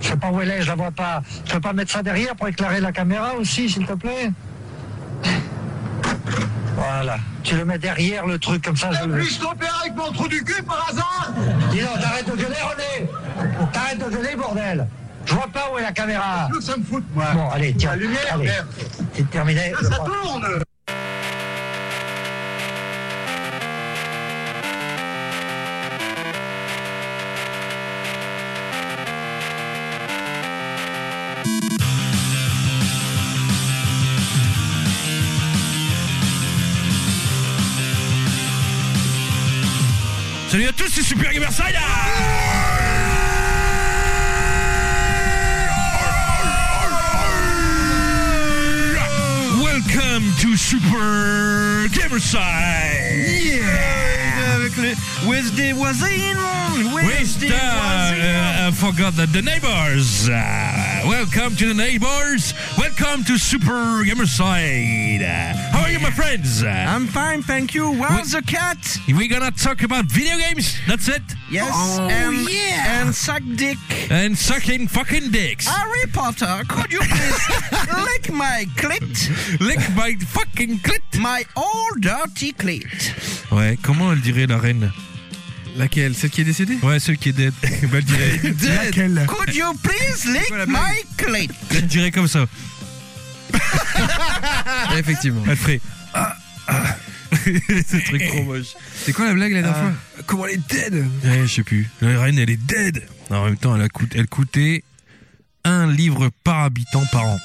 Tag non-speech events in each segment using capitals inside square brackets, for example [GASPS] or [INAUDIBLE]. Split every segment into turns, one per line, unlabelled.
sais pas où elle est, je la vois pas. Tu peux pas mettre ça derrière pour éclairer la caméra aussi, s'il te plaît Voilà. Tu le mets derrière le truc comme ça. Je le...
Puis-je t'opérer avec mon trou du cul par hasard
Dis donc, t'arrêtes de gueuler, René T'arrêtes de gueuler, bordel Je vois pas où est la caméra
Nous, ça me fout, moi.
Bon, allez, tiens.
La lumière,
allez.
merde.
C'est terminé.
Là,
Je
ça
crois.
tourne
Salut à tous, c'est Super Gamer Side Welcome to Super Gamer Side
Yeah, avec les with the voisines, with
With
the
the, uh,
euh,
I forgot the, the neighbors. Uh, welcome to the neighbors. Welcome to Super Gamer Side. Uh, how are you, my friends? Uh,
I'm fine, thank you. Where's the cat?
we're gonna talk about video games. That's it.
Yes,
Oh,
and,
yeah.
and suck dick.
And sucking fucking dicks.
Harry Potter, could you
[LAUGHS]
please lick my clit,
Lick my fucking clit.
my old dirty clit?
Ouais, comment elle dirait la reine
Laquelle Celle qui est décédée
Ouais, celle qui est
[LAUGHS]
dead. bah, elle, dirait,
Laquelle
Could you please lick
Voilà,
my clit?
elle dirait comme ça.
[LAUGHS] Effectivement. Ah,
Elle ferait. [LAUGHS] C'est truc trop moche.
C'est quoi la blague la dernière
Comment elle est dead Ouais, je sais plus. La reine, elle est dead. En même temps, elle, a coût- elle coûtait un livre par habitant par an.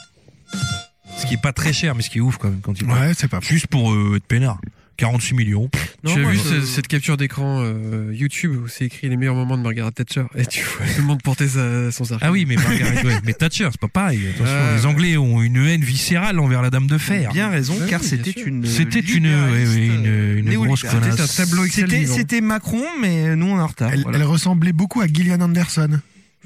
Ce qui est pas très cher, mais ce qui est ouf quand même quand tu
fois
vois.
c'est pas
Juste pour euh, être peinard. 48 millions.
Tu as vu ce- cette capture d'écran euh, YouTube où c'est écrit les meilleurs moments de Margaret Thatcher et tu vois tout le monde porter sa, son sarcasme.
Ah oui, mais Margaret, ouais. mais Thatcher, c'est pas pareil. Attention,
Ouais.
les Anglais ont une haine viscérale envers la Dame de Fer.
Bien raison,
Oui,
car
Euh. bien
c'était
sûr.
une.
C'était une, ouais,
libéraliste,
ouais, une,
euh,
une grosse
néolibérale.
connasse.
C'était un tableau Excel
C'était
vivant.
c'était Macron, mais nous on est en retard.
Elle,
voilà.
elle ressemblait beaucoup à Gillian Anderson.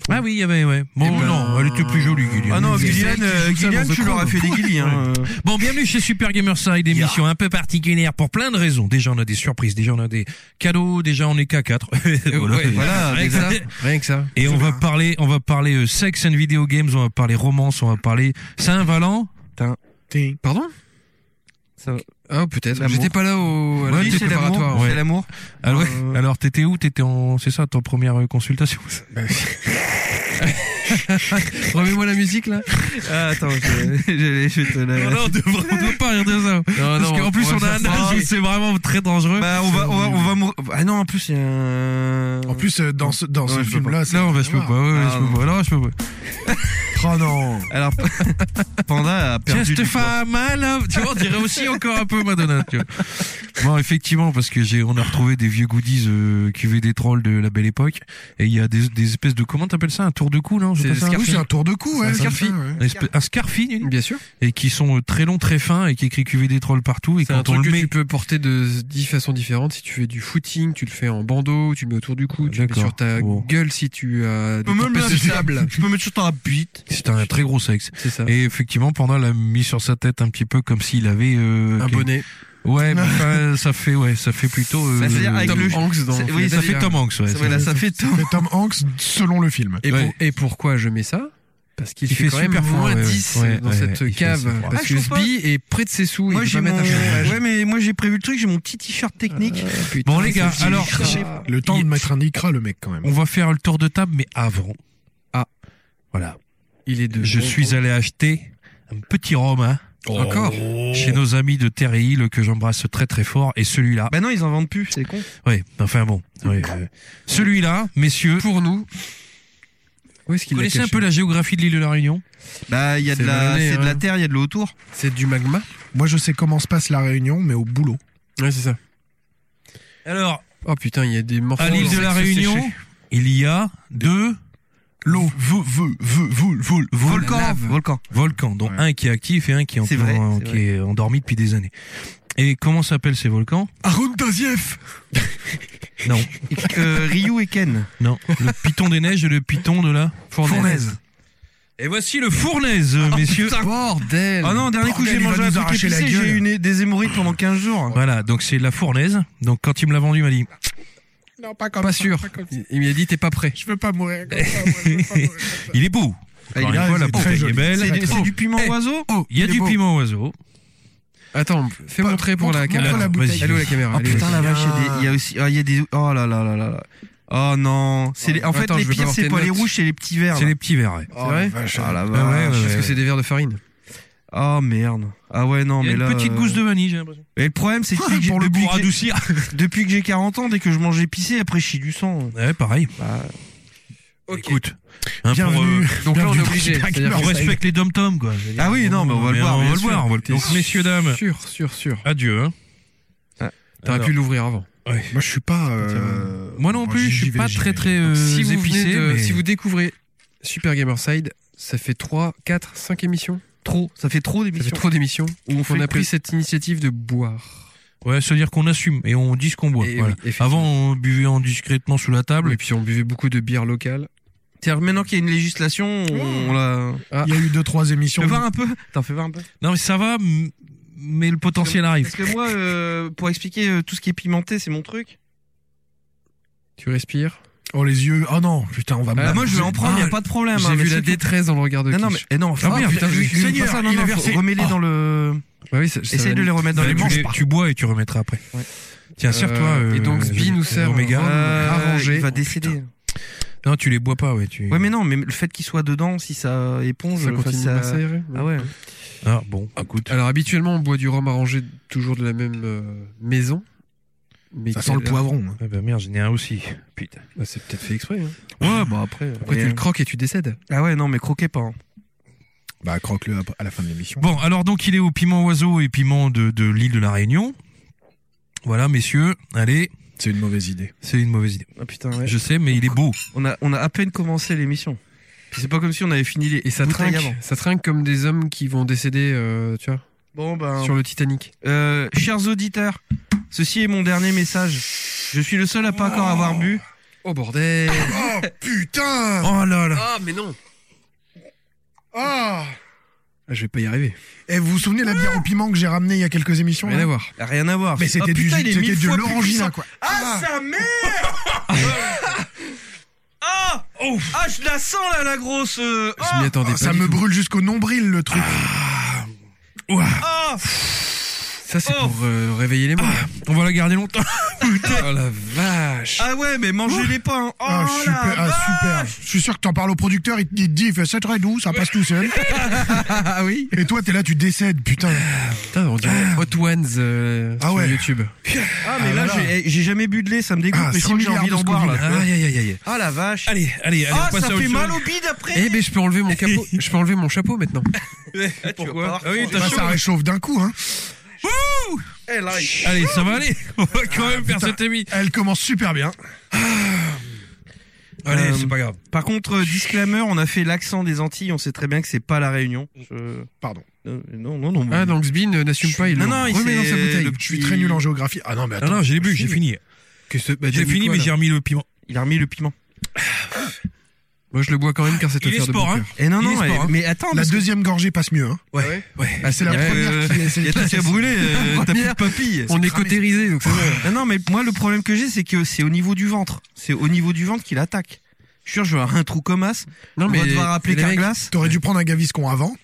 Ah oui, il y avait, ouais. Bon,
Eh ben,
non, elle était plus jolie, Gillian.
Ah non,
Mais-
Guyliane,
qui joue ça dans The
tu leur as
Crown.
fait des guillis. Hein. euh.
Bon, bienvenue chez Super Gamer Side, émission un peu particulière pour plein de raisons. Déjà, on a des surprises, déjà, on a des cadeaux, déjà, on est qu'à 4.
[LAUGHS]
[LAUGHS]
Ouais, voilà, rien que ça. Rien que ça.
Et on va parler, on va parler euh, sex and video games, on va parler romance, on va parler Saint-Valent.
Pardon
Ça-
Ah peut-être.
L'amour.
J'étais pas là au. à la
Ouais,
visite
Oui, c'est
préparatoire.
l'amour.
ouais.
C'est l'amour.
Ah ouais.
Euh.
Alors, t'étais où? T'étais en, c'est ça, ton première euh, consultation?
Remets-moi la musique là.
Ah, Attends, je je- je vais te
Non,
la.
non, on devrait- on doit pas rire de ça.
Ah
Parce qu'en plus, on a un
Ah,
âge où c'est vraiment très dangereux.
Bah, on va, on va, on va mourir. Ah non, en plus, il y a un.
En plus, euh, dans ce, dans
Ouais,
ce
je peux
film-là, c'est-
Non, bah, je peux pas, ouais, ouais, je
Ah,
peux pas, non, je
[LAUGHS]
peux pas.
Oh non
Alors, Panda a perdu.
Just a
du poids.
femme, I love- Tu vois, on dirait aussi encore un peu Madonna, tu vois. Bon, effectivement, parce que j'ai, on a retrouvé des vieux goodies, euh, qui des trolls de la belle époque. Et il y a des, des espèces de, comment t'appelles ça? Un tour de cou, non?
C'est
pas ça, un
Oui,
Scarfi.
c'est un tour de cou, hein. ouais.
un
comme
selfie.
ça, ouais.
Un espèce- un scarfing une-
Bien sûr.
et qui sont euh, très longs, très fins et qui écrit QV des trolls partout et
C'est un
quand on
truc
le
que
met
tu peux porter de dix façons différentes. Si tu fais du footing, tu le fais en bandeau, tu le mets autour du cou, tu le mets
D'accord.
sur ta
Bon.
gueule si tu as des
peux me le
tempêtes de
mettre sur-
sable.
Je peux mettre sur ta bite.
c'est un très gros sexe
C'est ça.
et effectivement Panda l'a mis sur sa tête un petit peu comme s'il avait euh,
un
quel-
bonnet.
ouais mais
[LAUGHS]
enfin, ça fait ouais ça fait plutôt euh,
Ça, c'est-à-dire avec
Tom-
le-
Hanks dans.
c'est- oui,
ça fait
c'est-
Tom Hanks ouais, ça
Voilà,
fait-
ça fait tout.
C'est Tom Hanks selon le film.
Et, pour-
Ouais.
et pourquoi je mets ça Parce qu'il
Il
fait,
fait
quand même
super froid,
moins
ouais,
10
ouais,
dans
ouais,
cette
il fait
cave.
super froid.
Parce
Ah, je
que
trouve
Sbi est près de ses sous.
Moi,
il peut
j'ai
pas
mon...
mettre un chauffage.
Ouais, mais moi, j'ai prévu le truc, j'ai mon petit t-shirt technique. euh,
Putain,
Bon les gars,
Euh, c'est
alors
génial.
j'ai-
Le temps
il-
de mettre un icra, le mec, quand même.
on va faire le tour de table mais avant
Ah.
voilà
il est de. Oh.
je suis allé acheter un petit rhum hein,
Encore
chez nos amis de Terre et Île que j'embrasse très très fort et celui-là
bah non, ils en vendent plus, c'est con.
ouais enfin bon ouais, euh, celui-là messieurs
pour nous. Où est-ce
vous
qu'il est
connaissez un
caché
peu la géographie de l'île de la Réunion
Bah, il y a de
C'est
la,
donné,
c'est de la
hein.
terre, il y a de l'eau autour.
C'est du magma.
Moi, je sais comment se passe la réunion, mais au boulot.
Ouais, c'est ça.
Alors,
Oh putain, il y a des morceaux.
à l'île de la Réunion, il y a deux
L'eau. Veu, veu, veu, veu, veu.
Volcan,
lave.
volcan.
volcans, dont
Ouais.
un qui est actif et un qui est, en-
C'est vrai,
en-
c'est
qui est endormi depuis des années. Et comment s'appellent ces volcans
Arundaziev
Non,
Euh, Ryu et Ken.
non.
[LAUGHS]
Le piton des neiges et le piton de la fournaise.
Fournaise. Ah,
Et voici le fournaise, messieurs.
Bordel.
Ah non, dernier coup,
Bordel,
j'ai
il
mangé
va
un
nous
truc
arracher la
épicé, j'ai
gueule.
eu une- des hémorroïdes pendant 15 jours.
Voilà, donc c'est la fournaise. Donc quand il me l'a vendu, il m'a dit
Non, pas comme
Pas
ça,
sûr.
comme ça.
Il il m'a dit t'es pas prêt.
Je veux pas mourir comme ça, moi, je veux pas mourir comme ça.
Il est beau.
Ah, il
Encore
est-
une fois,
il
la
est
bouteille
très
est
joli.
belle.
C'est- c'est
du piment
Eh,
oiseau
Oh,
Il y a
est
du
beau.
piment oiseau.
Attends, fais
Pas-
montrer pour la
montre- montre
caméra.
la bouteille.
vas-y.
Elle est où la caméra
Oh
Elle est où
putain, la
bien.
vache, il y a des- il y a aussi. ah, Il y a des. Oh là là là là là. Oh non. C'est les- En fait,
Attends,
les
je veux pas
pires,
avoir
c'est
tes
pas les
notes.
rouges, c'est les petits verts.
C'est
là.
les petits verres. ouais.
C'est vrai
vache.
Ah la
Ah ouais,
vache.
ouais,
Parce que
ouais.
c'est des verres de farine.
Oh merde. Ah ouais, non,
Il y a
mais
une
là.
petite
euh,
gousse de vanille, j'ai l'impression.
Et le problème, c'est que depuis que j'ai-
Pour le
depuis
pour
que j'ai-
adoucir.
depuis que j'ai 40 ans, dès que je mange épicé, après je chie du sang.
Ouais, pareil.
Bah,
Écoute. hein, pour,
Bienvenue.
Donc là, on est
Bienvenue.
obligé.
euh,
C'est-à-dire
on
qu'on reste
respecte les dom-toms, quoi.
Ah oui, non, mais on va le
Mais
voir.
On va
bien
le
sûr.
voir. on va le-
T'es
Donc, messieurs, dames,
Sûr, sûr, sûr.
adieu. hein.
T'aurais
Alors.
pu l'ouvrir avant.
Moi, je suis pas. euh,
Moi non
bon,
plus,
j'y
je suis
vais,
pas
j'y
très
vais.
très
Donc,
euh,
si, vous venez
épicé.
de-
mais-
si vous découvrez Super Gamerside, ça fait 3, 4, 5 émissions.
Trop. Ça fait trop
Ça fait
d'émissions.
trop d'émissions
Où on
qu'on a
le
pris cette initiative de boire.
Ouais, c'est-à-dire qu'on assume et on dit ce qu'on boit.
Et
voilà.
oui, effectivement.
Avant, on buvait en discrètement sous la table.
Et puis on buvait beaucoup de bière locale.
C'est-à-dire, Maintenant qu'il y a une législation,
Oh.
on, on l'a.
Il y a eu deux, trois émissions.
Fais voir un peu. T'en fais voir un peu.
Non, mais ça va, m- mais le potentiel
Parce
arrive.
que moi, euh, pour expliquer euh, tout ce qui est pimenté, c'est mon truc.
Tu respires.
Oh, les yeux. Oh non, putain, on va
Ah,
me-
Bah, moi, je vais en prendre, y a
Ah,
pas de problème.
J'ai
hein, mais
vu la
c'est tout.
détresse dans le regard de
Non, non, mais
Kish.
eh non,
merde, Ah, putain, je- je-
Seigneur,
pas ça, non,
il
non,
a
faut-
versé. Remets-les dans le.
Bah oui, ça- ça
Essaye
va
de les
nous-
remettre dans
Bah,
les
tu,
manches.
les-
par
tu bois et tu remettras après. Tiens, serre-toi.
Euh, et
euh,
donc, Sbi nous sert
Omega.
un
Euh,
arrangé.
Il va
Oh,
décéder.
Non, tu les bois pas, ouais. Tu...
Ouais, mais non, mais le fait qu'il soit dedans, si ça éponge,
Ça
enfin,
continue
ça-
de macérer.
Ah ouais.
Ah, bon, écoute.
Alors habituellement, on boit du rhum arrangé toujours de la même euh, maison. Mais
Ça
qui
sent
a
le
l'air-
poivron. hein.
Ah, bah merde, j'en ai un aussi. Putain.
Bah, c'est peut-être fait exprès. hein.
Ouais, bah après.
Après,
et,
tu
euh,
le croques et tu décèdes.
Ah ouais, non, mais croquez pas. hein.
Bah, croque-le à- à la fin de l'émission.
Bon, alors donc il est au piment oiseau et piment de, de l'île de la Réunion. Voilà, messieurs, allez,
C'est une mauvaise idée.
c'est une mauvaise idée.
Ah putain, ouais.
Je sais, mais il est beau.
On a, on a à peine commencé l'émission. Puis c'est pas comme si on avait fini les.
Et ça
bouteilles
trinque.
avant.
Ça trinque comme des hommes qui vont décéder, euh, tu vois,
Bon, ben.
sur le Titanic.
Euh, chers auditeurs, ceci est mon dernier message. Je suis le seul à pas encore avoir bu.
Oh bordel [LAUGHS]
Oh putain
Oh là là.
Ah mais non
Ah
Ah, Je vais pas y arriver.
Et Eh, vous vous souvenez de la bière au piment que j'ai ramenée il y a quelques émissions
Rien
là
à voir.
Rien à voir.
Mais
C'est-
c'était
Ah,
du
putain, il est
c'était
mille
de
fois plus
l'orangina
puissant.
quoi.
Ah, sa mère Ah Ah, je la sens là, la grosse euh,
Je m'y attendais
Ah,
pas.
ça
du
me
tout.
brûle jusqu'au nombril le truc.
ah
Ça c'est
Oh.
pour euh, réveiller les morts.
On va la garder longtemps.
Oh la vache
Ah ouais, mais mangez-les pas. hein. Oh
Ah,
la
super, ah,
vache. [LAUGHS]
super. Je suis sûr que t'en parles au producteur, il te dit, il te dit, il fait c'est très doux, ça passe tout seul.
Ah oui
Et toi, t'es là, tu décèdes, putain.
Putain, on dirait Hot Ones euh,
Ah
sur
ouais.
YouTube.
Ah, mais
Ah,
là,
voilà.
j'ai- eh, j'ai jamais bu de lait, ça me dégoûte,
Ah,
mais je
six
crois que j'ai
milliards
envie
de
d'en boire
Scoville.
là.
bah, Aïe, aïe, aïe, aïe.
Ah la vache.
Allez, allez, allez,
ah,
on passe
ça
à autre
fait
chose.
mal au bide après.
Eh ben je peux enlever mon capot. Je peux enlever mon chapeau maintenant.
Ah, tu vas pas avoir
Ah oui,
faim.
t'as
Bah,
chaud.
ça réchauffe d'un coup, hein.
Eh, là, il-
Allez, ça va aller. [LAUGHS] On va quand même faire
putain.
cette émission.
Elle commence super bien.
Allez,
Euh,
c'est pas grave.
Par contre, euh, disclaimer, on a fait l'accent des Antilles, on sait très bien que c'est pas la Réunion. Je-
Pardon.
Euh, Non, non, non.
Ah donc Sbin euh, n'assume pas, il
Non,
le
non, il
remet dans
s'est-
sa bouteille.
le-
Je suis très nul en géographie. Ah non, mais
Non,
attends.
non, j'ai les bu, j'ai fini. J'ai fini, mais j'ai remis le piment.
Il a remis le piment.
Moi je le bois quand même car c'est
Il est
offert de
sport,
mon
hein.
cœur.
Eh non,
Il
non,
est sport,
eh,
hein.
mais attends,
La
parce que-
deuxième gorgée passe mieux, hein.
Ouais, ouais.
Ah, c'est la
Ouais,
première
ouais,
qui
ouais.
est- c'est-
Il y a tout qui a brûlé, euh,
La
t'as plus de
première.
papilles.
On est
cramé.
cotérisé donc c'est vrai.
Non, non, mais moi, le problème que j'ai, c'est que c'est au niveau du ventre. C'est au niveau du ventre qu'il attaque. Je suis sûr, je vais avoir un trou comme as.
Non
On
mais
va devoir appeler
les mecs,
Carglass.
T'aurais dû prendre un gaviscon avant.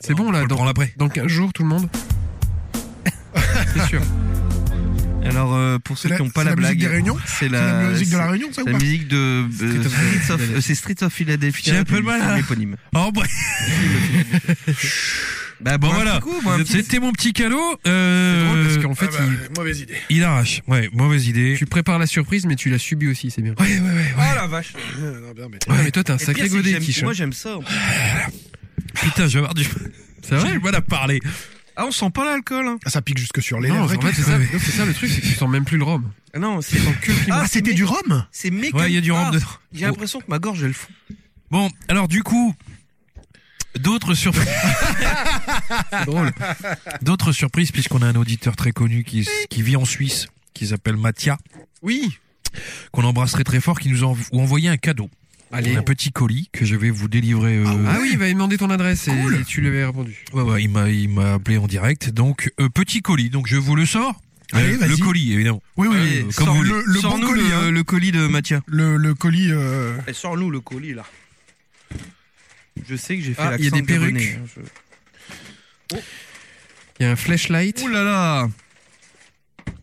C'est bon là dans
[LAUGHS]
l'après. Dans 15 jours tout le monde. C'est sûr.
Alors, euh, pour ceux
C'est
qui
la-
n'ont pas
c'est
la,
la
blague.
musique des Réunions
C'est
C'est
la,
la musique de la
Bah, c'est-
Réunion, ça ou
c'est la
pas
musique de. euh,
Street of-
Streets of- euh, C'est Street of Philadelphia.
J'ai un peu de mal, hein.
du éponyme.
Oh, bref.
Bah,
Bon
bois un
voilà,
petit coup, bois un petit-
c'était mon petit calot. Euh,
C'est drôle parce qu'en fait
Ah bah, Mauvaise idée.
il, il arrache. Ouais, mauvaise idée.
il- tu prépares la surprise mais tu la subis aussi c'est bien.
Ouais, ouais, ouais.
Oh la vache.
Non, non, bien, mais-
Ouais mais toi t'es un
Et le
sacré
pire, c'est que
godet
j'aime-
Kish.
Moi j'aime ça.
Putain, j'ai avoir du,
C'est
[LAUGHS] j'ai
vrai
du mal à parler.
Ah on sent pas l'alcool. Hein.
Ah, Ça pique jusque sur les
Non
lèvres. et
en fait
tout.
hein, c'est ça, c'est ça le truc c'est que tu sens même plus le rhum.
Ah Non c'est que le
Ah, c'était du rhum
[LAUGHS] C'est mec.
Ouais, il y a du rhum dedans.
J'ai l'impression que ma gorge elle fond.
Bon, alors du coup, d'autres surprises.
Ah,
drôle.
D'autres surprises puisqu'on a un auditeur très connu qui s- qui vit en Suisse, qui s'appelle Mathia,
Oui.
qu'on embrasse très très fort, qui nous a env- ou envoyé un cadeau,
Allez.
un petit colis que je vais vous délivrer. euh,
Ah oui il va lui demander ton adresse et- et tu lui avais répondu.
Ouais, ouais, il m'a, il m'a appelé en direct. Donc, euh, petit colis. Donc, je vous le sors.
Allez,
Euh, le
vas-y.
colis, évidemment.
Oui, oui,
Allez,
oui.
comme vous
sors-nous-
le, le bon
sors-nous
colis,
le,
hein.
le colis de Mathia.
le, le colis. euh,
Et sors-nous le colis là. Je sais que j'ai fait
Ah,
l'accent
il y a des perruques.
gabonais, hein, je-
Il y a un flashlight,
Ouh là là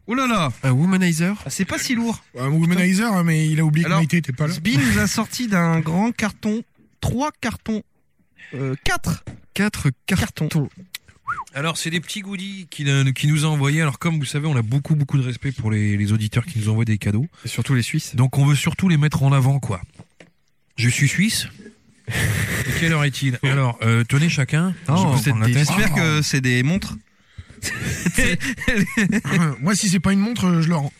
Ouh là là
un womanizer.
Ah, C'est pas si lourd.
un womanizer, hein, mais il a oublié
Alors,
que Maïté était pas là.
Sbi nous a sorti d'un grand carton, trois cartons, euh, quatre
Quatre cartons.
Alors, c'est des petits goodies qu'il a- qui nous a envoyés. Alors, comme vous savez, on a beaucoup, beaucoup de respect pour les, les auditeurs qui nous envoient des cadeaux.
Et surtout les Suisses.
Donc, on veut surtout les mettre en avant, quoi. Je suis [LAUGHS] suisse. Et quelle heure est-il Alors, euh, tenez chacun.
Oh,
Je vais
vous êtes
prendre la
des-
tête.
J'espère que c'est des montres.
Moi, si c'est pas une montre, euh, je le rends.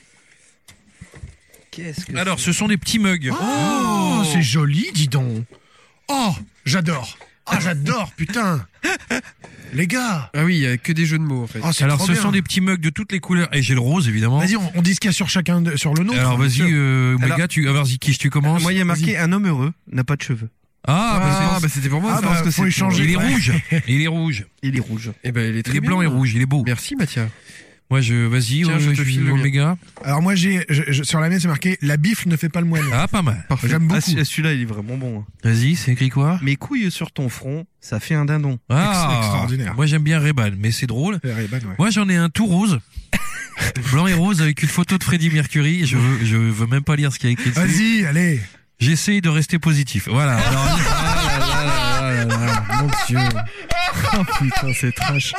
Qu'est-ce que
Alors, ce sont des petits mugs.
Oh, c'est joli, dis donc. Oh, j'adore. Ah, j'adore, putain. Les gars.
Ah oui, il y a que des jeux de mots en fait.
Oh, c'est
Alors,
trop
ce
bien.
sont des petits mugs de toutes les couleurs. Et j'ai le rose, évidemment.
Vas-y, on, on dit ce qu'il y a sur chacun, de- sur le nôtre.
Alors, vas-y, euh,
Alors-
Omega, tu, ah, vas-y, qui tu commences
Moi, il y a marqué un homme heureux n'a pas de cheveux.
Ah, bah, c'est-
c'était pour
Ah,
ça.
bah, faut échanger.
il est rouge. Il est rouge.
Il est rouge.
Eh ben, il est
Il
très
est blanc et
bien.
rouge. Il est beau.
Merci Mathia.
Moi, je, vas-y,
Tiens,
euh,
je
je,
te
suis
file le mien.
Omega.
Alors moi j'ai je- je- sur la mienne c'est marqué la bifle ne fait pas le moine.
Ah, pas mal.
J'aime beaucoup.
Ah, ce- celui-là, il est vraiment bon. hein.
Vas-y, c'est écrit quoi
Mes couilles sur ton front, ça fait un dindon.
Ah,
extraordinaire.
Moi, j'aime bien Reban, mais c'est drôle.
Eh, Ray-Ban, ouais.
Moi, j'en ai un tout rose. Blanc et rose avec une photo de Freddie Mercury. Je veux, je veux même pas lire ce qu'il y a écrit dessus.
Vas-y, allez.
J'essaye de rester positif. Voilà. Alors,
Mon Dieu. Oh putain, c'est trash.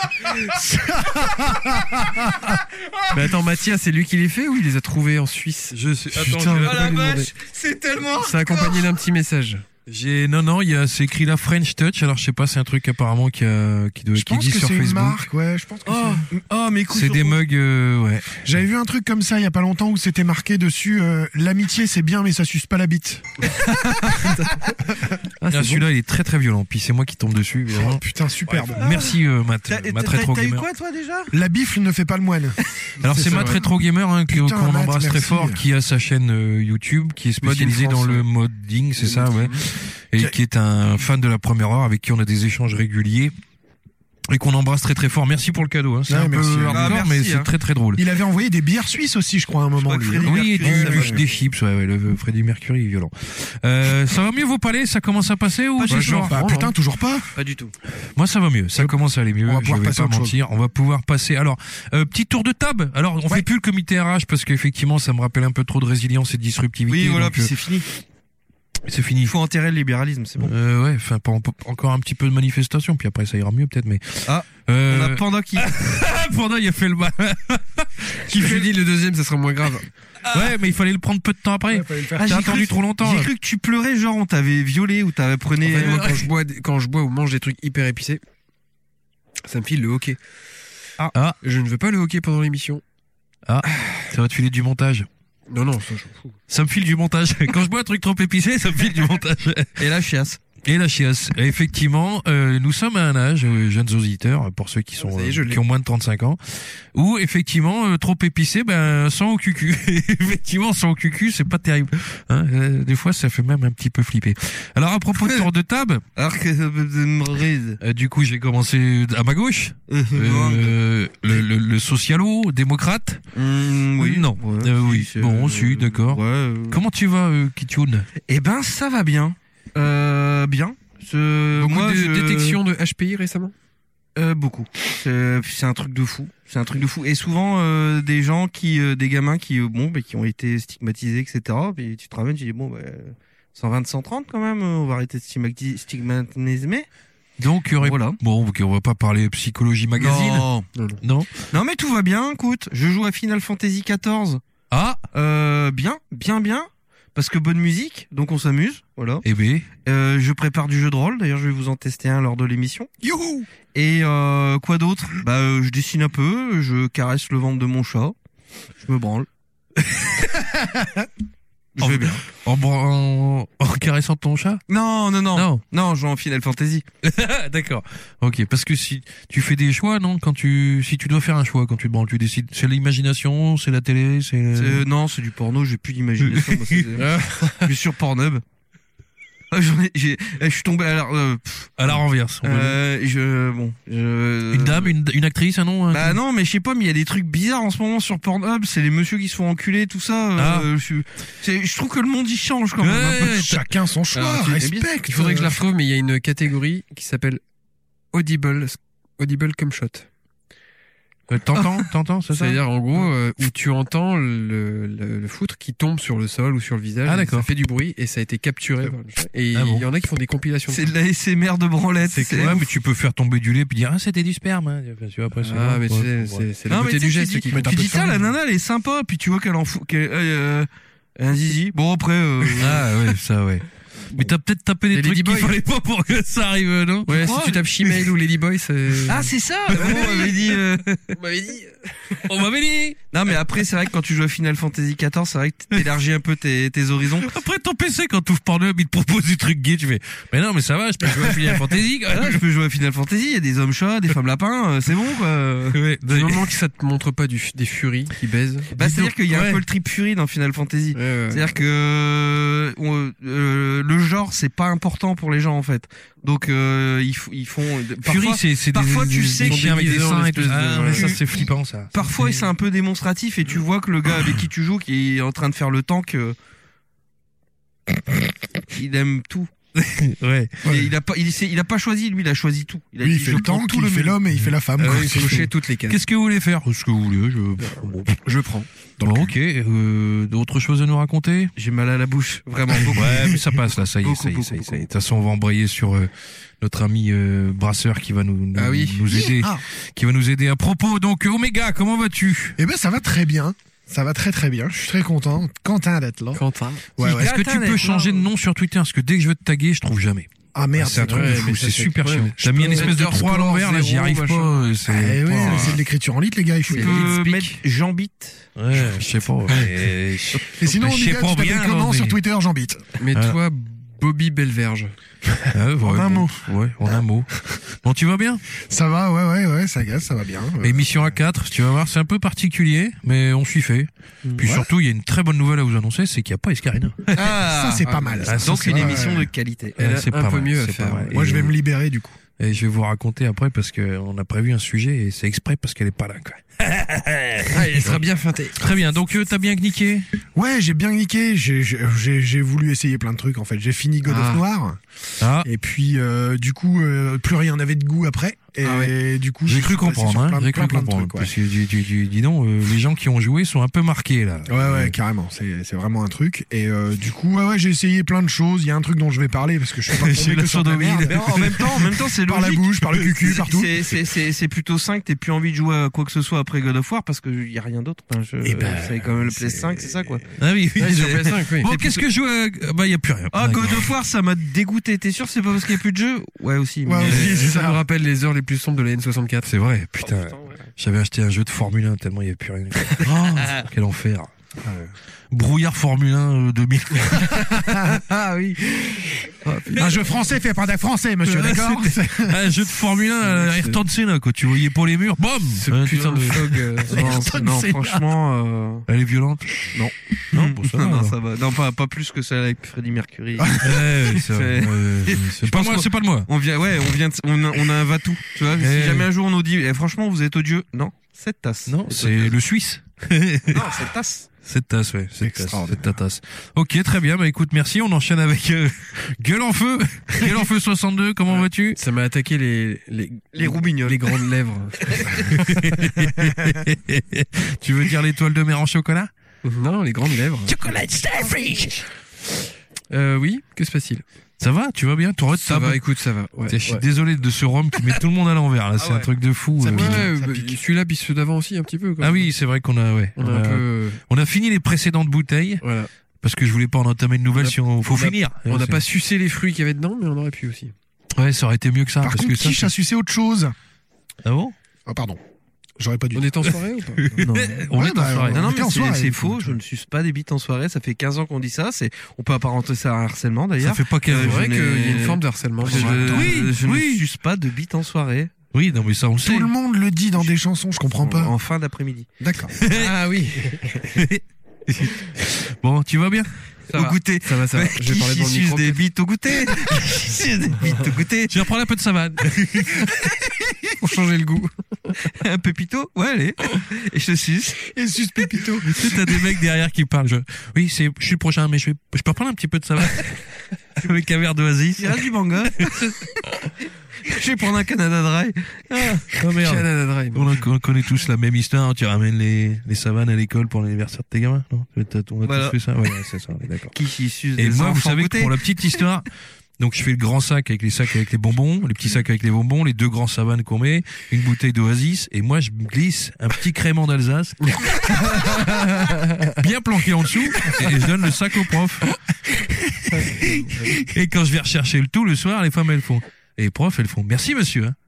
Mais attends, Mathia, c'est lui qui les fait ou il les a trouvés en Suisse
je sais, attends,
Putain,
je-
on va pas lui demander.
c'est tellement.
Ça accompagné d'un petit message.
j'ai, non, non, il y a, c'est écrit la French Touch. Alors, je sais pas, c'est un truc apparemment qui, a- qui, doit-
Je
qui
pense
existe
que
sur
c'est une
Facebook.
marque, ouais, je pense que
Oh,
c'est-
Ah, mes couilles
C'est
sur
des
ton-
mugs, euh, ouais.
J'avais vu un truc comme ça il y a pas longtemps où c'était marqué dessus euh, l'amitié c'est bien mais ça suce pas la bite.
Ah,
Ah, celui-là, il est très très violent. Puis c'est moi qui tombe dessus, évidemment.
Oh, putain, superbe.
Merci, euh, Matt,
T'as t'as-
Matt Retro
t'as eu
Gamer.
quoi, toi, déjà
La bifle ne fait pas le moine.
Alors c'est
ça,
Matt
ouais.
Retro Gamer hein, que-
Putain,
qu'on
Matt,
embrasse très
merci.
fort, qui a sa chaîne euh, YouTube, qui est
Made in
spécialisée dans
France,
le
ouais.
modding, c'est
Le
ça, ouais, et
Qui-
qui est un fan de la première heure avec qui on a des échanges réguliers et qu'on embrasse très très fort. Merci pour le cadeau. Hein. C'est
Ouais,
un
merci.
peu hardcore,
Ah, merci,
mais c'est
hein.
très très drôle.
Il avait envoyé des bières suisses aussi je crois à un moment
crois que
lui.
Freddy-
Oui, et
Mercury,
du-
ça
du-
marche.
des chips, ouais, ouais, le Freddy Mercury est violent. Euh, ça va mieux vos palais, ça commence à passer ou
Bah,
c'est toujours
bah, putain, toujours pas.
Pas du tout.
Moi, ça va mieux. Ça commence à aller mieux.
On va
je
pouvoir
vais
passer à
pas
autre
mentir. On va pouvoir passer. Alors, euh, petit tour de table. Alors, on fait plus le comité RH parce qu'effectivement, ça me rappelle un peu trop de résilience et de disruptivité.
Oui, voilà,
donc,
puis
euh,
c'est fini.
c'est fini.
Il faut enterrer le libéralisme, c'est bon.
Euh, ouais, enfin, pas- pas- encore un petit peu de manifestation, puis après ça ira mieux peut-être, mais.
Ah,
euh,
On a
[LAUGHS]
Panda qui.
Panda, il a fait le mal.
Qui fait dit le deuxième, ça sera moins grave.
Ouais, mais il fallait le prendre peu de temps après.
Ah, j'ai
T'as attendu
cru-
trop longtemps.
J'ai
là.
cru que tu pleurais, genre on t'avait violé ou t'avais
En
prenais.
fait, moi, quand je bois, des- quand je bois ou mange des trucs hyper épicés, ça me file le hockey.
Ah. Ah.
Je ne veux pas le hockey pendant l'émission.
Ça va te filer du montage.
Non, non, ça, je m'en fous.
Ça me file du montage. [LAUGHS] Quand je bois un truc trop épicé, ça me file du montage.
Et la chiasse.
Et la chiasse. Effectivement, euh, nous sommes à un âge, euh, jeunes auditeurs, pour ceux qui sont
Ça y est,
euh,
je l'ai.
qui ont moins de 35 ans, où effectivement, euh, trop épicé, ben, sans au cucu. [LAUGHS] effectivement, sans au cucu, c'est pas terrible. Hein, euh, des fois, ça fait même un petit peu flipper. Alors, à propos de tour de table,
Alors que. Euh,
euh, du coup, j'ai commencé à ma gauche. Euh, le, le, le socialo, démocrate.
Hum, Mmh, oui.
Non.
Ouais,
Euh, oui.
c'est-
Bon, si, d'accord.
Ouais. euh.
Comment tu vas, euh, Kitune
Eh ben, ça va bien. Euh, bien. Ce-
Beaucoup
moi,
de
je-
détections de HPI récemment
Euh, beaucoup. C'est c'est un truc de fou. C'est un truc de fou. Et souvent euh, des gens qui, euh, des gamins qui, euh, bon, bah, qui ont été stigmatisés, etc. Puis tu te ramènes, tu dis bon, bah, 120, 130 quand même. euh, On va arrêter de stigmati- stigmatiser.
Donc, il y aurait...
Voilà.
Bon, ok, on va pas parler psychologie magazine.
Non.
Non.
Non, mais tout va bien. Écoute, je joue à Final Fantasy XIV.
Ah,
Euh, bien, bien, bien. Parce que bonne musique, donc on s'amuse. Voilà.
eh ben,
Euh, je prépare du jeu de rôle. D'ailleurs, je vais vous en tester un lors de l'émission.
Youhou
Et euh, quoi d'autre Bah, euh, je dessine un peu, je caresse le ventre de mon chat, je me [LAUGHS] branle. je vais bien.
en, bran- en, en caressant ton chat
Non, non, non, non,
Non. [LAUGHS]
je joue en Final Fantasy.
Ah, D'accord. Ok. Parce que si tu fais des choix, non Quand tu, si tu dois faire un choix quand tu te branles, tu décides. C'est l'imagination, c'est la télé,
Euh.
c'est. [LAUGHS]
[LAUGHS] C'est- non, c'est du porno, j'ai plus d'imagination. moi, c'est- je suis sur Pornhub. Ah, j'en ai- j'ai- eh, Je suis tombé à la, euh, pff,
À la renverse. on peut dire.
euh, je, bon, je-
Une dame, une, une actrice, un nom un
Bah
truc
non, mais je sais pas, mais il y a des trucs bizarres en ce moment sur Pornhub. C'est les messieurs qui se font enculer, tout ça. euh,
Ah.
je, suis- c'est- je trouve que le monde y change quand même. hein. un
Ouais,
peu.
ouais,
Chacun
Ah,
son choix,
Alors, tu-
respecte.
Il faudrait que je la
Euh,
retrouve, mais il y a une catégorie qui s'appelle Audible, Audible comme shot.
Euh, T'entends, t'entends, c'est ça
C'est-à-dire, en gros, euh, où tu entends le, le, le foutre qui tombe sur le sol ou sur le visage.
Ah,
et
d'accord.
Ça fait du bruit et ça a été capturé. par le chat. Et
Ah
il
bon.
y en a qui font des compilations.
Euh, C'est de la SMR de branlette.
C'est que- ouais, mais tu peux faire tomber du lait puis dire ah c'était du sperme. hein. Enfin, tu vois, après, c'est
Ah,
bon,
mais tu
quoi.
sais, c'est c'est le
Non, mais
côté
tu
du
sais,
geste
tu dis-
qui
Mais t'as
Tu
un peu
dis
de
ça,
fun.
la nana, elle est sympa, puis tu vois qu'elle en fout. qu'elle- euh, euh, un zizi. Bon, après. euh,
Ah ouais, ça ouais. Mais t'as peut-être tapé des
Les
trucs qu'il
Ladyboy.
fallait pas pour que ça arrive, non
Ouais, si
crois
tu tapes Shemale ou Ladyboy, c'est.
Ah, c'est ça Bon, on m'avait dit. euh,
on m'avait dit.
On m'avait dit
Non, mais après, c'est vrai que quand tu joues à Final Fantasy XIV, c'est vrai que t'élargis un peu tes, tes horizons.
Après ton PC quand t'ouvres Pornhub, il te propose des trucs gays, tu fais mais non mais ça va, je peux jouer à Final Fantasy. quand
Ah,
même.
là, je peux jouer à Final Fantasy, il y a des hommes chats, des femmes lapins, euh, c'est bon quoi.
[LAUGHS] Ouais,
Du moment que ça te montre pas du, des furies qui baisent.
Bah, c'est-à-dire qu'il y a
Ouais.
un peu le trip fury dans Final Fantasy.
Ouais, ouais.
C'est-à-dire que euh, on- euh, le genre c'est pas important pour les gens en fait. Donc euh, ils, f- ils font
Fury,
parfois,
c'est c'est des-
parfois, tu
des-
sais
des
que
chiens avec des
déguisés en
seins et tout.
espèce de-
Ah, mais ça
Ouais.
c'est flippant ça.
parfois c'est un peu démonstratif et tu vois que le gars avec qui tu joues qui est en train de faire le tank euh, il aime tout.
Ouais.
Mais il a pas il, s'est- il a pas choisi lui, il a choisi tout. Il a
Lui, il
dit,
fait
je
le
prends
tank,
tout
il fait
menu.
l'homme et il fait la femme.
Euh,
quoi.
il faut cocher toutes les cases.
Qu'est-ce que vous voulez faire Oh, Ce que vous voulez, je
Je prends.
Bon, ok, euh, d'autres choses à nous raconter
J'ai mal à la bouche, vraiment
[LAUGHS]
beaucoup.
Ouais, mais ça passe là, ça y est,
Beaucoup,
ça y est,
beaucoup,
ça y est, ça y est.
beaucoup.
De toute façon, on va embrayer sur euh, notre ami euh, Brasseur qui va nous, nous,
Ah oui.
nous aider,
Ah.
qui va nous aider à propos. Donc, Omega, comment vas-tu
Eh ben, ça va très bien. Ça va très très bien. Je suis très content. Quentin d'être là.
Quentin.
Ouais, ouais.
Est-ce que tu peux changer de nom sur Twitter Parce que dès que je veux te taguer, je trouve jamais.
Ah merde,
c'est un truc
vrai.
de fou,
mais ça,
c'est
c'est-
super
ouais,
chiant.
mais
T'as mis une
peux-
espèce de 3 à l'envers, là, j'y
zéro,
arrive
machin.
pas. euh,
Ah,
C'est.
ouais, mais c'est de l'écriture en litre, les gars. Il faut
Tu
y aller.
peux mettre
[LAUGHS]
jambite.
Ouais, je sais pas. mais-
Et sinon,
Mais je sais
Omega,
pas
tu
bien,
t'appelles comment
non, mais-
sur Twitter, Jean-Bite
Mais
Alors.
toi, Bobby Belverge.
Ah, ouais,
En un
bon,
mot.
Ouais, en un mot. Bon, tu vas bien
Ça va, ouais, ouais, ouais, ça gaz, ça va bien. Ouais.
Émission A4, tu vas voir, c'est un peu particulier, mais on s'y fait. Puis
Ouais.
surtout, il y a une très bonne nouvelle à vous annoncer, c'est qu'il n'y a pas Escarina.
ça, c'est pas mal.
ah,
ça.
Donc une
Ouais,
émission
ouais.
de qualité.
Elle a
Eh, c'est
un
pas
peu
mal,
mieux à
c'est pas
faire.
mal.
Moi,
Et-
je vais me libérer du coup.
Et je vais vous raconter après parce que on a prévu un sujet et c'est exprès parce qu'elle est pas là. Quoi.
[LAUGHS] Ah, il sera bien feinté.
Très bien. Donc euh, t'as bien niqué.
Ouais, j'ai bien niqué. J'ai- J'ai j'ai- j'ai voulu essayer plein de trucs en fait. J'ai fini God
Ah.
of Noir.
Ah.
Et puis, euh, du coup, euh, plus rien n'avait de goût après. Et
Ah
du coup,
J'ai
je
cru
suis passé
comprendre.
sur
Hein.
plein de-
J'ai cru
plein, plein de
comprendre.
trucs, ouais.
Parce que dis, dis- dis- dis donc, euh, les gens qui ont joué sont un peu marqués là. Euh,
Ouais, ouais, carrément. C'est c'est vraiment un truc. Et euh, du coup, ouais, ouais, j'ai essayé plein de choses. Il y a un truc dont je vais parler parce que je suis [LAUGHS] pas
J'ai
tombé que
la
sur de la
sodomie,
merde.
Mais Ah, en en même temps, en même temps, c'est
Par la
logique.
bouche, par le cucu,
C'est-
partout.
c'est- C'est c'est- c'est plutôt 5, t'as plus envie de jouer à quoi que ce soit après God of War parce qu'il y a rien d'autre. Enfin, je-
Eh ben,
c'est quand même le PS5, c'est ça quoi.
Ah oui. oui,
Ah, il est sur
c'est-
PS5,
[LAUGHS]
oui.
Bon, qu'est-ce que je joue à- Bah, il y a plus rien.
Ah,
D'accord.
God of War, ça m'a dégoûté. T'es sûr, c'est pas parce qu'il y a plus de jeu Ouais, aussi.
Ouais,
mais-
aussi.
Euh,
c'est
ça
ça.
me rappelle les heures les plus sombres de la N64.
C'est vrai. Putain. J'avais acheté un jeu de Formule 1 tellement il y a plus rien. Ah, quel enfer. Euh, Brouillard Formule 1 euh, 2000.
Ah oui.
Un jeu français fait par des Français, monsieur,
Ouais,
d'accord
un jeu de Formule 1 à la Ayrton Senna, quoi. Tu voyais pas les murs. Bam!
Ce
Hein, tu
putain de
vois,
fog.
[LAUGHS]
euh,
Non,
Ayrton
non,
Senna.
franchement. euh,
Elle est violente.
Non.
Non, bon, ça va,
[LAUGHS] non,
alors.
ça va. Non, pas, pas plus que celle avec Freddie Mercury.
Ouais, ouais, c'est vrai. Ouais,
C'est-
ouais, ouais,
Je
C'est pas
pense
moi,
qu'on-
c'est pas de moi.
on vient, ouais, on vient, de- on a, on a un va-tout. Tu vois,
Eh.
si jamais un jour on nous dit, eh, franchement, vous êtes odieux. Non, cette tasse.
Non, c'est le Suisse.
Non, cette tasse.
Cette tasse, ouais. Cette tasse,
Extraordinaire.
c'est ta tasse. Ok, très bien. Bah écoute, merci. On enchaîne avec euh, [LAUGHS] Gueule en
[LAUGHS]
feu. Gueule en feu 62. Comment vas-tu [LAUGHS]
Ça m'a attaqué les, les,
Les roubignoles.
les grandes lèvres.
Tu veux dire l'étoile de mer en chocolat
non, les grandes lèvres. Euh, oui, que se passe-t-il
Ça va Tu vas bien Ton retour
Ça va, écoute, ça va. Ouais,
Je suis
ouais. Ah
désolé de ce rhum qui met tout le monde à l'envers. Là, c'est un
ouais.
truc de fou. euh.
Ouais, bah, celui-là puis ceux d'avant aussi un petit peu. quand
Ah
même.
oui, c'est vrai qu'on a, ouais.
On a un peu.
on a fini les précédentes bouteilles
Voilà.
parce que je voulais pas en entamer de nouvelles.
On a-
si on, faut
on a-
finir.
On n'a
C'est-
pas sucé les fruits qu'il y avait dedans, mais on aurait pu aussi.
Ouais, ça aurait été mieux que ça.
Par
parce
contre,
que ça,
Kish a sucé autre chose.
Ah bon
Ah, pardon. J'aurais pas dû.
On est en soirée ou pas
Non.
On
Ouais,
est
bah,
en soirée.
on-
Non, non,
était en
mais c'est-
soirée,
c'est
écoute.
faux. Je ne suce pas des bites en soirée. Ça fait 15 ans qu'on dit ça. C'est, on peut apparenter ça à un harcèlement
Ça
d'ailleurs.
fait pas qu'un
C'est vrai
je
qu'il y a une
n'ai-
forme de harcèlement.
Je,
Oui,
je
oui.
ne suce pas de bites en soirée.
Oui, non, mais ça, on le sait.
Tout le monde le dit dans des chansons, je comprends
En,
pas.
en fin d'après-midi.
D'accord.
Ah oui.
Bon, tu vas bien
Ça
au
va.
goûter.
Ça va, ça va.
Mais
Je
[LAUGHS]
vais
qui
parler dans le
suce
micro.
des bites au goûter. Qui suce des bites au goûter.
Tu vas prendre un peu de savane.
Pour changer le goût. [LAUGHS] Un pépito Ouais, allez. Et je te suce.
Et sus [LAUGHS] Pépito. Tu sais, t'as des mecs derrière qui parlent. Je... Oui, c'est, je suis le prochain, mais je, vais... je peux reprendre un petit peu de [LAUGHS] savane. Avec un verre d'oasis.
Il reste du manga. je vais prendre un Canada Dry.
Oh merde.
Canada Dry.
On, en- on connaît tous la même histoire. hein. Tu ramènes les, les savanes à l'école pour l'anniversaire de tes gamins, non T'as- On a
Voilà.
tous fait ça. Ouais, ouais, c'est ça, on est d'accord.
Qui suce
Et
des
moi, vous
enfants
savez que
goûter.
pour la [LAUGHS] petite histoire, donc je fais le grand sac avec les sacs avec les bonbons, les petits sacs avec les bonbons, les deux grands savanes qu'on met, une bouteille d'oasis, et moi je me glisse un petit crément [LAUGHS] d'Alsace, bien planqué en dessous, et je donne le sac au [LAUGHS] prof. Et quand je vais rechercher le tout le soir, les femmes elles font, et les profs elles font, merci monsieur. hein. [LAUGHS]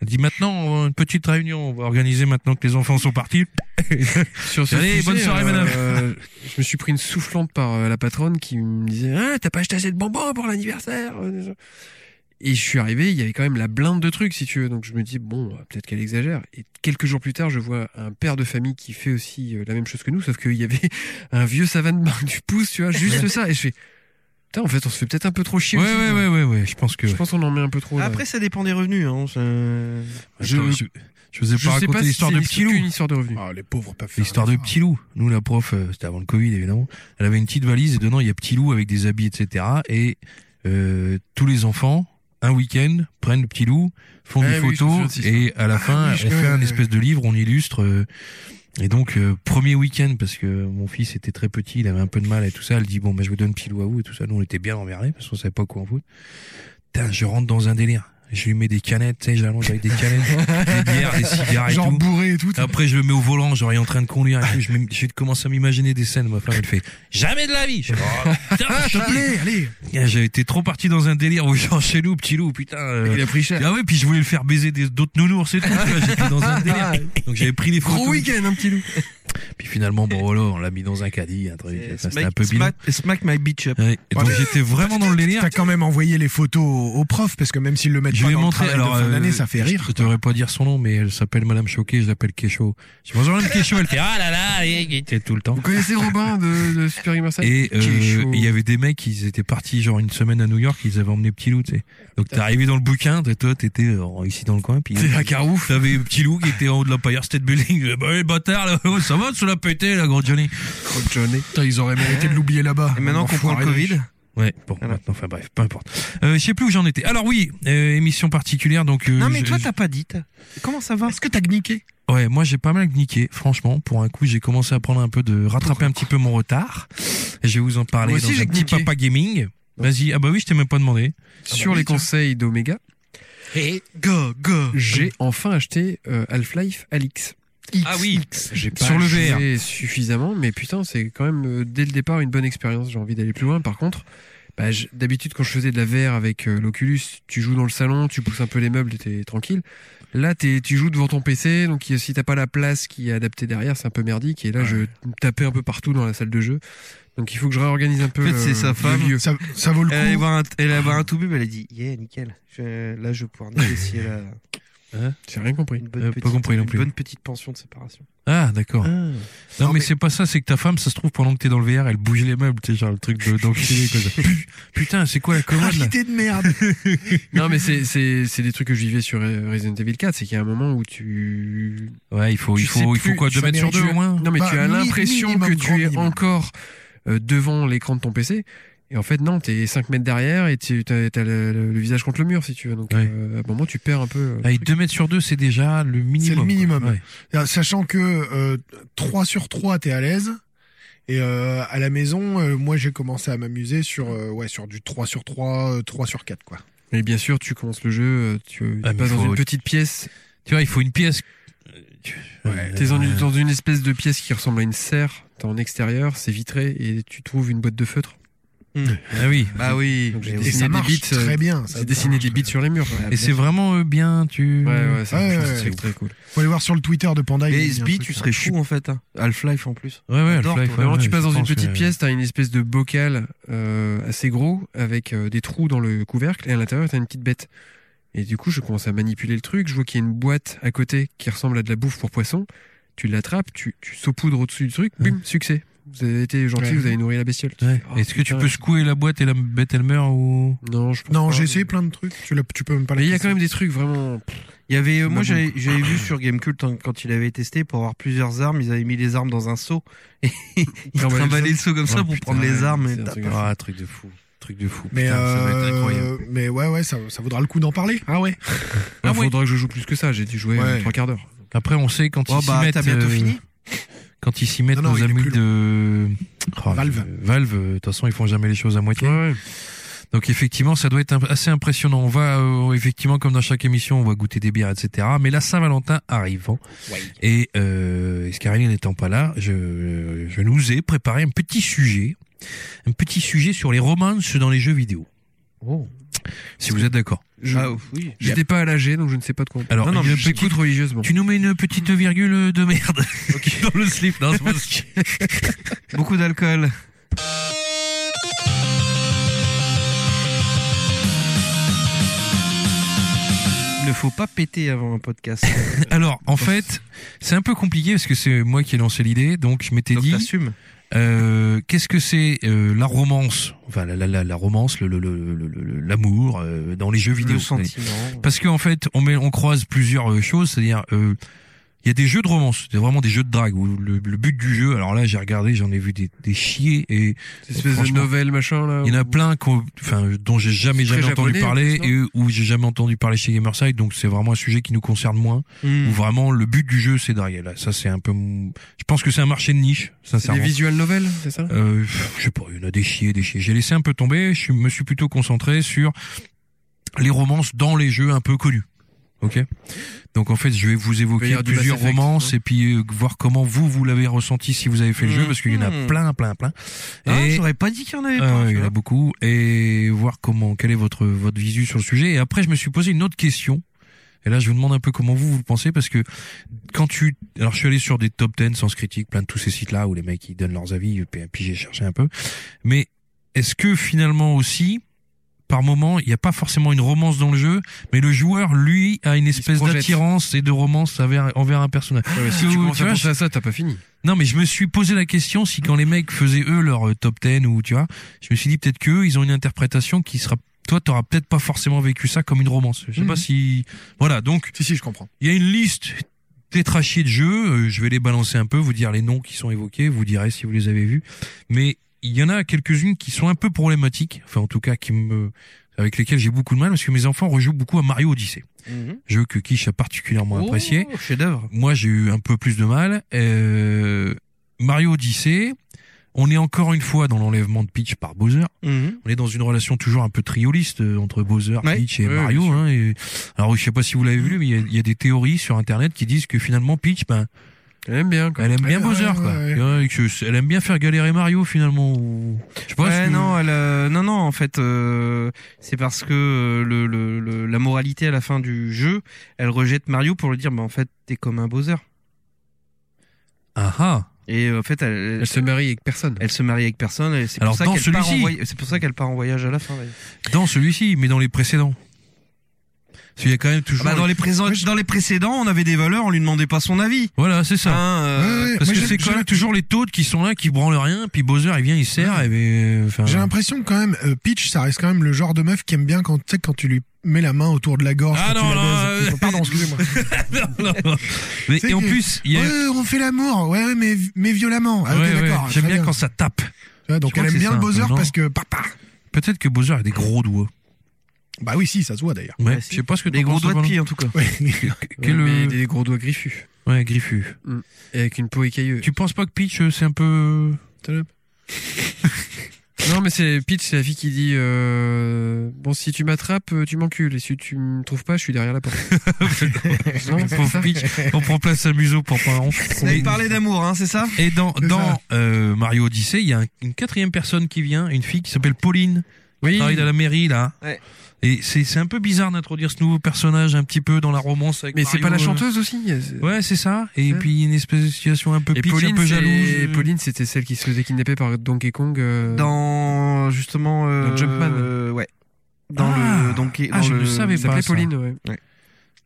Elle dit maintenant on- une petite réunion, on va organiser maintenant que les enfants sont partis.
Sur ce
Allez,
sujet,
bonne soirée,
euh,
madame.
euh, [LAUGHS] je me suis pris une soufflante par euh, la patronne qui me disait Ah, t'as pas acheté assez de bonbons pour l'anniversaire Et je suis arrivé, il y avait quand même la blinde de trucs, si tu veux. Donc je me dis Bon, euh, peut-être qu'elle exagère. Et quelques jours plus tard, je vois un père de famille qui fait aussi euh, la même chose que nous, sauf qu'il y avait [LAUGHS] un vieux savane marque du pouce, tu vois, juste ça. Et je fais Putain, en fait, on se fait peut-être un peu trop chier.
Ouais
aussi,
ouais
quoi.
ouais ouais ouais, je pense que.
Je pense qu'on en met un peu trop. là.
Après, ça dépend des revenus. Hein. ça-
Je, je, je vous ai
je
pas
sais
raconté
pas si
l'histoire
c'est
de Petit Loup.
une histoire de revenus.
Ah, les pauvres peuvent faire
L'histoire
un
de
effort.
Petit Loup. Nous, la prof, euh, c'était avant le Covid, évidemment. Elle avait une petite valise et dedans, il y a Petit Loup avec des habits, etc. Et euh, tous les enfants, un week-end, prennent le Petit Loup, font
Ah
des
oui, je me souviens de Ah
photos
cette
et à la fin,
oui, je-
on fait
ouais,
un
ouais.
espèce de livre, on illustre. euh, et donc, euh, premier week-end, parce que mon fils était très petit, il avait un peu de mal et tout ça, elle dit, bon, ben, je vous donne Pilou à vous et tout ça. Nous, on était bien emmerdés parce qu'on savait pas quoi en foutre. Putain, je rentre dans un délire. Je lui mets des canettes, tu sais, j'allonge avec des canettes, [LAUGHS] des bières, des cigares Ah, et
Genre
tout.
bourré et tout.
Après, je le mets au volant, genre, il est en train de conduire et tout. Je, me- je commence à m'imaginer des scènes. Ma femme, elle fait, jamais de la vie! Je fais, oh, putain,
S'il te
putain.
plaît, allez.
Et J'ai été trop parti dans un délire où, genre, chez nous, petit loup, putain. euh,
Il a pris cher.
Ah ouais, puis je voulais le faire baiser des- d'autres nounours et tout. tu vois, J'étais dans un délire. Donc, j'avais pris les
Gros
photos.
week-end, un petit loup.
Puis finalement, bon, voilà, on l'a mis dans un caddie, un truc. ça, C'était
Smack-
un peu bilan.
smack, smack my bitch up.
Ouais. Et donc,
Ouais.
j'étais vraiment dans le délire.
T'as quand même envoyé les photos au au prof parce que même s'ils le mettent
Je
pas
vais
dans le
montrer.
travail de
Alors,
fin
euh,
d'année, ça fait rire.
Je devrais pas dire son nom, mais elle s'appelle Madame Choquet, je l'appelle Kécho. Je dis bonjour Madame Kécho, elle fait ah là là, et, et, et tout le temps.
Vous connaissez Robin de, de Super Game Marseille
Et euh,
Qui est chaud.
il y avait des mecs, ils étaient partis genre une semaine à New York, ils avaient emmené Petit Loup, tu sais. Donc t'es arrivé dans le bouquin, t'es- toi t'étais euh, ici dans le coin, puis
C'est à Carreau.
t'avais Petit Loup qui était en haut de l'Empire State Building. Bah les bâtards, là, oh, ça va, tu l'as pété, la grande Johnny.
Oh, Putain, ils auraient mérité de l'oublier là-bas.
Et maintenant qu'on prend le
Enfoiré.
Covid,
Ouais, bon,
Voilà.
maintenant, enfin bref, peu importe. Euh, je sais plus où j'en étais. Alors oui, euh, émission particulière, donc. euh,
Non, mais
je-
toi, t'as pas dit. t'as- Comment ça va
Est-ce que t'as gniqué
Ouais, moi j'ai pas mal niqué, franchement. Pour un coup, j'ai commencé à prendre un peu de rattraper un petit peu mon retard. Et je vais vous en parler
Moi
dans
aussi, j'ai
un petit
niqué.
papa gaming. Vas-y, ah bah oui, je t'ai même pas demandé.
Ah bah
Sur les conseils d'Omega,
Go, go.
j'ai enfin acheté euh, Half-Life Alix.
Ah oui.
J'ai pas
Sur le
joué suffisamment, mais putain, c'est quand même euh, dès le départ une bonne expérience. J'ai envie d'aller plus loin. Par contre, bah, je- d'habitude quand je faisais de la VR avec euh, l'Oculus, tu joues dans le salon, tu pousses un peu les meubles, et t'es tranquille. Là, t'es- tu joues devant ton PC, donc y- si t'as pas la place qui est adaptée derrière, c'est un peu merdique. Et là, je tapais un peu partout dans la salle de jeu. Donc il faut que je réorganise un peu.
En fait,
le-
c'est sa
le
femme. Euh,
lieu.
ça, ça vaut le
Elle allait
coup.
voir un, elle allait voir un tout elle a dit Yeah, nickel. Je- là, je vais pouvoir négocier la-
J'ai rien compris.
une, bonne
euh, pas
petite,
compris non
une
plus.
bonne petite pension de séparation.
Ah d'accord. Non,
Non,
mais,
mais-
c'est pas ça, c'est que ta femme, ça se trouve pendant que t'es dans le VR, elle bouge les meubles, t'es genre le truc
[LAUGHS]
de d'enculé, quoi. Putain, c'est quoi la
Ah,
commode là
l'idée de merde.
Non, mais c'est, c'est, c'est des trucs que je vivais sur euh, Resident Evil 4, c'est qu'il y a un moment où tu.
Ouais, il faut, il
Tu sais
faut, il faut
plus,
quoi,
tu
deux
vas
mètres sur deux
mériter-
au moins.
Non, mais
Bah,
tu as
mi-
l'impression
minimum,
que tu
grand
es
minimum.
encore euh, devant l'écran de ton PC. Et en fait, non, t'es 5 mètres derrière et tu t'as, t'as le, le- le visage contre le mur, si tu veux. Donc,
Ouais. Ah,
euh, à un moment, tu perds un peu. euh, le
Allez,
truc.
deux mètres sur deux, c'est déjà le minimum. quoi.
minimum.
Ouais.
Sachant que euh, 3 sur 3, t'es à l'aise. Et euh, à la maison, euh, moi j'ai commencé à m'amuser sur, euh, ouais, sur du 3 sur 3, euh, 3 sur 4. Quoi.
Mais bien sûr, tu commences le jeu, euh, tu,
Ah, mais
tu passes dans
faut-
une petite pièce,
Tu vois, il faut une pièce. Euh,
t'es dans une, dans une espèce de pièce qui ressemble à une serre, t'es en extérieur, c'est vitré et tu trouves une boîte de feutre.
Ah oui.
Bah oui.
Donc, j'ai
mais
dit-
Et
Dessiner
ça
des
marche
bits, euh,
très bien. Ça
C'est dessiner des bits sur les murs.
Et c'est vraiment euh, bien, tu.
Ouais, ouais, ça, je trouve
Ouais, ouais,
que
ouais.
c'est très cool.
Faut aller voir sur le Twitter de Panda. il a
Mais
mis un
SB,
truc,
tu
là.
serais fou en fait. hein. Half-Life en plus.
Ouais, ouais,
J'adore,
Half-Life,
toi.
ouais,
Vraiment,
ouais,
tu passes
je
dans une
pense,
petite
ouais.
pièce, t'as une espèce de bocal euh, assez gros avec euh, des trous dans le couvercle et à l'intérieur t'as une petite bête. Et du coup, je commence à manipuler le truc. Je vois qu'il y a une boîte à côté qui ressemble à de la bouffe pour poisson. Tu l'attrapes, tu, tu saupoudres au-dessus du truc, bim, succès. Vous avez été gentil,
Ouais.
vous avez nourri la bestiole.
Ouais.
Oh,
Est-ce que tu
putain.
peux secouer la boîte et la bête elle meurt ou
Non, je pense
Non,
pas,
j'ai
mais-
essayé plein de trucs. Tu, l'as- tu peux même pas
Mais il y a
placer.
quand même des trucs vraiment.
Il y avait, euh,
C'est
moi
ma
j'avais j'avais vu sur Gamecult hein, quand il avait testé pour avoir plusieurs armes, ils avaient mis les armes dans un seau [LAUGHS] et ils
Ah ouais,
trimballaient le seau comme ça
Oh,
pour
putain,
prendre les
ouais,
armes.
c'est
Et
un
tape.
truc
Ah, truc de fou, truc de fou.
Mais,
Putain, ça va être
euh,
incroyable.
mais ouais, ouais, ça, ça vaudra le coup d'en parler.
[LAUGHS]
Ah ouais.
Il
Ah ouais.
faudra que je joue plus que ça. J'ai dû jouer
Ouais.
euh, trois quarts d'heure.
Après, on sait quand
Oh
ils s'y
bah
mettent.
t'as bientôt
euh,
fini.
Quand ils s'y mettent,
Non, non,
nos
il est
amis
plus
de Oh,
Valve.
euh, Valve, euh, de toute façon, ils font jamais les choses à moitié. Donc effectivement, ça doit être imp- assez impressionnant. On va euh, effectivement, comme dans chaque émission, on va goûter des bières, etc. Mais la Saint-Valentin arrivant, et euh, Escarine n'étant pas là, je, je nous ai préparé un petit sujet, un petit sujet sur les romances dans les jeux vidéo.
Oh.
Si vous êtes d'accord.
Je-
Ah oui.
J'étais pas à l'âge, donc je ne sais pas de quoi. on parle.
Alors,
Non, non,
une
mais je-
petite-
J'écoute religieusement.
tu nous mets une petite virgule de merde [LAUGHS] dans le slip. Non, c'est pas-
Beaucoup d'alcool. Il ne faut pas péter avant un [LAUGHS] podcast.
Alors, en fait, c'est un peu compliqué parce que c'est moi qui ai lancé l'idée. Donc, je m'étais
Donc
dit,
t'assumes.
Euh, qu'est-ce que c'est euh, la romance Enfin, la, la, la, la romance, le- le- le- le- le- l'amour euh, dans les jeux vidéo.
Le sentiment.
Parce qu'en fait, on, met, on croise plusieurs euh, choses, c'est-à-dire... euh, il y a des jeux de romance, c'est vraiment des jeux de drague où le, le but du jeu. Alors là, j'ai regardé, j'en ai vu des, des chiés et
Cette espèce de
Franchement.
nouvelle machin là.
il y en a
où-
plein qu'on- enfin, dont j'ai jamais
C'est
jamais
très
entendu
japonais,
parler
en plus,
et où j'ai jamais entendu parler chez Gamerside. Donc c'est vraiment un sujet qui nous concerne moins.
Mmh.
Hmm.
Où vraiment le but du jeu, c'est draguer. Là, ça c'est un peu. mon- Je pense que c'est un marché de niche,
C'est des
sincèrement.
visual novels, c'est ça
Euh, pff, je sais pas, il y en a des chiés, des chiés. J'ai laissé un peu tomber, je suis- me suis plutôt concentré sur les romances dans les jeux un peu connus. Ok Donc en fait, je vais vous
Il peut y
évoquer
avoir du
plusieurs
Mass Effect,
romances
hein.
et puis euh, voir comment vous, vous l'avez ressenti si vous avez fait le
Hmm,
jeu, parce qu'il y en a
Mhm.
plein, plein, plein.
Ah,
Et-
j'aurais pas dit qu'il y en avait
ah
pas.
ouais,
tu
il y en
vois.
a beaucoup. Et voir comment, quel est votre, votre visu sur le sujet. Et après, je me suis posé une autre question. Et là, je vous demande un peu comment vous, vous le pensez, parce que quand tu, alors je suis allé sur des top 10 sans critique, plein de tous ces sites-là où les mecs, ils donnent leurs avis, et puis j'ai cherché un peu. Mais est-ce que finalement aussi, par moment, il n'y a pas forcément une romance dans le jeu, mais le joueur, lui, a une
se
espèce
projette.
d'attirance et de romance envers, envers un personnage.
Ouais,
tu
Si tu
vois,
commences
tu
à
vois,
penser à ça, t'as pas fini.
Non, mais je me suis posé la question si quand les mecs faisaient eux leur euh, top 10 ou tu vois, je me suis dit peut-être qu'eux, ils ont une interprétation qui sera toi t'auras peut-être pas forcément vécu ça comme une romance. Je sais pas si voilà, donc
Si, si, je comprends.
il y a une liste tétrachier de jeux, euh, je vais les balancer un peu, vous dire les noms qui sont évoqués, vous direz si vous les avez vus, mais il y en a quelques-unes qui sont un peu problématiques, enfin en tout cas qui me avec lesquelles j'ai beaucoup de mal parce que mes enfants rejouent beaucoup à Mario Odyssey,
Mhm.
jeu que Kish a particulièrement apprécié.
Oh, Chef-d'œuvre.
Moi, j'ai eu un peu plus de mal. Euh, Mario Odyssey, on est encore une fois dans l'enlèvement de Peach par Bowser.
Mhm.
On est dans une relation toujours un peu trioliste euh, entre Bowser,
Ouais.
Peach et
Ouais,
Mario.
bien sûr.
Hein, et... Alors, je sais pas si vous l'avez vu, mais il y a- il y, a des théories sur Internet qui disent que finalement, Peach, ben,
J'aime bien. quoi.
elle aime bien
Ouais,
Bowser,
ouais,
quoi.
ouais.
Et, euh, et que- elle aime bien faire galérer Mario, finalement. ou- Je sais pas.
Ouais,
ce que-
non, elle, euh, non, non, en fait, euh, c'est parce que euh, le, le- le- la moralité à la fin du jeu, elle rejette Mario pour lui dire, bah, en fait, t'es comme un Bowser.
Ah ah.
Et euh, en fait, elle,
Elle se marie avec personne.
elle se marie avec personne. et C'est
Alors,
pour ça
dans
qu'elle part en
celui-ci.
voy- c'est pour ça qu'elle part en voyage à la fin. d'ailleurs.
Dans celui-ci, mais dans les précédents. Parce qu'il y a quand même toujours.
Bah, dans les présents, dans les précédents, on avait des valeurs, on lui demandait pas son avis.
Voilà, c'est ça.
Hein, euh,
Ouais, ouais,
Parce
moi,
que
j'ai-
c'est
j'ai-
quand même toujours les taudes qui sont là, qui branlent rien, puis Bowser il vient, il sert, et ben, enfin,
J'ai l'impression que quand même, euh, Peach, ça reste quand même le genre de meuf qui aime bien quand, tu sais, quand tu lui mets la main autour de la gorge.
Ah
quand
non,
tu
non,
la baises.
euh, [LAUGHS]
Pardon, excusez-moi.
Non, non. [LAUGHS] Mais-
C'est
et en
que-
plus, il y a,
Ouais, on fait l'amour, ouais, ouais, mais, mais violemment. Ah, ok,
Ouais, ouais,
d'accord.
j'aime
très
bien quand ça tape. Je
Ouais, donc
crois
elle
que
aime
c'est
bien
ça,
le Bowser
un peu
parce que. papa.
Peut-être que Bowser a des gros doigts.
Bah oui, si, ça se voit d'ailleurs.
Ouais,
Ouais,
je sais pas ce que
des
t'en
gros
penses.
doigts de
Roland.
pied, en tout cas.
Ouais. [LAUGHS]
Quel,
Ouais, mais
euh,
des gros doigts griffus.
Ouais, griffu.
Et avec une peau écailleuse.
Tu penses pas que Peach, euh, c'est un peu... [LAUGHS]
Non, mais c'est Pete, c'est la fille qui dit euh, Bon, si tu m'attrapes, euh, tu m'encules. Et si tu me trouves pas, je suis derrière la porte. non, c'est
Pauvre
ça.
Peach, on prend place à museau pour pas on-
Vous avez parlé d'amour, hein, c'est ça
Et dans,
C'est
dans
ça.
euh, Mario Odyssey, il y a un- une quatrième personne qui vient, une fille qui s'appelle Pauline.
Oui.
qui travaille à la mairie là.
Ouais.
Et c'est c'est un peu bizarre d'introduire ce nouveau personnage un petit peu dans la romance avec
Mais c'est
Mario,
pas la
euh.
chanteuse aussi c'est-
Ouais, c'est ça. Et
Ouais.
puis une espèce de situation un peu
Et
pitch, un
Pauline,
peu
c'est-
jalouse. euh.
Pauline, c'était celle qui se faisait kidnapper par Donkey Kong. euh,
Dans justement. euh,
Dans Jumpman.
euh, ouais. Dans
Ah.
le. Donc,
Ah, je ne savais
Elle
pas
s'appelait
ça.
Pauline, ouais.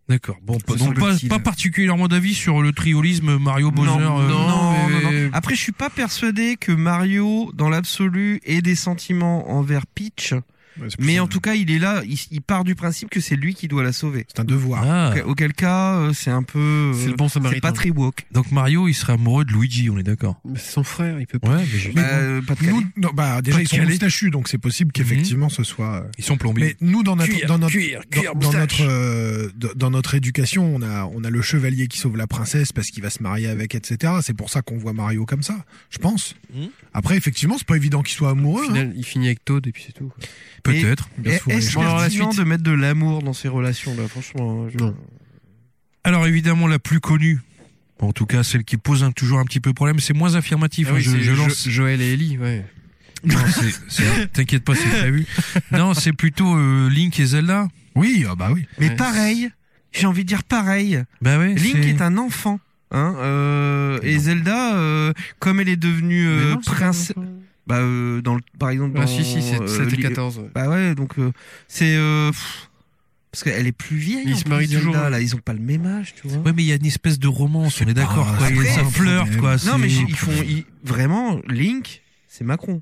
D'accord. Bon, pas-
Me
donc pas,
semble-t-il.
pas particulièrement d'avis sur le triolisme Mario Bowser.
non,
euh,
non,
mais-
non, non. Après, je suis pas persuadé que Mario, dans l'absolu, ait des sentiments envers Peach.
Ouais, c'est plus
Mais
un-
en tout cas, il est là. Il, il part du principe que c'est lui qui doit la sauver.
c'est un devoir.
Ah.
Auquel- Auquel cas, euh, c'est un peu. euh,
C'est le bon
c'est
samaritain.
pas très woke.
Donc Mario, il serait amoureux de Luigi, on est d'accord.
Mais c'est son frère, il peut pas.
Ouais, mais je-
Bah, euh, pas de
Nous,
calé.
non, bah, déjà,
Pas
ils sont
calé. Mhm.
moustachus, donc c'est possible qu'effectivement ce soit. euh,
ils sont
Mais
plombés.
nous, dans notre, dans notre,
cuir,
dans, dans notre, euh, d- dans notre éducation, on a, on a le chevalier qui sauve la princesse parce qu'il va se marier avec, etc. C'est pour ça qu'on voit Mario comme ça, je pense.
Hmm.
Après, effectivement, c'est pas évident qu'il soit
Au
amoureux. hein.
final, il finit avec Toad et puis c'est tout. quoi.
Peut-être.
Bien
Et-
souvent, les
Est-ce
gens-
Bon, alors, la
pertinent
suite.
de mettre de l'amour dans ces relations-là Franchement, hein, je-
Non.
Alors évidemment, la plus connue, en tout cas celle qui pose un- toujours un petit peu problème, c'est moins affirmatif.
Ah
hein,
oui,
je,
c'est
je lance.
Jo- Joël et Ellie, ouais.
Non, c'est- c'est- T'inquiète pas, c'est prévu. Non, c'est plutôt euh, Link et Zelda.
Oui, ah bah oui.
[LAUGHS]
Mais
Ouais.
pareil, j'ai envie de dire pareil.
Bah ouais.
Link
c'est-
est un enfant. Hein, euh, et Zelda, euh, comme elle est devenue euh, princesse, bah, euh, dans le, par exemple,
Ah
dans,
si si, c'est
euh,
7 et
Li-
14. ouais.
Bah ouais, donc euh, c'est euh, pff, parce qu'elle est plus vieille.
Ils
en
se
plus,
marient
Zelda,
toujours. hein.
là, ils ont pas le même âge, tu vois.
Ouais, mais il y a une espèce de romance. On est d'accord.
pas-
quoi, il y a-
Après,
Ça flirte, quoi.
bah,
Non,
c'est-
mais j'ai- ils font ils- vraiment Link, c'est Macron.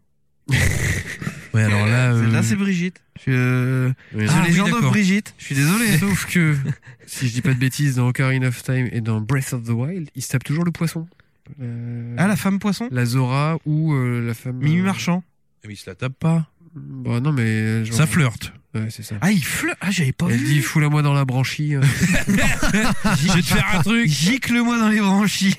Ouais, alors
Ah,
là. euh,
Zelda, c'est Brigitte. Je, euh,
Mais
Ah,
c'est les
oui,
gens de
d'accord.
Brigitte. Je suis désolé.
Sauf que, si je dis pas de bêtises, dans Ocarina of Time et dans Breath of the Wild, il se tape toujours le poisson. Euh,
Ah, la femme poisson,
la Zora ou euh, la femme.
Mimi
euh,
Marchand.
Ah, Mais il se la tape pas.
Bah non, mais. genre-
Ça [LAUGHS] flirte.
Ouais, c'est ça.
Ah, il flirte. Ah, j'avais pas
Elle
vu.
dit foule-moi dans la branchie. euh.
Je vais te faire un truc.
Gicle-moi dans les branchies.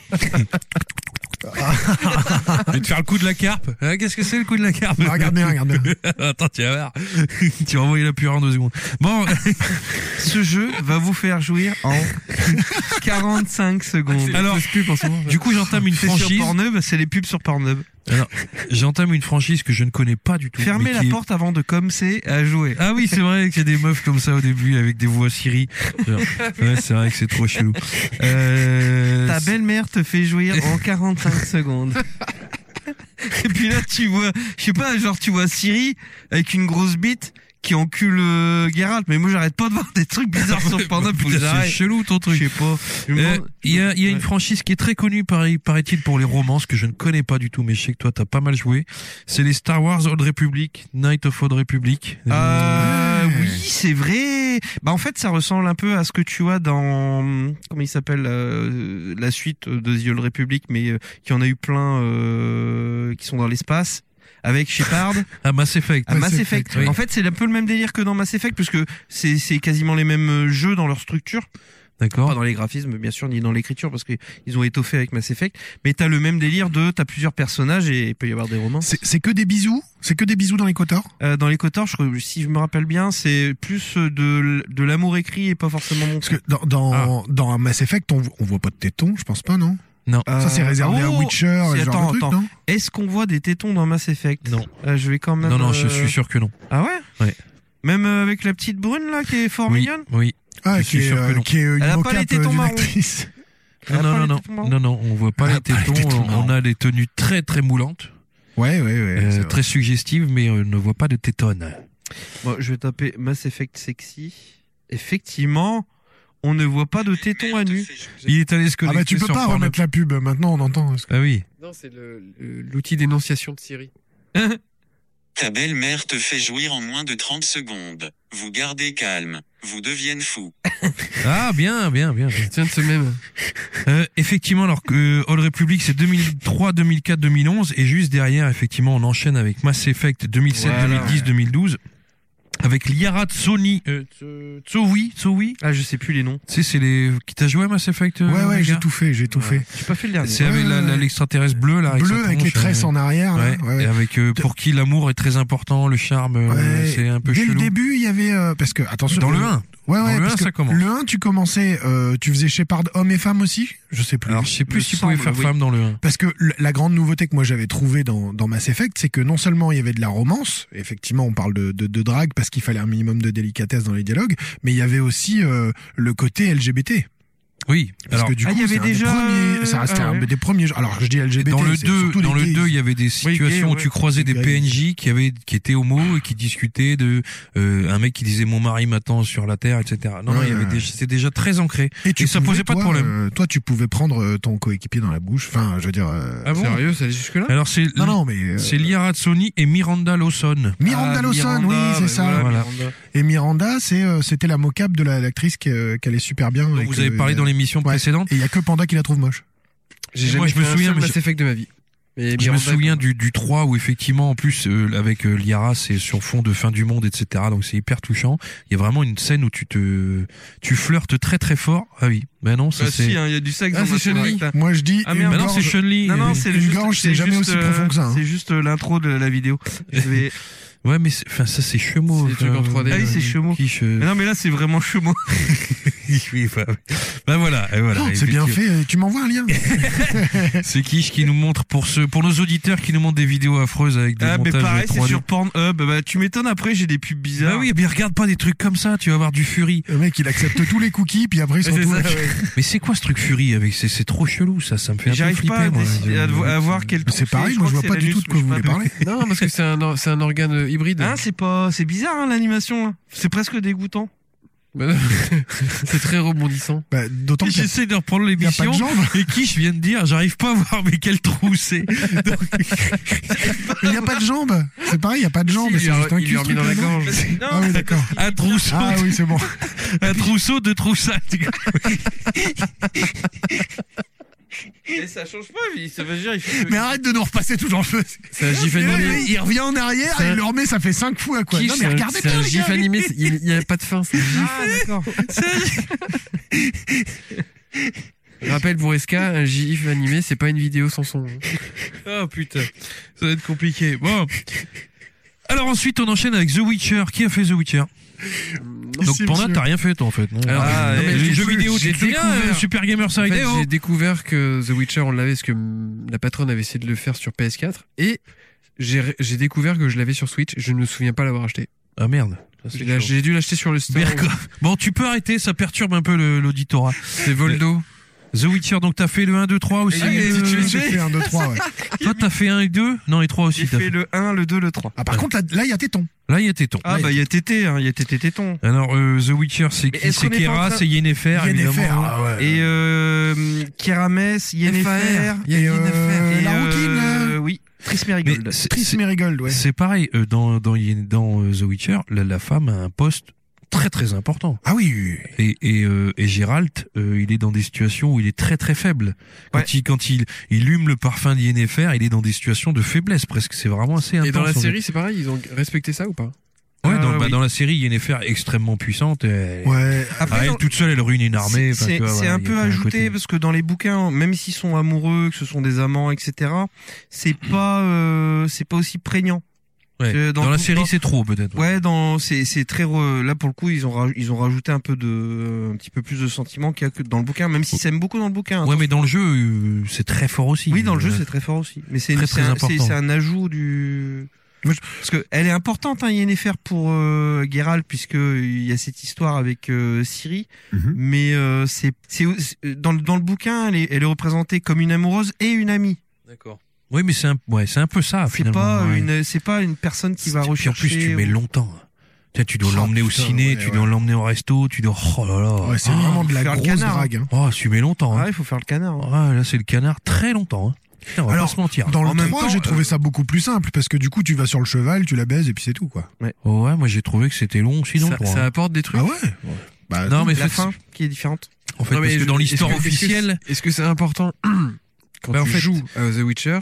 Je vais te faire le coup de la carpe. Hein, Qu'est-ce que c'est le coup de la carpe
Ah, regarde bien, regarde bien.
[LAUGHS] Attends, tu vas voir. [LAUGHS] tu vas envoyer la pure en deux secondes. Bon, [LAUGHS]
Ce jeu va vous faire jouir en [LAUGHS] 45 secondes.
alors, du coup, j'entame une
C'est sur
franchise.
Pornhub, c'est les pubs sur Pornhub.
J'entame une franchise que je ne connais pas du tout.
Fermez
mais
la
qui est-
porte avant de commencer à jouer.
Ah oui, c'est vrai qu'il y a des meufs comme ça au début avec des voix Siri. Genre, Ouais, c'est vrai que c'est trop chelou. Euh,
Ta belle-mère te fait jouir [LAUGHS] en 45 [LAUGHS] secondes. Et puis là, tu vois, je sais pas, genre tu vois Siri avec une grosse bite qui encule euh, Geralt. Mais moi, j'arrête pas de voir des trucs bizarres sur Pornhub. Ah, Faut que
Putain, c'est
j'arrête.
chelou ton
Je
truc.
sais pas. Je me
Euh,
demande-
Il y a, il y a une
Ouais.
franchise qui est très connue, pareil- paraît-il, pour les romances que je ne connais pas du tout, mais je sais que toi t'as pas mal joué. C'est les Star Wars Old Republic, Night of Old Republic.
Euh, oui, c'est vrai. Bah en fait, ça ressemble un peu à ce que tu as dans comment il s'appelle euh, la suite de The Old Republic, mais euh, qui en a eu plein euh, qui sont dans l'espace avec [LAUGHS] Shepard,
Ah, Mass Effect.
à Mass Effect. Oh.
oui.
En fait, c'est un peu le même délire que dans Mass Effect, puisque c'est c'est quasiment les mêmes euh, jeux dans leur structure, pas
D'accord.
dans les graphismes bien sûr, ni dans l'écriture, parce que ils ont étoffé avec Mass Effect. Mais t'as le même délire de t'as plusieurs personnages et il peut y avoir des romans.
C'est c'est que des bisous C'est que des bisous dans les cotors
Euh, dans les Cotors, je crois- si je me rappelle bien, c'est plus euh, de, l- de l'amour écrit et pas forcément mon
Parce que dans,
Ah.
dans, dans un Mass Effect, on, on voit pas de tétons, je pense pas, non
Non.
Ça, c'est réservé
oh.
à Witcher et
c'est-
ce genre
attends,
de truc,
attends.
non
Euh, oh, Est-ce qu'on voit des tétons dans Mass Effect
Non.
Euh, je vais quand même.
Non, non, je
euh,
suis sûr que non.
Ah ouais
Ouais.
Même euh, avec la petite brune là qui est fort
Oui,
mignonne
oui.
Ah,
je
qui
suis
est,
sûr que
euh,
non.
qui est une
Elle a pas
mocap,
les tétons
euh, d'une
marrons.
actrice. [LAUGHS]
Elle a
Non,
pas
non,
les
non,
tétons
non,
marrons
non, non, on voit pas
Ah,
les
pas les
tétons.
tétons,
on- on
non.
a des tenues très, très moulantes,
Ouais, ouais, ouais.
euh,
c'est vrai.
très suggestives, mais on ne voit pas de tétonnes.
Bon, je vais taper Mass Effect sexy. Effectivement, on ne voit pas de tétons à nu.
Il est allé se
Ah
connecter
bah tu peux
sur
pas
Pornhub.
remettre la pub, maintenant on entend. parce que-
Ah oui.
[LAUGHS] Non, c'est le- le- l'outil d'énonciation de Siri.
Ta belle-mère te fait jouir en moins de 30 secondes. Vous gardez calme. Vous deviennent fous.
Ah, bien, bien, bien. bien.
Tiens, de ce même.
Euh, effectivement, alors que euh, Old Republic c'est 2003, 2004, 2011 et juste derrière, effectivement, on enchaîne avec Mass Effect 2007,
Voilà.
2010, 2012 avec Liara Tsoni, euh, Tso- Tsowi, Tsowi.
Ah, je sais plus les noms.
Tu sais, c'est les qui t'a joué à Mass Effect euh,
Ouais, ouais,
les
j'ai
gars
tout fait, j'ai tout fait.
J'ai pas fait le dernier.
C'est avec la- la- l'extraterrestre bleu là,
Bleu
sa
avec les
tronche,
tresses
euh,
en arrière. là.
Ouais,
Ouais, ouais.
et avec euh, pour qui l'amour est très important, le charme, euh,
Ouais.
c'est un peu
Dès
chelou.
le début, il y avait euh, parce que attention
Dans le 1.
Ouais, ouais,
le
parce
1,
que
ça commence.
Le 1, tu commençais, euh, tu faisais Shepard homme et femme aussi, je sais plus.
Alors, je sais plus
me
si pouvait
semble,
faire
oui.
femme dans le 1.
Parce que l- la grande nouveauté que moi j'avais trouvée dans, dans Mass Effect, c'est que non seulement il y avait de la romance, effectivement on parle de, de, de drague parce qu'il fallait un minimum de délicatesse dans les dialogues, mais il y avait aussi euh, le côté LGBT.
Oui.
Parce
Alors,
que du
Ah,
coup,
il y avait
c'est un des
déjà,
premiers-
euh,
ça restait
ah,
un
ouais.
des premiers. jeux. Alors, je dis LGBT.
dans le
c'est
2,
surtout
dans
les
le
gays.
2, il y avait des
gay,
situations où
ouais.
tu croisais des
Gay.
PNJ qui avaient, qui étaient homo et qui discutaient de, euh, un mec qui disait mon mari m'attend sur la terre, etc. Non, non, il y avait
Ouais.
déjà, c'était déjà très ancré. et ça
pouvais,
posait pas de
toi,
problème.
euh, toi, tu pouvais prendre euh, ton coéquipier dans la bouche. Enfin, je veux dire. euh,
Ah bon?
Sérieux, ça allait jusque-là
Alors c'est,
Non, non, mais. euh,
c'est Lia Sony et Miranda Lawson.
Miranda
Ah,
Lawson, oui,
Miranda,
c'est
bah
ça.
voilà,
Voilà.
Miranda.
Et Miranda, c'est, euh, c'était la mocap de la- l'actrice qui, euh, qu'elle est super bien.
dont
et
vous
que-
avez parlé dans l'émission
Ouais.
précédente.
Et il y a que Panda qui la trouve moche.
J'ai
Moi,
jamais
je me
fait un
souviens,
seul
mais
Mass
j'ai-
Effect de ma vie. Mais
Je me
Miranda,
souviens
quoi.
du, du 3 où effectivement en plus euh, avec euh, Liara c'est sur fond de fin du monde etc donc c'est hyper touchant il y a vraiment une scène où tu te tu flirtes très très fort ah oui ben non ça
Bah
c'est
si, hein, il y a du sexe
Ah,
dans
c'est
Mass
Chun-Li.
Effect, hein.
Moi, je dis.
Ah,
une
merde,
Ben non c'est
gorge-
Chun-Li
Non, non,
Et-
c'est
Une
juste-
gorge, c'est jamais aussi
euh,
profond que ça, hein.
C'est juste euh, l'intro de la vidéo. Je vais-
ouais mais c'est- enfin ça c'est chemo
C'est des trucs en 3D,
Ah oui, c'est chemo. Mais non, mais là, c'est vraiment chumeau.
ben voilà et voilà
Oh, c'est bien fait. euh, Tu m'envoies un lien.
c'est Kish qui nous montre pour ce pour nos auditeurs qui nous montrent des vidéos affreuses avec des
Ah, mais
montages
pareil, c'est
3D.
sur Pornhub. Bah, tu m'étonnes après, j'ai des pubs
ah
bizarres.
oui mais regarde pas des trucs comme ça tu vas avoir du Fury
Le mec, il accepte tous les cookies, puis après, il se
Ouais, c'est
retrouve.
ça,
avec-
ouais.
mais c'est quoi ce truc Fury avec c'est c'est trop chelou ça ça me fait un peu
J'arrive
flipper
pas à,
moi.
décider- à vo- à voir quel
Mais C'est
trou
pareil,
je
moi, je
crois que
vois
c'est
pas du tout
l'anus,
de quoi
mais
vous
je sais
voulez
pas.
parler.
Non, parce que c'est un, or- c'est un organe euh, hybride.
Hein, c'est pas, c'est bizarre hein, l'animation. hein. C'est presque dégoûtant.
Bah, [LAUGHS] c'est très rebondissant.
Bah, D'autant qu'il
J'essaie de reprendre
n'y a pas
l'émission
de jambes.
Et qui je viens de dire, j'arrive pas à voir mais quel trou
[LAUGHS]
c'est.
Il n'y a pas de jambes. C'est pareil, il n'y a pas de jambes.
Si,
mais
il
c'est
lui a-
juste un
il
cul,
lui a
ce
remis dans la
truc-là, non
gorge.
Non,
Ah oui, d'accord.
Un trousseau,
Ah oui, c'est bon.
un trousseau de troussades.
mais ça change pas. mais Ça veut dire, il faut que-
Mais arrête de nous repasser tout en feu.
C'est un gif
Et là,
animé.
lui, il revient en arrière,
C'est
il
un-
le remet, ça fait 5 fois quoi.
Quiche,
Non,
c'est
mais
un-
regardez
c'est
bien,
un
les
gif
gars.
animé. c'est- Il n'y a pas de fin, c'est un gif.
Ah, d'accord.
[LAUGHS] Rappel pour Eska, un gif animé, c'est pas une vidéo sans son.
Oh putain, ça va être compliqué. Bon. Alors ensuite, on enchaîne avec The Witcher. Qui a fait The Witcher Donc
Ici,
Panda,
monsieur.
t'as rien fait toi en fait. Non.
Alors,
Ah,
non, mais
les
j'ai-
jeux vidéo,
j'ai
tu te souviens,
découvert-
euh, Super Gamer
En
Side
fait,
eh, oh
j'ai découvert que The Witcher, on l'avait parce que mm, la patronne avait essayé de le faire sur PS4 et j'ai ré- j'ai découvert que je l'avais sur Switch. Je ne me souviens pas l'avoir acheté.
Ah merde. Ça, c'est
J'ai l'ach-
chaud.
j'ai dû l'acheter sur le store.
Berkoff. Bon, tu peux arrêter, ça perturbe un peu le- l'auditorat.
C'est Voldo.
The Witcher, donc t'as fait le 1, 2, 3 aussi.
Ah, il est
euh,
titulaire.
J'ai fait un, deux, trois, ouais.
toi, t'as fait 1 et 2 Non, et 3
J'ai
aussi. t'as
fait le 1, le 2, le 3.
Ah, par contre, là- là, il y a téton.
fait. Là, il y a tes tons.
Ah, bah, il y a TT, hein, il y a TT téton.
Alors, euh, The Witcher, c'est
Mais
qui
est-ce
C'est
qu'on est pas en
Kera,
train-
c'est Yennefer,
Yennefer,
évidemment.
ah ouais.
Et euh, Kerames, Yennefer.
Il y a euh,
et,
la rouquine.
euh,
euh,
Oui, Triss
Mais
Merigold.
c'est-
Triss
c'est-
Merigold, ouais.
C'est pareil, euh, dans, dans, Yen- dans euh, The Witcher, la, la femme a un poste très très important.
Ah oui, oui, oui.
Et, et, euh, et Geralt, euh, il est dans des situations où il est très très faible. Quand,
Ouais.
il, quand il, il hume le parfum de Yennefer, il est dans des situations de faiblesse presque. C'est vraiment assez intense.
Et dans la
en fait.
série, c'est pareil, ils ont respecté ça ou pas
Ouais, dans,
Ah,
bah,
oui.
dans la série, Yennefer est extrêmement puissante. Elle,
Ouais.
à elle
dans-
toute seule, elle ruine une armée.
C'est
enfin, tu
c'est-
vois,
c'est
voilà,
un
il y a
peu
quand même
ajouté
côté-
parce que dans les bouquins, même s'ils sont amoureux, que ce sont des amants, etc., c'est pas euh, c'est pas aussi prégnant.
Ouais.
que
Dans,
dans
la
tout-
série,
dans-
c'est trop peut-être. ouais.
Ouais, dans c'est c'est très re- là pour le coup ils ont raj- ils ont rajouté un peu de un petit peu plus de sentiments qu'il y a que dans le bouquin, même si ça aime beaucoup dans le bouquin. hein,
Ouais, mais dans le jeu, euh, c'est très fort aussi.
Oui, dans le jeu,
Euh,
c'est très fort aussi. Mais c'est
Très,
une-
très
c'est un,
important.
c'est- c'est un ajout du.
Moi, je-
Parce que elle est importante, hein, Yennefer pour euh, Geralt, puisque il y a cette histoire avec euh, Ciri.
Mhm.
Mais euh, c'est c'est c'est- dans le dans le bouquin, elle est, elle est représentée comme une amoureuse et une amie.
Oui, mais c'est un, ouais, c'est un peu ça,
C'est
Ah, finalement. hein,
pas
ouais.
une c'est pas une personne qui va
Puis
rechercher.
En plus, tu mets
ou-
longtemps. Tu, sais, tu dois
Oh,
l'emmener au
putain,
ciné,
ouais,
tu
ouais.
dois l'emmener au resto, tu dois. Oh là là.
Ouais, c'est
Ah,
vraiment de la
faire le
grosse
canard,
drague. hein.
oh, tu mets longtemps.
Ah,
Hein.
il faut faire le canard. hein.
Ouais, là, c'est le canard très longtemps. Hein. Putain, on va
Alors,
pas se mentir.
Dans
En
le
même
3,
temps,
j'ai trouvé
euh,
ça beaucoup plus simple parce que du coup, tu vas sur le cheval, tu la baises et puis c'est tout quoi.
Oh, ouais, moi j'ai trouvé que c'était long, sinon.
ça, ça apporte des trucs.
Ah ouais Bah,
Non, mais
La
c'est-
fin qui est différente.
En fait,
Non, mais
parce que
je-
dans l'histoire
est-ce que- est-ce que-
officielle,
Est-ce que c'est important quand
Bah, en
tu
fait-
joues à The Witcher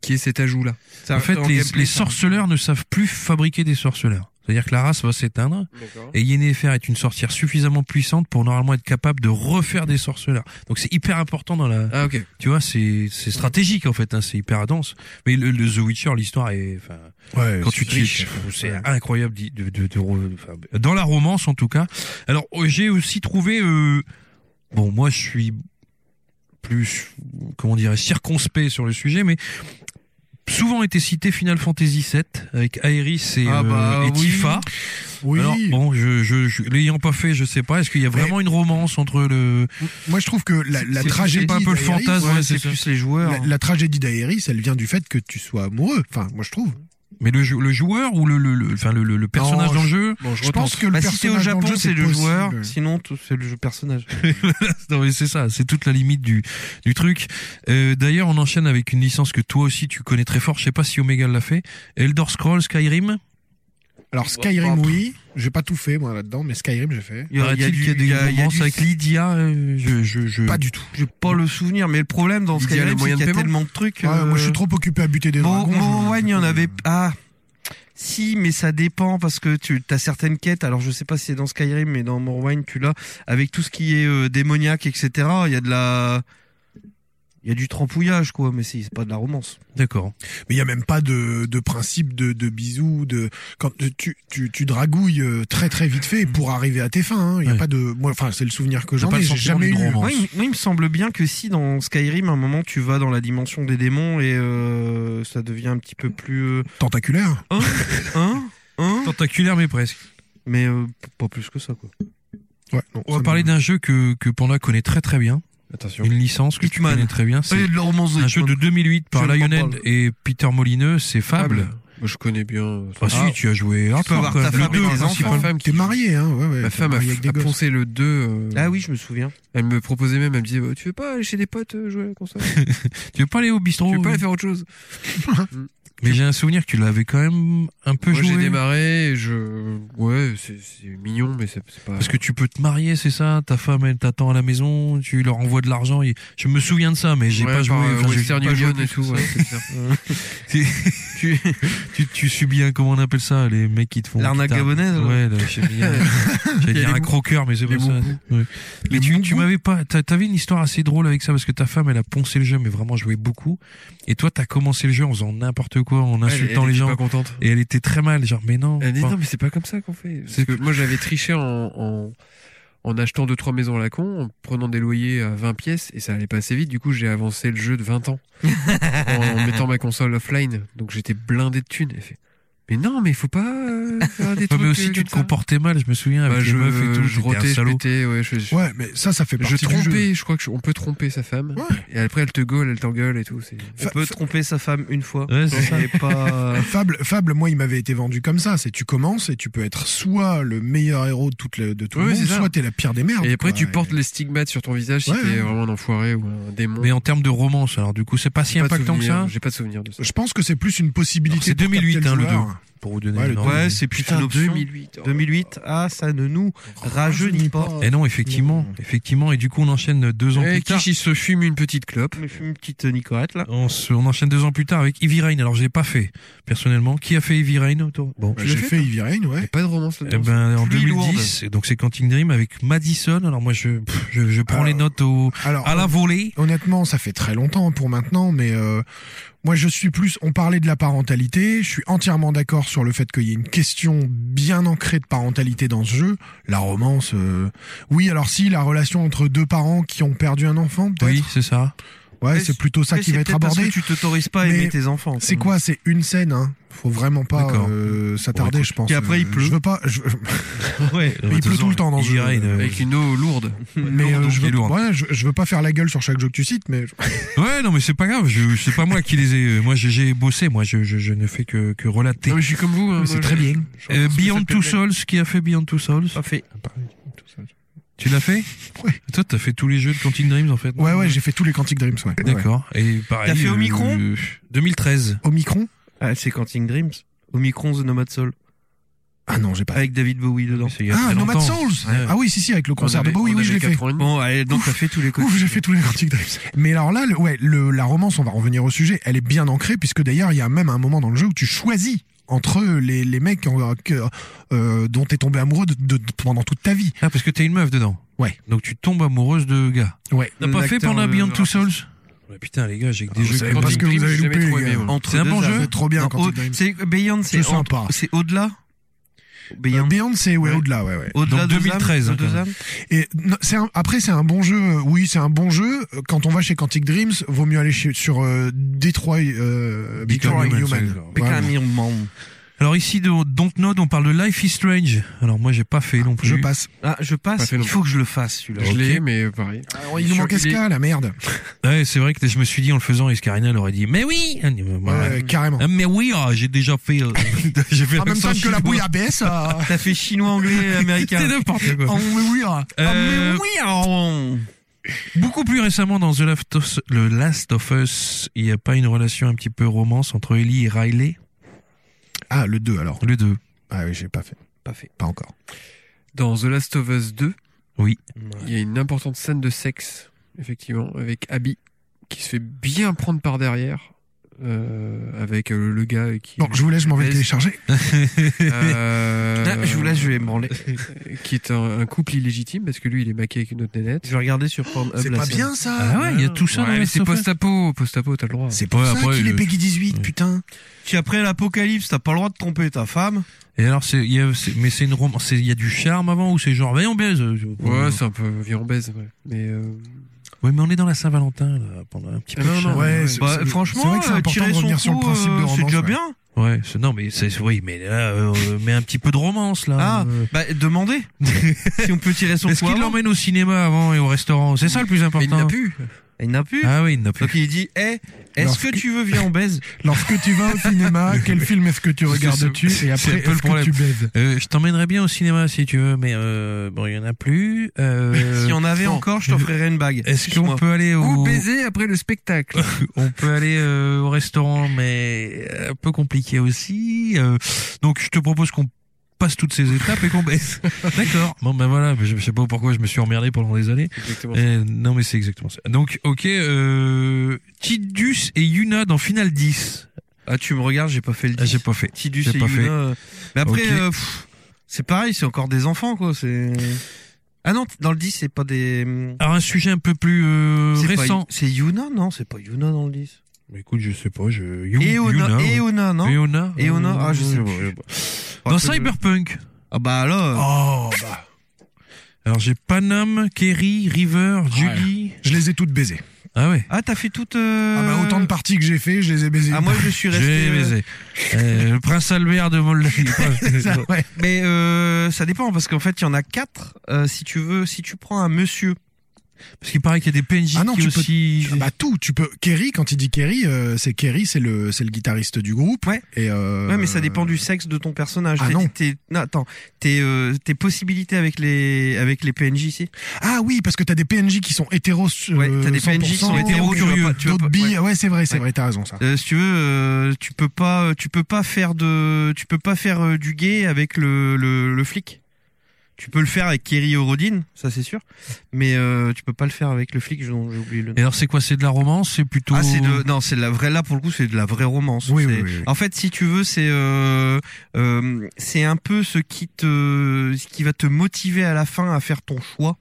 qui est cet ajout là
en fait, les, les
hein.
sorceleurs ne savent plus fabriquer des sorceleurs. C'est-à-dire que la race va s'éteindre et Yennefer est une sorcière suffisamment puissante pour normalement être capable de refaire des sorceleurs. Donc c'est hyper important dans la,
Ah ok.
Tu vois, c'est c'est stratégique en fait, hein, c'est hyper dense. Mais le, le The Witcher, l'histoire est, enfin,
ouais,
quand
c'est
tu
riche.
triches,
hein.
c'est incroyable. d'y- De, de, de- enfin, dans la romance en tout cas. Alors euh, j'ai aussi trouvé, euh, bon moi je suis plus, comment dirais, circonspect sur le sujet, mais souvent été cité Final Fantasy VII avec Aerys et,
Ah
euh,
bah
et
oui.
Tifa.
Oui.
Alors bon, je, je, je- l'ayant pas fait, je sais pas. Est-ce qu'il y a vraiment une romance entre le
Moi, je trouve que la, la
c'est-
tragédie.
c'est pas un peu le
d'Aéris,
fantasme, ouais,
c'est
c'est
plus les joueurs. hein.
La, la tragédie d'Aéris, elle vient du fait que tu sois amoureux. Enfin, moi, je trouve.
mais le, jou- le joueur ou le le, le- enfin le, le, le personnage
Non,
dans le jeu
je pense que le
Bah, si t'es
personnage
au
dans
Japon,
le jeu,
c'est le
possible. Bah,
joueur. Sinon, tout- c'est le jeu personnage.
Non, mais c'est ça, c'est toute la limite du du truc. Euh, d'ailleurs, on enchaîne avec une licence que toi aussi tu connais très fort. Je sais pas si Omega l'a fait. Elder Scrolls Skyrim.
Alors Skyrim, oui. J'ai pas tout fait moi là-dedans, mais Skyrim, j'ai fait.
Il y a, il y a
Paraît-il
du-
qu'il y a
il y a-
des
il y a
romances
du-
avec Lydia. euh, Je je je.
Pas du tout.
J'ai pas le souvenir, mais le problème dans
Il y a
Skyrim,
le
c'est
moyen
qu'il y
de
a
paiement.
tellement de trucs.
Ouais,
euh,
Moi, je suis trop occupé à buter des
Mo-
dragons. je-
Morrowind, il y en
je-
avait. Ah, si, mais ça dépend parce que tu as certaines quêtes. Alors, je sais pas si c'est dans Skyrim, mais dans Morrowind, tu l'as. Avec tout ce qui est euh, démoniaque, etc. Il y a de la. Il y a du trampouillage, quoi. Mais si, c'est pas de la romance.
D'accord.
Mais il y a même pas de, de principe de, de bisous. De quand tu, tu tu dragouilles euh, très très vite fait pour arriver à tes fins. hein. Il y a
Ouais.
pas de. Moi, enfin, c'est le souvenir que
T'as
j'en
pas
ai.
le
J'ai
sentiment
jamais
d'une
eu. hein.
romance.
Moi il, moi, il me semble bien que si dans Skyrim, à un moment, tu vas dans la dimension des démons et euh, ça devient un petit peu plus. euh,
Tentaculaire.
hein Hein
Tentaculaire mais presque.
Mais euh, p- pas plus que ça, quoi.
Ouais. non,
On va
ça
parler
me-
d'un jeu que que Panda connaît très très bien.
Attention.
Une licence que tu
Hitman.
connais très bien.
Il y
C'est
a de la romance.
un jeu de 2008 par
Ah, Je ne m'en
Lionhead
parle.
et Peter Molineux. C'est Fable.
Moi, je connais bien.
Ah, si, tu as joué hardcore,
avoir
quand
ta
même.
femme
le deux,
et tes enfants.
principalement.
femme
T'es
qui-
marié, hein Ouais, ouais.
Ma
t'es
femme a,
marié avec des
a
gosses.
poncé le 2. euh,
Ah oui, je me souviens.
Elle me proposait même, elle me disait bah, Tu veux pas aller chez des potes euh, jouer à la console
Tu veux pas aller au bistrot
Tu veux pas
oui.
aller euh faire autre [LAUGHS] chose
[LAUGHS] Mais j'ai un souvenir que tu l'avais quand même un peu
Moi, j'ai
joué.
démarré, et je. Ouais, c'est c'est mignon, mais c'est c'est pas.
Parce que tu peux te marier, c'est ça Ta femme, elle t'attend à la maison, tu leur envoies de l'argent. et- Je me souviens de ça, mais j'ai
Ouais,
pas
par,
joué.
euh,
enfin, j'ai
Western
pas joué
Union
à
et
tout
tout,
ça.
ouais, c'est clair.
tu, tu, tu subis un, comment on appelle ça, les mecs qui te font.
L'arnaque
qui t'a-
gabonaise. là.
[LAUGHS]
Ouais, là, je sais bien. J'allais
Il y a
dire un
les mou-
croqueur, mais c'est
les
pas ça. Ouais. Mais tu, tu m'avais pas, t'as- t'avais une histoire assez drôle avec ça parce que ta femme, elle a poncé le jeu, mais vraiment joué beaucoup. Et toi, t'as commencé le jeu en faisant n'importe quoi, en insultant
Elle
les
était
gens.
pas contente.
Et elle était très mal, genre, mais non.
Elle dit
enfin,
non mais c'est pas comme ça qu'on fait. Parce
C'est-
que
[LAUGHS]
moi j'avais triché en, en en achetant deux trois maisons à la con, en prenant des loyers à 20 pièces et ça allait pas assez vite. Du coup j'ai avancé le jeu de
[LAUGHS]
20 ans en mettant ma console offline. Donc j'étais blindé de thunes. Elle fait, mais non mais faut pas euh,
[LAUGHS]
faire des
Ouais,
trucs.
mais aussi,
euh,
tu
comme
te
ça.
comportais mal, je me souviens, avec
Bah,
les
je
meufs et tout.
Je
j'étais un
rotais, je
salaud.
pétais, ouais, je, je,
Ouais, mais ça, ça fait
je
partie du jeu.
trompais. Je crois que je- on peut tromper sa femme.
Ouais.
Et après elle te gaule, elle t'engueule et tout. C'est
On peut tromper sa femme une fois.
Ouais, c'est ça.
Et pas.
Euh, Fable, Fable, moi, il m'avait été vendu comme ça. C'est tu commences et tu peux être soit le meilleur héros de, toute la- de tout
Ouais,
le
c'est
monde,
ça.
soit t'es la pire des merdes.
Et après
quoi.
tu portes les stigmates sur ton visage si
Ouais,
t'es
ouais.
vraiment un enfoiré ou un démon.
Mais en termes de romance, alors du coup, c'est pas si
J'ai pas de
impactant que ça.
souvenir, J'ai pas de souvenir de ça.
Je pense que c'est plus une possibilité.
Alors, c'est
pour capter
2008, hein, le
joueur.
Pour vous donner
[LAUGHS] Ouais,
une
le-
ordre
Ouais,
d'idée.
c'est plus une option.
oh.
2008.
2008, ah, ça ne nous rajeunit pas.
Eh non, effectivement, effectivement. Et du coup, on enchaîne deux ans
Et
plus tard.
Kish, il se fume une petite clope.
Je me fume une petite euh, Nicorette là.
On, se- on enchaîne deux ans plus tard avec Ivy Rain. Alors, j'ai pas fait personnellement. Qui a fait Ivy Rain autour Bon,
Bah, J'ai fait Ivy Rain,
Il y
ouais.
a pas de romance
Eh
là-dedans.
ben, en
Plus
2010,
lourde.
donc c'est Quantic Dream avec Madison. Alors moi, je, pff, je, je prends
Alors,
les notes au,
Alors,
à la volée.
honnêtement, ça fait très longtemps pour maintenant, mais euh, moi, je suis plus. On parlait de la parentalité. Je suis entièrement d'accord sur le fait qu'il y ait une question bien ancrée de parentalité dans ce jeu. La romance, euh, oui. Alors si la relation entre deux parents qui ont perdu un enfant, peut-être.
Oui, c'est ça.
Ouais,
Mais
c'est plutôt ça
Mais
qui
c'est
va être
peut-être parce
abordé.
que tu t'autorises pas à
Mais
aimer tes enfants.
C'est quoi C'est une scène, hein. Faut vraiment pas
D'accord.
euh, s'attarder, je pense.
Et après, il
Euh,
pleut.
Je veux pas. je-
Ouais.
il pleut tout le temps dans ce
Ivy
jeu.
Rain. euh,
Avec une eau lourde.
mais euh,
lourde,
je,
et
veux,
lourde.
ouais, je, je veux pas faire la gueule sur chaque jeu que tu cites, mais
Ouais, non, mais c'est pas grave. Je, c'est pas moi qui les ai. euh, Moi, j'ai- j'ai bossé. Moi, je, je, je ne fais que, que relater.
Non, mais je suis comme vous. hein,
c'est
moi,
très
je-
bien.
je-
Euh,
je-
Beyond
ça
Two
me plaît.
Souls, qui a fait Beyond Two Souls
Pas fait.
Tu l'as fait
Ouais.
Toi, t'as fait tous les jeux de Quantic Dreams en fait.
Ouais, ouais, j'ai fait tous les Quantic Dreams, ouais. Ouais.
D'accord. Et pareil. euh,
T'as fait Omicron
2013.
Omicron
Ah, c'est Quanting Dreams. Omicron The Nomad Soul.
Ah non, j'ai pas.
Avec David Bowie dedans.
C'est il y a
Ah,
très
Nomad
longtemps.
Souls
Ouais.
Ah oui, si, si, avec le
On
concert de
avait-
Bowie,
on
oui, je l'ai
avait
fait.
80 minutes.
Bon, allez, donc t'as fait tous les côtés.
Ouf, j'ai fait tous les Quantic Dreams. Mais alors là, le- ouais, le, la romance, on va revenir au sujet, elle est bien ancrée, puisque d'ailleurs, il y a même un moment dans le jeu où tu choisis entre les, les mecs en- que- euh, dont t'es tombé amoureux de- de- de- pendant toute ta vie.
Ah, parce que t'es une meuf dedans.
Ouais.
Donc tu tombes amoureuse de gars.
Ouais.
T'as pas fait
L'acteur,
pendant
euh,
Beyond Two
artiste.
Souls Ouais, Putain, les gars, j'ai que des
Ah, vous
jeux
savez
qui-
pas ce que vous avez
J'ai jamais
loupé,
trop
les
aimé,
gars.
moi.
Entre
C'est un
deux oh,
bon jeu.
âges.
C'est trop bien,
Non,
Quantic
au-
Dreams.
C'est Beyond, c'est
C'est
euh, en-
sympa.
c'est au-delà. Beyond.
Beyoncé, ouais,
Ouais.
au-delà, ouais, ouais.
Au-delà
Donc
de
2013,
Zam, de
hein, quand
Zam.
Et non, c'est un- après, c'est un bon jeu. euh, Oui, c'est un bon jeu. Euh, Quand on va chez Quantic Dreams, vaut mieux aller chez, sur euh, Detroit, euh, Become
Become
Human.
Human, c'est-
Voilà.
Become Human.
Alors ici, de Dontnod, on parle de Life is Strange. Alors moi, j'ai pas fait non plus.
Je passe.
Ah, je
Pas
passe.
fait non
Il faut que je le fasse, celui-là.
Eh ben, Je
Ok.
l'ai, mais pareil.
Ah, il nous manque
il est-
SK, la merde.
Ouais, c'est vrai que je me suis dit en le faisant, Iscarina elle aurait dit Mais oui Ah,
Ouais, carrément.
Ah, Mais oui, ah, j'ai déjà fait. euh, [LAUGHS] j'ai fait
En même
l'accent
temps que
chinois.
la
[LAUGHS]
bouille abaisse. euh,
T'as fait chinois,
[LAUGHS]
anglais,
C'est
américain.
n'importe quoi. Ah,
en- oui, euh,
Euh,
Oui, alors,
ah. Beaucoup plus récemment dans The Last of, le Last of Us, il n'y a pas une relation un petit peu romance entre Ellie et Riley
Ah, le 2 alors.
Les deux.
Ah oui, j'ai pas fait.
Pas fait.
Pas encore.
Dans The Last of Us 2,
Oui.
il y a une importante scène de sexe, effectivement, avec Abby, qui se fait bien prendre par derrière, euh, avec euh, le gars qui...
Bon, je vous laisse, je m'en vais le
Laisse.
télécharger.
Euh,
Ah, je vous laisse, je vais me branler.
Qui est un, un couple illégitime, parce que lui, il est maqué avec une autre nénette.
Je vais regarder sur Pornhub.
C'est
la
pas
scène.
bien ça.
Ah ouais, il y a tout ça
Ouais,
dans
mais
Last
c'est
of Us.
post-apo, post-apo, t'as le droit.
C'est pour
Ouais,
ça
après,
qu'il est
euh,
Peggy 18,
ouais.
putain.
Puis après l'apocalypse, t'as pas le droit de tromper ta femme.
Et alors, c'est, il y a, c'est- mais c'est une romance. c'est- Il y a du charme avant ou c'est genre, mais on baise euh, je-
Ouais, c'est un peu viande baise, ouais. Mais euh,
Ouais, mais on est dans la Saint-Valentin, là, pendant un petit peu.
Ah, non,
de
non,
charme.
ouais, c'est-
Bah,
c'est- c'est
franchement,
vrai que c'est
euh,
important
tirer
de
son
revenir sur le
coup,
principe de
euh, c'est
romance,
déjà
ouais.
bien.
Ouais, c'est, non, mais c'est, oui, mais là, euh, mais un petit peu de romance, là.
Ah,
Euh,
bah, demandez [LAUGHS] si on peut tirer son
Est-ce
coup
qu'il
avant.
l'emmène au cinéma avant et au restaurant C'est ça le plus
mais il n'a
important.
plus.
Il n'a plus.
Ah oui, il n'a plus.
Donc il dit, eh, est-ce que tu veux, viens, on baise.
Lorsque tu vas au cinéma, quel film est-ce que tu
Parce que
regardes-tu
c'est-
et
c'est un
après
peu le
est-ce que
problème.
tu baises
Euh, je t'emmènerais bien au cinéma si tu veux, mais euh, bon, il y en a plus. Euh,
[LAUGHS] S'il y en avait encore, je t'offrirais une bague.
Est-ce qu'on
Excuse-moi.
peut aller
Ou
au
baiser après le spectacle.
on peut aller euh, au restaurant, mais euh, un peu compliqué aussi. euh, donc je te propose qu'on passe toutes ces étapes et qu'on [LAUGHS] baisse. D'accord. Bon ben voilà, je, je sais pas pourquoi je me suis emmerdé pendant des années.
Exactement.
Euh, non mais c'est exactement ça. Donc ok, euh, Tidus et Yuna dans finale 10.
Ah, tu me regardes, j'ai pas fait le
Ah, J'ai
dix.
pas fait.
Tidus
j'ai
et
pas
Yuna,
fait.
euh, Mais après,
Ok.
euh, pff, c'est pareil, c'est encore des enfants, quoi. C'est. Ah non, dans le 10, c'est pas des. hum,
Alors un sujet un peu plus euh,
c'est pas-
récent.
C'est Yuna, non C'est pas Yuna dans le 10.
Mais écoute, je sais pas. Je... Yu-
Eona,
ouais.
Eona, non
Eona
Eona, ah, je sais
ouais,
plus.
ouais, ouais. Dans Cyberpunk.
Ah bah là.
Oh, bah.
Alors j'ai Panam, Kerry, River, Julie.
Je les ai toutes baisées.
Ah ouais.
Ah, t'as fait toute. euh,
Oh. Ah bah autant de parties que j'ai fait, je les ai baisées.
Ah, moi, je suis resté.
J'ai
euh,
baisé. Euh, le prince Albert de Moldavie.
Ça, ouais.
Mais euh, ça dépend parce qu'en fait il y en a quatre. euh, si tu veux, si tu prends un monsieur,
Parce qu'il paraît qu'il y a des PNJ
Ah non,
qui
tu peux-
aussi.
Ah bah tout, tu peux. Kerry, quand il dit Kerry, euh, c'est Kerry, c'est le, c'est le guitariste du groupe.
Ouais.
Et euh,
ouais, mais ça dépend du sexe de ton personnage.
Ah
T'es-
non.
t'es- non, attends, tes euh, tes possibilités avec les avec les PNJ ici.
Ah oui, parce que t'as des PNJ qui sont hétéros. euh,
Ouais, t'as des PNJ qui
100%,
sont hétéro
donc,
curieux.
euh,
Tu vas pas-
D'autres
ouais.
billes, ouais, c'est vrai, c'est
Ouais.
vrai, t'as raison ça.
Euh, si tu veux, euh, tu peux pas euh, tu peux pas faire de tu peux pas faire euh, du gay avec le le, le flic. Tu peux le faire avec Kerry O'Rodin, ça c'est sûr, mais euh, tu peux pas le faire avec le flic. dont J'ai oublié le nom.
Et alors c'est quoi C'est de la romance C'est plutôt.
Ah, c'est de, non, c'est de la vraie, là, pour le coup, c'est de la vraie romance.
Oui,
C'est-
oui, oui, oui.
En fait, si tu veux, c'est, euh, euh, c'est un peu ce qui te, ce qui va te motiver à la fin à faire ton choix.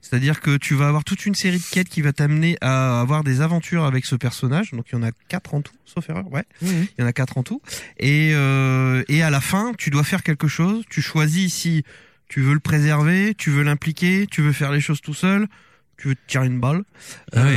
C'est-à-dire que tu vas avoir toute une série de quêtes qui va t'amener à avoir des aventures avec ce personnage. Donc il y en a quatre en tout, sauf erreur, ouais. Il y en a quatre en tout. Et, euh, et à la fin, tu dois faire quelque chose. Tu choisis si tu veux le préserver, tu veux l'impliquer, tu veux faire les choses tout seul, tu veux te tirer une balle.
Ah ouais.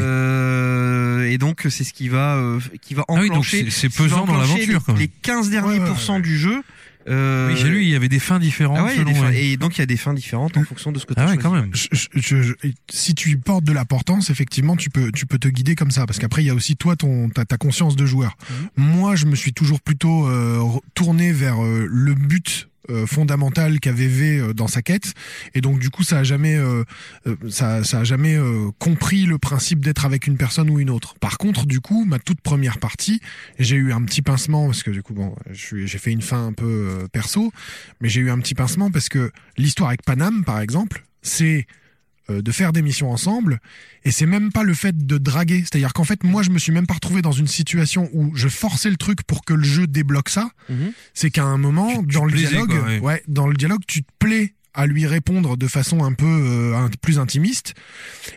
Euh, et donc c'est ce qui va euh, qui va
Ah oui, donc
enclencher
c'est c'est
qui va
pesant dans
enclencher
l'aventure. quand
les, les
même.
15 derniers
Ouais, ouais,
pourcents
ouais.
du jeu. Euh,
Oui, chez lui, il y avait des fins différentes.
ah ouais, il y a des
selon,
fins-
ouais.
et donc il y a des fins différentes en fonction de ce que tu
Ah ouais, quand même.
Je- je- je- je- si tu y portes de l'importance, effectivement, tu peux, tu peux te guider comme ça, parce qu'après, il y a aussi toi, ton, ta, ta conscience de joueur. Moi, je me suis toujours plutôt euh, re- tourné vers euh, le but. euh, fondamental qu'avait V euh, dans sa quête et donc du coup ça a jamais euh, euh, ça, ça a jamais euh, compris le principe d'être avec une personne ou une autre par contre du coup ma toute première partie j'ai eu un petit pincement parce que du coup bon je suis- j'ai fait une fin un peu euh, perso mais j'ai eu un petit pincement parce que l'histoire avec Panam par exemple c'est euh, de faire des missions ensemble et c'est même pas le fait de draguer c'est-à-dire qu'en fait moi je me suis même pas retrouvé dans une situation où je forçais le truc pour que le jeu débloque ça
Mhm.
c'est qu'à un moment
Tu- tu
dans le
te plaisais,
dialogue
quoi, ouais.
ouais dans le dialogue tu te plais à lui répondre de façon un peu euh, un- plus intimiste.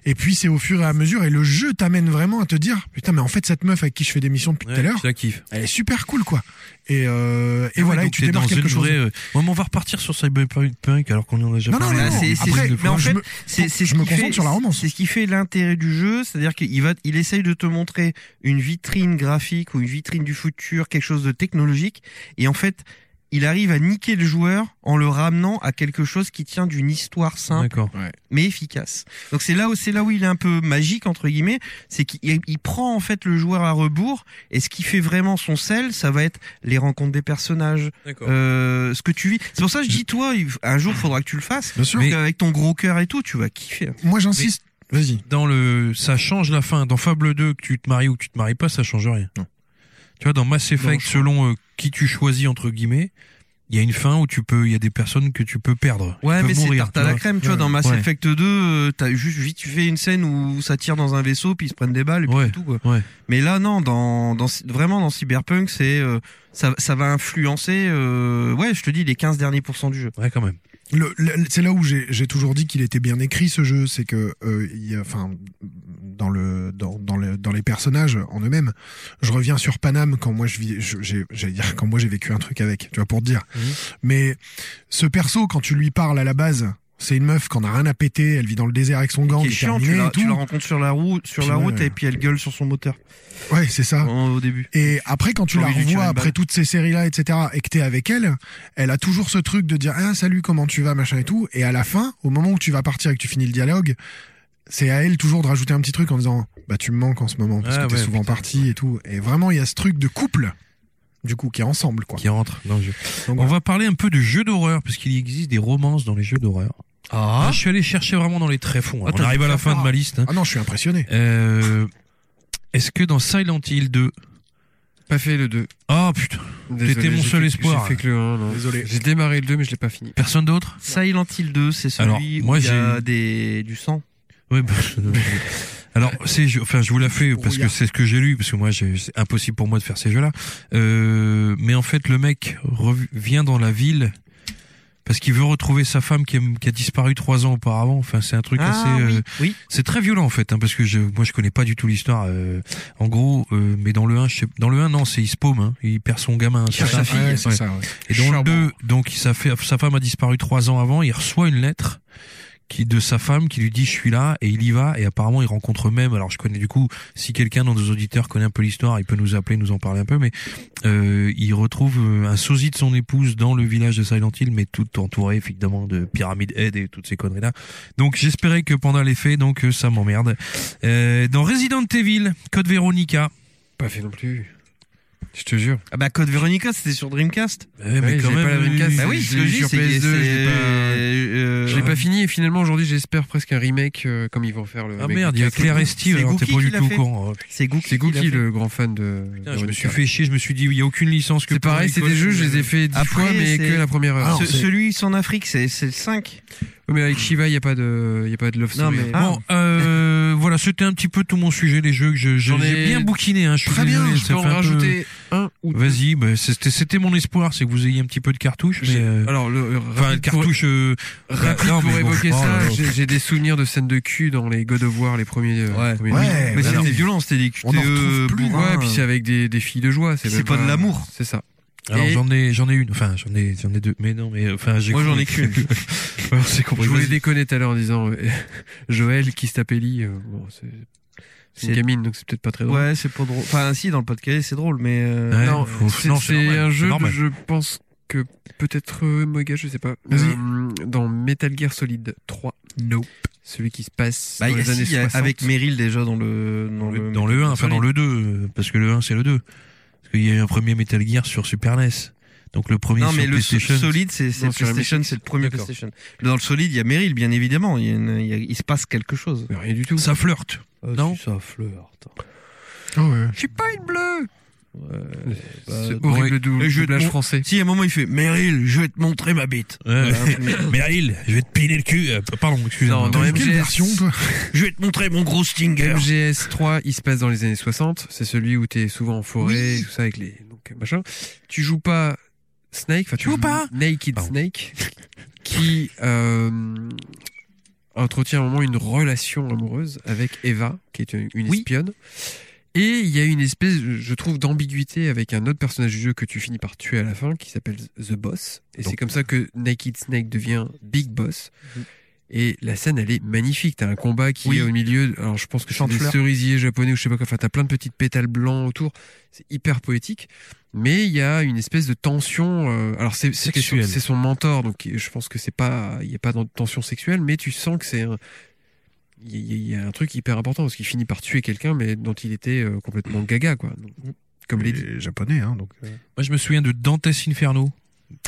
Et puis c'est au fur et à mesure, et le jeu t'amène vraiment à te dire, putain, mais en fait cette meuf avec qui je fais des missions depuis tout à l'heure,
ça kiffe.
elle est super cool, quoi. Et, euh, et
Ah ouais,
voilà, et
donc
tu
t'es
démarres
dans
quelque
une
chose.
vraie, euh, Ouais, mais on va repartir sur Cyberpunk alors qu'on en a déjà
Non, non,
parlé. Ah,
non,
Là,
non.
c'est- c'est-
Après,
mais en
moi, je
fait,
me-
c'est c'est ce
je me
qui
concentre
fait-
sur la romance.
C'est ce qui fait l'intérêt du jeu, c'est-à-dire qu'il va, il essaye de te montrer une vitrine graphique ou une vitrine du futur, quelque chose de technologique, et en fait, il arrive à niquer le joueur en le ramenant à quelque chose qui tient d'une histoire simple
D'accord.
mais efficace. Donc c'est là où c'est là où il est un peu magique entre guillemets, c'est qu'il il- il prend en fait le joueur à rebours et ce qui fait vraiment son sel, ça va être les rencontres des personnages,
D'accord.
euh, ce que tu vis. C'est pour ça que je dis toi, il- un jour faudra que tu le fasses.
Bien sûr.
Parce qu'avec ton gros cœur et tout, tu vas kiffer. hein.
Moi, j'insiste. Vas-y.
dans le ça change la fin dans Fable 2 que tu te maries ou que tu te maries pas ça change rien
Non.
tu vois dans Mass Effect selon euh, qui tu choisis entre guillemets il y a une fin où tu peux il y a des personnes que tu peux perdre qui
Ouais,
peuvent
mais c'est
mourir,
tarte à la
vois.
crème, tu vois. Dans Mass
Ouais.
Effect 2, euh, t'as juste vite tu fais une scène où ça tire dans un vaisseau, puis ils se prennent des balles, et puis
Ouais,
c'est tout quoi.
ouais.
Mais là, non, dans, dans vraiment dans Cyberpunk, c'est euh, ça, ça va influencer. euh, ouais, je te dis les 15 derniers pourcents du jeu.
ouais quand même
Le- le- c'est là où j'ai j'ai toujours dit qu'il était bien écrit ce jeu, c'est que euh, il y a- enfin dans le dans dans, le- dans les personnages en eux-mêmes, je reviens sur Paname quand moi je vis je- j'ai j'allais dire quand moi j'ai vécu un truc avec, tu vois pour te dire.
Mhm.
Mais ce perso quand tu lui parles à la base, c'est une meuf qu'on a rien à péter, elle vit dans le désert avec son gang,
Qui est
elle est
chiant, tu
terminée
la,
et tout.
tu la rencontres sur la route, sur
Puis
la
ouais.
route, et puis elle gueule sur son moteur
Ouais, c'est ça.
en- au début.
Et après, quand tu
J'ai
la
envie de lui tirer
revois
une
après
balle.
toutes ces séries-là, etc., et que t'es avec elle, elle a toujours ce truc de dire ah salut comment tu vas machin et tout. Et à la fin, au moment où tu vas partir et que tu finis le dialogue, c'est à elle toujours de rajouter un petit truc en disant bah tu me manques en ce moment parce
Ah
que t'es
ouais,
souvent
putain.
parti et tout. Et vraiment, il y a ce truc de couple du coup qui est ensemble quoi.
qui rentre dans le jeu
Donc,
on
voilà.
va parler un peu de jeux d'horreur parce qu'il existe des romances dans les jeux d'horreur ah je suis allé chercher vraiment dans les
Ah,
tréfonds hein. on
Attends,
arrive à la fin de ma liste hein.
Ah non, je suis impressionné.
Euh, est-ce que dans Silent Hill 2
Pas fait le 2.
ah putain
Désolé,
T'étais mon
j'ai
seul
fait-
espoir.
J'ai fait que le 1, non.
Ah, Désolé.
J'ai démarré le 2, mais je l'ai pas fini.
personne d'autre
Silent Hill 2, c'est celui
Alors, moi,
où il y
j'ai-
a des, du sang.
Ouais, bah, alors c'est, je- enfin, je vous la fais parce que c'est ce que j'ai lu, parce que moi, j'ai- c'est impossible pour moi de faire ces jeux-là. Euh, mais en fait, le mec revient dans la ville parce qu'il veut retrouver sa femme qui, est- qui a disparu trois ans auparavant. Enfin, c'est un truc assez, euh,
Ah, oui, oui.
c'est très violent en fait, hein, parce que je, moi, je connais pas du tout l'histoire. euh, en gros, euh, mais dans le 1 je sais- dans le 1 non, c'est il se paume, hein, il perd son gamin, c'est ça.
Ouais, c'est
Ouais.
ça, ouais.
Et dans
Charbon.
le 2, donc sa, fa- sa femme a disparu trois ans avant, il reçoit une lettre qui de sa femme qui lui dit je suis là et il y va et apparemment il rencontre même alors je connais du coup si quelqu'un dans nos auditeurs connaît un peu l'histoire il peut nous appeler nous en parler un peu mais euh, il retrouve euh, un sosie de son épouse dans le village de Silent Hill mais tout entouré évidemment de pyramides Head et toutes ces conneries là donc j'espérais que pendant les faits donc euh, ça m'emmerde Euh, dans Resident Evil Code Veronica
Pas fait non plus. Je te jure.
Ah bah Code Veronica, c'était sur Dreamcast.
Eh,
Ouais, j'ai pas la Dreamcast.
Bah
Je
oui,
l'ai
ce que
eu
je dis,
sur
c'est
PS2, je l'ai
c'est-
pas-
euh,
Je l'ai pas fini et finalement aujourd'hui j'espère presque un remake euh, comme ils vont faire le.
ah
avec
merde il y a
Lucas.
Claire et Steve
C'est
alors t'es
Gookie
pas du
qui l'a
tout au
fait.
courant Oh
C'est Gookie.
C'est
qui l'a
Gookie
fait.
le grand fan de.
Putain,
de
je me
Ron
suis
Carter.
fait chier, je me suis dit, il y a aucune licence que
C'est pareil, c'est des jeux, je les ai fait dix
Après,
fois, mais
c'est-
que la première heure.
Alors,
Ce-
c'est-
celui sur Afrique, c'est c'est le 5.
Ouais, mais avec Shiva, il n'y a pas de, il y a pas de love
Non,
story.
mais-
Ah,
Bon, euh, voilà, c'était un petit peu tout mon sujet, les jeux que je, je-
J'en ai-
j'ai bien bouquiné, hein, je suis
très
désolé,
bien,
ça
je peux en
fait un peu-
rajouter un ou deux.
Vas-y, bah, c'était, c'était mon espoir, c'est que vous ayez un petit peu de cartouche, mais,
J'ai-
euh,
Alors, le, le-
enfin, le
rapide pour-
cartouche, euh,
rapide
non,
pour
mais bon,
évoquer
oh là
ça,
là.
j'ai j'ai des souvenirs de scènes de cul dans les God of War, les premiers. euh,
Ouais.
premiers
Ouais,
Doom.
bah
Mais
non.
c'était violent, euh, c'était des QTE.
On en retrouve plus,
bourrins.
Ouais, puis c'est avec des, des filles de joie.
hein. C'est
même
pas de l'amour.
C'est ça.
alors
Et-
j'en ai, j'en ai une, enfin, j'en ai, j'en ai deux, mais non, mais, enfin, j'ai
Moi, j'en ai
compris. [LAUGHS] Ouais, c'est compris.
Je voulais
Vas-y.
déconner tout à l'heure en disant euh, [LAUGHS] Joël qui se tape Ellie, euh, bon, c'est c'est une
C'est-
gamine, donc c'est peut-être pas très drôle.
Ouais, c'est pas drôle. Enfin, si, dans le podcast, c'est drôle, mais. euh,
Ouais,
non,
faut-
c'est-
non, c'est
c'est
normal,
un
c'est
jeu,
normal.
je pense que peut-être euh, Moga, je sais pas.
Vas-y.
Euh, dans Metal Gear Solid 3. No. Celui qui se passe
Bah,
dans
il y a-
les
si,
années
il y a-
60.
avec Meryl déjà dans le. Dans le,
Dans le 1, enfin, dans le 2, euh, parce que le 1, c'est le 2. Parce qu'il y a eu un premier Metal Gear sur Super NES. Donc le premier
Non,
sur
mais le so-
PlayStation.
solide, c'est c'est
Non, sur la
PlayStation,
Mexique.
c'est le premier
D'accord.
PlayStation. Dans le solide, il y a Meryl, bien évidemment. Il, y a une- il y a- il se passe quelque chose.
Mais Rien du tout.
Ça flirte.
Ah,
non?
Ça flirte.
Je suis pas une bleue
bah,
C'est
bon,
horrible dou-
les jeux de
doublage
mots-
français.
Si, à un moment, il fait Meryl, je vais te montrer ma
[LAUGHS]
bite.
Ouais.
Euh, Voilà, un truc-
Meryl, je vais te piler le cul. euh, pardon, excusez-moi.
Non, dans
T'as eu
MGS.
quelle version toi
je vais te montrer mon gros stinger.
MGS 3, il se passe dans les années 60. C'est celui où t'es souvent en forêt, tout ça avec les donc machin. Tu joues pas Snake, enfin tu joues
pas
Naked
Pardon.
Snake. qui euh, entretient à un moment une relation amoureuse avec Eva, qui est une, une
Oui.
espionne. Et il y a une espèce, je trouve, d'ambiguïté avec un autre personnage du jeu que tu finis par tuer à la fin, qui s'appelle The Boss. Et c'est comme ça que Naked Snake devient Big Boss. Et la scène, elle est magnifique. T'as un combat qui
Oui.
est au milieu. Alors, je pense que c'est des
Chante-fleur.
cerisiers japonais ou je sais pas quoi. Enfin, t'as plein de petites pétales blancs autour. C'est hyper poétique. Mais il y a une espèce de tension. euh, alors, c'est c'était son-
Sexuelle.
c'est son mentor, donc je pense que c'est pas, il n'y a pas de tension sexuelle, mais tu sens que c'est un. Il y, a- il y a un truc hyper important parce qu'il finit par tuer quelqu'un, mais dont il était euh, complètement gaga, quoi.
Mm.
Donc, Comme les dit.
Les japonais, hein, donc. euh.
Moi, je me souviens de Dantes Inferno.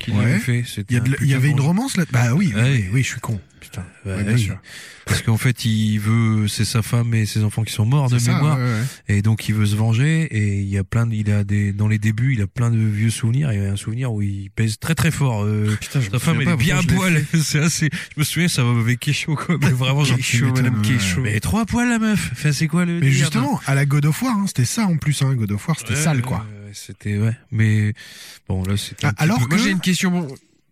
Qu'il
Ouais.
avait fait. C'était
Il y, a de
un
la- il y
putain
avait
de
une
bon-
romance là Bah oui, oui,
Ouais.
oui, oui, je suis con.
Putain,
Ouais,
ouais,
bien
oui.
sûr.
Parce qu'en fait, il veut, c'est sa femme et ses enfants qui sont morts de
C'est ça,
mémoire,
ouais, ouais.
et donc il veut se venger. Et il y a plein, de- il a des, dans les débuts, il a plein de vieux souvenirs. Il y a un souvenir où il pèse très très fort. euh,
Putain, je me
sa femme, elle
souviens
est
pas
bien à
pourquoi je l'ai
poil. [LAUGHS] C'est assez. Je me souviens, ça va avec Kécho, quoi. Mais vraiment, genre,
Kécho,
putain,
madame
mais-
Kécho.
Mais trois poils la meuf. Enfin, c'est quoi le
Mais
délire,
justement, à la God of War, hein, c'était ça en plus, hein, God of War, c'était
Ouais,
sale
ouais,
quoi.
ouais, C'était ouais, mais bon là c'était. un
Ah,
petit
alors
peu-
fait. Moi,
que-
j'ai une question bon,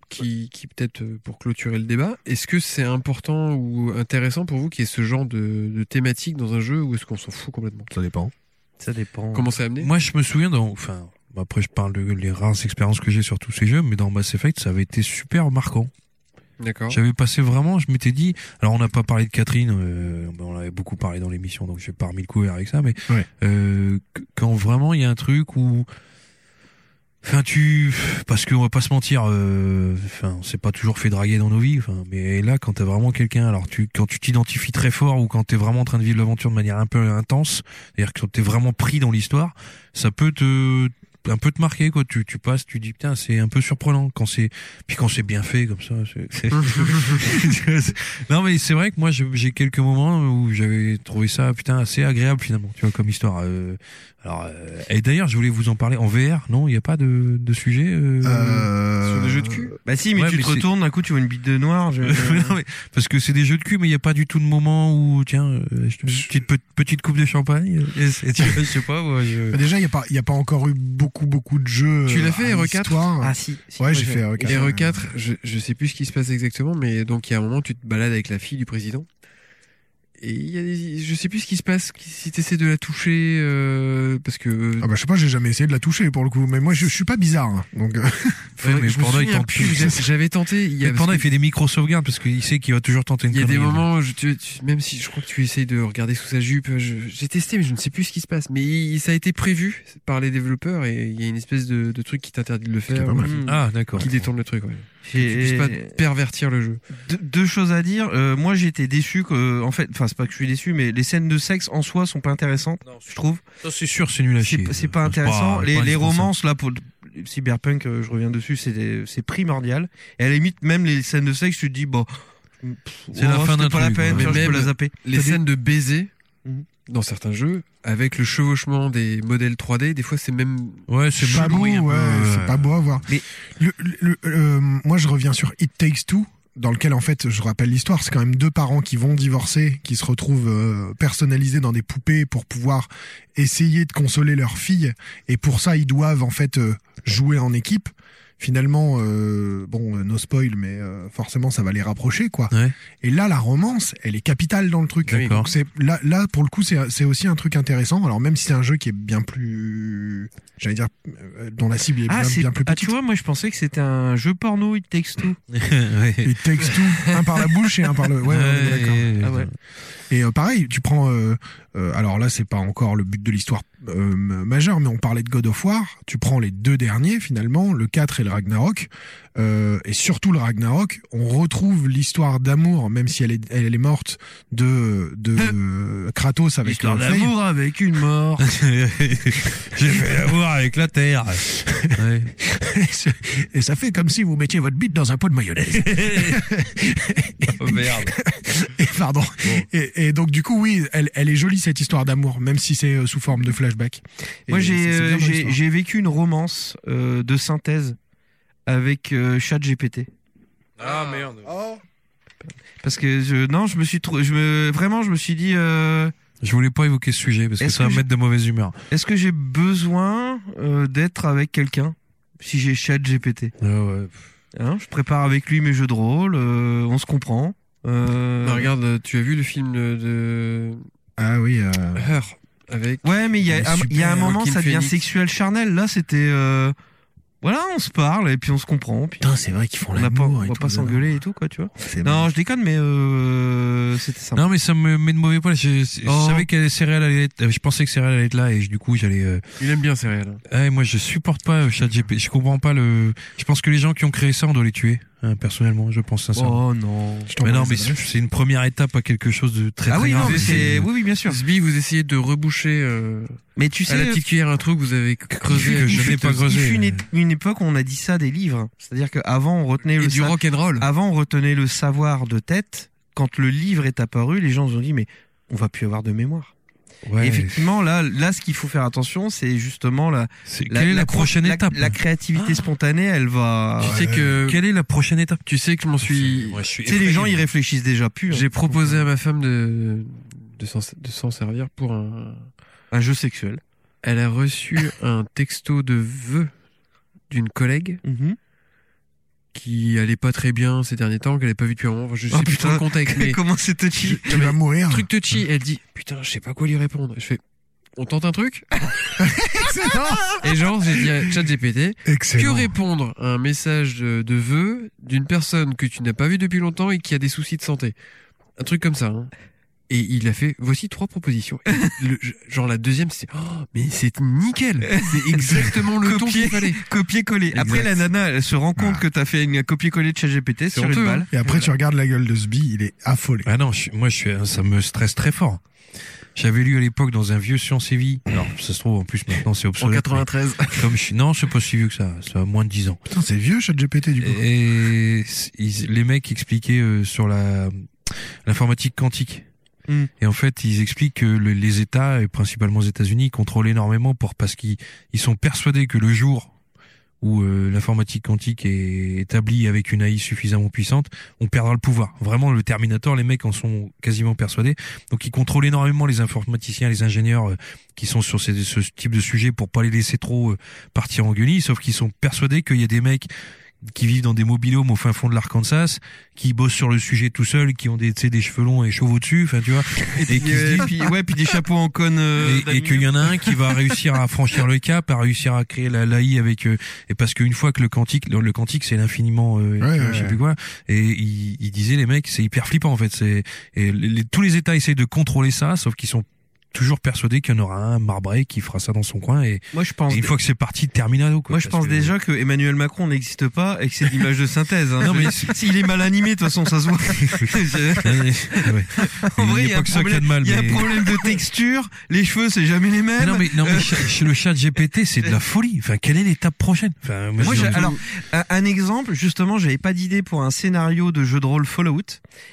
qui, qui peut-être euh, pour clôturer le débat. Est-ce que c'est important ou intéressant pour vous qu'il y ait ce genre de, de thématique dans un jeu ou est-ce qu'on s'en fout complètement
Ça dépend.
Ça dépend.
Comment c'est amené
Moi je me souviens dans enfin bah, après je parle de les rares expériences que j'ai sur tous ces jeux, mais dans Mass Effect ça avait été super marquant.
Mm.
D'accord.
J'avais passé vraiment, je m'étais dit, alors on n'a pas parlé de Catherine, euh, bah, on avait beaucoup parlé dans l'émission, donc j'ai pas remis le couvert avec ça, mais
Ouais.
euh, qu- quand vraiment il y a un truc où, enfin tu, parce qu'on va pas se mentir, euh, enfin on s'est pas toujours fait draguer dans nos vies, enfin, mais là quand t'as vraiment quelqu'un, alors tu, quand tu t'identifies très fort ou quand t'es vraiment en train de vivre l'aventure de manière un peu intense, c'est-à-dire que quand t'es vraiment pris dans l'histoire, ça peut te un peu te marquer quoi tu, tu passes tu dis putain c'est un peu surprenant quand c'est puis quand c'est bien fait comme ça c'est- c'est-
[LAUGHS]
non mais c'est [LAUGHS] vrai que moi je- j'ai quelques moments où j'avais trouvé ça putain assez agréable finalement tu vois comme histoire Euh, alors euh, et d'ailleurs je voulais vous en parler en VR non il n'y a pas de, de sujet euh,
Euh...
Sur des jeux de cul
Bah si, mais
Ouais,
tu
mais
te
c'est-
retournes, d'un coup tu vois une bite de noir.
[LAUGHS]
Je...
[LAUGHS] non, mais- parce que c'est des jeux de cul mais il n'y a pas du tout de moment où tiens euh, je te- petite pe- petite coupe de champagne euh, et- et tu vois, je sais pas moi je...
Bah, déjà, il n'y a, pas- il y a pas encore eu beaucoup, beaucoup de jeux.
Tu l'as
euh,
fait,
à
RE4?
l'histoire.
Ah si. si,
Ouais,
moi,
j'ai
je-
fait RE4.
Et RE4, E je, je sais plus ce qui se passe exactement, mais donc il y a un moment, tu te balades avec la fille du président. Et il y a des, je sais plus ce qui se passe, si t'essaies de la toucher, euh, parce que.
Ah bah je sais pas, j'ai jamais essayé de la toucher pour le coup, mais moi je, je suis pas bizarre. hein. Donc euh,
Ouais, mais
je me
pendant, il
souviens
tente
plus,
tout.
j'a- J'avais tenté, il y
Mais
a,
pendant il
parce que
fait des micro sauvegardes parce qu'il sait qu'il va toujours tenter une
il y a des
connerie.
moments, où je- tu- tu- même si je crois que tu essayes de regarder sous sa jupe, je- j'ai testé, mais je ne sais plus ce qui se passe. Mais il- ça a été prévu par les développeurs et il y a une espèce de, de truc qui t'interdit de le
qui est
faire,
pas mal.
ou
Ah d'accord.
qui détourne le truc, ouais.
J'ai-
Tu puisses pas pervertir le jeu.
deux, deux choses à dire. Euh, moi, j'ai été déçu que, en fait, enfin, c'est pas que je suis déçu, mais les scènes de sexe en soi sont pas intéressantes, je trouve.
Ça, c'est sûr, c'est nul à
C'est
chier.
pas- c'est pas intéressant. les, les romances, là, pour le cyberpunk, euh, je reviens dessus, c'est des- c'est primordial. Et à la limite, même les scènes de sexe, tu te dis, bon, pff, oh,
C'est la fin
c'était
d'un
pas la
truc,
peine,
ouais.
tiens, je
Mais
peux
même
la zapper.
les scènes de baiser
Mhm.
dans certains jeux avec le chevauchement des modèles 3D des fois c'est même
Ouais, c'est
pas beau,
blouille un peu,
ouais,
euh,
c'est pas beau à voir.
Mais-
Le, le- le- euh, moi je reviens sur It Takes Two, dans lequel en fait je rappelle l'histoire, c'est quand même deux parents qui vont divorcer, qui se retrouvent euh, personnalisés dans des poupées pour pouvoir essayer de consoler leur fille, et pour ça ils doivent en fait euh, jouer en équipe. Finalement, euh, bon, euh, no spoil, mais euh, forcément ça va les rapprocher, quoi.
Ouais.
Et là, la romance, elle est capitale dans le truc.
D'accord.
Donc c'est là, là pour le coup, c'est c'est aussi un truc intéressant. Alors même si c'est un jeu qui est bien plus, j'allais dire, euh, dont la cible est
Ah,
bien,
c'est,
bien plus
ah, tu
petite.
vois, moi, je pensais que c'était un jeu porno, It Takes Two. Ah
ouais.
Il texte
[LAUGHS]
tout, un par la bouche et un par le. Ouais, ouais, on est d'accord.
Ah ouais.
Et euh, pareil, tu prends. euh, euh, alors là, c'est pas encore le but de l'histoire euh, m- majeure, mais on parlait de God of War. Tu prends les deux derniers finalement, le 4 et le Ragnarok, euh, et surtout le Ragnarok. On retrouve l'histoire d'amour, même si elle est, elle, est morte, de de euh, Kratos avec
L'histoire
euh, Frey.
d'amour avec
[LAUGHS]
une mort.
J'ai fait l'amour avec la terre. Ouais.
Et ça fait comme si vous mettiez votre bite dans un pot de mayonnaise.
[LAUGHS] Oh merde.
Et pardon. Et, et donc du coup, oui, elle, elle est jolie cette histoire d'amour, même si c'est euh, sous forme de flashback. Et
Moi,
c'est-
j'ai
c'est bien
euh,
dans
j'ai-
l'histoire.
j'ai vécu une romance euh, de synthèse avec euh, ChatGPT.
ah merde
Oh.
Parce que je, non, je me suis trou- je me, vraiment, je me suis dit, euh,
Je voulais pas évoquer ce sujet parce que
Est-ce
ça va
que
me
je-
mettre de mauvaise humeur.
est-ce que j'ai besoin euh, d'être avec quelqu'un si j'ai ChatGPT
Ah ouais.
Hein, je prépare avec lui mes jeux de rôle, euh, on se comprend. Euh,
Bah, regarde, euh, tu as vu le film de- de
Ah oui. euh,
Her avec
Ouais, mais il y a,
Il est
un- il y a un
super,
moment,
Joaquin
ça devient
Phoenix.
sexuel charnel. Là, c'était. euh, Voilà, on se parle et puis on se comprend. Puis
Putain, c'est vrai qu'ils font
on n'a pas,
l'amour.
on
et
va
tout,
pas
alors.
s'engueuler et tout, quoi, tu vois.
C'est bon.
Non, je déconne, mais euh, c'était sympa.
Non, mais ça me met de mauvais poil. Je, je- je
Oh.
savais que Céréales allait être, je pensais que Céréales allait être là et je- du coup, j'allais, euh,
Il aime bien ces
Oh,
réels.
ah, et moi, je supporte pas ChatGPT. Je comprends pas le, je pense que les gens qui ont créé ça, on doit les tuer. hein, personnellement, je pense sincèrement.
Oh non.
Je t'en
mais non,
prie,
mais
ça
c'est c'est une première étape à quelque chose de très,
Ah
très
oui, non,
grave.
mais c'est. Oui, oui, bien sûr.
Sbi, vous essayez de reboucher euh,
Mais tu
à la
sais.
petite cuillère un truc, vous avez creusé.
que
euh,
il
je
fut-
n'ai pas
il
creusé.
fut une, é- une époque où on a dit ça des livres. C'est-à-dire qu'avant, on retenait le
et du
sa-
rock and roll.
Avant, on retenait le savoir de tête. Quand le livre est apparu, les gens se sont dit, mais on va plus avoir de mémoire.
Ouais,
Et effectivement, là, là, ce qu'il faut faire attention, c'est justement la,
c'est-
la,
quelle est la, prochaine
la-
étape Euh,
La créativité spontanée, elle va.
tu sais que
Quelle est la prochaine étape
tu sais que je m'en suis.
Moi, je suis
Tu sais, les gens,
effrayé.
ils réfléchissent déjà plus. hein.
J'ai proposé à ma femme de de s'en de s'en servir pour un.
Un jeu sexuel.
Elle a
[LAUGHS]
reçu un texto de vœux d'une collègue
Mm-hmm.
qui allait pas très bien ces derniers temps, qu'elle avait pas vu depuis un moment. Enfin, je sais
Oh,
plus trop
putain.
le contexte, mais
Comment c'est touchy
Tu vas mourir.
truc touchy. Elle dit putain, je sais pas quoi lui répondre. Je fais on tente
[LAUGHS]
un truc et genre j'ai dit à ChatGPT Que
Excellent.
répondre à un message de, de vœu d'une personne que tu n'as pas vue depuis longtemps et qui a des soucis de santé Un truc comme ça. hein. Et il a fait, voici trois propositions. Et le- genre la deuxième, c'est, oh, mais c'est nickel. C'est exactement le ton
[LAUGHS]
qu'il
Copier.
fallait.
Copier-coller. Après, la nana, elle se rend compte que t'as fait une copier-coller de ChatGPT sur
honteux, hein.
une balle.
Et après, tu regardes la gueule de Sbi, il est affolé.
Ah non, je suis- moi je suis, ça me stresse très fort. J'avais lu à l'époque dans un vieux Science et Vie. Alors ça se trouve en plus maintenant c'est
En
obsolète.
93.
mais Comme je suis, non, c'est pas si vieux que ça. Ça a moins de 10 ans.
Putain, c'est vieux, ChatGPT, du coup.
Et c- ils- les mecs expliquaient euh, sur la l'informatique quantique.
Hmm.
Et en fait, ils expliquent que le- les États, et principalement aux États-Unis, contrôlent énormément pour parce qu'ils ils sont persuadés que le jour où euh, l'informatique quantique est établie avec une AI suffisamment puissante, on perdra le pouvoir. Vraiment, le Terminator, les mecs en sont quasiment persuadés. Donc, ils contrôlent énormément les informaticiens, les ingénieurs euh, qui sont sur ces- ce type de sujet pour pas les laisser trop euh, partir en guenilles. Sauf qu'ils sont persuadés qu'il y a des mecs qui vivent dans des mobilhomes au fin fond de l'Arkansas, qui bossent sur le sujet tout seuls, qui ont des, tu sais, des cheveux longs et chauves au-dessus, enfin, tu vois, et qui se
Et
disent,
puis, ouais, puis des chapeaux en cône. euh,
et, et qu'il y en a un qui va réussir à franchir le cap, à réussir à créer la l'AI avec euh, et parce qu'une fois que le quantique, le, le quantique c'est l'infiniment, euh,
Ouais,
je
ouais,
sais
ouais.
plus quoi, et il, il disait les mecs c'est hyper flippant en fait, c'est et les- les- tous les États essayent de contrôler ça, sauf qu'ils sont toujours persuadés qu'il y en aura un marbré qui fera ça dans son coin et,
Moi, je pense.
et une fois que c'est parti terminado quoi.
Moi, je
parce
pense
que-
déjà que Emmanuel Macron n'existe pas et que c'est de l'image de synthèse. hein.
Non, mais
[LAUGHS] s'il est mal animé, de toute façon, ça
[LAUGHS]
se voit. [LAUGHS] Je-
[LAUGHS] Ouais, ouais.
En vrai,
il
il
n'y
y
a pas
a un
que ça qu'il y a de mal.
Il y a un
mais-
problème de texture, les cheveux, c'est jamais les
Mais
mêmes.
non mais non mais cha- chez le chat GPT c'est de la folie. Enfin quelle est l'étape prochaine Enfin moi,
Moi,
je-
j'ai- alors, un, un exemple, justement, j'avais pas d'idée pour un scénario de jeu de rôle Fallout.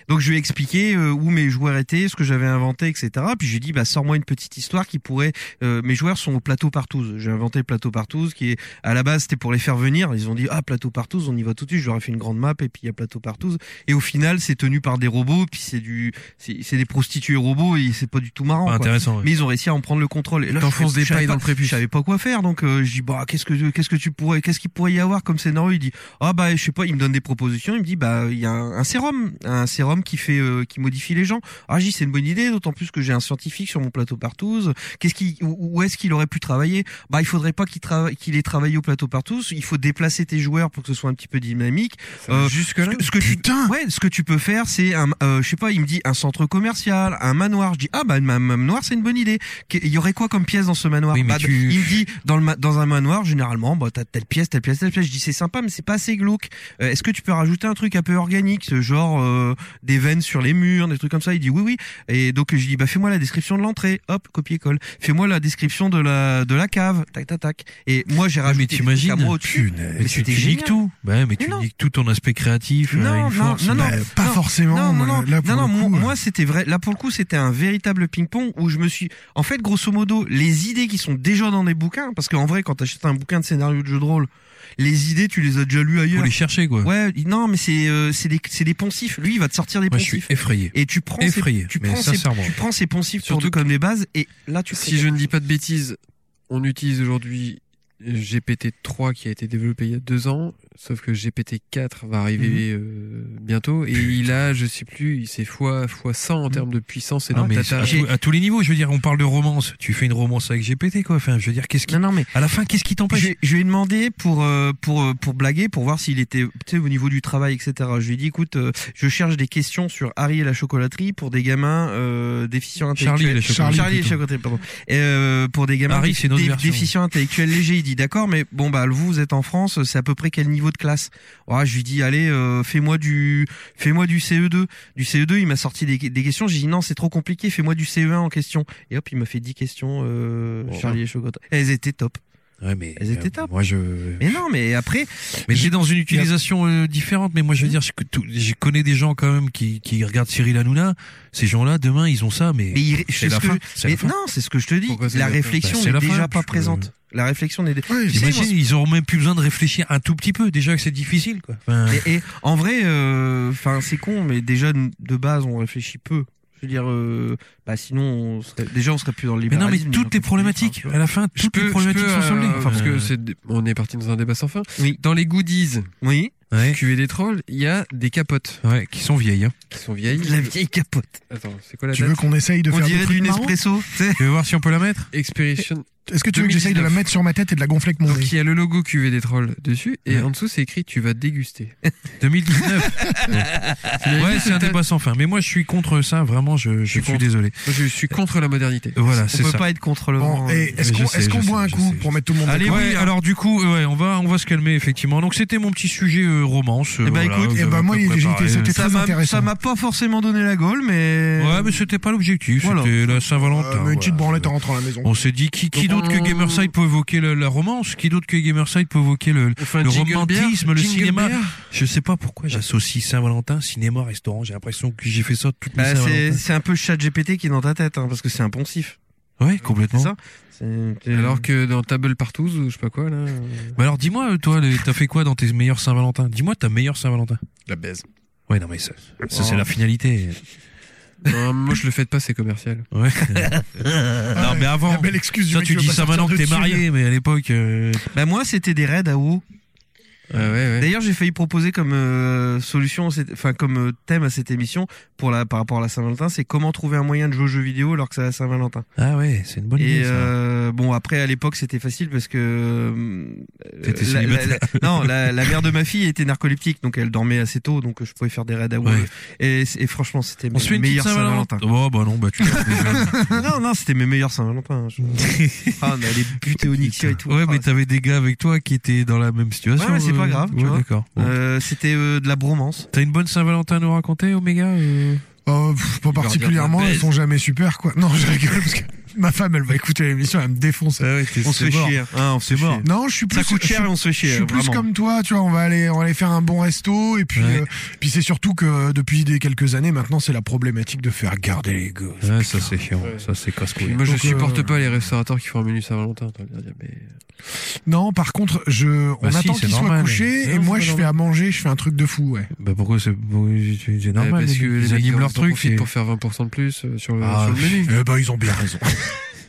Donc, je lui ai expliqué euh, où mes joueurs étaient, ce que j'avais inventé, etc. Puis, j'ai dit, bah, sors-moi une petite histoire qui pourrait. euh, mes joueurs sont au plateau partouze. J'ai inventé le plateau partouze qui est à la base c'était pour les faire venir. Ils ont dit, ah, plateau partouze, on y va tout de suite. Je leur ai fait une grande map et puis il y a plateau partouze. Et au final, c'est tenu par des robots. Puis c'est du, c'est c'est des prostituées robots et c'est pas du tout marrant.
pas
quoi.
intéressant. ouais.
Mais ils ont réussi à en prendre le contrôle. Et là,
T'enfonces
je-
des
je savais
pailles
pas-
dans le prépuce.
Je savais pas quoi faire, donc euh, je dis bah qu'est-ce que qu'est-ce que tu pourrais, qu'est-ce qu'il pourrait y avoir comme scénario Il dit ah bah je sais pas, il me donne des propositions, il me dit bah il y a un, un sérum, un sérum qui fait euh, qui modifie les gens. Ah j'ai dit, c'est une bonne idée, d'autant plus que j'ai un scientifique sur mon plateau partouze. Qu'est-ce qui où, où est-ce qu'il aurait pu travailler Bah il faudrait pas qu'il travaille, qu'il ait travaillé au plateau partouze. Il faut déplacer tes joueurs pour que ce soit un petit peu dynamique. Euh,
Jusque
ce
là.
que, ce que tu
Putain
Ouais, ce que tu peux faire, c'est un, euh, je sais pas, il me dit un centre commercial, un manoir. Je dis ah bah un ma- manoir, c'est une bonne idée. Qu'- Il y aurait quoi comme pièce dans ce manoir
Oui, mais
Bah,
tu-
Il me dit dans le ma- dans un manoir généralement, bah t'as telle pièce, telle pièce, telle pièce. Je dis c'est sympa, mais c'est pas assez glauque. Euh, Est-ce que tu peux rajouter un truc un peu organique, ce genre euh, des veines sur les murs, des trucs comme ça Il dit oui oui. Et donc je dis bah fais-moi la description de l'entrée, hop copier colle. Fais-moi la description de la de la cave, tac tac tac. Et moi j'ai
mais
rajouté des trucs à
t'imagines
moi au-dessus.
punaise,
Mais
tu, tu
c'était
niques
génial.
tout. Bah, mais tu
non.
niques tout ton aspect créatif. euh,
Non,
une force.
non,
Bah,
non,
Pas
non,
forcément.
Non, non,
moi,
non,
là, pour
non,
le
non,
coup,
moi,
euh,
moi, c'était vrai. Là, pour le coup, c'était un véritable ping-pong où je me suis, en fait, grosso modo, les idées qui sont déjà dans les bouquins, parce qu'en vrai, quand t'achètes un bouquin de scénario de jeu de rôle, les idées, tu les as déjà lues
Faut
ailleurs.
les chercher, quoi.
Ouais, non, mais c'est, euh, c'est des, c'est des poncifs. Lui, il va te sortir des
Moi, je suis
poncifs.
effrayé.
Et tu prends, ces-
Effrayé,
tu
mais
prends, ces,
sincèrement.
tu prends ces poncifs
Surtout
surtout comme des bases, et là, tu
Si je ne dis pas de bêtises, on utilise aujourd'hui GPT-3 qui a été développé il y a deux ans. Sauf que GPT-4 va
Mhm.
arriver euh, bientôt et il a, je sais plus, il s'est fois, fois 100 en
Mhm.
termes de puissance et
Ah,
Non, mais
d'intata.
à, tout- à tous les niveaux, je veux dire, on parle de romance. Tu fais une romance avec GPT, quoi. Enfin, je veux dire, qu'est-ce qui,
Non, non, mais
à la fin, qu'est-ce qui t'empêche
je, je lui ai demandé pour euh, pour euh, pour blaguer, pour voir s'il était tu sais, au niveau du travail, etc. Je lui ai dit, écoute, euh, je cherche des questions sur Harry et la chocolaterie pour des gamins euh, déficients
Charlie et
intellectuels.
la chocolaterie,
Charlie et la
plutôt.
chocolaterie, pardon. Et, euh, pour des gamins
Harry, c'est notre
dé-
version.
déficients intellectuels légers. Il dit, d'accord, mais bon bah vous vous êtes en France, c'est à peu près quel niveau de classe Ouais, je lui dis, allez, euh, fais-moi du fais-moi du CE2. Du CE2, il m'a sorti des, des questions. J'ai dit non, c'est trop compliqué. Fais-moi du CE1 en question. Et hop, il m'a fait 10 questions. Euh,
Bon.
Charlie et chocolaterie. Elles étaient top.
Ouais, mais. euh,
Elles étaient top.
Moi, je.
Mais non, mais après,
Mais j'ai dans une utilisation euh, différente. Mais moi, je veux dire, je, tout- je connais des gens quand même qui, qui regardent Cyril Hanouna. Ces gens-là, demain, ils ont ça, mais.
mais il- je
c'est
sais
la
ce que
fin.
je-
C'est
mais
la fin.
non, c'est ce que je te dis.
Pourquoi c'est
la
la fin
réflexion
Bah, c'est
n'est
la fin,
déjà pas
je-
présente. La réflexion n'est. dé-
Ouais,
Tu sais,
T'imagines, ils auront même plus besoin de réfléchir un tout petit peu. Déjà que c'est difficile, quoi. Enfin,
Et, et en vrai, euh, enfin, c'est con, mais déjà de base, on réfléchit peu. Je veux dire, euh, bah sinon, on serait, déjà, on serait plus dans le
mais non, mais
libéralisme.
toutes les problématiques, à la fin,
Je
toutes
peux-
les problématiques
je peux,
sont soldées.
euh, parce que
euh,
c'est, on est parti dans un débat sans fin.
Oui.
Dans les goodies,
Oui.
Ouais.
QV des trolls, il y a des capotes
Ouais, qui sont vieilles. Hein.
qui sont vieilles.
La vieille capote.
Attends, c'est quoi la
euh, Tu
date
veux qu'on essaye de
On
faire des
dirait
trucs
du
marrants
Nespresso. tu sais.
Tu veux voir si on peut la mettre
Expedition.
Est-ce que tu veux que j'essaye de la
2019.
mettre sur ma tête et de la gonfler avec mon
Donc
nez
il y a le logo QV des trolls dessus et
Ouais.
en dessous c'est écrit tu vas déguster.
2019. ouais, c'est un débat sans fin. Mais moi, je suis contre ça. Vraiment, je, je suis
contre.
désolé.
Moi, je suis contre la modernité.
Voilà,
On
c'est
peut
ça.
pas être contre le
Bon,
vent. hein.
et est-ce
je
qu'on
sais,
est-ce qu'on
je
boit
sais,
un
je
coup
sais.
pour mettre tout le monde
Allez,
d'accord
ouais, alors du coup, euh, ouais, on va, on va se calmer effectivement. Donc c'était mon petit sujet euh, romance.
Eh ben, écoute,
vous
eh
avez
ben,
un
moi,
peu
il- j'ai
préparé.
été- c'était
ça
très
m'a,
intéressant.
ça m'a pas forcément donné la gaule, mais.
Ouais, mais c'était pas l'objectif.
Voilà.
C'était la Saint-Valentin.
Euh, mais Une petite
voilà.
branlette en rentrant à la maison.
On s'est dit qui, qui
Donc,
d'autre que
on-
Gamerside peut évoquer le- la romance, qui d'autre que Gamerside peut évoquer le,
On fait un
le
jingle
romantisme,
beer,
le
jingle
cinéma.
beer.
Je sais pas pourquoi j'associe Saint-Valentin, cinéma, restaurant. J'ai l'impression que j'ai fait ça toute
Bah,
ma
c'est,
Saint-Valentin.
c'est un peu chat GPT qui est dans ta tête, hein, parce que c'est un poncif.
Ouais,
C'est
complètement.
ça C'est- c'est-
Alors que dans Table Partouze ou je sais pas quoi là. euh,
Mais alors dis-moi, toi, les- t'as fait quoi dans tes meilleurs Saint-Valentin Dis-moi ta meilleure Saint-Valentin.
La baise.
Ouais, non mais ça, ça c'est
Oh.
la finalité.
Non, moi je le fais pas, c'est commercial.
Ouais. non mais
Ah, La
avant.
belle excuse du
Ça
mec
tu
qui veut
dis
pas
ça maintenant que
sortir
t'es
de dessus.
marié, mais à l'époque. euh,
Bah, moi, c'était des raids à haut.
Ah ouais, ouais.
D'ailleurs, j'ai failli proposer comme euh, solution, à cette- enfin comme euh, thème à cette émission pour la par rapport à la Saint-Valentin, c'est comment trouver un moyen de jouer aux jeux vidéo alors que c'est la Saint-Valentin.
Ah ouais, c'est une bonne hein.
Et
idée. ça.
euh, bon, après à l'époque, c'était facile parce que euh,
T'étais
la- la,
célibataire.
la- non, la, la mère de ma fille était narcoleptique, donc elle dormait assez tôt, donc je pouvais faire des raids à Wall.
euh, Ouais.
Et, c'est- et franchement, c'était
On se fait
mes
une petite
meilleurs
Saint-Valentin.
Saint-Valentin. Ah,
oh bah non, bah tu. [LAUGHS]
non, non, c'était mes meilleurs Saint-Valentin. hein, Je- ah, on allait buter au Nixia et tout.
Ouais, mais
Ah,
t'avais des gars avec toi qui étaient dans la même situation.
Ouais, mais c'est pas
euh,
grave, tu
ouais,
vois.
D'accord. Bon.
euh, c'était euh, de la bromance.
T'as une bonne Saint-Valentin à nous raconter, Oméga euh
Oh, pff, pas particulièrement, elles sont jamais super quoi. Non, je rigole parce que ma femme elle va écouter l'émission, elle me défonce.
On se fait chier.
Ah,
hein, on se fait chier.
Non, je suis plus
Ça coûte cher et on se fait
Je
chier.
suis plus
vraiment.
comme toi, tu vois, on va aller, on va aller faire un bon resto et puis,
Ouais.
euh, puis c'est surtout que euh, depuis des quelques années maintenant, c'est la problématique de faire garder les gosses.
Ouais, ça c'est chiant.
Ouais.
Ça c'est casse-couille.
Moi je
Donc,
supporte
euh,
pas les restaurateurs qui font un menu Saint-Valentin. Attends, je veux dire, mais-
Non, par contre, je, on
Bah si,
attend
c'est
qu'ils soient
normal.
couchés
Non,
et
c'est
moi
pas
je fais à manger, je fais un truc de fou, ouais.
Bah pourquoi c'est c'est
Euh,
normal
parce que
ils
les
animent leur truc.
c'est
c'est-
pour faire 20% de plus euh, sur le,
Ah,
sur le menu.
Eh ben, ils ont bien
[LAUGHS]
raison.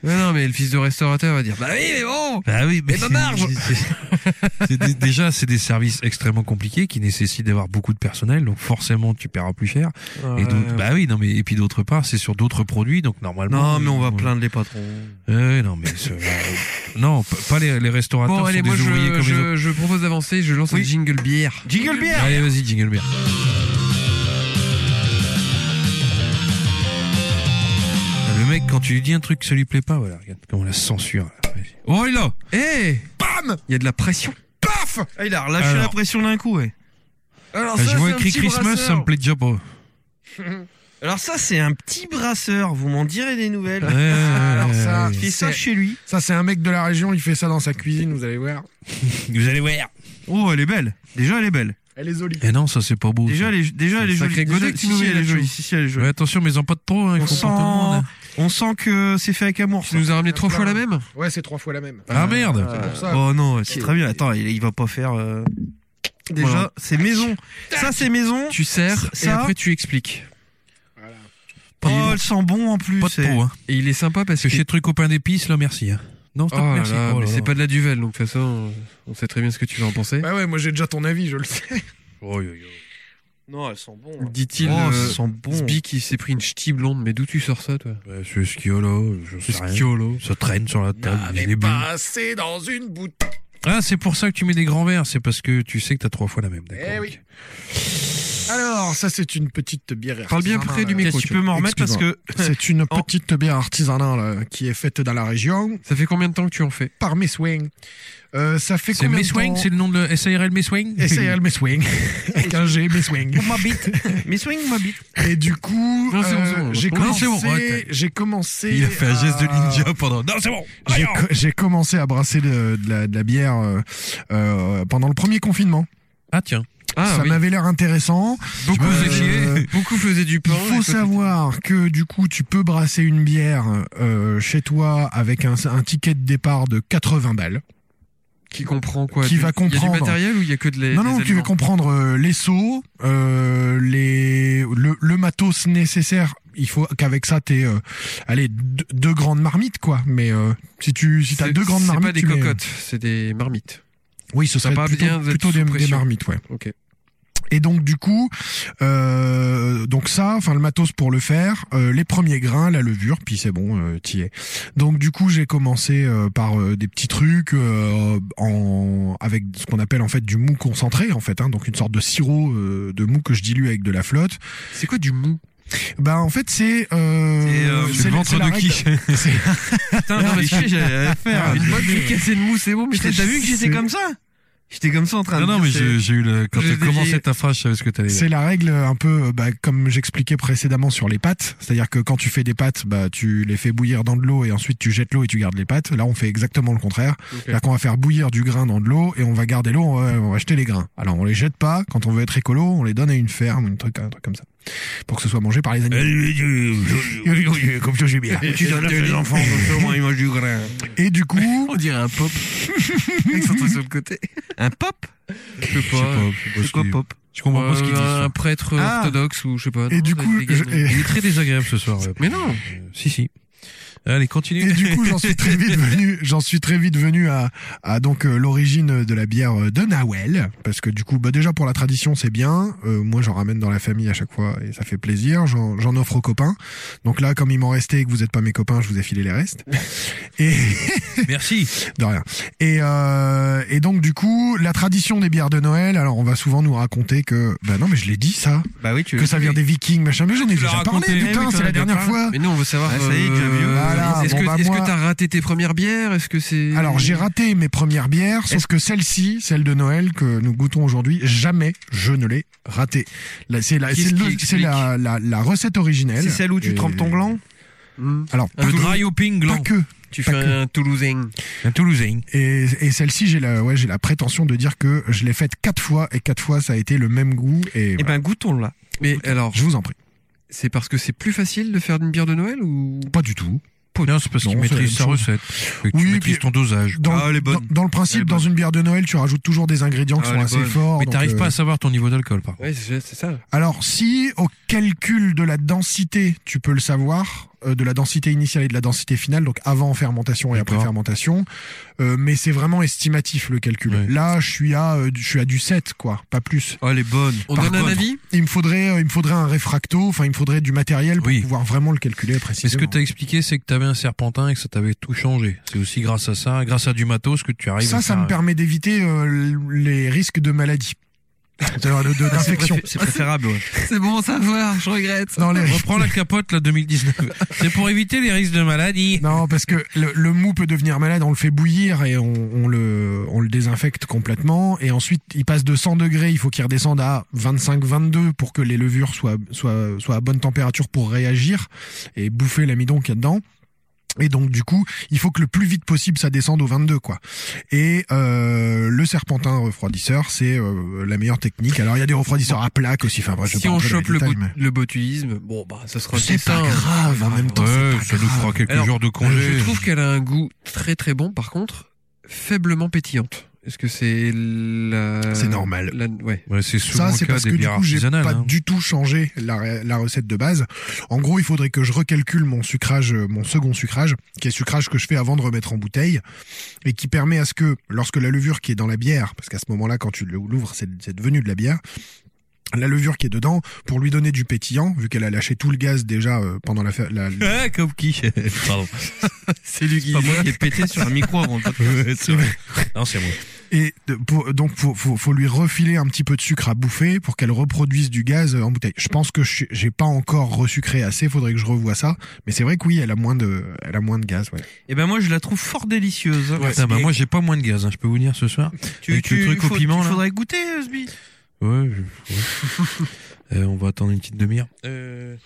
Non, non, mais le fils de restaurateur va dire Bah oui, mais bon
Ah oui, mais
Et ma marge
c'est- c'est des- déjà c'est des services extrêmement compliqués qui nécessitent d'avoir beaucoup de personnel, donc forcément tu paieras plus cher. Et d'autre, bah oui, non mais et puis d'autre part c'est sur d'autres produits, donc normalement.
Non, mais on va
euh,
plaindre les patrons.
euh, non mais ce- euh, non p- pas les, les restaurateurs
Bon,
sont
allez,
des
moi je,
ouvriers comme les autres.
je, je propose d'avancer, je lance
Oui.
un jingle bière.
Jingle beer
Allez vas-y jingle beer. Ah, Le mec quand tu lui dis un truc que ça lui plaît pas, voilà regarde comment on la censure. Vas-y. Oh il a
Eh Il y a de la pression
Ah, il a relâché
Alors. Bah,
la pression d'un coup, ouais.
Alors,
Ah, Je vois écrit Christmas, hein. ça me plaît déjà pas.
Alors ça, c'est un petit brasseur, vous m'en direz des nouvelles.
Ouais, ouais,
Alors
ouais,
ça,
ouais.
Il fait ça
C'est-
chez lui.
Ça, c'est un mec de la région, il fait ça dans sa cuisine, vous allez voir.
Vous allez voir.
Oh, elle est belle. Déjà, elle est belle.
Elle est jolie.
Et Eh non, ça c'est pas beau.
Déjà,
ça.
elle est, déjà, elle est
C'est
jolie.
un sacré
Déjà,
godet que tu nous
si, si,
mets
elle est
là-dessus.
jolie. Si, si, elle est
Ouais,
jolie.
attention, mais en pas de trop, hein, il
On
faut
sent,
pas tout le monde. hein.
on sent que c'est fait avec amour.
Tu
ça.
nous as ramené trois fois la même
Ouais, c'est trois fois la même.
Ah merde
C'est pour ça.
Oh non, c'est très bien. Attends, il, il va pas faire. euh, Déjà,
Voilà.
c'est maison. Ça, c'est maison.
Tu sers et
Ça.
après tu expliques.
Voilà.
Oh, elle sent bon en plus. Oh,
Pas de
elle.
peau, hein.
Et il est sympa parce que
Parce que chez Truc au pain d'épices, là, merci. Hein. Non,
Oh
stop,
là
merci.
là,
Oh
mais
là
c'est
là.
pas de la duvel, donc de toute façon, on sait très bien ce que tu vas en penser.
Bah ouais, moi j'ai déjà ton avis, je le sais.
Oh, yo, yo.
Non, elles sont bons.
Dit-il,
oh,
euh,
elles sont bons.
Sbi qui s'est pris une ch'ti blonde, mais d'où tu sors ça, toi
Bah, c'est Sciolo, je sais
C'est
rien.
Sciolo.
Ça traîne sur la table. il y a des bulles.
passé dans une bouteille.
Ah, c'est pour ça que tu mets des grands verres. C'est parce que tu sais que t'as trois fois la même. D'accord.
Eh oui.
ok.
Alors, ça c'est une petite bière artisanale.
Parle bien près du micro.
tu peux m'en remettre parce que
C'est une
En-
petite bière artisanale euh, qui est faite dans la région
Ça fait combien de temps que tu en fais
par Messwing. Euh, ça fait
C'est
combien de
Messwing,
temps
c'est le nom de SARL
[LAUGHS]
Messwing
SAL Messwing. Avec un G, Messwing.
mes swings m'habitent.
Et du coup,
Non, c'est bon,
euh,
c'est bon,
j'ai
je pense.
commencé,
Non, c'est bon, ouais,
j'ai commencé.
Il a fait un geste de
à-
ninja pendant. Non, c'est bon
Ah. J'ai
Voyons
co- J'ai commencé à brasser de, de la, de la bière euh, euh, pendant le premier confinement.
Ah, tiens.
Ah
ça
oui,
m'avait l'air intéressant.
beaucoup,
Euh,
faisaient, beaucoup faisaient du pain.
Il
et toi,
faut savoir que du coup, tu peux brasser une bière euh, chez toi avec un, un ticket de départ de 80 balles.
Qui comprend quoi
Qui
Du-
va
Il y a
comprendre.
du matériel ou il y a que de la.
Non,
des
non, tu vas
aliments
comprendre euh, les seaux, euh, les, le, le matos nécessaire. Il faut qu'avec ça, t'aies euh, allez, deux, deux grandes marmites, quoi. Mais euh, si tu si t'as
C'est-
deux grandes
C'est
marmites.
pas des
tu mets-
cocottes, c'est des marmites.
Oui, ce
Ça
serait
va
plutôt,
bien d'être
plutôt
sous
des, des
pression.
marmites, ouais.
Ok.
Et donc du coup, euh, donc ça, enfin le matos pour le faire, euh, les premiers grains, la levure, puis c'est bon, euh, t'y es. Donc du coup, j'ai commencé euh, par euh, des petits trucs euh, en avec ce qu'on appelle en fait du mou concentré en fait, hein, donc une sorte de sirop euh, de mou que je dilue avec de la flotte.
C'est quoi du mou
Bah en fait c'est euh,
C'est, euh,
c'est la- c'est la règle.
[LAUGHS]
C'est-
Putain, non, mais tu sais, j'allais la faire.
Ah,
Moi, je vais casser de mou, c'est bon, mais
Mais
je t'ai
t'as vu que j'étais comme ça J'étais comme ça en train
Non,
de.
non,
dire,
mais
c'est-
j'ai j'ai eu le. Quand
Je
t'as
l'ai-
commencé ta phrase, je savais ce que t'allais dire.
C'est la règle un peu, euh, bah, comme j'expliquais précédemment sur les pâtes. C'est-à-dire que quand tu fais des pâtes, bah, tu les fais bouillir dans de l'eau et ensuite tu jettes l'eau et tu gardes les pâtes. Là, on fait exactement le contraire. C'est-à-dire qu'on va faire bouillir du grain dans de l'eau et on va garder l'eau, on va, on va jeter les grains. Alors, on les jette pas. Quand on veut être écolo, on les donne à une ferme, une truc, un truc comme ça. Pour que ce soit mangé
[LAUGHS]
par les animaux. Comme ça, j'ai bien.
Tu donnes les enfants, comme [LAUGHS] ça, au moins, ils mangent du grain.
Et
[LAUGHS]
du coup,
On dirait un pop. Ils sont tous sur le côté.
Un pop
Je sais
Je sais pas, je sais
pas.
pas
C'est
ce
quoi
qu'il-
pop
Je comprends pas ce qu'il dit. ce
Euh, Un
soir.
prêtre
Ah.
orthodoxe ou je sais pas.
Et
non,
du
ça
coup,
dégage
je-
de-
et-
Il est très désagréable ce soir.
Mais non.
Euh, Si, si. Allez, continue. [LAUGHS]
Et du coup, j'en suis très vite venu, j'en suis très vite venu à, à donc euh, l'origine de la bière euh, de Nawel, parce que du coup, bah déjà pour la tradition, c'est bien. Euh, moi, j'en ramène dans la famille à chaque fois et ça fait plaisir. J'en j'en offre aux copains. Donc là, comme il m'en restait et que vous n'êtes pas mes copains, je vous ai filé
[LAUGHS]
les restes. Et
Merci.
de rien. Et, euh, et donc du coup, la tradition des bières de Noël. Alors, on va souvent nous raconter que bah non, mais je l'ai dit ça,
Bah oui, tu
que ça vient des Vikings, machin. Mais j'en ai déjà parlé.
raconté, Eh
Putain,
oui,
c'est
t'en as
la dernière
parlé.
fois.
Mais non, on veut savoir.
Ah, ça
euh,
y est, déjà vieux.
Voilà,
Est-ce
bon,
que
bah,
est-ce que
moi-
t'as raté tes premières bières Est-ce que c'est.
Alors j'ai raté mes premières bières, sauf que celle-ci, celle de Noël que nous goûtons aujourd'hui, jamais je ne l'ai ratée. Là, C'est la,
Qu'est-ce
c'est le-
qui
c'est la, la, la recette originelle.
C'est celle où tu
Et-
trempes ton gland Ah,
Hmm.
Alors pas,
Le
que-
dry hopping
pas
gland.
que.
Tu
pas
fais
que.
un Toulousain.
Un Toulousain.
Et, et celle-ci, j'ai la, ouais, j'ai la prétention de dire que je l'ai faite quatre fois et quatre fois ça a été le même goût. Et,
Eh
voilà.
ben, goûtons là.
Mais alors,
je vous en prie.
c'est parce que c'est plus facile de faire une bière de Noël ou
Pas du tout.
Non, c'est parce qu'il
Non, c'est
maîtrise
la
sa
même
recette. Et que
Oui,
tu maîtrises
puis-
ton dosage.
Dans,
Ah, elle est bonne.
dans, dans
Elle
le
est
principe, dans une bière de Noël, tu rajoutes toujours des ingrédients qui
Ah,
sont
elle est
assez
bonne.
forts.
Mais
donc,
t'arrives
euh,
pas à savoir ton niveau d'alcool, par contre.
Ouais, c'est c'est ça.
Alors si au calcul de la densité, tu peux le savoir, euh, de la densité initiale et de la densité finale, donc avant fermentation et après
D'accord.
fermentation, euh, mais c'est vraiment estimatif le calcul.
Ouais.
Là, je suis à euh, je suis à du 7 quoi, pas plus.
Oh, elle est bonne.
On
Par
donne un
contre-
avis
Il me faudrait euh, il me faudrait un réfracto, enfin il me faudrait du matériel pour
Oui.
pouvoir vraiment le calculer
Mais ce
précisément.
que t'as expliqué, c'est que t'avais un serpentin et que ça t'avait tout changé. C'est aussi grâce à ça, grâce à du matos, que tu arrives à
ça, ça
faire
me permet d'éviter euh, les risques de maladie, [LAUGHS] C'est-à-dire
[LAUGHS]
de- de- d'infection.
C'est préférable, ouais.
C'est bon à savoir, je regrette.
Non, les-
Reprends la capote, là, 2019. c'est pour éviter les risques de maladie.
Non, parce que le, le mou peut devenir malade, on le fait bouillir et on, on le, on le désinfecte complètement. Et ensuite, il passe de 100 degrés, il faut qu'il redescende à 25-22 pour que les levures soient, soient, soient à bonne température pour réagir et bouffer l'amidon qu'il y a dedans. Et donc du coup, il faut que le plus vite possible ça descende au 22 quoi. Et euh, le serpentin refroidisseur, c'est euh, la meilleure technique. Alors il y a des refroidisseurs à plaque aussi. Enfin bref, je vais
Si
pas
on
rentrer dans les
chope le,
détails,
bot-
mais-
le botulisme, bon bah ça sera
c'est
ça.
pas grave en même temps.
Ouais,
c'est
ça
pas
nous
grave.
fera quelques
Alors,
jours de congé.
Je trouve qu'elle a un goût très très bon, par contre, faiblement pétillante. Est-ce que c'est la.
C'est normal.
la- Ouais.
Ouais, c'est souvent
ça, c'est
le cas
parce
des
que du
bières
coup, j'ai
artisanales.
pas
hein.
du tout changé la, re- la recette de base. En gros, il faudrait que je recalcule mon sucrage, euh, mon second sucrage, qui est le sucrage que je fais avant de remettre en bouteille, et qui permet à ce que, lorsque la levure qui est dans la bière, parce qu'à ce moment-là, quand tu l'ouvres, c'est c'est devenu de la bière, la levure qui est dedans, pour lui donner du pétillant, vu qu'elle a lâché tout le gaz déjà euh, pendant la, fa- la,
[LAUGHS] Ah, comme qui [LAUGHS] Pardon.
C'est lui qui, qui est pété sur un micro
[LAUGHS]
avant le podcast.
c'est vrai. Non, c'est moi.
Et de- pour- donc, faut, faut, faut lui refiler un petit peu de sucre à bouffer pour qu'elle reproduise du gaz euh, en bouteille. Je pense que je- j'ai pas encore resucré assez. Faudrait que je revoie ça. Mais c'est vrai que oui, elle a moins de, elle a moins de gaz. Ouais.
Et ben moi je la trouve fort délicieuse.
Putain, bah,
Et
moi, j'ai pas moins de gaz, hein, je peux vous dire ce soir.
tu,
avec le truc au
faut-
piment,
tu
là.
faudrait goûter euh, Sbi.
Ouais, je- ouais. [LAUGHS] Euh, on va attendre une petite demi-heure. Euh...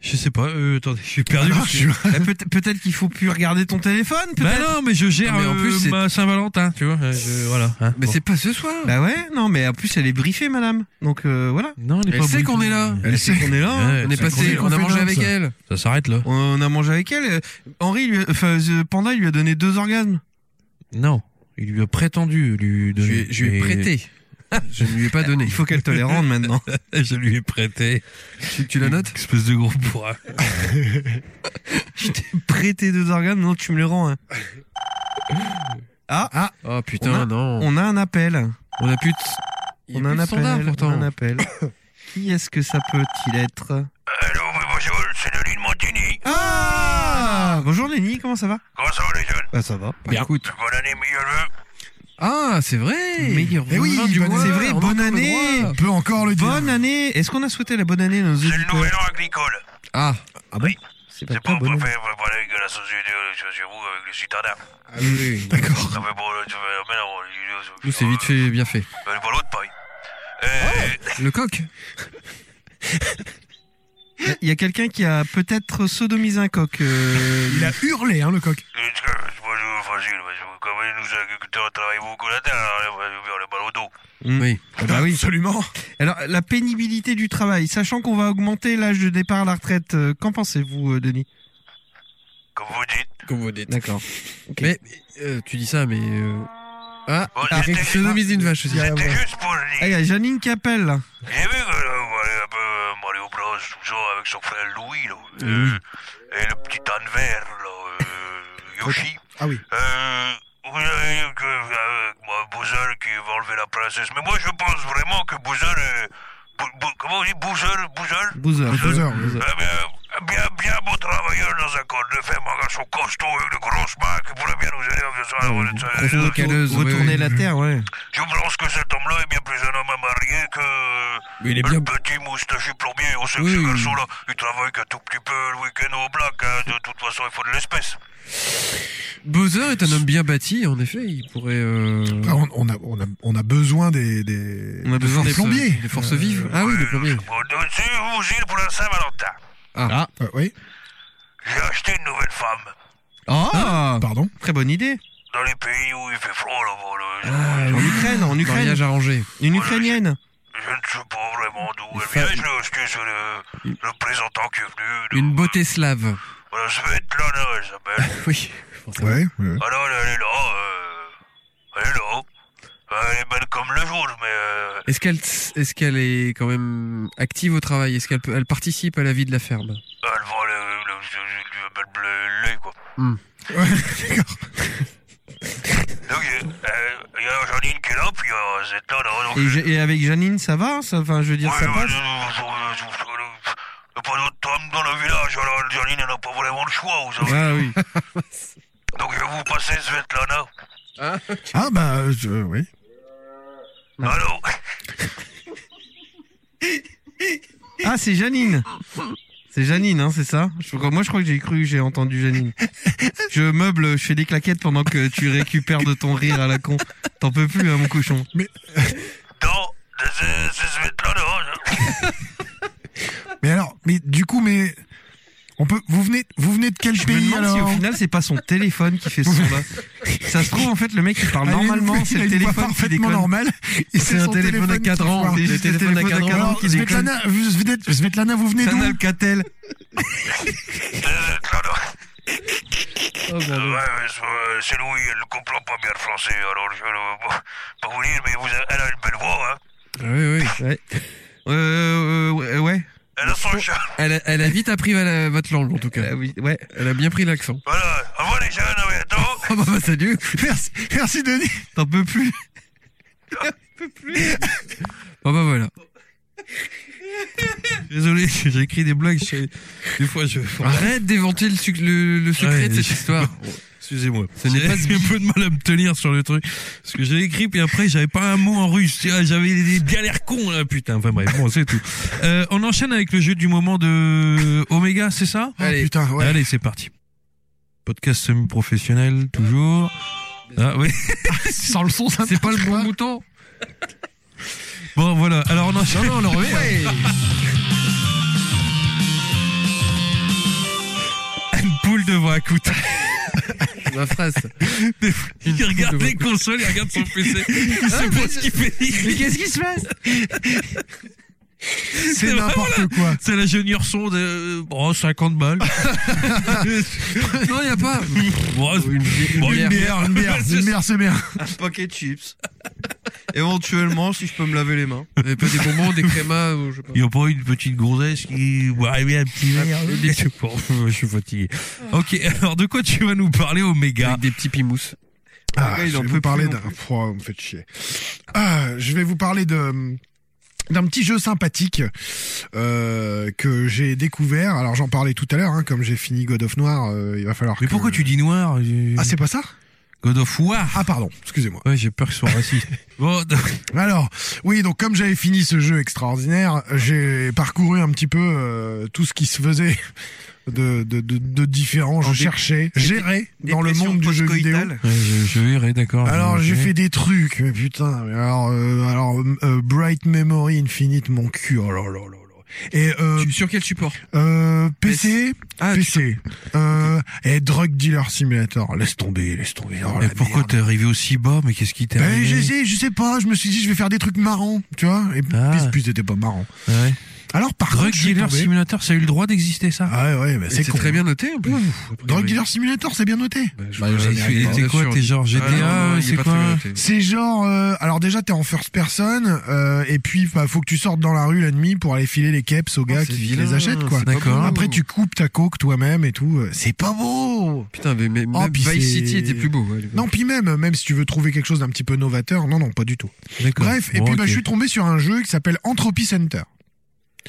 Je sais pas, euh, attendez, je suis perdu.
Ah,
parce que-
je-
Bah,
[LAUGHS]
Eh,
peut- Peut-être qu'il faut plus regarder ton téléphone.
Bah
Peut-être.
non, mais je gère
Non, mais en
en
plus,
plus
c'est-
ma Saint-Valentin, tu vois. euh, je- voilà. hein,
Mais
bon.
c'est pas ce soir.
Bah, ouais non mais en plus elle est briefée madame. Donc euh, voilà.
non, elle est
Elle
pas
sait
obligée.
qu'on est là.
Elle sait
qu'on est là. hein.
Ouais,
on est
ça compte,
passé, on a
fait
mangé
dingue,
avec
ça.
elle.
Ça s'arrête là.
On a mangé avec elle. euh, Henri, lui, a- enfin euh, Panda il lui a donné deux orgasmes.
Non, il lui a prétendu lui
Je lui
donner.
ai, je lui ai
mais-
prêté. Je ne lui ai pas donné.
Il faut qu'elle te les rende maintenant.
[LAUGHS] je lui ai prêté.
Tu, tu
[LAUGHS]
la notes
Espèce de gros bourrin.
[LAUGHS] Prêter deux orgasmes, non tu me les rends. hein.
Oh putain, non.
On a un appel.
On a plus de. il y a
on a
plus
un
de standard,
appel. On a
pourtant.
un
[LAUGHS]
appel. Qui est-ce que ça peut-il être
Allô, oui, bonjour, c'est Denis de Montigny.
Ah Bonjour Lenny, comment ça va
Comment ça va, les jeunes
Bah ça va.
Bah, écoute.
Bonne année, meilleurs vœux.
Ah, c'est vrai.
Meilleur
Eh oui,
Fin du
bonne
mois,
année.
c'est vrai,
on a
bonne
encore le
année.
droit.
On peut encore le dire.
Bonne année Est-ce qu'on a souhaité la bonne année à nos
C'est le
auditeurs
nouvel an agricole.
Ah,
C'est
C'est
très
pas
bonne
pour
année.
faire préparer avec la société euh, chez vous, avec les citadins.
Ah oui, oui, D'accord.
Ça fait bon, euh, tu veux- mais non,
nous c'est vite fait, bien fait.
Mais pas l'autre paille. Euh,
Le coq
Il y a quelqu'un qui a peut-être sodomisé un coq.
[LAUGHS]
euh,
Il a hurlé, hein, le coq.
euh, bonjour, facile, parce que comme nous, agriculteurs, travaillons beaucoup la terre, alors, euh, on le ballon d'eau.
Oui.
Ah bah oui.
Absolument.
Alors la pénibilité du travail, sachant qu'on va augmenter l'âge de départ à la retraite, euh, qu'en pensez-vous, euh, Denis
Comme vous dites.
Comme vous dites.
D'accord.
Mais euh, tu dis ça, mais. euh, Ah,
Bon,
ah,
c'était-
sodomise d'une vache aussi.
C'était juste pour le
Ah, il
dire.
y a Janine qui appelle là.
J'ai vu que euh, Mario- un peu, euh, Mario Bros, tout ça, avec son frère Louis, là.
Eh
euh, et le petit âne vert, là, euh, Yoshi.
Ah oui.
Euh, vous avez dit que euh, moi, Bowser qui va enlever la princesse. Mais moi, je pense vraiment que Bowser. euh, Bou- Bou- comment on dit Bowser Bowser
Boozer.
Boozer, oui.
Eh bien, eh bien, bien bon travailleur dans un corps de ferme, un garçon costaud avec de grosses mains qui pourrait bien nous aider à faire ça.
Ah
Euh,
Profonde caleuse, ouais,
Retourner
ouais.
la terre, ouais.
Je pense que cet homme-là est bien plus un homme à marier que.
Mais il est bien.
Le petit moustachu plombier, on sait que
Oui.
ce garçon-là, il travaille qu'un tout petit peu le week-end au black, hein. de toute façon, il faut de l'espèce.
Bowser est un homme bien bâti, en effet. Il pourrait. euh,
Ah, on, on a, on a, on a besoin des, des,
On a besoin
des
des
plombiers.
Des forces vives. Ah oui, des plombiers.
Bon, donc, si vous gilles pour la Saint-Valentin,
Ah.
Euh, oui.
j'ai acheté une nouvelle femme.
Ah
Pardon.
Très bonne idée.
Dans les pays où il fait froid, là, bon, là,
Ah,
En
oui.
Ukraine, en Ukraine.
Mariage arrangé.
Une ukrainienne.
je ne sais pas vraiment d'où
Il
elle vient.
fait-
Je l'ai acheté sur le, le présentant qui est venu. de-
Une beauté slave.
Voilà, Svetlana, elle s'appelle.
Oui.
Ouais. ouais.
Alors, elle est Ah, là, euh, elle est là. Ben, Elle est belle comme le jour, mais euh,
Est-ce qu'elle est, qu'elle est quand même active au travail Est-ce qu'elle peut- elle participe à la vie de la ferme
elle vend le, le, le, le- le- le lait, quoi.
Hmm.
Donc, il y a- euh, il y a Janine qui est là, puis euh, il y a Svetlana. donc,
Et, Ja- et avec Janine, ça va ça- Enfin, je veux dire,
Ouais,
ça
ouais,
passe.
euh, euh, euh, euh, euh, pas d'autres femmes dans le village, alors Janine, elle n'a pas vraiment le choix, vous savez.
Ah oui.
Donc je vais vous passer Svetlana.
Ah bah euh, je- oui.
Allô
Ah, c'est Janine. C'est Janine, hein, c'est ça Je crois- Moi, je crois que j'ai cru, j'ai entendu Janine. Je meuble, je fais des claquettes pendant que tu récupères de ton rire à la con. T'en peux plus, hein, mon cochon.
Non, c'est c'est Svetlana. hein.
Mais alors, mais du coup, mais on peut. Vous venez, vous venez de quel
Je me
pays
demande si au
alors
final, c'est pas son téléphone qui fait ce son-là. Ça se trouve, en fait, le mec, il parle
Ah, il a une-
normalement, c'est
il a
le
une voix
téléphone qui
parfaitement
déconne.
normal. Et
C'est un
son
téléphone à
qui
cadran.
foire.
C'est
juste le téléphone à cadran
Alors,
qui déconne.
Svetlana, vous- Svet-
[LAUGHS]
Svetlana, vous venez
C'est un
d'où
Alcatel.
C'est Svetlana. Ouais, ouais, c'est- euh, c'est Louis, elle ne comprend pas bien le français, alors je ne vais pas vous dire, mais vous, a- elle a une belle voix, hein.
Ah Oui, oui.
Ouais. Euh, euh, ouais, ouais.
Elle a son charme.
Elle a, elle a vite appris la- votre langue, en tout cas.
Bah
Euh, oui, ouais.
Elle a bien pris l'accent.
Voilà, au revoir les jeunes, à bientôt.
Ah bah, bah, salut
Merci, merci Denis.
T'en peux plus.
Ah bah voilà.
Désolé, [LAUGHS] j'écris des blagues. je- Des fois, je.
Arrête d'éventer le, suc- le, le secret
Ouais,
de cette
je-
histoire.
Excusez-moi.
Ce n'est pas ce
J'ai un peu de mal à me tenir sur le truc. Parce que j'ai écrit, puis après, j'avais pas un mot en russe. Tu vois, J'avais des bien l'air con, là, putain. Enfin bref, bon, c'est tout. Euh, on enchaîne avec le jeu du moment de Omega, c'est ça
Oh, putain, ouais.
Allez, c'est parti. Podcast semi-professionnel, toujours. Ah oui.
Sans le son, ça
C'est pas le
marche
bon mouton
Bon, voilà. Alors, on enchaîne. Non, non, on le remet. Une poule de voix, écoute.
Ma phrase.
Il regarde
poule de
les consoles, il regarde son PC. [LAUGHS] Il sait pas ce qu'il fait.
Mais qu'est-ce qui se passe
C'est n'importe quoi.
C'est la junior sonde, euh, bon, 50 [LAUGHS] balles.
Non, y a pas.
Bon, bon,
bière.
Bière, une
[LAUGHS]
bière, une bière, c'est bien.
paquet de chips. Éventuellement, si je peux me laver les mains.
Y avait pas des bonbons, des crémas, ou je sais pas.
Il n'y a pas une petite gonzesse qui boirait bien un petit verre. Bon, Ah, hein. [LAUGHS] je Ah. suis fatigué. Ok, alors de quoi tu vas nous parler, Omega
Avec des petits pimousses.
Ah,
Ouais, il
je
en
vais
peut
vous parler
plus
d'un.
non
Pouah, vous me faites chier. Ah, je vais vous parler de d'un petit jeu sympathique euh, que j'ai découvert. Alors j'en parlais tout à l'heure, hein, comme j'ai fini God of Noir, euh, il va falloir.
Mais
que-
pourquoi tu dis noir euh,
Ah c'est pas ça
God of War
Ah pardon, excusez-moi.
Ouais, j'ai peur qu'ils soient racistes. [LAUGHS] bon,
Alors, oui, donc comme j'avais fini ce jeu extraordinaire, j'ai parcouru un petit peu euh, tout ce qui se faisait [LAUGHS] de, de, de, de différents. Je
En dé-
cherchais, gérais dans le monde du jeu vidéo.
Ouais, je, je verrai, d'accord.
Alors
je-
j'ai fait des trucs, mais putain. mais alors, euh, alors euh, Bright Memory Infinite, mon cul. Oh là là là là. Et euh,
Sur quel support
euh, PC,
Ah,
PC, euh, et Drug Dealer Simulator. Laisse tomber, laisse tomber. Oh,
Mais
la
pourquoi
merde.
t'es arrivé aussi bas Mais qu'est-ce qui t'est
Ben, j'ai
arrivé
essayé, je sais pas, je me suis dit je vais faire des trucs marrants, tu vois, et puis,
Ah.
puis c'était pas marrant.
Ouais.
Alors par
Drug
contre, je suis
Dealer
tombé-
Simulator, ça a eu le droit d'exister, ça
Ah ouais, ben, c'est
C'est
con.
très bien noté, en plus.
Drug Dealer Simulator, c'est bien noté.
Bah, je-
Bah,
je-
j'ai-
je suis-
j'ai-
j'étais
T'es quoi T'es genre
Ah, non, non,
GTA
il est
C'est
pas très bien
quoi
noté.
C'est genre, euh, alors déjà t'es en first person, euh, et puis bah, faut que tu sortes dans la rue la nuit pour aller filer les caps aux gars
Ah, c'est
qui
vilain,
les achètent quoi.
c'est pas
D'accord.
beau.
Après tu coupes ta coke toi-même et tout, euh, c'est pas beau.
Putain, mais même,
Oh,
même
puis
Vice
c'est-
City était plus beau. ouais, à l'époque.
Non puis même, même si tu veux trouver quelque chose d'un petit peu novateur, non non pas du tout.
D'accord.
Bref, et
Bon,
puis bah
ok.
je suis tombé sur un jeu qui s'appelle Entropy Center.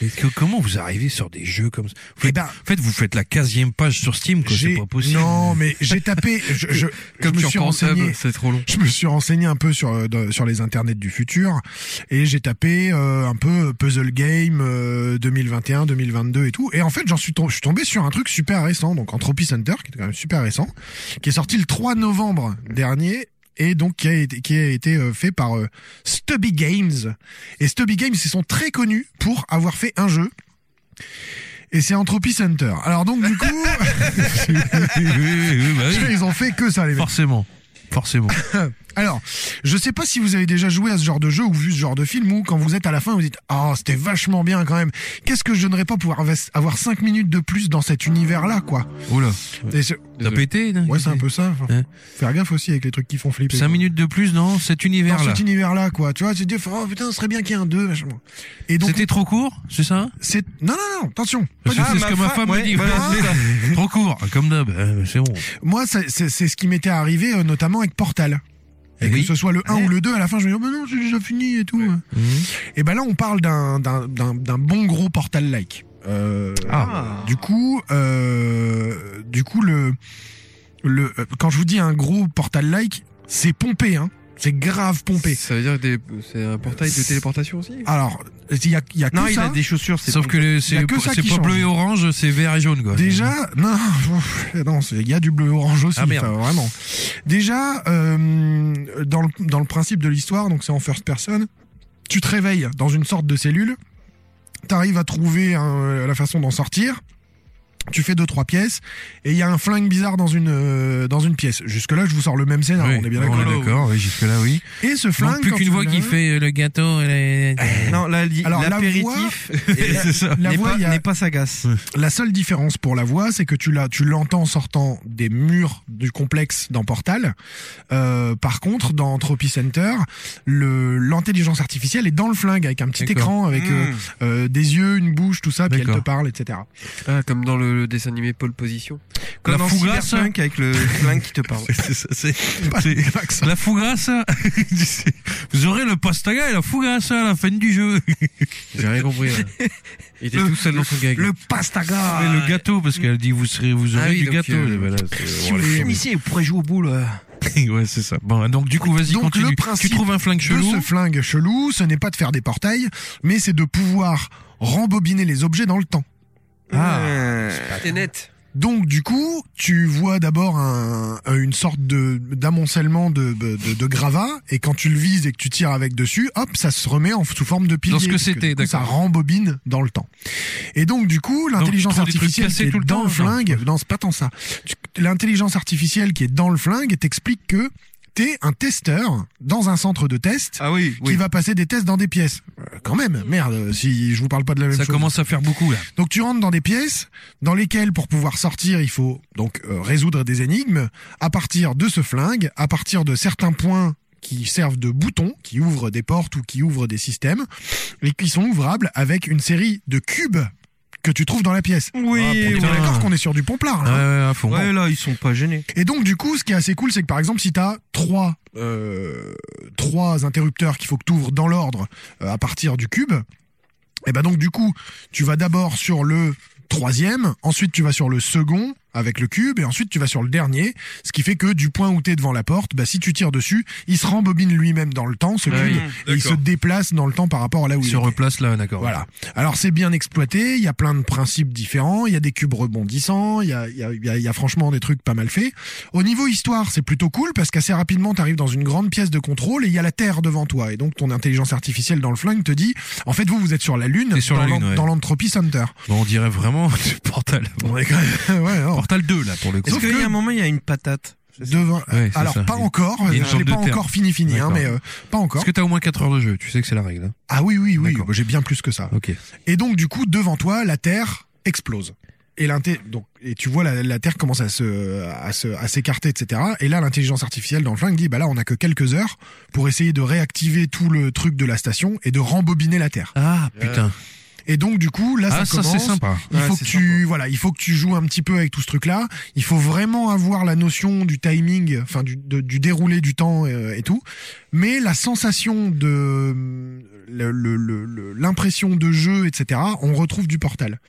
Et que- comment vous arrivez sur des jeux comme ça Vous
Et
faites-
ben
En fait, vous faites la 15e page sur Steam, quoi. C'est
j'ai-
pas possible.
Non mais j'ai tapé, je, je,
Comme
je me
tu
suis
repenses,
renseigné.
Hub, c'est trop long.
Je me suis renseigné un peu sur euh, de- sur les internets du futur et j'ai tapé euh, un peu puzzle game euh, 2021, 2022 et tout. Et en fait, j'en suis, tom- je suis tombé sur un truc super récent, donc Entropy Center, qui est quand même super récent, qui est sorti le 3 novembre dernier et donc qui a été, qui a été euh, fait par euh, Stubby Games. Et Stubby Games, ils sont très connus pour avoir fait un jeu. Et c'est Entropy Center. Alors donc du coup,
[LAUGHS] oui, oui, oui, bah oui.
ils ont fait que ça les mecs.
Forcément. Forcément.
Alors, je sais pas si vous avez déjà joué à ce genre de jeu ou vu ce genre de film ou quand vous êtes à la fin vous dites "Ah, c'était vachement bien quand même. Qu'est-ce que je donnerais pas pour avoir- avoir 5 minutes de plus dans cet univers là quoi
Oula.
Et c'est-
T'as pété non
Ouais, c'est un peu ça. Faut
Hein
Faire gaffe aussi avec les trucs qui font flipper.
5 minutes de plus dans cet
dans
univers-là.
cet univers là quoi. Tu vois, tu te dis "Oh putain, ce serait bien qu'il y ait un 2 machin." Et donc
C'était trop court, c'est ça
c'est non non non, attention.
Parce que
Ah,
c'est ce
ma
que ma
fa-
femme me
ouais,
dit.
voilà,
[LAUGHS] voilà,
c'est ça.
c'est ça. trop court, comme d'hab. Euh, C'est bon.
Moi, ça- c'est c'est ce qui m'était arrivé euh, notamment avec Portal. Et
Eh Oui.
que ce soit le 1 ou le 2, à la fin, je me dis, oh, bah non, j'ai déjà fini et tout. Et ben là, on parle d'un d'un- d'un- d'un bon gros Portal-like. Euh,
Ah.
Du coup, euh, du coup, le, le, euh, quand je vous dis un gros Portal-like, c'est pompé, hein. C'est grave pompé.
Ça veut dire que des- c'est un portail de téléportation aussi
Alors, il y a, il y a que
Non, il
ça.
a des chaussures. Sauf que le- c'est
y a que ça
c'est
qui
pas
change.
bleu et orange, c'est vert et jaune, quoi.
Déjà, non, non, c'est- il y a du bleu orange aussi,
Ah, merde.
enfin, vraiment. Déjà, euh, dans, le, dans le principe de l'histoire, donc c'est en first person, tu te réveilles euh, dans une sorte de cellule, t'arrives à trouver un- la façon d'en sortir. Tu fais deux trois pièces et il y a un flingue bizarre dans une euh, dans une pièce. Jusque là, je vous sors le même scénario.
Oui,
on est bien d'accord.
oui, jusque-là, oui.
Et
Il
ce
manque
flingue,
plus
quand
qu'une
tu
voix
l'as-
qui fait euh, le gâteau. et la-
Non, la li-
Alors, la
l'apéritif [LAUGHS]
C'est ça.
La
n'est
voix,
pas,
il y a-
n'est pas sagace.
La seule différence pour la voix, c'est que tu l'as, tu l'entends sortant des murs du complexe dans Portal. Euh, par contre, dans Entropy Center, le l'intelligence artificielle est dans le flingue avec un petit
D'accord. Hmm.
écran avec euh, euh, des yeux, une bouche, tout ça, puis elle te
D'accord.
parle, etc.
Ah, comme dans le dessin animé Pole Position.
Comme
La
dans
fougasse.
Cyberpunk avec le flingue qui te parle.
[LAUGHS] C'est ça, c'est-
Pas
c'est-
des vaccins.
La fougasse, [LAUGHS] vous aurez le pastaga et la fougasse à la fin du jeu.
J'ai rien compris. là. Il était
Le-
tout seul dans son gag.
Le pastaga.
Mais le gâteau, parce qu'elle dit vous serez, vous aurez
Ah oui,
du
donc,
gâteau.
euh,
Et voilà, c'est-
Si
bon,
vous
allez,
finissez, vous pourrez jouer au boule. euh.
[LAUGHS] ouais, c'est ça. Bon, donc du coup, vas-y,
Donc,
continue.
le principe
tu trouves un flingue
De
chelou.
ce flingue chelou, ce n'est pas de faire des portails, mais c'est de pouvoir rembobiner les objets dans le temps.
Ah.
C'était net.
Donc du coup, tu vois d'abord un, un- une sorte de d'amoncellement de, de, de- de gravats et quand tu le vises et que tu tires avec dessus, hop, ça se remet en sous forme de pilier.
Dans ce que
parce
c'était,
du coup, Ça
d'accord.
rembobine dans le temps. Et donc du coup, l'intelligence
trouves des trucs
artificielle qui
cassés
est
tout le
dans
temps,
le
genre.
flingue, non, c'est pas tant ça. Tu- L'intelligence artificielle qui est dans le flingue t'explique que t'es un testeur dans un centre de test.
Ah oui,
Qui
oui.
va passer des tests dans des pièces. Euh, Quand même, merde, si je vous parle pas de la même
Ça
chose.
commence à faire beaucoup là.
Donc tu rentres dans des pièces dans lesquelles pour pouvoir sortir, il faut donc euh, résoudre des énigmes à partir de ce flingue, à partir de certains points qui servent de boutons, qui ouvrent des portes ou qui ouvrent des systèmes et qui sont ouvrables avec une série de cubes que tu trouves dans la pièce. Ah,
Oui,
On est
oui.
bien d'accord qu'on est sur du hein. pomplard. Ah. là.
Ouais, ouais, à fond.
Ouais, là, ils sont pas gênés.
Et donc du coup, ce qui est assez cool, c'est que par exemple, si t'as trois euh, trois interrupteurs qu'il faut que t'ouvres dans l'ordre euh, à partir du cube, et ben donc du coup, tu vas d'abord sur le troisième, ensuite tu vas sur le second avec le cube, et ensuite tu vas sur le dernier, ce qui fait que du point où t'es devant la porte, bah si tu tires dessus, il se rembobine lui-même dans le temps, ce
Ah
cube,
oui,
et il se déplace dans le temps par rapport à là où
Il
il
se
était.
replace là, d'accord.
Voilà. Alors c'est bien exploité, il y a plein de principes différents, il y a des cubes rebondissants, il y a, il y a- il y a- il y a franchement des trucs pas mal faits. Au niveau histoire, c'est plutôt cool parce qu'assez rapidement, tu arrives dans une grande pièce de contrôle et il y a la Terre devant toi. Et donc ton intelligence artificielle dans le flingue te dit, en fait vous, vous êtes sur la Lune,
T'es sur
dans
la Lune,
l'an-
ouais.
dans
[LAUGHS]
l'Entropy Center.
Bon, on dirait vraiment [LAUGHS] du portal.
On est quand même- ouais, non.
Portal 2 là pour le coup.
Est-ce
Sauf
qu'il y
que-
a un moment, il y a une patate
Devant-
Ouais, c'est
Alors
ça.
pas
Il-
encore,
il y a une
je l'ai
sorte de
pas
Terre.
encore fini fini,
D'accord.
hein, mais euh, pas encore.
Est-ce que t'as au moins 4 heures de jeu Tu sais que c'est la règle. hein.
Ah oui oui oui,
D'accord.
j'ai bien plus que ça.
Ok.
Et donc, du coup, devant toi, la Terre explose. Et, l'inté- donc, et tu vois la, la Terre commence à se à se- à s'écarter, etc. Et là, l'intelligence artificielle dans le flingue dit bah là, on a que quelques heures pour essayer de réactiver tout le truc de la station et de rembobiner la Terre.
Ah putain.
Et donc, du coup, là,
ah
ça
ça
commence.
c'est sympa.
Il
Ouais,
faut que
c'est
tu voilà, il faut que tu joues un petit peu avec tout ce truc-là. Il faut vraiment avoir la notion du timing, enfin du, de- du déroulé du temps euh, et tout. Mais la sensation de le- le- le- le- l'impression de jeu, etc. On retrouve du Portal.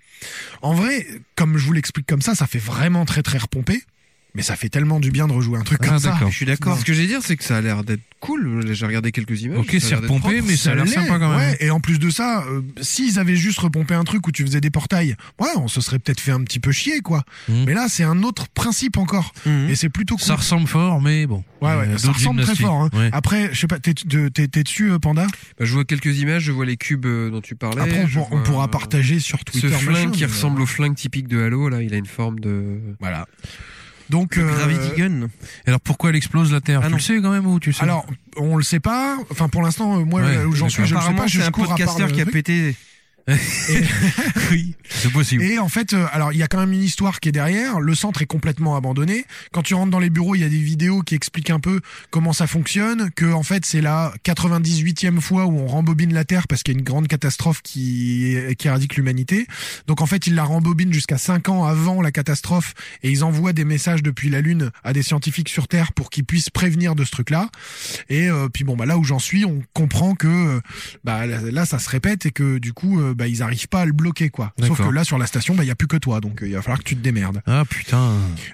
En vrai, comme je vous l'explique comme ça, ça fait vraiment très très repompé. Mais ça fait tellement du bien de rejouer un truc
Ah
comme ça.
d'accord.
Je suis d'accord.
Ce que j'ai dire, c'est que ça a l'air d'être cool. J'ai regardé quelques images.
Ok,
ça a
c'est
l'air d'être
repompé,
propre.
mais ça a l'air
l'est,
sympa quand même.
ouais. Et en plus de ça, euh, s'ils avaient juste repompé un truc où tu faisais des portails, ouais, on se serait peut-être fait un petit peu chier, quoi.
Mhm.
Mais là, c'est un autre principe encore.
Mhm.
Et c'est plutôt cool.
Ça ressemble fort, mais bon.
ouais, ouais,
Euh,
ça
d'autres
ressemble très
gymnastiques.
fort. hein.
Ouais.
Après, je sais pas, t'es, de- t'es- t'es dessus, euh, Panda
Bah, je vois quelques images, je vois les cubes euh, dont tu parlais.
Après, on,
je
pour- on
vois, euh,
pourra partager sur Twitter.
Ce flingue
machin, euh,
qui
mais-
ressemble au flingue typique de Halo, là, il a une forme de.
Voilà. Donc, euh,
Gravity Gun.
Alors pourquoi elle explose la Terre
Ah
Tu
non.
le sais quand même ou tu sais
alors, on le sait pas. Enfin, pour l'instant, euh, moi,
Ouais,
là où j'en suis, je ne sais
Apparemment,
pas. Je
c'est un
cours à part
podcasteur
le
qui a
truc.
pété.
[LAUGHS] oui, c'est possible.
Et en fait, euh, alors il y a quand même une histoire qui est derrière. Le centre est complètement abandonné. Quand tu rentres dans les bureaux, il y a des vidéos qui expliquent un peu comment ça fonctionne. Que en fait, c'est la 98e fois où on rembobine la Terre parce qu'il y a une grande catastrophe qui qui éradique l'humanité. Donc en fait, ils la rembobinent jusqu'à 5 ans avant la catastrophe et ils envoient des messages depuis la Lune à des scientifiques sur Terre pour qu'ils puissent prévenir de ce truc-là. Et euh, puis bon, bah là où j'en suis, on comprend que euh, bah là, là, ça se répète et que du coup, euh, bah ils arrivent pas à le bloquer quoi. Sauf
D'accord.
que là sur la station, bah il y a plus que toi, donc euh, il va falloir que tu te démerdes.
Ah putain,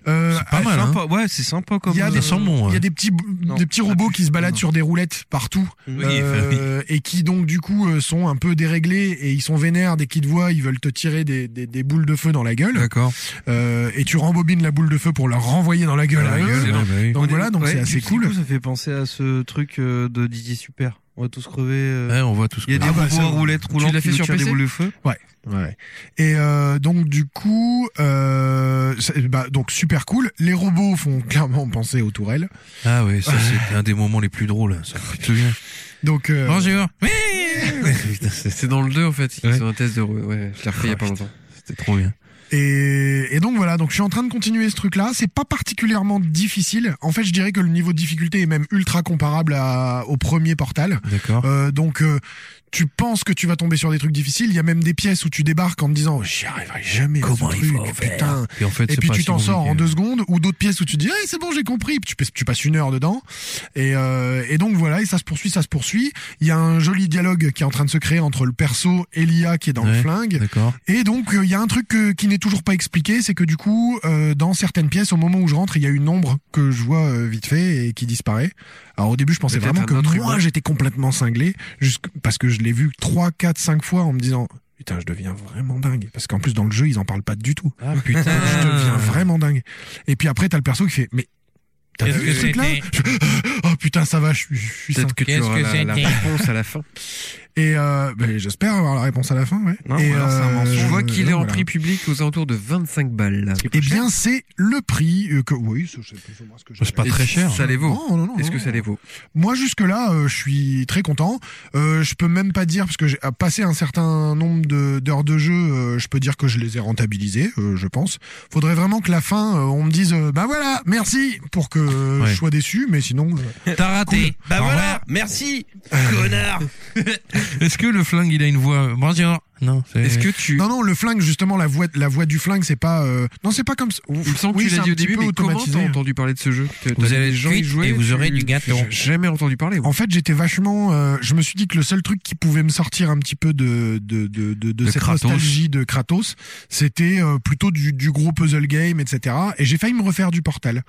Euh,
c'est pas mal. Hein.
Sympa. Ouais, c'est sympa comme.
Il y a
euh,
Ça sent bon.
il y
ouais.
a des petits,
Non,
des petits
pas
robots
plus.
qui se baladent
Non.
sur des roulettes partout
Oui,
[LAUGHS] euh, et qui donc du coup euh, sont un peu déréglés et ils sont vénères dès qu'ils te voient, ils veulent te tirer des, des, des boules de feu dans la gueule
D'accord.
Euh, et tu rembobines la boule de feu pour leur renvoyer dans la gueule. à eux.
Ouais, bah oui.
Donc
On est-
voilà, donc
ouais,
c'est assez
du coup,
cool.
Ça fait penser à ce truc euh, de Didier Super. On va tous crever. euh,
Ouais, Eh, on voit tout ce
Il y a
que-
des
Ah bah,
robots
ça,
à roulettes roulantes
l'as
qui
fait
nous
sur
tirent des
PC?
boules de feu.
Ouais. Et euh, donc du coup, euh, ça- bah, donc super cool. Les robots font clairement penser aux tourelles.
Ah ouais, ça c'est un des moments les plus drôles. Ça, tu te souviens
Donc euh,
Bonjour. Oui. [LAUGHS]
C'est dans le 2 en fait,
Ouais.
c'est un test de re- ouais, je l'ai refait il y a
Ah,
pas longtemps.
C'était trop bien.
et, et donc voilà. Donc je suis en train de continuer ce truc-là. C'est pas particulièrement difficile. En fait, je dirais que le niveau de difficulté est même ultra comparable à- au premier Portal.
D'accord.
Euh, donc euh, tu penses que tu vas tomber sur des trucs difficiles. Il y a même des pièces où tu débarques en te disant j'y arriverai jamais. à ce
Comment il
truc,
faut faire
putain.
Et en fait,
Et
c'est
puis
pas
tu
si
t'en sors en
compliqué.
deux secondes, ou d'autres pièces où tu dis hey, c'est bon j'ai compris, Puis tu, passes- tu passes une heure dedans, et, euh, et donc voilà, et ça se poursuit, ça se poursuit. Il y a un joli dialogue qui est en train de se créer entre le perso et l'IA qui est dans
Ouais.
le flingue,
D'accord.
et donc euh, il y a un truc euh, qui n'est toujours pas expliqué, c'est que du coup euh, dans certaines pièces, au moment où je rentre, il y a une ombre que je vois euh, vite fait et qui disparaît. Alors au début je pensais
Peut-être
vraiment
un
que
autre
moi
humain.
j'étais complètement cinglé, jusqu'- parce que je l'ai vu trois, quatre, cinq fois en me disant putain je deviens vraiment dingue, parce qu'en plus dans le jeu ils en parlent pas du tout.
Ah putain.
Je deviens vraiment dingue. Et puis après, t'as le perso qui fait, mais. T'as
Qu'est-ce
vu
que
ce truc-là Je- [GASPS] Oh putain, ça va, je, suis- je suis
Peut-être
sain.
que tu
Qu'est-ce
auras
que
la, la
c'était
réponse à la fin.
Et euh, ben, j'espère avoir la réponse à la fin, ouais.
Non,
et
ou alors c'est un mensonge.
Je vois
euh,
qu'il est en
voilà.
prix public aux alentours de 25 balles.
Eh bien, c'est le prix euh, que. Oui, c'est- je sais plus ou moins ce que j'ai.
C'est pas très cher.
Ça les vaut.
Non, non, non,
Est-ce
non.
que ça les vaut
Moi, jusque-là, euh, je suis très content. Euh, je peux même pas dire, parce que j'ai à passer un certain nombre de- d'heures de, jeu, euh, je peux dire que je les ai rentabilisées, euh, je pense. Faudrait vraiment que la fin, euh, on me dise, euh, bah voilà, merci, pour que euh,
Ouais.
je sois déçu, mais sinon. euh,
T'as raté.
Bah
Au
voilà,
revoir.
merci,
Ah,
connard.
Est-ce que le flingue il a une voix Bonjour. Non. c'est-
Est-ce que tu
Non, non, le flingue, justement, la voix, la voix du flingue, c'est pas. euh, Non, c'est pas comme ça.
Il me semble que
Oui,
tu l'as
c'est
dit
un
au
petit
début,
peu
mais comment
automatisé.
t'as entendu parler de ce jeu T'as- t'as
allez
des gens y
cuite
jouaient
et vous
tu-
aurez du gâteau.
j'ai Jamais entendu parler. moi.
En fait, j'étais vachement. euh, je me suis dit que le seul truc qui pouvait me sortir un petit peu de de de de, de
De
cette
Kratos.
nostalgie de Kratos, c'était euh, plutôt du, du gros puzzle game, etc. Et j'ai failli me refaire du Portal.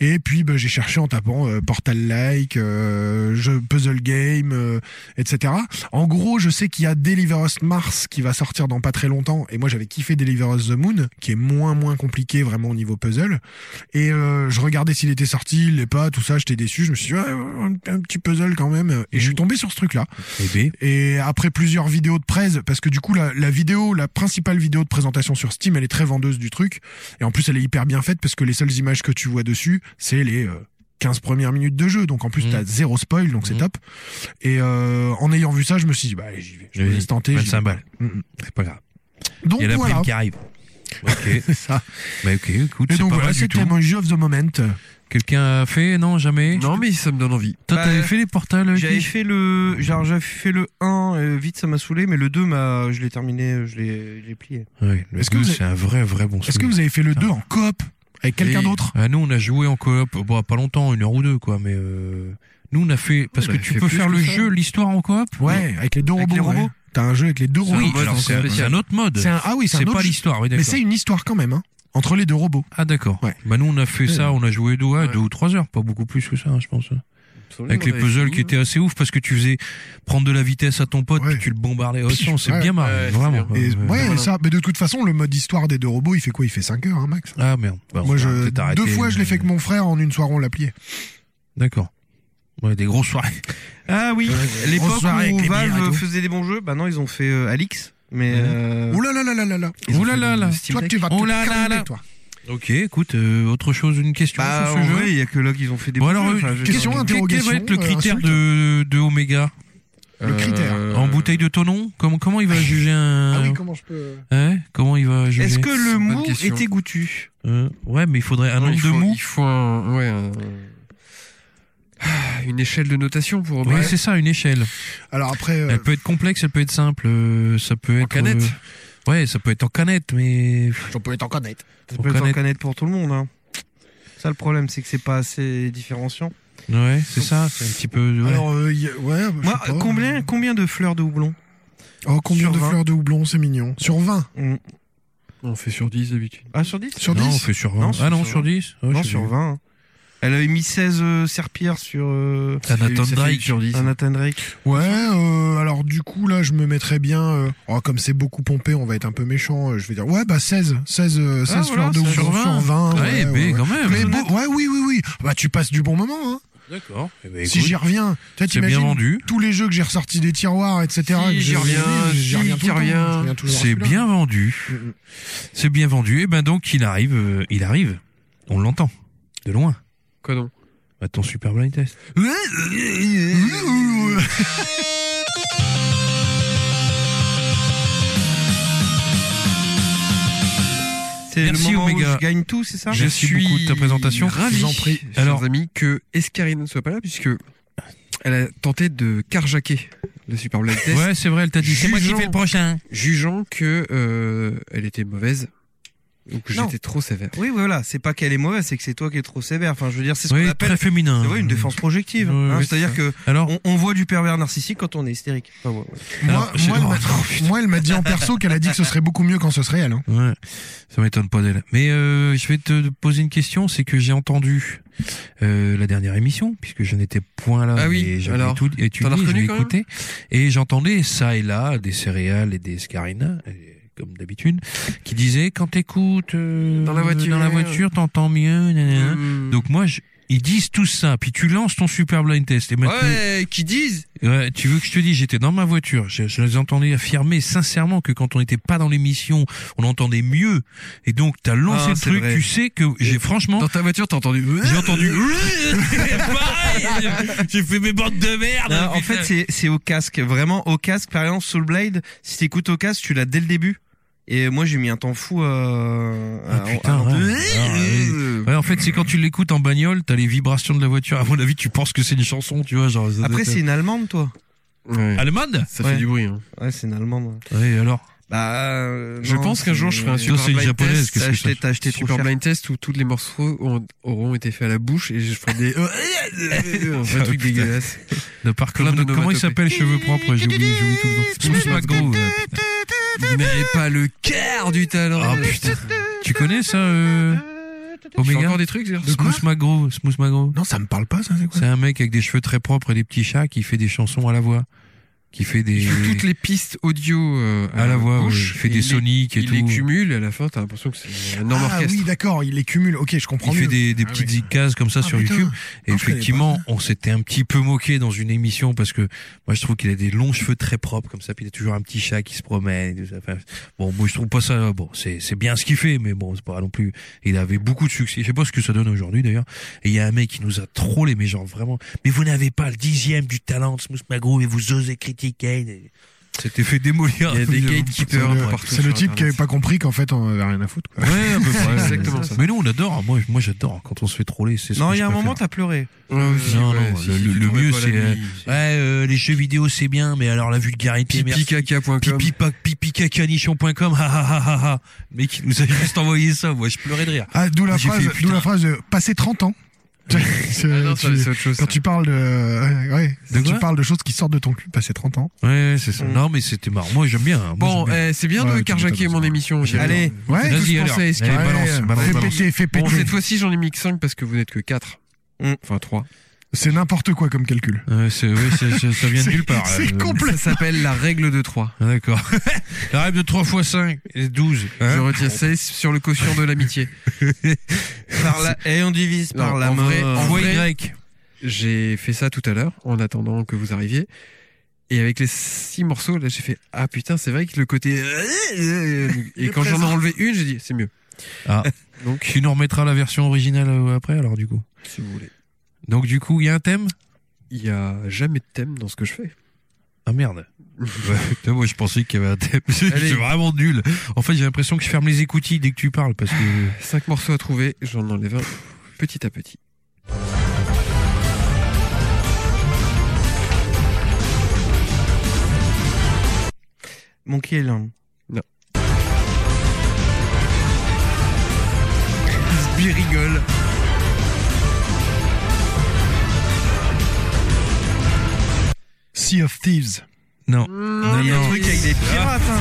Et puis bah, j'ai cherché en tapant euh, Portal like, euh, jeu puzzle game, euh, etc. En gros, je sais qu'il y a Deliver Us Mars qui va sortir dans pas très longtemps. Et moi, j'avais kiffé Deliver Us the Moon, qui est moins moins compliqué vraiment au niveau puzzle. Et euh, je regardais s'il était sorti, il l'est pas, tout ça, j'étais déçu. Je me suis dit, ouais, un, un petit puzzle quand même. Et je suis tombé sur ce truc-là.
Eh ben,
Et après plusieurs vidéos de presse, parce que du coup, la, la vidéo, la principale vidéo de présentation sur Steam, elle est très vendeuse du truc. Et en plus, elle est hyper bien faite parce que les seules images que tu vois dessus, c'est les euh, 15 premières minutes de jeu. Donc en plus,
Mhm.
t'as zéro spoil, donc c'est
Mhm.
top. Et euh, en ayant vu ça, je me suis dit, bah allez, j'y vais. Je me
Vas-y,
laisse tenter. j'y vais.
25 balles.
Mhm.
C'est pas grave.
Donc
Il y a la
voilà.
prime qui arrive. [LAUGHS] Ok.
C'est ça.
Bah ok. Écoute,
Et
c'est
donc
pas
voilà,
mal du
c'était
tout.
mon jeu of the moment.
Quelqu'un a fait Non, jamais.
Non, mais ça me donne envie.
Toi, t'avais
Bah,
fait les portales. euh,
J'avais
Guy
fait le, genre, j'avais fait le 1, euh, vite ça m'a saoulé, mais le 2 m'a, je l'ai terminé, je l'ai, je l'ai plié.
Ouais, le
Est-ce que
deux,
vous avez-
c'est un vrai, vrai bon
Est-ce que
souvenir.
vous avez fait le 2 en coop avec quelqu'un
Oui.
d'autre
Ah, nous, on a joué en coop, bon, pas longtemps, une heure ou deux, quoi, mais euh, nous, on a fait, parce
On
que
a
tu
fait
peux
plus
faire
que
le
ça.
jeu, l'histoire en coop.
Ouais, avec les deux
Avec
robots.
les robots
ouais. T'as un jeu avec les deux
C'est un-
robots.
mode
alors, c'est un,
spécial.
c'est un autre mode.
C'est un- ah oui, c'est
C'est
un autre
pas
jeu.
l'histoire, oui,
Mais
d'accord.
c'est une histoire quand même, hein, entre les deux robots.
Ah, d'accord.
Ouais.
Bah, nous, on a fait
Ouais.
ça, on a joué deux, ouais,
Ouais.
deux ou trois heures, pas beaucoup plus que ça, hein, je pense. Avec les
On avait
puzzles
fini.
qui étaient assez ouf, parce que tu faisais prendre de la vitesse à ton pote,
Ouais.
puis tu le bombardais au
Pif,
son, c'est
ouais.
bien marré,
Ouais, c'est
vraiment.
bien.
Et, ouais,
Bah, Ouais.
voilà.
ça. Mais de toute façon, le mode histoire des deux robots, il fait quoi Il fait 5 heures, hein, max.
Ah, merde. Bah, on
Moi,
va
je,
peut-être arrêter,
deux fois, je l'ai fait avec mon frère en une soirée, on l'a plié.
D'accord. Ouais, des grosses soirées.
Ah oui, l'époque
Grosse soirée avec
où
les bières et
Valve
tout.
faisait des bons jeux, bah non, ils ont fait euh, Alix, mais euh,
Ouh Oh là là là là là là.
ils ont
Ouh là
fait
là
le
là.
Steam
Toi,
Deck.
tu vas
Oh
te
là là
calmer,
là.
toi.
Ok, écoute, euh, autre chose, une question
Bah,
sur ce
en
jeu
vrai, il y a que là qu'ils ont fait des
Bon
bons
alors,
jeux.
euh,
Enfin, je-
question,
euh,
quel- Quel va être le critère
interrogation, euh, insulte.
de, de Omega
Le critère.
Euh,
En bouteille de tonon comment, comment il va juger un...
Euh.
Ah oui, comment je peux.
Hein comment il va juger
Est-ce que
C'est
le
une bonne
mou
question.
était goûtu
Euh, Ouais, mais il faudrait un
Non, il
nombre de
faut-
mots.
Il faut un- ouais, un- [SIGHS] Ah, une échelle de notation pour
Ouais,
Omega.
c'est ça, une échelle.
Alors après, euh,
Elle peut être complexe, elle peut être simple, euh, ça peut être...
canette.
euh, Ouais, ça peut être en canette, mais...
j'en peux être en connaître.
Ça
Faut
peut être en
connaître.
canette pour tout le monde. Hein. Ça, le problème, c'est que c'est pas assez différenciant.
Ouais, c'est ça, c'est un petit peu... ouais.
Alors, euh, y a- ouais. je
Moi,
sais pas. euh,
combien, combien de fleurs de houblon
Oh, combien
sur
de
20?
fleurs de houblon, c'est mignon. Sur 20.
Mm.
On fait sur 10 d'habitude.
Ah, sur 10
Sur
non, on
10.
fait sur 20.
Non,
ah
sur-
non,
sur
sur 10 Ouais,
Non,
je sais
sur
plus.
20. hein. Elle avait mis 16 euh, serpillères sur euh,
Ah, Nathan Drake.
sur 10.
un Nathan Drake.
Ouais, euh, alors du coup, là, je me mettrais bien. euh, oh, comme c'est beaucoup pompé, on va être un peu méchant. euh, je vais dire, ouais, bah 16. 16, euh, 16
Ah, voilà,
fleurs de houblon
sur
sur
20.
20.
Ouais,
ouais,
mais
ouais, ouais.
ben, quand même.
Mais bon, ouais, oui, oui, oui. Bah, tu passes du bon moment, hein.
D'accord. Eh ben,
si
écoute,
j'y reviens, tu vois,
c'est bien
t'imagines
vendu.
tous les jeux que j'ai ressortis des tiroirs, etc.
Si,
que
j'y
j'ai-
reviens, si,
j'y reviens tout
j'y
le temps, je
reviens.
reviens toujours à
C'est
celui-là.
bien vendu. C'est bien vendu. Et ben donc il arrive, euh, il arrive. On l'entend de loin.
Quoi donc
Bah, ton super blind test.
C'est le
Merci,
moment où
Omega.
je gagne tout, c'est ça
Je Merci beaucoup de ta présentation.
Ravi,
Je vous en prie.
chers
Alors-
amis, que Escarine ne soit pas là, puisque elle a tenté de carjacker le Super Blind Test,
Ouais, c'est vrai, elle t'a dit. C'est moi qui
Jugeons.
fais le prochain.
jugeant que euh, elle était mauvaise ou que
Non.
j'étais trop sévère.
Oui, voilà, c'est pas qu'elle est mauvaise, c'est que c'est toi qui es trop sévère. Enfin, je veux dire, c'est ce
Oui,
qu'on
très
appelle
féminin.
c'est vrai, une défense projective.
Ouais,
hein.
ouais,
C'est-à-dire
c'est
que
Alors,
on, on voit du pervers narcissique quand on est hystérique. Enfin, ouais, ouais.
Moi,
Alors, je-
moi, elle m'a-
Oh, putain.
moi, elle m'a dit en perso qu'elle a dit que ce serait beaucoup mieux quand ce serait elle. hein.
Ouais, ça m'étonne pas d'elle. Mais euh, je vais te poser une question, c'est que j'ai entendu euh, la dernière émission, puisque je n'étais point là,
Ah oui,
et j'avais
alors,
tout étudié,
t'en as
je
reconnu
l'ai
quand même
écouté, et j'entendais ça et là des céréales et des scarina, et comme d'habitude, qui disaient quand t'écoutes euh,
Dans la voiture.
dans la voiture, t'entends mieux. nanana.
Hmm.
Donc moi, je- ils disent tout ça, puis tu lances ton super blind test. Et maintenant,
ouais, qui disent
Ouais, tu veux que je te dise, j'étais dans ma voiture, je, je les entendais affirmer sincèrement que quand on n'était pas dans l'émission, on entendait mieux. Et donc, t'as lancé
Ah,
le
c'est
truc,
vrai.
tu sais que j'ai franchement...
Dans ta voiture, t'as entendu
J'ai
[LAUGHS]
entendu. [LAUGHS] Pareil, j'ai fait mes bandes de merde.
Non, Ah, en
putain.
fait, c'est c'est au casque, vraiment au casque. Par exemple, Soul Blade, si t'écoutes au casque, tu l'as dès le début. Et moi, j'ai mis un temps fou euh,
Ah,
à-
putain,
à-
ouais. Alors, euh, ouais, en fait, c'est quand tu l'écoutes en bagnole, t'as les vibrations de la voiture. À mon avis, tu penses que c'est une chanson, tu vois, genre. ça- euh,
Après, c'est une allemande, toi.
Ouais.
allemande.
Ça
Ouais.
fait du bruit. hein.
Ouais, c'est une allemande. ouais.
Oui, alors.
Bah, euh,
Je
non,
pense qu'un
c'est-
jour, je ferai un
Toi, c'est une
blind
japonaise,
test,
qu'est-ce que
T'as
c'est
acheté, t'as acheté trop
Super
cher.
blind test où tous les morceaux auront- auront été faits à la bouche et je ferai des [LAUGHS] euh, un vrai truc
Putain.
dégueulasse.
De par
Plein
comment, comment il
d'onomatopées.
s'appelle Cheveux propres J'ai oublié, j'ai oublié tout le temps. Smooth McGraw, ouais, putain.
Vous n'avez pas le quart du talent.
Ah, putain. Tu connais ça euh...
euh, Tu fais
Omega
encore des trucs genre,
De quoi
Smooth McGraw, Smooth McGraw.
Non, ça me parle pas, ça. C'est quoi
C'est un mec avec des cheveux très propres et des petits chats qui fait des chansons à la voix. Qui fait des.
Il fait toutes les pistes audio euh,
À la voix, ouais. il
bouche,
fait
et
des
il les-
soniques et
Il
tout.
les cumule et à la fin, t'as l'impression que c'est un énorme
Ah
orchestre.
oui, d'accord, il les cumule. Ok, je comprends
Il fait
mieux.
des, des
Ah
petites
oui.
cases comme ça
Ah,
sur
putain.
YouTube. Et
Non, je connais
effectivement,
pas.
on s'était un petit peu moqué dans une émission parce que moi je trouve qu'il a des longs cheveux très propres comme ça, puis il a toujours un petit chat qui se promène. Et tout ça. Enfin, bon, moi je trouve pas ça. Bon, c'est c'est bien ce qu'il fait, mais bon, c'est pas non plus. Il avait beaucoup de succès. Je sais pas ce que ça donne aujourd'hui d'ailleurs. Et il y a un mec qui nous a trollé, mais genre vraiment. Mais vous n'avez pas le dixième du talent de Smooth Magro et vous osez critiquer. C'était fait démolir.
Il y a des
C'est
gatekeepers
le-
partout.
Euh, C'est le
sur
type qui avait
Internet.
pas compris qu'en fait on avait rien à foutre. Quoi.
Ouais, à peu près.
exactement ça.
Mais non, on adore. Moi, moi j'adore quand on se fait troller. c'est ce
Non,
que
il y a
je
un
préfère.
moment, t'as pleuré.
Ouais, aussi,
Non,
ouais,
non,
si,
le-
si
le-
tu
le
trouvais
mieux,
pas la
c'est,
nuit,
Ouais, euh, les jeux vidéo c'est bien, mais alors la vulgarité, merci.
pipicaca.com.
Pipipa- pipicacanichon.com, ha ha ha ha ha. Mais qui nous a juste envoyé ça, moi je pleurais de rire.
Ah, d'où la
J'ai
phrase,
fait,
d'où
putain.
la phrase, de passer 30
[LAUGHS]
ans. C'est-
Ah non, ça,
tu-
c'est autre chose.
quand tu parles de, ouais, ouais,
De
tu
quoi
parles de choses qui sortent de ton cul, passer 30 ans.
Ouais, c'est ça.
Mm.
Non, mais c'était marrant. Moi j'aime bien. hein. Moi,
Bon,
j'aime bien.
eh, c'est bien
Ouais,
de
tu
carjacker
m'étonnes,
mon
ça.
émission. j'ai-
Allez,
Ouais,
tous
vas-y
pensés
alors.
à Escape.
Allez,
Ouais,
balance, balance,
fais
balance.
péter, fais péter.
Bon, cette fois-ci, j'en ai mis que 5 parce que vous n'êtes que 4.
Mm.
Enfin, 3.
c'est n'importe quoi comme calcul.
Ouais, euh, c'est, ouais, c'est- [LAUGHS] c'est- ça vient de
C'est-
nulle part. là.
[LAUGHS] C'est
Euh,
Ça
complet.
s'appelle la règle de 3.
ah, [LAUGHS] D'accord. La règle de 3 x 5 et 12.
Je
Hein
retiens 16 sur le quotient de [LAUGHS] l'amitié.
par la, et on divise
Non,
par la
en vrai,
mort.
en
Fois
vrai,
Y.
j'ai fait ça tout à l'heure en attendant que vous arriviez. Et avec les six morceaux, là, j'ai fait Ah putain, c'est vrai que le [LAUGHS] côté. Et quand j'en ai enlevé une, j'ai dit C'est mieux.
Donc tu nous remettras la version originale euh, après alors du coup.
Si vous voulez.
Donc du coup, il y a un thème
Il y a jamais de thème dans ce que je fais.
Ah merde. Ouais, [LAUGHS] putain, moi je pensais qu'il y avait un thème. [LAUGHS] C'est
Allez.
vraiment nul. En fait, j'ai l'impression que je ferme les écoutilles dès que tu parles parce que
Cinq morceaux à trouver, j'en enlève un petit à petit.
Monkey Island.
Non.
Sbi rigole.
Sea of Thieves.
non. Non,
Il y a un
non.
truc avec des pirates, hein.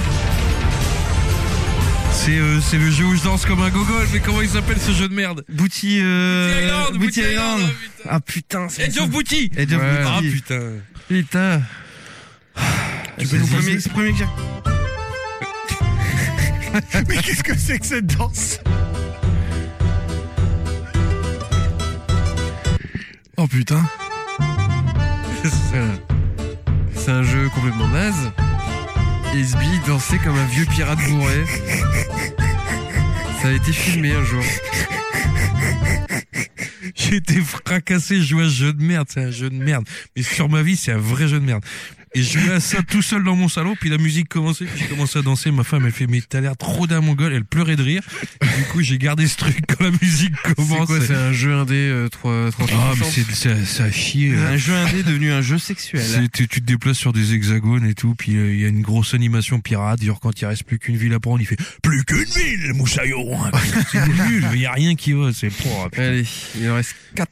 C'est euh, c'est le jeu où je danse comme un gogol, mais comment il s'appelle ce jeu de merde
Booty, euh, Booty Island.
putain.
Ah putain, c'est
Edge of Booty.
Edge of
Ouais.
Ah
Booty.
putain.
Putain
Tu peux nous premier, premier que j'ai-
[LAUGHS]
Mais qu'est-ce que c'est que cette danse
Oh
Oh putain.
C'est un- C'est un jeu complètement naze. Et ce bille dansait comme un vieux pirate bourré. Ça a été filmé un jour.
J'ai été fracassé, je jouais à ce jeu de merde, c'est un jeu de merde. Mais sur ma vie, c'est un vrai jeu de merde. Et je jouais à ça tout seul dans mon salon, puis la musique commençait, puis je commençais à danser. Ma femme, elle fait, mais t'as l'air trop d'un mongol, elle pleurait de rire. Et du coup, j'ai gardé ce truc quand la musique
C'est
commence.
quoi C'est un jeu indé euh, 3 3
Ah, mais c'est, ça, ça chie.
Euh,
Un jeu indé devenu un jeu sexuel.
C'est- Tu, tu te déplaces sur des hexagones et tout, puis euh, il y a une grosse animation pirate. Genre quand il reste plus qu'une ville à prendre, il fait plus qu'une ville, moussaillon.
[LAUGHS]
C'est nul, il y a rien qui va, c'est propre.
Allez, il en reste 4.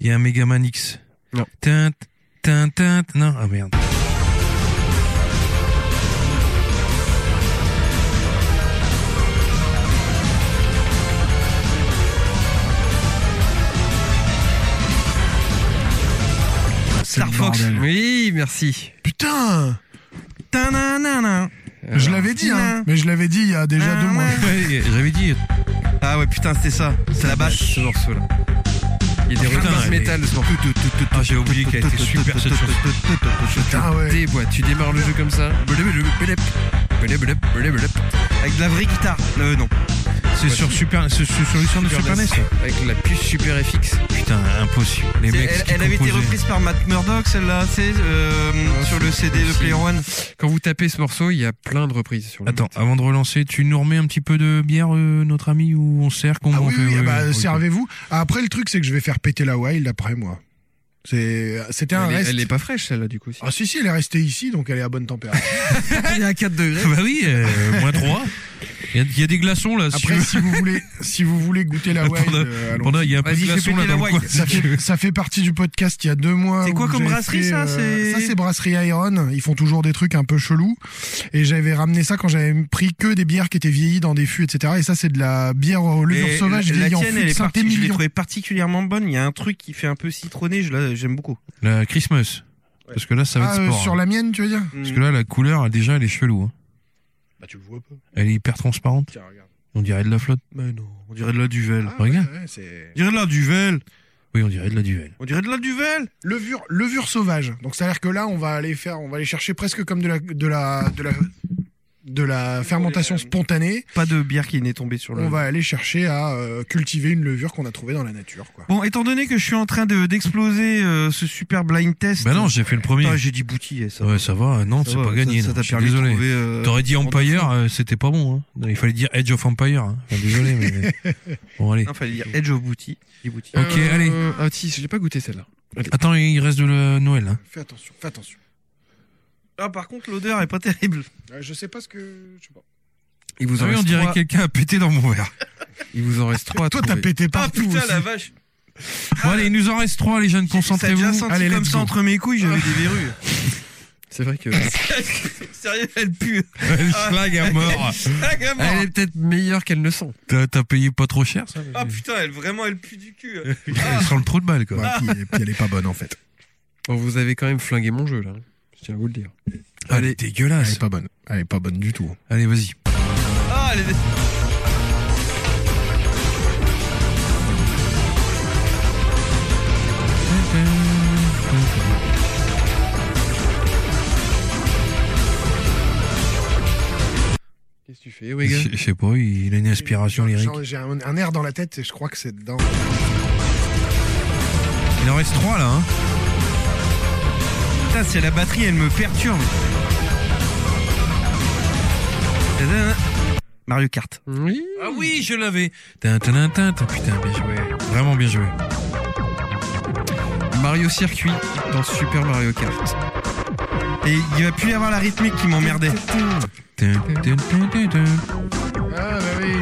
Il y a un Megaman X.
Non.
Tint, tint, tint. Non, ah merde.
Star Fox.
Oui, merci.
Putain.
Tananana.
Euh,
Je l'avais dit, hein. Mais je l'avais dit il y a déjà deux mois.
Ouais, J'avais dit.
Ah ouais, putain, c'était ça. Ah, C'est la basse.
Ce morceau-là. Il y a des
Putain,
reprises
mais-
métal ce morceau.
Ah, j'ai oublié qu'elle était super cette chanson.
Ah ouais.
Des boîtes, tu démarres le jeu comme ça.
Avec de la vraie guitare. Euh, non.
C'est sur Super, c'est sur sur le son de
Super
Super NES.
NES. Avec la puce Super FX.
Putain, impossible. Les
C'est-
mecs
Elle,
qui
elle avait été
composaient.
reprise par Matt Murdock, celle-là, c'est euh, sur le CD de
Ah, possible.
Player One.
Quand vous tapez ce morceau, il y a plein de reprises sur le
Attends, avant de relancer, tu nous remets un petit peu de bière, euh, notre ami, ou on sert qu'on
Ah oui,
on fait-
oui,
ouais,
ah bah,
ouais, ok.
servez-vous. Après, le truc, c'est que je vais faire péter la wild après moi. C'est, c'était un
Elle est,
reste.
elle est pas fraîche celle-là du coup. si.
Ah si, si, elle est restée ici, donc elle est à bonne température.
Il y a 4 degrés.
Bah oui, euh, moins 3. Il y, a- il y a des glaçons là, [LAUGHS] si tu
Après,
veux.
si vous voulez, si vous voulez goûter la
Attends,
wild,
là,
euh, allons-y.
Panda, il y a un peu
Vas-y,
de
fais
glaçons là
péter
dans le
la
coin.
white. [LAUGHS]
Ça fait, ça fait partie du podcast il y a deux mois.
C'est quoi
où
comme
j'avais
brasserie,
fait,
ça
euh,
C'est-
Ça, c'est Brasserie Iron. Ils font toujours des trucs un peu chelous. Et j'avais ramené ça quand j'avais pris que des bières qui étaient vieillies dans des fûts, etc. Et ça, c'est de la bière au levure
Et
sauvage
la
vieillie en
tienne,
fût
elle
de
est partie, je l'ai
Saint-Émilion.
trouvée particulièrement bonne. Il y a un truc qui fait un peu citronné, je la- j'aime beaucoup.
La Christmas. Parce que là, ça va
Ah,
être
euh,
sport.
sur
hein.
la mienne, tu veux dire
Parce que là, la couleur, elle, déjà, elle est chelou. hein.
Bah, tu le vois pas.
Elle est hyper transparente.
Tiens, regarde.
On dirait de la flotte. Ah,
Mais non, on dirait de la duvel.
Regarde.
c'est...
On dirait de la duvel.
Oui, on dirait de la duvel.
On dirait de la duvel.
Levure, levure sauvage. Donc c'est à dire que là on va aller faire, on va aller chercher presque comme de la de la de la de la fermentation spontanée.
Pas de bière qui n'est tombée sur le.
On va aller chercher à euh, cultiver une levure qu'on a trouvée dans la nature. Quoi.
Bon, étant donné que je suis en train de d'exploser euh, ce super blind test.
Bah non, j'ai fait le premier.
Putain, j'ai dit boutillet, ça.
Ouais, ça va. Non, c'est
va,
pas gagné.
Ça, ça
non.
t'a
Je suis
permis de
désolé.
trouver, euh,
T'aurais dit
en deux
Empire, euh, c'était pas bon. hein. Non, Il fallait dire Edge of Empire. hein. Enfin, désolé, mais
[LAUGHS]
bon allez.
Non, fallait dire Edge of Booty. J'ai dit bouti.
Ok,
Euh,
allez.
Ah si, je l'ai pas goûté celle-là.
Attends, il reste de la Noël. hein.
Fais attention, fais attention.
Ah, par contre, l'odeur est pas terrible.
Euh, je sais pas ce que. Je sais pas.
Il vous
Ah
en
oui, on
reste
dirait
trois.
que quelqu'un a pété dans mon verre.
Il vous en reste trois. à
Toi t'as
trouver.
pété
Ah,
partout.
putain,
aussi.
la vache.
Bon allez, il nous en reste trois, les jeunes.
Ça a déjà
Concentrez-vous.
senti
Allez,
comme
let's
ça
go.
entre mes
[LAUGHS]
couilles, j'avais des verrues.
C'est vrai que
Sérieux, elle pue. [LAUGHS]
Le schlag à mort.
Ah, gamin.
elle est peut-être meilleure qu'elle ne sent.
T'as t'as payé pas trop cher, ça
Ah putain, elle vraiment, elle pue du cul. hein.
Il sent le trou de balle, quoi.
Bah,
Ouais, puis, Bah, et puis elle est pas bonne en fait.
Bon, vous avez quand même flingué mon jeu là. Je tiens à vous le dire.
Allez,
Elle
Ah, dégueulasse.
est pas bonne. Elle est pas bonne du tout.
Allez, vas-y.
Ah, elle est...
Qu'est-ce que tu fais, Wega
Je je sais pas, il a une inspiration lyrique.
Genre, J'ai un, un air dans la tête et je crois que c'est dedans.
Il en reste trois, là. Hein.
Putain, c'est la batterie, elle me perturbe. Tadam. Mario Kart.
[LAUGHS] Oui.
Ah oui, je l'avais. Tin, tin, tin, tin, tin. Putain, bien joué. Vraiment bien joué.
Mario Circuit dans Super Mario Kart.
Et il va plus y avoir la rythmique qui m'emmerdait.
Tin, tin, tin, tin, tin.
Ah bah oui.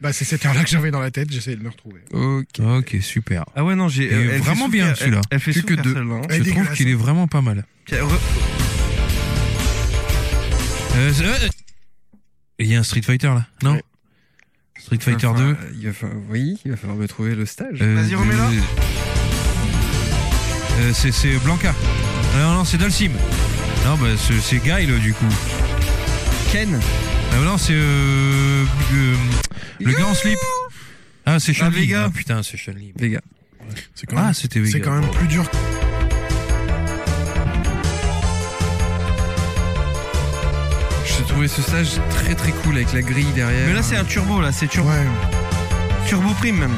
Bah c'est cet air là que j'avais dans la tête. J'essayais de me retrouver.
Ok.
Ok, super.
Ah ouais, non, j'ai.
Il est
elle fait
euh, vraiment
souffrir,
bien,
elle-
celui-là.
Elle, fait
Plus que
souffrir,
deux.
celle-là, hein.
Elle est
Je trouve
dégueulasse.
qu'il est vraiment pas mal.
Tiens, re-
Euh, c'est- euh, Il y a un Street Fighter, là Non Street Fighter 2.
Il va falloir, oui, il va falloir me trouver le stage.
euh,
Vas-y, remets-la.
Euh, c'est, c'est Blanca. Ah Non, non, c'est Dalsim. Non, bah, c'est, c'est Guile, du coup.
Ken.
Ah non, c'est euh, euh, le gars en slip. Ah, c'est Chun Li.
Vega.
Ah, putain, c'est Chun Li.
Les gars.
C'est quand même,
Ah, c'était Vega.
c'est quand même plus dur. que-
J'ai trouvé ce stage très très cool avec la grille derrière.
Mais là, c'est un turbo, là. C'est turbo,
Ouais.
turbo prime, même.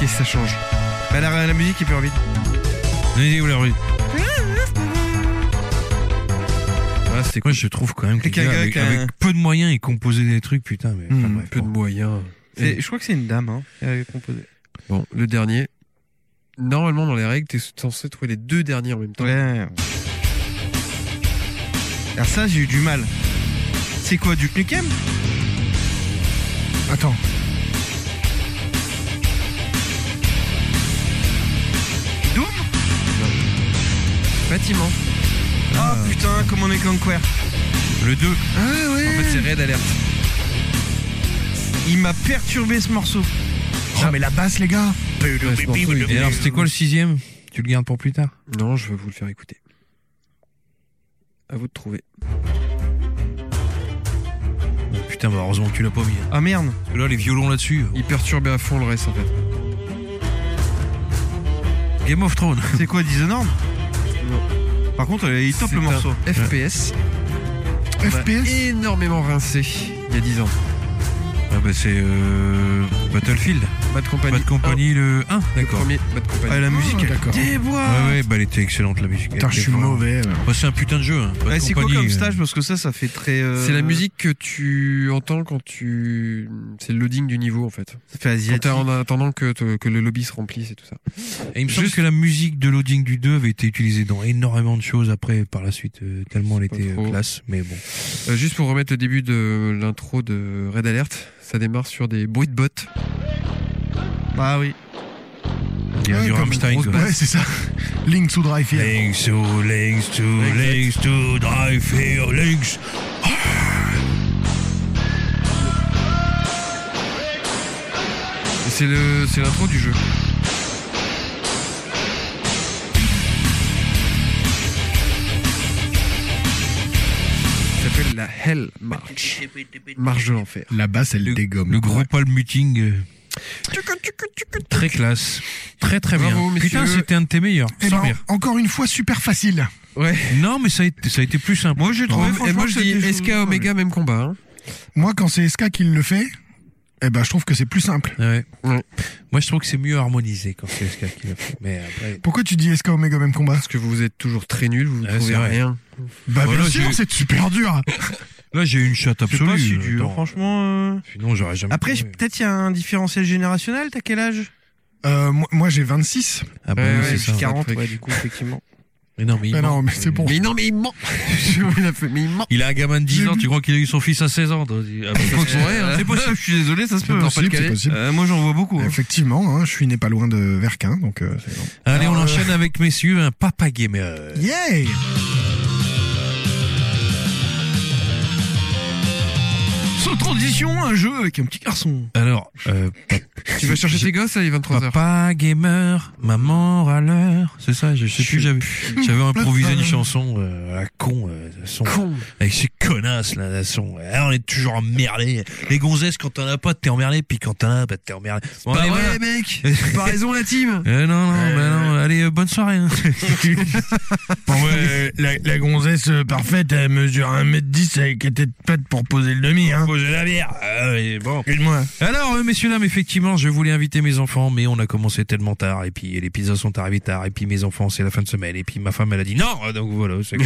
Qu'est-ce que ça change
Bah, la, la musique est plus vite.
Vas-y, où la rue Ah, c'était quoi Je trouve quand même que le
Quelqu'un
gars, avec,
qui a-
avec peu de moyens, il composait des trucs, putain. Mais, enfin,
Hmm,
bref,
Peu de
bon.
moyens.
C'est- Je crois que c'est une dame, hein, qui a composé.
Bon, le dernier. Normalement, dans les règles, t'es censé trouver les deux derniers en même temps.
Ouais. Alors ça, j'ai eu du mal. C'est quoi, du Knukem
Attends.
Doom
Bâtiment.
Ah putain, comment on est conquer
Le 2.
Ah ouais. En fait, c'est raid alerte.
Il m'a perturbé ce morceau.
Oh, mais la basse, les gars.
Ouais, ce morceau, il est-
Et alors, c'était quoi le sixième Tu le gardes pour plus tard
Non, je vais vous le faire écouter. À vous de trouver.
Oh, Putain, bah, heureusement que tu l'as pas mis. hein.
Ah merde.
Parce que là, les violons là-dessus. euh,
Il perturbait à fond le reste en fait.
Game of Thrones.
C'est quoi, Dishonored Par contre, euh, il top
C'est
le
un
morceau.
FPS.
FPS.
Énormément rincé il y a 10 ans.
[LAUGHS] Ah, bah, c'est euh, Battlefield.
Bad Company.
Bad Company, le 1.
un, le
D'accord.
premier Bad Company.
Ah, la musique,
Ah,
elle
d'accord.
Ouais, ouais, bah, elle était excellente, la musique.
Putain,
Elle
je
était
suis
vraiment-
mauvais. euh. alors.
Bah, c'est un putain de jeu. hein. Bad
Ouais, c'est quoi
Company,
comme
euh,
stage Parce que ça, ça fait très. euh,
C'est la musique que tu entends quand tu. C'est le loading du niveau en fait.
Ça fait
Quand
asiatique.
t'es en attendant que, te- que le lobby se remplisse et tout ça.
Et il me semble
Juste-
que la musique de loading du 2 avait été utilisée dans énormément de choses après, par la suite, euh, tellement elle
Pas
était euh,
trop.
classe. Mais bon.
Euh, juste pour remettre le début de l'intro de Red Alert, ça démarre sur des bruits de bottes.
Ah oui.
Il y a
Ouais,
du
comme une
Rammstein.
grosse
quoi.
basse. Ouais, c'est ça. Link to Drive Here.
Links to, links to, links to, drive here, links.
Et C'est le, c'est l'intro du jeu. Ça s'appelle la Hell March. Marche de l'enfer.
La basse, elle
Le-
dégomme.
Le gros palm muting, euh, très classe. Très très bien.
Bravo, messieurs.
Putain, c'était un de tes meilleurs.
Eh
Sans
ben,
rire.
encore une fois, super facile.
Non, mais ça a été, ça a été plus simple.
Moi, j'ai
Non,
trouvé.
mais-
Et
franchement,
moi
que
je
c'était
dis
chaud.
SK Omega même combat. hein.
Moi, quand c'est SK qui le fait, eh ben, je trouve que c'est plus simple.
Ouais.
Ouais.
Moi, je trouve que c'est mieux harmonisé quand c'est SK qui l'a fait. Mais après.
Pourquoi tu dis SK Omega même combat
Parce que vous êtes toujours très nuls, vous ne
Ouais,
trouvez
c'est vrai.
rien.
Bah,
Voilà,
bien sûr,
j'ai-
c'est super dur.
Là, j'ai eu une chatte
Je sais
absolue.
pas si dur,
Attends.
franchement. euh.
Sinon, j'aurais jamais.
Après, je-
trouvé.
peut-être il y a un différentiel générationnel. T'as quel âge
Euh, moi, moi, j'ai 26.
Ah, bah,
Ouais,
oui,
ouais,
c'est
je suis
ça.
car-
40,
truc.
ouais, du coup, effectivement.
Mais non, mais il
Ah non,
ment.
mais c'est bon.
Mais non, mais il ment [LAUGHS] Il a fait- Mais il ment
Il a un gamin de 10 ans, tu crois qu'il a eu son fils à 16 ans toi Ah, bah, faut que ce soit vrai, hein. C'est possible.
Je suis désolé, ça se peut.
C'est possible, c'est
Pas-de-Calais.
possible.
Euh, moi, j'en vois beaucoup. hein.
Effectivement, hein, je suis né pas loin de Verquin, donc euh, c'est bon.
Allez, on
Alors, euh,
enchaîne avec messieurs, un papa gamer.
Yeah
Sans transition, un jeu avec un petit garçon.
Alors, euh,
Tu vas chercher tes gosses, là, il est 23h.
papa gamer, maman râleur, c'est ça, je sais plus, j'avais, j'avais improvisé une chanson euh, à la con, euh, son,
Con
avec ces connasses là, la son. Ah, on est toujours emmerdés. Les gonzesses, quand t'en as pas, t'es emmerdé, puis quand t'en as, bah, t'es emmerdé. Bon,
Pas
allez, voilà.
vrai, mec Pas raison, la team
[LAUGHS] Euh, non, non, bah non, allez, euh, bonne soirée.
[LAUGHS]
hein.
euh, la, gonzesse euh, parfaite, elle mesure 1m10 avec la tête pâte pour poser le demi, hein.
Posez la bière. Ah, oui, bon.
moi
Alors, euh, messieurs, dames, effectivement, je voulais inviter mes enfants, mais on a commencé tellement tard, et puis les pizzas sont arrivées tard, et puis mes enfants, c'est la fin de semaine, et puis ma femme, elle a dit non, euh, donc voilà.
[LAUGHS]
c'est-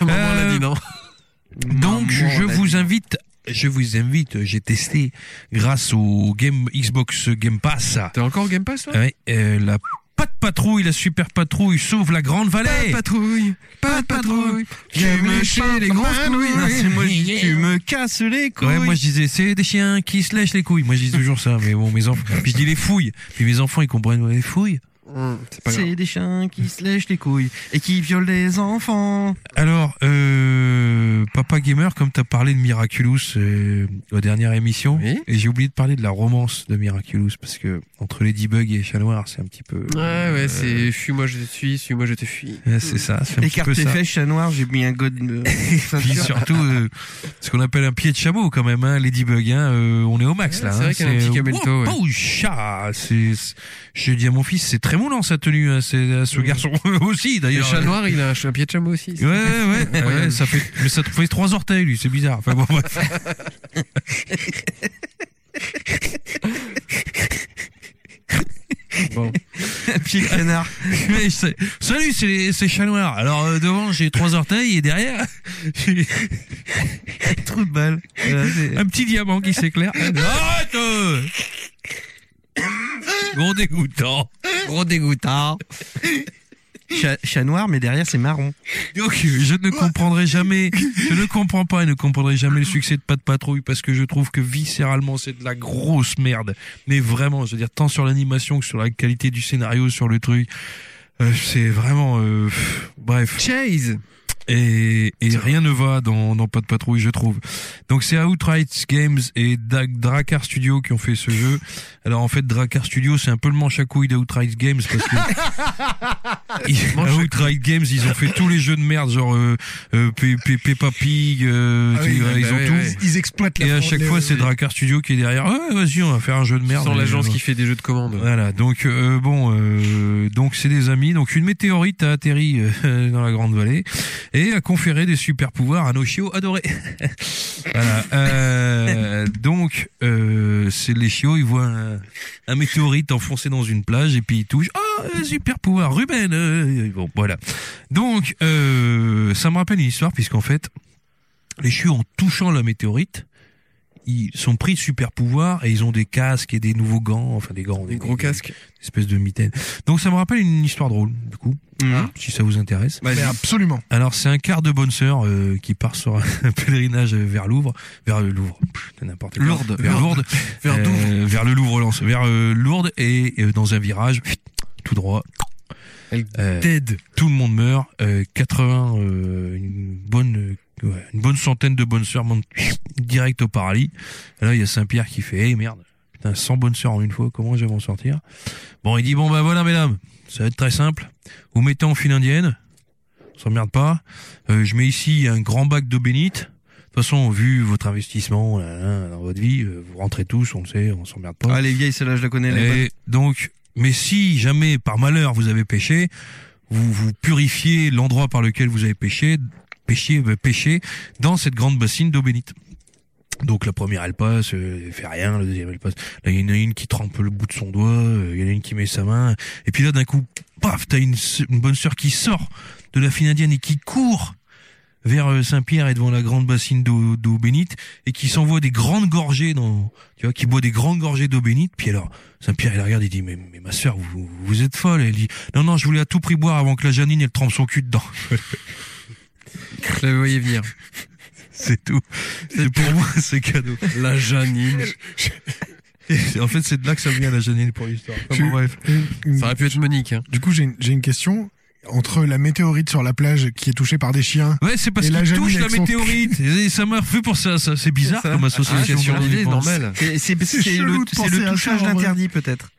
Maman l'a dit non.
Euh, [LAUGHS] donc, je, je vous invite, je vous invite, euh, j'ai testé, grâce au Game Xbox Game Pass,
T'es encore au Game Pass, là
ouais, euh, la pas de patrouille, la super patrouille sauve la grande
Pas
vallée.
de patrouille Eh, Pas de patrouille Viens me chier les grosses couilles
C'est moi, je dis, tu me casses les couilles.
Ouais, moi je disais, c'est des chiens qui se lèchent les couilles. Moi je dis toujours ça, mais bon, mes enfants. Puis je dis les fouilles. Puis mes enfants, ils comprennent ouais, les fouilles.
Hum, C'est pas grave.
C'est des chiens qui se lèchent les couilles et qui violent les enfants.
Alors, euh, Papa Gamer, comme t'as parlé de Miraculous euh, aux dernières émissions,
Oui.
et j'ai oublié de parler de la romance de Miraculous, parce que entre Ladybug et Chat Noir, c'est un petit peu... euh,
Ouais, ouais, c'est fuis-moi, je te suis, suis-moi, je te fuis.
Ouais, c'est ça, c'est un petit
Écarte
peu
tes
ça.
fesses, chat noir, j'ai mis un god. euh,
Puis
ceinture.
surtout, euh, ce qu'on appelle un pied de chameau quand même, hein, Ladybug, hein, euh, on est au max
Ouais,
là.
c'est
hein,
vrai qu'il y a un petit camelto, ouais.
Oh, chat c'est- c'est- Je dis à mon fils, c'est très moulant sa tenue, hein, c'est, ce
Oui.
garçon [LAUGHS] aussi
Le
d'ailleurs.
chat noir, il a un, ch- un pied de chameau aussi.
Ouais, ouais, ouais,
Incroyable.
ouais, ça fait, mais ça te fait trois orteils, lui, c'est bizarre. Enfin bon,
[LAUGHS]
bref.
Bon.
Un pied de canard.
Mais c'est- Salut, c'est, les- c'est chat noir. Alors, euh, devant, j'ai trois orteils et derrière, [LAUGHS] j'ai
Trou de balle. Voilà, c'est- euh,
un petit diamant qui s'éclaire. Arrête! euh Gros dégoûtant.
Gros dégoûtant. Chat, chat noir, mais derrière c'est marron.
Donc, je ne comprendrai jamais, je ne comprends pas et ne comprendrai jamais le succès de Pas de Patrouille parce que je trouve que viscéralement c'est de la grosse merde. Mais vraiment, je veux dire, tant sur l'animation que sur la qualité du scénario, sur le truc, euh, c'est vraiment, euh, pff, bref.
Chase
Et, et rien ne va dans, dans Pas de Patrouille, je trouve. Donc c'est Outright Games et Dag- Drakkar Studio qui ont fait ce jeu. Alors en fait, Drakkar Studio, c'est un peu le manche à couilles d'Outright Games
[LAUGHS]
parce que Ils- Outright Games, ils ont fait tous les jeux de merde, genre euh, euh, Pe- Pe- Peppa Pig, euh,
Ah
tu
oui,
vois,
bah
ils ont
ouais,
tout.
ouais.
Ils exploitent la
Et à
frontière.
chaque fois, c'est Drakkar Studio qui est derrière. Ouais, vas-y, on va faire un jeu de merde.
Sans
Mais,
l'agence
euh,
qui fait des jeux de commande.
Voilà, donc euh, bon, euh, donc c'est des amis. Donc une météorite a atterri euh, [LAUGHS] dans la Grande Vallée et a conféré des super pouvoirs à nos chiots adorés. [LAUGHS] voilà. euh, donc euh, c'est les chiots, ils voient un, un météorite enfoncé dans une plage et puis ils touchent. Oh, euh, super pouvoir, Ruben. euh, bon, voilà. Donc euh, ça me rappelle une histoire puisqu'en fait les chiots en touchant la météorite. Ils sont pris de super pouvoirs et ils ont des casques et des nouveaux gants, enfin des gants,
Des gros casques.
espèce de mitaine. Donc ça me rappelle une histoire drôle, du coup,
Mhm.
Mmh.
si ça vous intéresse.
Bah,
Mais absolument.
Alors c'est un quart de bonne sœur euh, qui part sur un [LAUGHS] pèlerinage vers Louvre, vers le Louvre, pff, n'importe quoi.
Lourdes.
vers Lourdes,
Vers Douvres.
euh, vers le Louvre Lens, vers euh, Lourdes et euh, dans un virage pff, tout droit.
Elle
Euh, Tout le monde meurt. euh, 80, euh, une bonne, euh, ouais, une bonne centaine de bonnes sœurs montent pff, direct au paradis. Et là il y a Saint Pierre qui fait, eh merde, putain 100 bonnes sœurs en une fois, comment je vais m'en sortir Bon il dit bon bah voilà mesdames, ça va être très simple. Vous mettez en file indienne, on s'emmerde pas. Euh, je mets ici un grand bac d'eau bénite. De toute façon, vu votre investissement là, là, dans votre vie, euh, vous rentrez tous, on le sait, on s'emmerde pas.
Ah, les vieilles, celle-là, je la connais. elle est bonne.
Et donc, mais si jamais par malheur vous avez péché, vous vous purifiez l'endroit par lequel vous avez péché, péché, euh, péché dans cette grande bassine d'eau bénite. Donc la première elle passe, euh, elle fait rien, la deuxième elle passe. Là il y en a une qui trempe le bout de son doigt, euh, il y en a une qui met sa main, et puis là d'un coup, paf, t'as une, s- une bonne sœur qui sort de la file indienne et qui court vers euh, Saint-Pierre et devant la grande bassine d'eau d'eau bénite et qui s'envoie des grandes gorgées dans, tu vois, qui boit des grandes gorgées d'eau bénite. Puis alors Saint-Pierre, il la regarde, il dit, mais, mais ma sœur, vous, vous êtes folle. Elle dit, non, non, je voulais à tout prix boire avant que la Janine, elle trempe son cul dedans. [LAUGHS]
Je la voyais venir.
C'est tout. C'est pour moi, c'est cadeau.
La Janine.
Et en fait, c'est de là que ça vient, la Janine, pour l'histoire. Enfin, bon, bref.
[LAUGHS] Ça aurait pu être Monique. Hein.
Du coup, j'ai une- j'ai une question. Entre la météorite sur la plage qui est touchée par des chiens,
Ouais, c'est parce
Et la
qu'il
Janine
touche la
avec son
météorite. Et ça m'a fait pour ça, ça. C'est bizarre
C'est ça.
comme association.
Ah,
quand on y
l'idée,
pense.
normal.
C'est c'est-
C'est
c'est
chelou
le,
de
c'est
penser
le
à
touchage
ça, en vrai.
d'interdit, peut-être.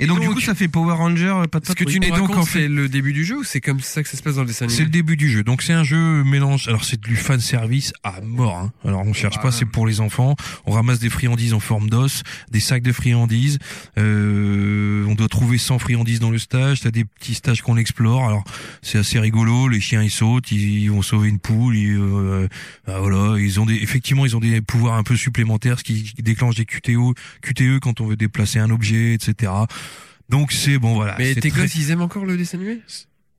Et donc, du
donc-
coup, ça fait Power Ranger, euh, pas de
Ce que tu
patrouille.
nous
Et donc,
racontes,
en fait-
c'est le début du jeu ou c'est comme ça que ça se passe dans le dessin
C'est
animé
le début du jeu. Donc c'est un jeu mélange. Alors c'est du fan service à mort. hein. Alors on
Ah.
cherche pas, c'est pour les enfants. On ramasse des friandises en forme d'os, des sacs de friandises. Euh, on doit trouver 100 friandises dans le stage. T'as des petits stages qu'on explore. Alors c'est assez rigolo. Les chiens ils sautent, ils, ils vont sauver une poule. Ils, euh, ah, voilà, ils ont des effectivement ils ont des pouvoirs un peu supplémentaires, ce qui déclenche des QTO, QTE E quand on veut déplacer un objet, etc. Donc c'est bon voilà.
Mais
C'est
tes
très-
gosses, ils aiment encore le dessin animé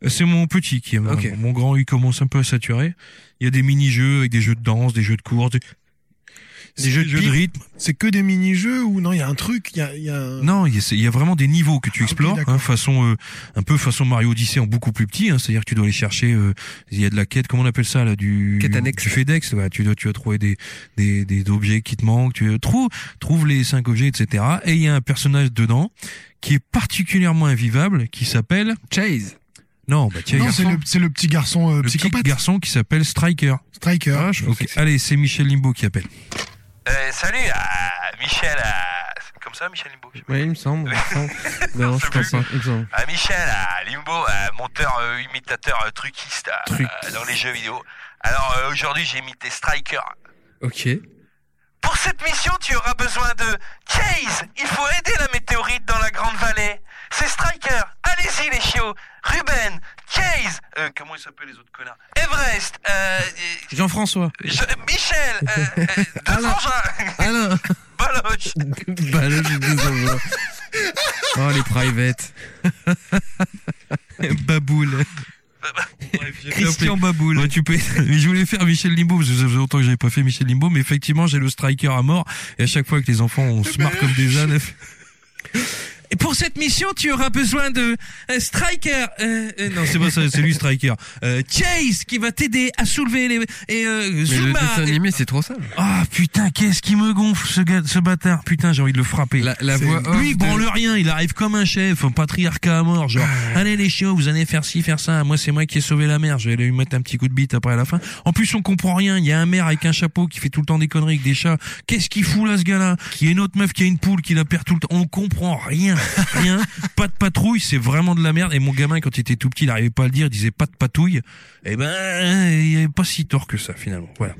c'est mon petit qui aime.
Ok.
Mon grand, il commence un peu à saturer. Il y a des mini-jeux avec des jeux de danse, des jeux de course. des-
Des jeux de
jeux de
pique.
rythme.
C'est que des mini-jeux ou non, il y a un truc, il y a, il y a un-
Non, il y, a- c'est- il y a vraiment des niveaux que tu
Ah, ok,
explores,
d'accord.
hein, façon euh, un peu façon Mario Odyssey en beaucoup plus petit. hein, C'est-à-dire que tu dois aller chercher. euh, Il y a de la quête, comment on appelle ça là, du
Quête annexe.
du FedEx. ouais, tu dois tu dois trouver des des des objets qui te manquent. Tu euh, trouves trouve les cinq objets, etc. Et il y a un personnage dedans qui est particulièrement invivable, qui s'appelle
Chase.
non, bah tiens, il y
Non,
a
c'est le, c'est le petit garçon euh,
le petit
psychopathe,
garçon Ah, qui s'appelle Striker.
Striker.
Hein,
Ok, Allez, c'est Michel Limbo qui appelle.
Euh, salut, ah, Michel. ah, c'est comme ça, Michel Limbo.
Ouais, il me semble. il me semble.
Non,
je
je
pense
pense pas. Exemple.
Ah, Michel, ah, Limbo, ah, monteur, euh, imitateur, euh, truquiste ah,
Truquiste.
euh, dans les jeux vidéo. Alors euh, aujourd'hui, j'ai imité Striker.
Ok.
Pour cette mission, tu auras besoin de Chase. Il faut aider la météorite dans la grande vallée. C'est Striker. Allez-y les chiots. Ruben, Chase. Euh, comment ils s'appellent les autres connards Everest. euh, et-
Jean-François.
Je- Michel. Euh, euh, de Frangin.
Alain
[LAUGHS] Baloche.
Bah là, j'ai deux envois. Oh, les privates.
Baboule. Christian Baboule. Ouais, tu peux... mais [LAUGHS] je voulais faire Michel Limbo, parce que ça faisait longtemps que j'avais pas fait Michel Limbo, mais effectivement, j'ai le striker à mort, et à chaque fois que les enfants,
Eh
on
ben,
se marre comme des ânes. Et pour cette mission, tu auras besoin de euh, Striker. euh, euh, non, c'est pas ça, c'est lui Striker. Euh, Chase qui va t'aider à soulever les et euh,
Mais le
Zuma.
dessin animé, c'est trop ça.
Ah putain, qu'est-ce qui me gonfle ce gars, ce bâtard. Putain, j'ai envie de le frapper.
La, la voix off
Lui, il
de-
branle rien, il arrive comme un chef, un patriarcat à mort, genre, allez les chiots, vous allez faire ci, faire ça, moi c'est moi qui ai sauvé la mer, je vais aller lui mettre un petit coup de bite après à la fin. En plus, on comprend rien, il y a un maire avec un chapeau qui fait tout le temps des conneries avec des chats, qu'est-ce qu'il fout là ce gars-là Il y a une autre meuf qui a une poule qui la perd tout le temps, on comprend
[LAUGHS]
rien, rien, pas de patrouille, c'est vraiment de la merde, et mon gamin quand il était tout petit, il arrivait pas à le dire, il disait pas de patouille, et ben, il y avait pas si tort que ça finalement, voilà.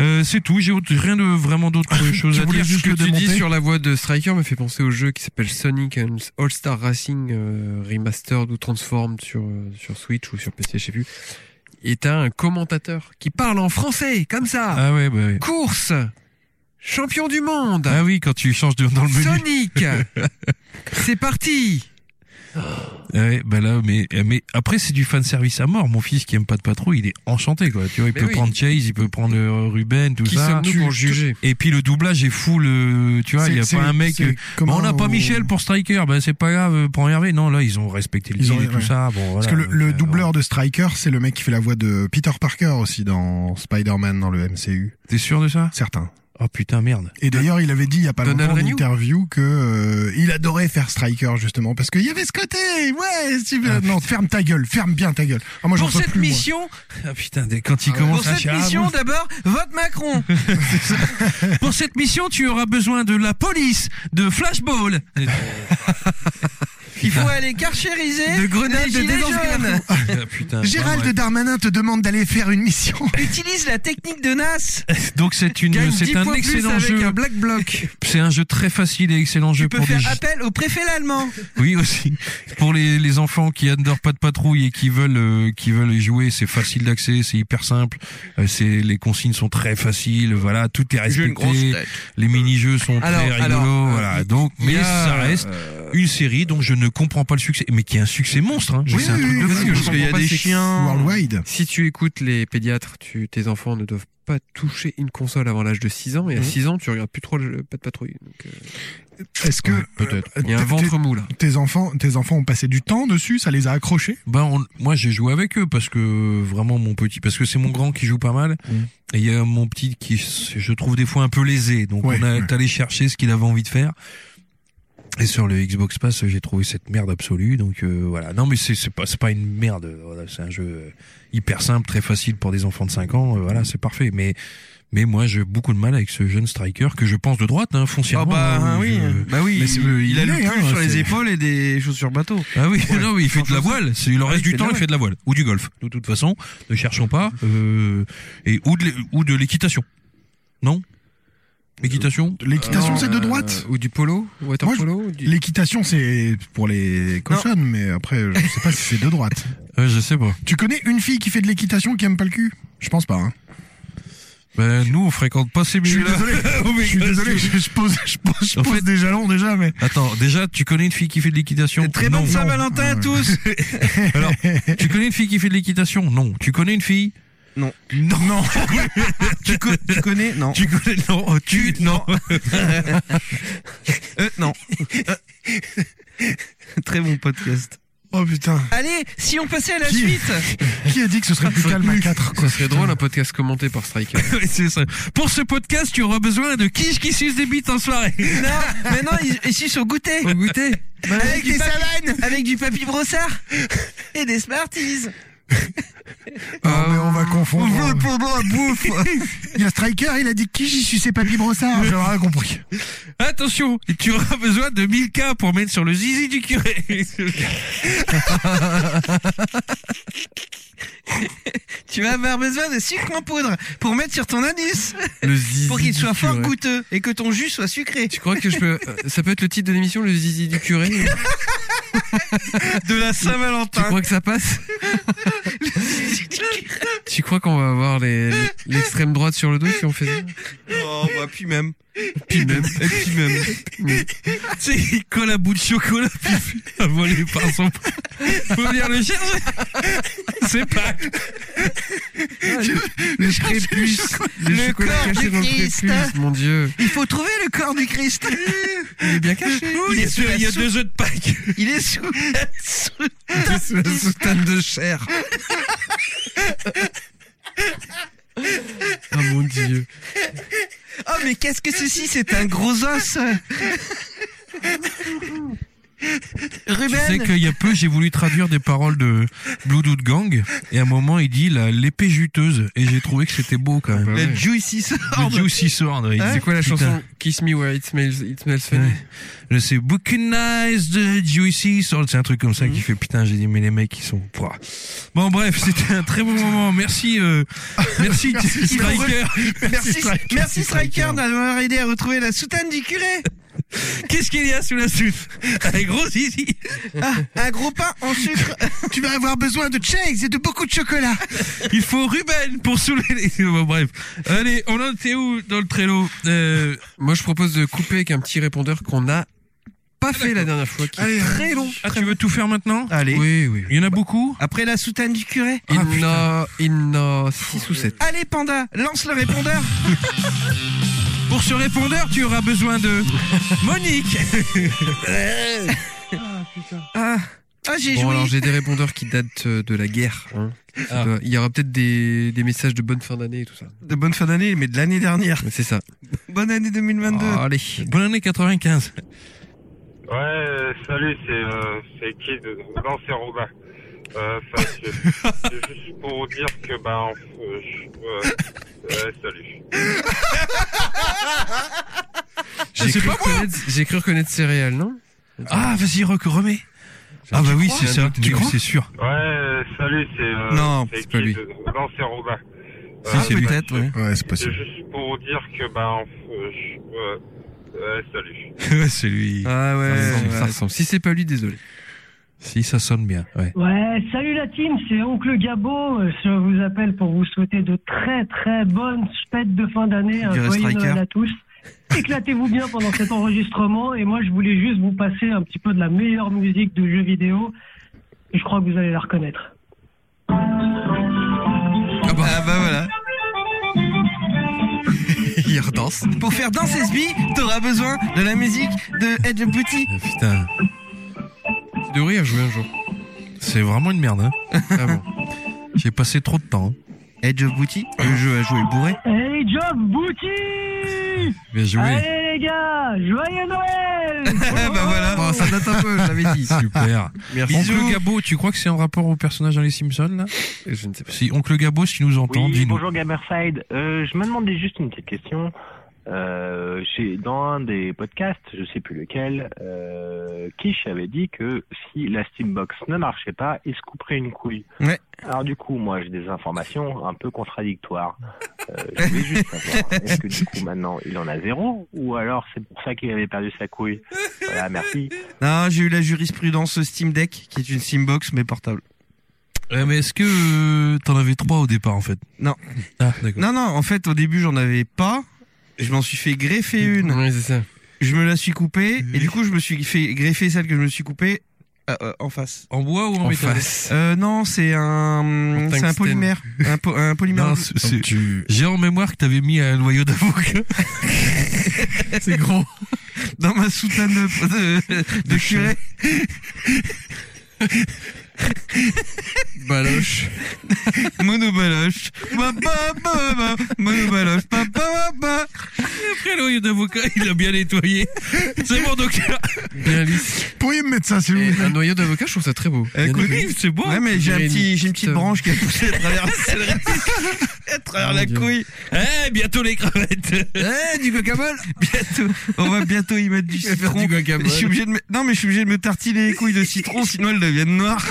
Euh, c'est tout, j'ai autre- rien de vraiment
[LAUGHS]
d'autre chose
Tu
à
voulais
dire.
juste
Ce que
le
tu dis
démonter.
sur la voix de Striker me fait penser au jeu qui s'appelle Sonic and All Star Racing euh, Remastered ou Transformed sur euh, sur Switch ou sur PC, je sais plus. Et t'as un commentateur qui parle en français comme ça.
Ah ouais, bah ouais.
Course, champion du monde,
Ah oui, quand tu changes de, dans le menu.
[LAUGHS] Sonic. C'est parti.
Ouais, bah là, mais, mais après, c'est du fan service à mort. Mon fils qui aime pas de patrouille, il est enchanté, quoi. Tu vois, il
Mais
peut
oui.
prendre Chase, il peut prendre euh, Ruben, tout
Qui
ça.
sommes-nous pour juger
Et puis le doublage est full, euh, tu vois, il y a
C'est-
pas un
c'est-
mec.
c'est
euh,
comme
Bon, on n'a
un-
pas Michel pour Striker, bah c'est pas grave, euh, prends Hervé. Non, là, ils ont respecté le
Ils
deal
ont-
et tout
ouais.
ça. Bon,
Parce
voilà.
que le, le
Euh,
doubleur de Striker, c'est le mec qui fait la voix de Peter Parker aussi dans Spider-Man dans le MCU.
T'es sûr de ça
Certains.
Oh putain, merde. [LAUGHS]
Et d'ailleurs, il avait dit il y a pas
Donald
longtemps en
Renew
interview que euh, il adorait faire Striker justement parce qu'il y avait ce côté. Ouais, si, non, ferme ta gueule, ferme bien ta gueule. Ah, moi, j'en peux plus, moi.
Ah putain, dès- quand il commence à chialer, ah,
d'abord, vote
[LAUGHS]
Macron.
bon. Pour cette mission, tu auras besoin de la police, de
[LAUGHS]
Flashball.
Il faut aller carchériser.
De grenades
les gilets jaunes.
Ah, putain,
Gérald
ouais.
Darmanin te demande d'aller faire une mission.
[LAUGHS] Utilise la technique de Nas.
Donc c'est une,
[LAUGHS] Gagne
Eh c'est
10
un
points plus
excellent
avec
jeu.
un black bloc.
C'est un jeu très facile et excellent jeu
Tu peux
pour des
faire
ju-
appel au préfet allemand.
oui aussi pour les, les enfants qui adorent pas de patrouille et qui veulent euh, qui veulent y jouer c'est facile d'accès c'est hyper simple Euh, c'est les consignes sont très faciles voilà tout est
J'ai une grosse
respecté
tête.
les mini jeux sont
Alors,
très rigolos
alors, euh,
voilà
il-
donc
il
mais
y a,
ça reste une série dont je ne comprends pas le succès mais qui est un succès monstre hein. Je-
Oui,
c'est un
oui,
truc
oui,
de
oui,
fou.
oui,
Parce
je
qu'il y a
comprends
des
pas, c'est
chiens.
Worldwide.
Si tu écoutes les pédiatres, tu, tes enfants ne doivent pas toucher une console avant l'âge de 6
Mhm.
ans. Et à 6 ans, tu regardes plus trop le pas de patrouille. Donc, euh,
Est-ce que
Ouais, peut-être.
Il y
Euh,
a un
T'es-
ventre mou là.
t'es- tes enfants, tes enfants ont passé du temps dessus, ça les a accrochés
Ben on- moi j'ai joué avec eux parce que euh, vraiment mon petit parce que c'est mon grand qui joue pas mal
Mm.
et il y a mon petit qui je trouve des fois un peu lésé donc
Ouais,
on a
ouais.
allé chercher ce qu'il avait envie de faire et sur le Xbox Pass j'ai trouvé cette merde absolue donc euh, voilà non mais c'est c'est pas c'est pas une merde voilà c'est un jeu euh, hyper simple très facile pour des enfants de 5 ans euh, voilà c'est parfait mais mais moi j'ai beaucoup de mal avec ce jeune striker que je pense de droite hein,
Ah
foncièrement
bah
hein,
euh,
hein, oui,
je-
bah oui,
Mais c'est-
il,
il
a le
est,
pull
hein,
sur les
c'est-
épaules et des chaussures bateau.
Ah oui, [LAUGHS] non, mais il fait de la voile. C'est- Il en reste
il fait
du
de la
temps, il
voile.
fait de la voile. Ou du golf. De toute façon, ne cherchons
Mm.
pas. Euh, et, ou de, l'é- ou de l'équitation. Non L'équitation
L'équitation,
Non,
c'est de
euh,
droite.
Ou du polo, water
Moi, je-
polo. ou du-
L'équitation, c'est pour les cochons, mais après, je sais pas si c'est de droite.
Euh, Je sais pas.
Tu connais une fille qui fait de l'équitation qui aime pas le cul Je pense pas. Hein.
Ben, nous, on fréquente pas ces
Je suis
milieux-là. [LAUGHS] Oh,
désolé. je suis désolé. Je, je pose, je pose, je
En
pose
fait-
des jalons déjà, mais
Attends, déjà, tu connais une fille qui fait de l'équitation
Très
Non.
bonne Saint-Valentin à tous.
Tu connais une fille qui fait de l'équitation Non. Tu connais une fille
Non.
Non.
tu, co- tu connais
[LAUGHS]
Non.
Tu connais non, oh, tu non.
Euh, non. Très bon podcast.
Oh putain,
Allez, si on passait à la
Qui-
suite
qui a dit que ce serait plus calme à 4 quoi
Ça serait drôle un podcast commenté
[LAUGHS]
par Striker.
Oui, c'est ça. Pour ce podcast, tu auras besoin de quiche qui suce des bites en soirée.
Non, maintenant ils, ils sucent au goûter.
Au goûter.
Avec des salades Avec du papy brossard Et des Smarties
Ah, mais on va confondre. hein.
la bouffe
Il y a Striker, il a dit qui j'y suis ses papy brossard. J'aurais rien compris.
Attention, tu auras besoin de 1000 cas pour mettre sur le zizi du curé.
[LAUGHS] Tu vas avoir besoin de sucre en poudre pour mettre sur ton anus
Le zizi.
pour qu'il
du
soit fort
curé.
goûteux et que ton jus soit sucré.
Tu crois que je peux. euh, Ça peut être le titre de l'émission, le zizi du curé
De la
Tu
Saint-Valentin.
crois que
[LAUGHS]
ça passe Tu crois qu'on va avoir les- l'extrême droite sur le dos si on fait ça
Oh, bah, puis même.
Puis même.
Et puis même.
Tu sais, il [LAUGHS] colle un bout de chocolat, puis [LAUGHS] volé par son. Faut venir le chercher. C'est pas.
Le prépuce Le,
Le
chocolat
corps
caché
du
dans le
Christ.
prépuce, mon dieu
Il faut trouver le corps du Christ.
Il est bien caché [LAUGHS]
Il est sous la
Il y a
sou-
deux œufs de Pâques.
il est sous sous-
sous la soutane de chair Ah mon dieu
Oh, mais qu'est-ce que ceci C'est un gros os
Tu sais
Ruben
qu'il y a peu, j'ai voulu traduire des paroles de Blue Dude Gang, et à un moment, il dit la- l'épée juteuse, et j'ai trouvé que c'était beau quand même.
Bah ouais.
Le juicy
Le
sword
Juicy Sword, ouais, il
C'est
disait-
quoi la
Putain.
chanson Kiss me where it smells, it smells funny
Ouais. Je sais, Bucanize the Juicy Sword, c'est un truc comme ça qui fait putain, j'ai dit, mais les mecs, ils sont. Pouah. Bon, bref, c'était un très bon moment. Merci, [LAUGHS] euh, merci, Striker.
Merci,
Striker.
merci Striker d'avoir aidé à retrouver la soutane du curé
Qu'est-ce qu'il y a sous la soute Avec gros zizi.
Ah, Un gros pain en sucre
Tu vas avoir besoin de checks et de beaucoup de chocolat.
Il faut Ruben pour soulever les... Bon, bref. Allez, on en était où dans le Trello euh,
Moi je propose de couper avec un petit répondeur qu'on n'a
Ah,
pas fait la dernière fois qui est
Allez,
très long
Ah, tu veux tout faire maintenant
Allez,
Oui oui
Il y en a beaucoup
après la soutane du curé
Il y en a- il y en a 6 ou 7
Allez Panda, lance le répondeur
Pour ce répondeur, tu auras besoin de Monique
Ah, ah, j'ai
Bon,
joué
alors j'ai des répondeurs qui datent euh, de la guerre. hein. Ça
Ah.
doit- Il y aura peut-être des, des messages de bonne fin d'année et tout ça.
De bonne fin d'année, mais de l'année dernière.
Mais C'est ça.
Bonne année 2022
Oh, allez.
Bonne année 95.
Ouais, euh, salut, c'est euh, c'est Kid. Non, c'est Robin. Euh,
[LAUGHS]
enfin, c'est c'est juste pour vous dire que, ben, euh, je- euh, euh, salut.
J'ai cru, reconnaître- j'ai cru reconnaître céréales, non
Ah, vas-y, rec- remets. Ah bah oui, c'est ça,
Tu crois
c'est sûr.
Ouais, euh, salut, c'est euh,
Non,
c'est pas lui.
Kid. Non, c'est Robin.
Si, c'est lui.
peut-être, ouais.
Ouais, c'est
C'est
possible.
juste pour vous dire que, ben, euh, je- euh, euh, salut.
Ouais, c'est lui.
Ah ouais,
Ça ressemble,
ouais.
ça ressemble. Si c'est pas lui, désolé.
Si, ça sonne bien, ouais.
Ouais, salut la team, c'est Oncle Gabo. Euh, Je vous appelle pour vous souhaiter de très très bonnes fêtes de fin d'année. Un
dirais
joyeux
Striker.
Noël à tous. Éclatez-vous bien pendant cet enregistrement. Et moi, je voulais juste vous passer un petit peu de la meilleure musique de jeux vidéo. Et je crois que vous allez la reconnaître.
Ah bah, voilà.
Il redanse.
Pour faire danser ce bille, t'auras besoin de la musique de Edge Booty.
Ah, putain,
Tu devrais y rejouer un jour.
c'est vraiment une merde, hein.
Ah bon.
J'ai passé trop de temps. hein.
Edge of Booty, le jeu à jouer bourré.
Hey Job Booty
Bien joué.
Allez les gars, joyeux Noël
Ah [LAUGHS] bah voilà.
Bon, ça date un peu, je l'avais
[LAUGHS]
dit.
Super.
Merci.
Oncle Gabo, tu crois que c'est en rapport au personnage dans les Simpsons, là
Je ne sais pas.
Si Oncle Gabo, si tu nous entends, dis-nous.
bonjour Gamerside. je me demandais juste une petite question. Euh, dans un des podcasts, je sais plus lequel, euh, Kish avait dit que si la Steambox ne marchait pas, il se couperait une couille.
Ouais.
Alors du coup, moi j'ai des informations un peu contradictoires. Euh, je
[LAUGHS]
voulais juste savoir, est-ce que du coup maintenant il en a zéro ou alors c'est pour ça qu'il avait perdu sa couille Voilà, merci.
Non, j'ai eu la jurisprudence Steam Deck, qui est une Steambox mais portable.
Ouais, Euh, mais est-ce que euh, t'en avais trois au départ, en fait
Non.
Ah, d'accord.
Non, non, en fait, au début, j'en avais pas. Je m'en suis fait greffer une.
Oui, c'est ça.
Je me la suis coupée. Et du coup, je me suis fait greffer celle que je me suis coupée
euh, euh, en face.
En bois ou en, métal
Euh, non, c'est un,
En
c'est un
tungstène.
polymère, un, po- un polymère.
Non,
bleu.
c'est- c'est- J'ai en mémoire que t'avais mis un noyau d'avocat. [LAUGHS]
c'est gros. Dans ma soutane de, de, de curé.
Baloche.
Monobaloche. Ba, ba, ba, ba. Monobaloche. Ba, ba, ba,
Après, le noyau d'avocat, il l'a bien nettoyé. C'est bon, docteur.
Bien lisse.
Pourriez me mettre ça, s'il vous
plaît. Un noyau d'avocat, je trouve ça très beau.
Eh,
ba.
Bien
Écoute,
nettoyé.
c'est bon.
Ouais, mais j'ai un
J'ai une
petit, j'ai une
petite,
petite
euh,
branche qui a poussé à travers [LAUGHS] la sellerie. à travers la couille.
[LAUGHS] Eh, bientôt les crevettes.
Eh, du guacamole. Bientôt. On va bientôt y mettre du
faire
citron.
du guacamole.
Je suis obligé de me- non, mais je suis obligé de me tartiner les couilles de citron, sinon elles deviennent noires.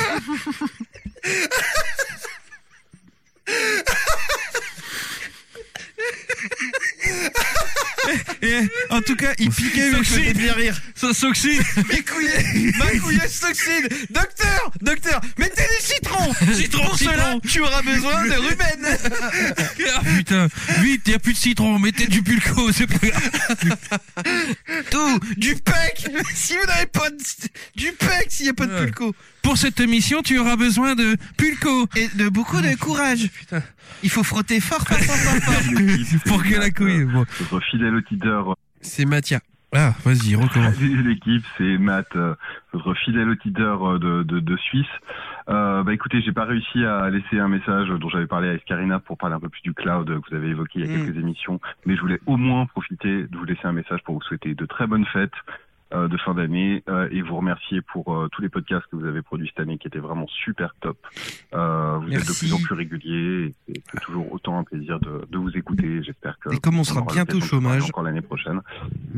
Et, en tout cas, il piquait, mais je faisais bien rire.
Ça s'oxyde.
Mes couilles, ma couillasse s'oxyde. Docteur, docteur, mettez du citron.
Citron,
Pour cela,
citron.
tu auras besoin de Ruben.
Ah, putain. Vite, y a plus de citron. Mettez du pulco. C'est pas grave.
Tout, du pec. Si vous n'avez pas de, du pec, s'il n'y a pas de pulco.
Pour cette émission, tu auras besoin de pulco.
Et de beaucoup de
[LAUGHS]
courage. Il faut frotter fort, fort, fort, fort, fort.
Pour que la couille. Bon.
Notre fidèle auditeur
C'est Mathia.
Ah, vas-y, recommence.
de l'équipe, c'est Matt, euh, notre fidèle auditeur euh, de, de, de Suisse. Euh, bah écoutez, j'ai pas réussi à laisser un message dont j'avais parlé à Escarina pour parler un peu plus du cloud euh, que vous avez évoqué il y a
Mm.
quelques émissions, mais je voulais au moins profiter de vous laisser un message pour vous souhaiter de très bonnes fêtes euh, de fin d'année euh, et vous remercier pour euh, tous les podcasts que vous avez produits cette année qui étaient vraiment super top. Euh, vous êtes de
Merci. Ah.
plus en plus réguliers et c'est- c'est toujours autant un plaisir de, de vous écouter. J'espère que
Et comme on sera
aura
bientôt au
l'occasion de parler
chômage. Mm.
encore l'année prochaine.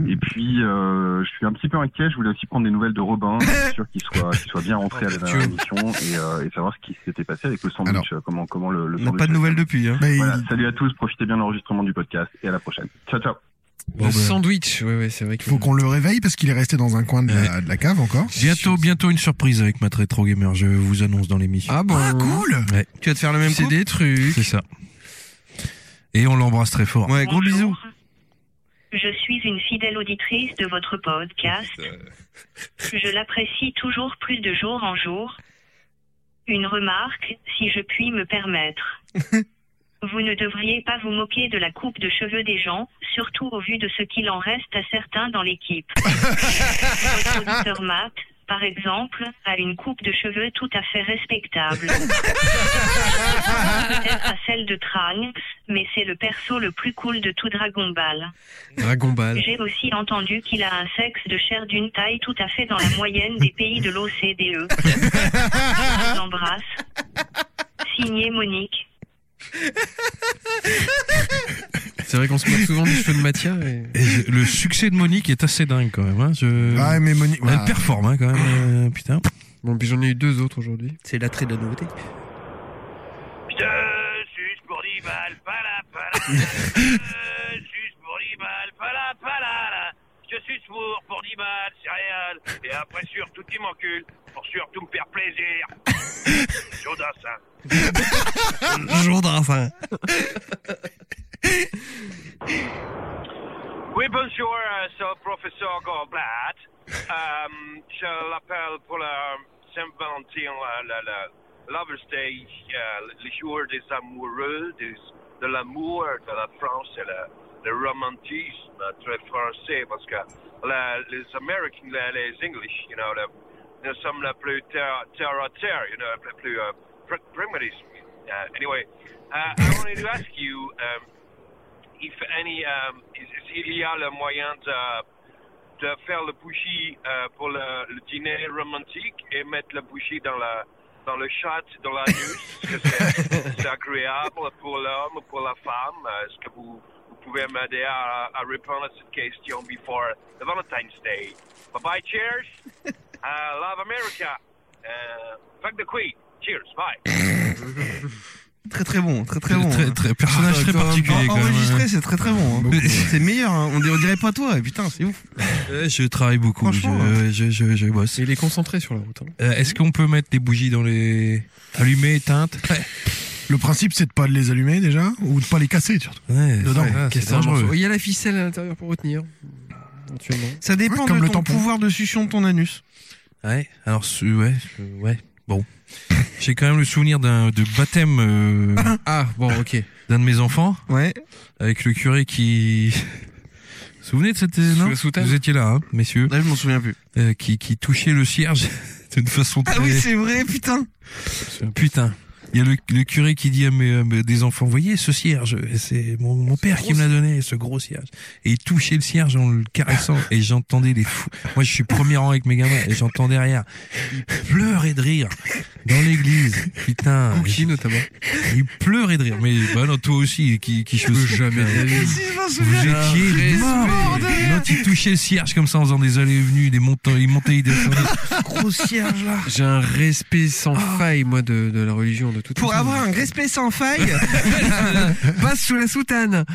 Et puis, euh, je suis un petit peu inquiet. Je voulais aussi prendre des nouvelles
[LAUGHS]
de Robin. Je suis sûr qu'il soit, qu'il soit bien rentré à la dernière émission et, euh, et savoir ce qui s'était passé avec le sandwich. euh, comment, comment le, le
On n'a
sandwich
pas de
a-
nouvelles depuis, hein.
Mais
Voilà. Salut à tous. Profitez bien de l'enregistrement du podcast et à la prochaine. Ciao, ciao.
Le
bah.
sandwich. Ouais, ouais, c'est vrai
il faut qu'on le réveille parce qu'il est resté dans un coin de la, de la cave encore.
Bientôt, bientôt une surprise avec ma rétro gamer. Je vous annonce dans l'émission.
Ah bon.
Ah, cool
Tu vas te faire le même
C'est
coup.
des trucs.
C'est ça. Et on l'embrasse très fort.
Ouais, gros bisous.
Je suis une fidèle auditrice de votre podcast. Je l'apprécie toujours plus de jour en jour. Une remarque, si je puis me permettre. vous ne devriez pas vous moquer de la coupe de cheveux des gens, surtout au vu de ce qu'il en reste à certains dans l'équipe. votre auditeur Matt, par exemple, a une coupe de cheveux tout à fait respectable. Peut-être à celle de Trang, mais c'est le perso le plus cool de tout Dragon Ball.
Dragon Ball.
J'ai aussi entendu qu'il a un sexe de chair d'une taille tout à fait dans la moyenne des pays de l'OCDE. Je vous embrasse. Signé Monique.
C'est vrai qu'on se moque souvent des cheveux de Mathia. et-
Et je- le succès de Monique est assez dingue quand même. Hein. Je...
Ouais, mais Moni-
Elle
voilà.
performe hein, quand même. euh, putain.
Bon, puis j'en ai eu deux autres aujourd'hui.
C'est l'attrait de la nouveauté.
Je suis pour dix balles, pala, pala. Je suis pour dix balles, pala, pala, la. Je suis pour pour dix balles, céréales. Et après, surtout, tu m'encules. Pour surtout me faire
[LAUGHS]
plaisir. Jodas, hein.
Jourdain.
Oui, bonjour, euh, c'est professeur Goldblatt. Euh, je l'appelle pour la Saint-Valentin, la, la, la Lover's Day, euh, le jour des amoureux, des, de l'amour de la France et le, le romantisme très français, parce que la- les Américains, la- les English, you know, le- nous sommes le plus terre, terre à terre, you know, le plus euh, pr- primarisme. Uh, anyway, uh, I wanted to ask you. Um, if any, um, is- s'il y a le moyen de, de faire le bougie euh, pour le, le dîner romantique et mettre le bougie dans la dans le chat, dans la news, est-ce que c'est c'est agréable pour l'homme, pour la femme. Euh, Est-ce que vous, vous pouvez m'aider à, à répondre à cette question before the Valentine's Day? Bye bye, cheers. I love America. Uh, fuck the Queen. Cheers, bye.
Très très bon, très très bon.
Très,
hein.
très, personnage très
En-
particulier quand même.
Enregistré, c'est très très bon. hein. C'est meilleur, hein. on, dirait- on dirait pas toi, et putain, c'est ouf.
Euh, Je travaille beaucoup. Je,
Franchement,
euh, je, je, je bosse.
Et il est concentré sur la route. hein.
Euh, Est-ce qu'on peut mettre des bougies dans les allumées, éteintes
Le principe, c'est de pas les allumer déjà, ou de pas les casser surtout.
Ouais,
Dedans.
ouais,
Ah,
c'est
c'est
dangereux.
Oh, Il y a la ficelle à l'intérieur pour retenir. Éventuellement.
Ça dépend
Ouais, comme
de
le
ton
tampon.
pouvoir de succion de ton anus.
Ouais, alors, ce- ouais, je- ouais, bon. J'ai quand même le souvenir d'un de baptême.
[LAUGHS]
euh, ah, bon, ok. D'un de mes enfants. Ouais. Avec le curé qui. Vous vous souvenez de cette non Vous étiez là, hein, messieurs. Là, je m'en souviens plus. qui, qui touchait le cierge [LAUGHS] d'une façon
Ah
très.
oui, c'est vrai, putain.
Putain. Il y a le, le curé qui dit à mes, à mes- des enfants, voyez ce cierge, Et c'est mon, mon père qui me l'a donné, ce gros cierge. Et il touchait le cierge en le caressant, et j'entendais les fous. Moi, je suis premier rang avec mes gamins, et j'entends derrière. Ils pleurent et de rire. Dans l'église. Putain. Qui notamment. Ils pleurent et de rire. Mais, bah non, toi aussi, qui, qui chose. Jamais. Vous étiez mort. L'autre, il touchait le cierge comme ça en faisant des allées et venues, des montants, il montait, il descendait.
Gros cierge, là. Ah.
J'ai un respect sans faille, moi, de, de la religion, de toute
Pour
façon.
avoir un respect sans
[LAUGHS]
faille.
Passe sous la soutane.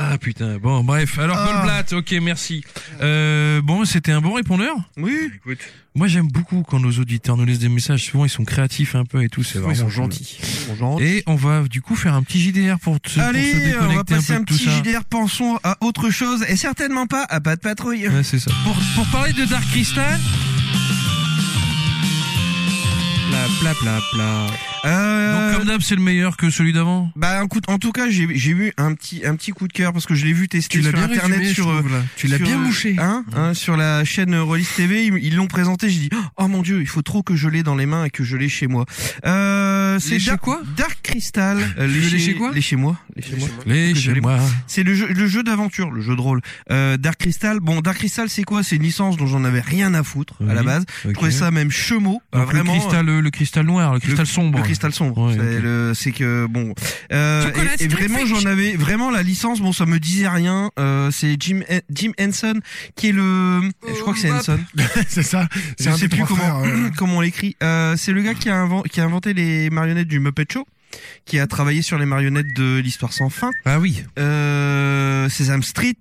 Ah putain, bon bref, alors
Ah.
Goldblatt, ok merci. Euh, bon, c'était un bon répondeur Oui. Écoute. Moi j'aime beaucoup quand nos auditeurs nous laissent des messages, souvent ils sont créatifs un peu et tout, c'est
Ils
vraiment
sont
cool.
gentils.
Et on va du coup faire un petit JDR pour, te- pour se
Allez,
déconnecter
on va passer
un,
un,
peu de
petit
tout ça.
JDR pensons à autre chose et certainement pas à pas de patrouille.
Ouais, c'est ça. Pour, pour parler de Dark Crystal,
Pla, pla, pla, pla.
Donc, euh, comme d'hab, c'est le meilleur que celui d'avant
Euh, Bah, un coup, en tout cas, j'ai j'ai eu un petit, un petit coup de cœur parce que je l'ai vu tester
Tu l'as
sur
bien
internet.
résumé, je
sur, euh,
trouve, là. Tu l'as
sur,
bien
euh,
mouché.
Hein, hein, sur la chaîne euh, Rollis TV, ils ils l'ont présenté. J'ai dit, oh mon dieu, il faut trop que je l'ai dans les mains et que je l'ai chez moi. Euh, c'est
Les chez
Dark-
quoi
Dark Crystal. Euh,
Tu veux les chez quoi
Les chez moi. Les chez moi.
Les
Que je
chez
l'ai-
moi.
C'est le jeu, le jeu d'aventure, le jeu de rôle. Euh, Dark Crystal. Bon, Dark Crystal, c'est quoi C'est une licence dont j'en avais rien à foutre à la
Oui,
base. Je
ok.
trouvais ça même chemo.
donc, le,
vraiment.
cristal, euh, le cristal noir, le cristal sombre.
Le cristal sombre.
Ouais,
c'est,
ok.
le- c'est que bon. Euh,
Chocolat
et, et vraiment,
Starfish.
j'en avais vraiment la licence. Bon, ça me disait rien. Euh, c'est Jim Jim Henson qui est le. je crois que [LAUGHS] c'est
Hop.
Henson.
c'est ça. C'est
Je
un
sais
des
plus
trois
comment
frères, euh.
comment on l'écrit. Euh, c'est le gars qui a, inven- qui a inventé les marionnettes du Muppet Show, qui a travaillé sur les marionnettes de l'histoire sans fin.
Ah oui.
Euh, Sesame Street.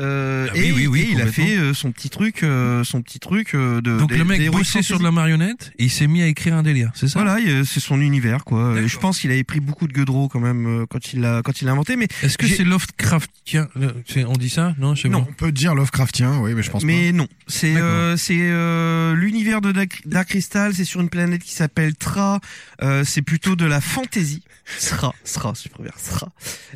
Euh,
Ah oui,
et,
oui, oui,
et il a
complètement.
fait euh, son petit truc, euh, son petit truc euh, de.
Donc
des-
le
des
mec
héroïques
bossait sur
fantasy.
de la marionnette et il s'est mis à écrire un délire, c'est ça
Voilà, il, euh, c'est son univers quoi. Et je pense qu'il avait pris beaucoup de gueudreau quand même euh, quand il l'a quand il l'a inventé. Mais
Est-ce que
j'ai-
c'est Lovecraftien euh, c'est- On dit ça Non, je sais
Non.
pas.
On peut dire Lovecraftien, oui, mais je pense
mais non, c'est euh, c'est euh, l'univers de Dark, Dark Crystal. C'est sur une planète qui s'appelle Tra. Euh, c'est plutôt de la
[LAUGHS]
fantasy. Sra, Sra, je préfère Sra.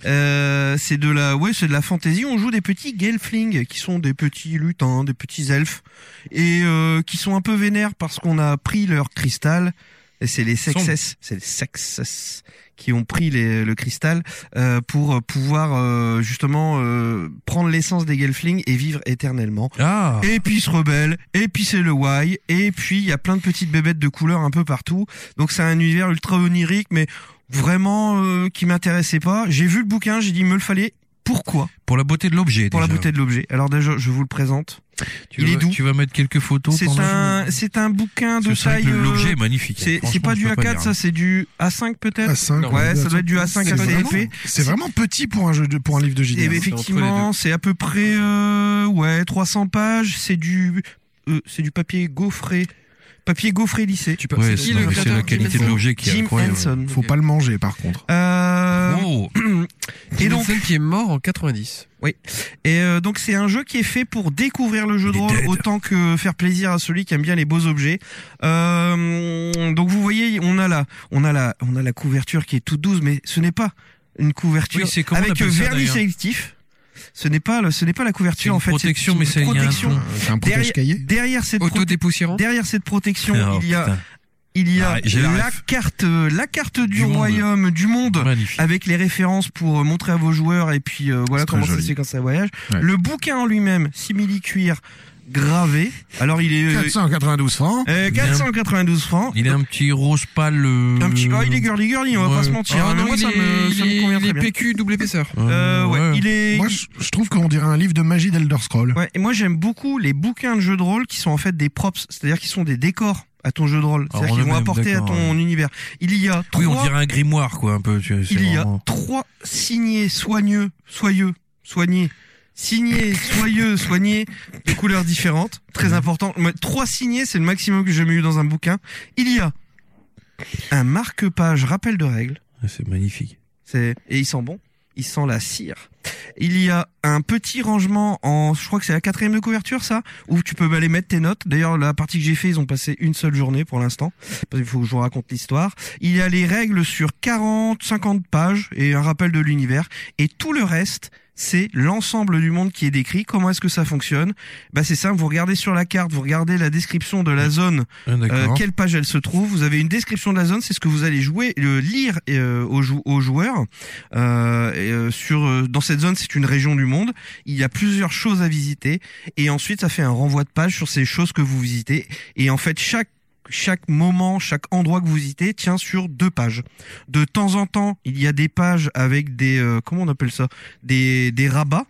Euh, c'est de la ouais, c'est de la fantasy. On joue des petits Gelflings qui sont des petits lutins, des petits elfes et euh, qui sont un peu vénères parce qu'on a pris leur cristal. Et c'est les sexes, c'est les sexes qui ont pris les- le cristal euh, pour pouvoir euh, justement euh, prendre l'essence des Gelflings et vivre éternellement.
Ah.
Et puis ils se rebellent, et puis c'est le why, et puis il y a plein de petites bébêtes de couleurs un peu partout. Donc c'est un univers ultra onirique, mais vraiment euh, qui m'intéressait pas. J'ai vu le bouquin, j'ai dit il me le fallait. Pourquoi
Pour la beauté de l'objet.
Pour la
déjà.
beauté de l'objet. Alors déjà, je vous le présente.
Tu
il
vas-
est doux.
Tu vas mettre quelques photos.
C'est
pendant
un,
que je-
c'est un bouquin de
Parce que c'est vrai
taille.
que
euh,
L'objet est magnifique. hein.
C'est, c'est
Franchement,
pas
je
du
peux
A4,
dire. hein. Ah,
ça c'est du A5 peut-être.
A5.
Ouais, ça doit être du A5
C'est
assez
vraiment-
épais.
C'est vraiment petit pour un jeu de, pour un livre de hein.
Et
JDR.
effectivement, c'est à peu près euh, ouais 300 pages. C'est du euh, c'est du papier gaufré, papier gaufré lycée.
Tu
Ouais, c'est non, mais c'est la qualité de l'objet qui est
Jim
incroyable.
Henson.
Faut pas le manger par contre.
Euh,
Oh.
Et donc
qui est mort en 90.
oui. Et euh, donc c'est un jeu qui est fait pour découvrir le jeu de rôle autant que faire plaisir à celui qui aime bien les beaux objets. Euh, donc vous voyez, on a la, on a la, on a la couverture qui est toute douce, mais ce n'est pas une couverture
Oui, c'est comment on
avec
appelle ça,
vernis
d'ailleurs
sélectif. Ce n'est pas, le- ce n'est pas la
C'est
couverture
une
en fait.
protection, mais
une
c'est- il y a un
protection.
fond.
C'est un
derrière,
protège-cahier
derrière cette prote- derrière cette protection,
Oh,
il y a.
putain.
Il y a
Ah, j'ai la
la
ref.
carte, euh, la carte du,
Du monde.
royaume, du monde,
Magnifique.
avec les références pour euh, montrer à vos joueurs et puis euh, voilà
C'est très
comment ça
joli.
se fait quand ça voyage.
Ouais.
Le bouquin en lui-même, simili cuir gravé. Alors il est euh,
492 francs.
euh, 492 francs.
Il a un petit rose pâle. euh,
Un petit, oh, il est girly girly, on va
Ouais.
pas se mentir.
Ah
hein, mais
non,
moi,
il
ça,
est-
me, ça me
il est-
convient
il est
très bien.
PQ double épaisseur.
Euh, ouais,
ouais.
il est.
Moi, je, je trouve qu'on dirait un livre de magie d'Elder Scroll.
Ouais, et moi j'aime beaucoup les bouquins de jeux de rôle qui sont en fait des props, c'est-à-dire qui sont des décors à ton jeu de rôle,
on
c'est-à-dire qu'ils
le
vont
même,
apporter à
d'accord,
ton univers. Il y a
Oui,
trois
on dirait un grimoire, quoi, un peu. tu vois, c'est
il y a
vraiment-
trois signés soigneux, soyeux, soignés, signés, soyeux, soignés, de couleurs différentes. Très important. Moi, Trois signés, c'est le maximum que j'ai jamais eu dans un bouquin. Il y a un marque-page rappel de règles.
C'est magnifique.
C'est et il sent bon. Il sent la cire. Il y a un petit rangement en, je crois que c'est la quatrième de couverture, ça, où tu peux aller mettre tes notes. D'ailleurs, la partie que j'ai fait, ils ont passé une seule journée pour l'instant, parce qu'il faut que je vous raconte l'histoire. Il y a les règles sur 40, 50 pages et un rappel de l'univers. Et tout le reste, c'est l'ensemble du monde qui est décrit. Comment est-ce que ça fonctionne Bah, c'est simple. Vous regardez sur la carte, vous regardez la description de la zone,
Ah, d'accord.
euh, quelle page elle se trouve. Vous avez une description de la zone, c'est ce que vous allez jouer, le lire euh, aux, jou- aux joueurs. Euh, et, euh, sur euh, dans cette zone, c'est une région du monde. Il y a plusieurs choses à visiter, et ensuite ça fait un renvoi de page sur ces choses que vous visitez. Et en fait, chaque chaque moment, chaque endroit que vous visitez tient sur deux pages. De temps en temps, il y a des pages avec des euh, comment on appelle ça, des des rabats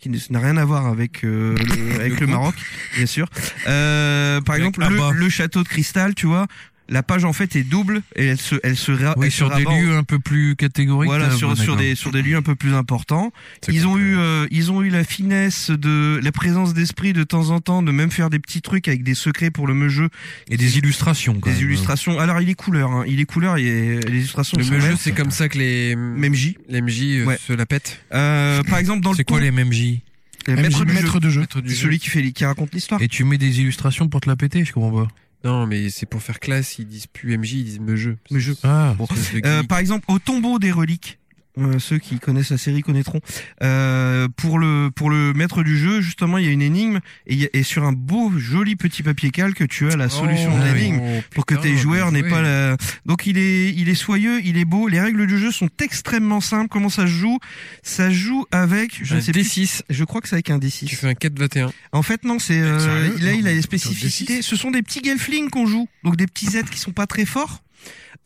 qui ne- ça n'a rien à voir avec euh,
[LAUGHS]
le, avec le, Maroc, bien sûr. Euh, par exemple, le, le château de cristal, tu vois, la page en fait est double et elle se elle se, ra-
Oui,
elle se
sur des
rabat en-
lieux un peu plus catégoriques.
voilà,
là,
sur,
bon, d'accord.
sur des sur des lieux un peu plus importants. Ils ont eu euh, ils ont eu la finesse de la présence d'esprit de temps en temps de même faire des petits trucs avec des secrets pour le jeu
et des illustrations.
Des illustrations. Alors il est couleur, hein. il est couleur, il est, les illustrations.
Le
sont
même jeu,
belles.
c'est comme ça que les
MJ,
les MJ euh,
Ouais.
se la pètent.
Euh, par exemple, dans le
C'est quoi
ton-
les MJ
Les maîtres du jeu.
Maître du
C'est celui qui fait les- qui raconte l'histoire.
Et tu mets des illustrations pour te la péter, je comprends pas.
Non, mais c'est pour faire classe, ils disent plus MJ, ils disent me jeu.
Me jeu.
Ah.
Bon.
Euh, par exemple, au tombeau des reliques. euh, ceux qui connaissent la série connaîtront. Euh, pour le pour le maître du jeu, justement, il y a une énigme et, il y a- et sur un beau joli petit papier calque, tu as la solution
Oh,
de l'énigme
oui.
pour que
Putain,
tes joueurs
bien
n'aient
joué.
pas la. Donc il est il est soyeux, il est beau. Les règles du jeu sont extrêmement simples. Comment ça se joue Ça se joue avec je
Un
ne sais D6. Je crois que c'est avec un D6.
Euh, Tu fais un 4-21.
En fait, non, c'est euh,
Sérieux
là
Non,
il a
mais
les
putain,
spécificités. Ce sont des petits gelflings qu'on joue, donc des petits sets qui sont pas très forts.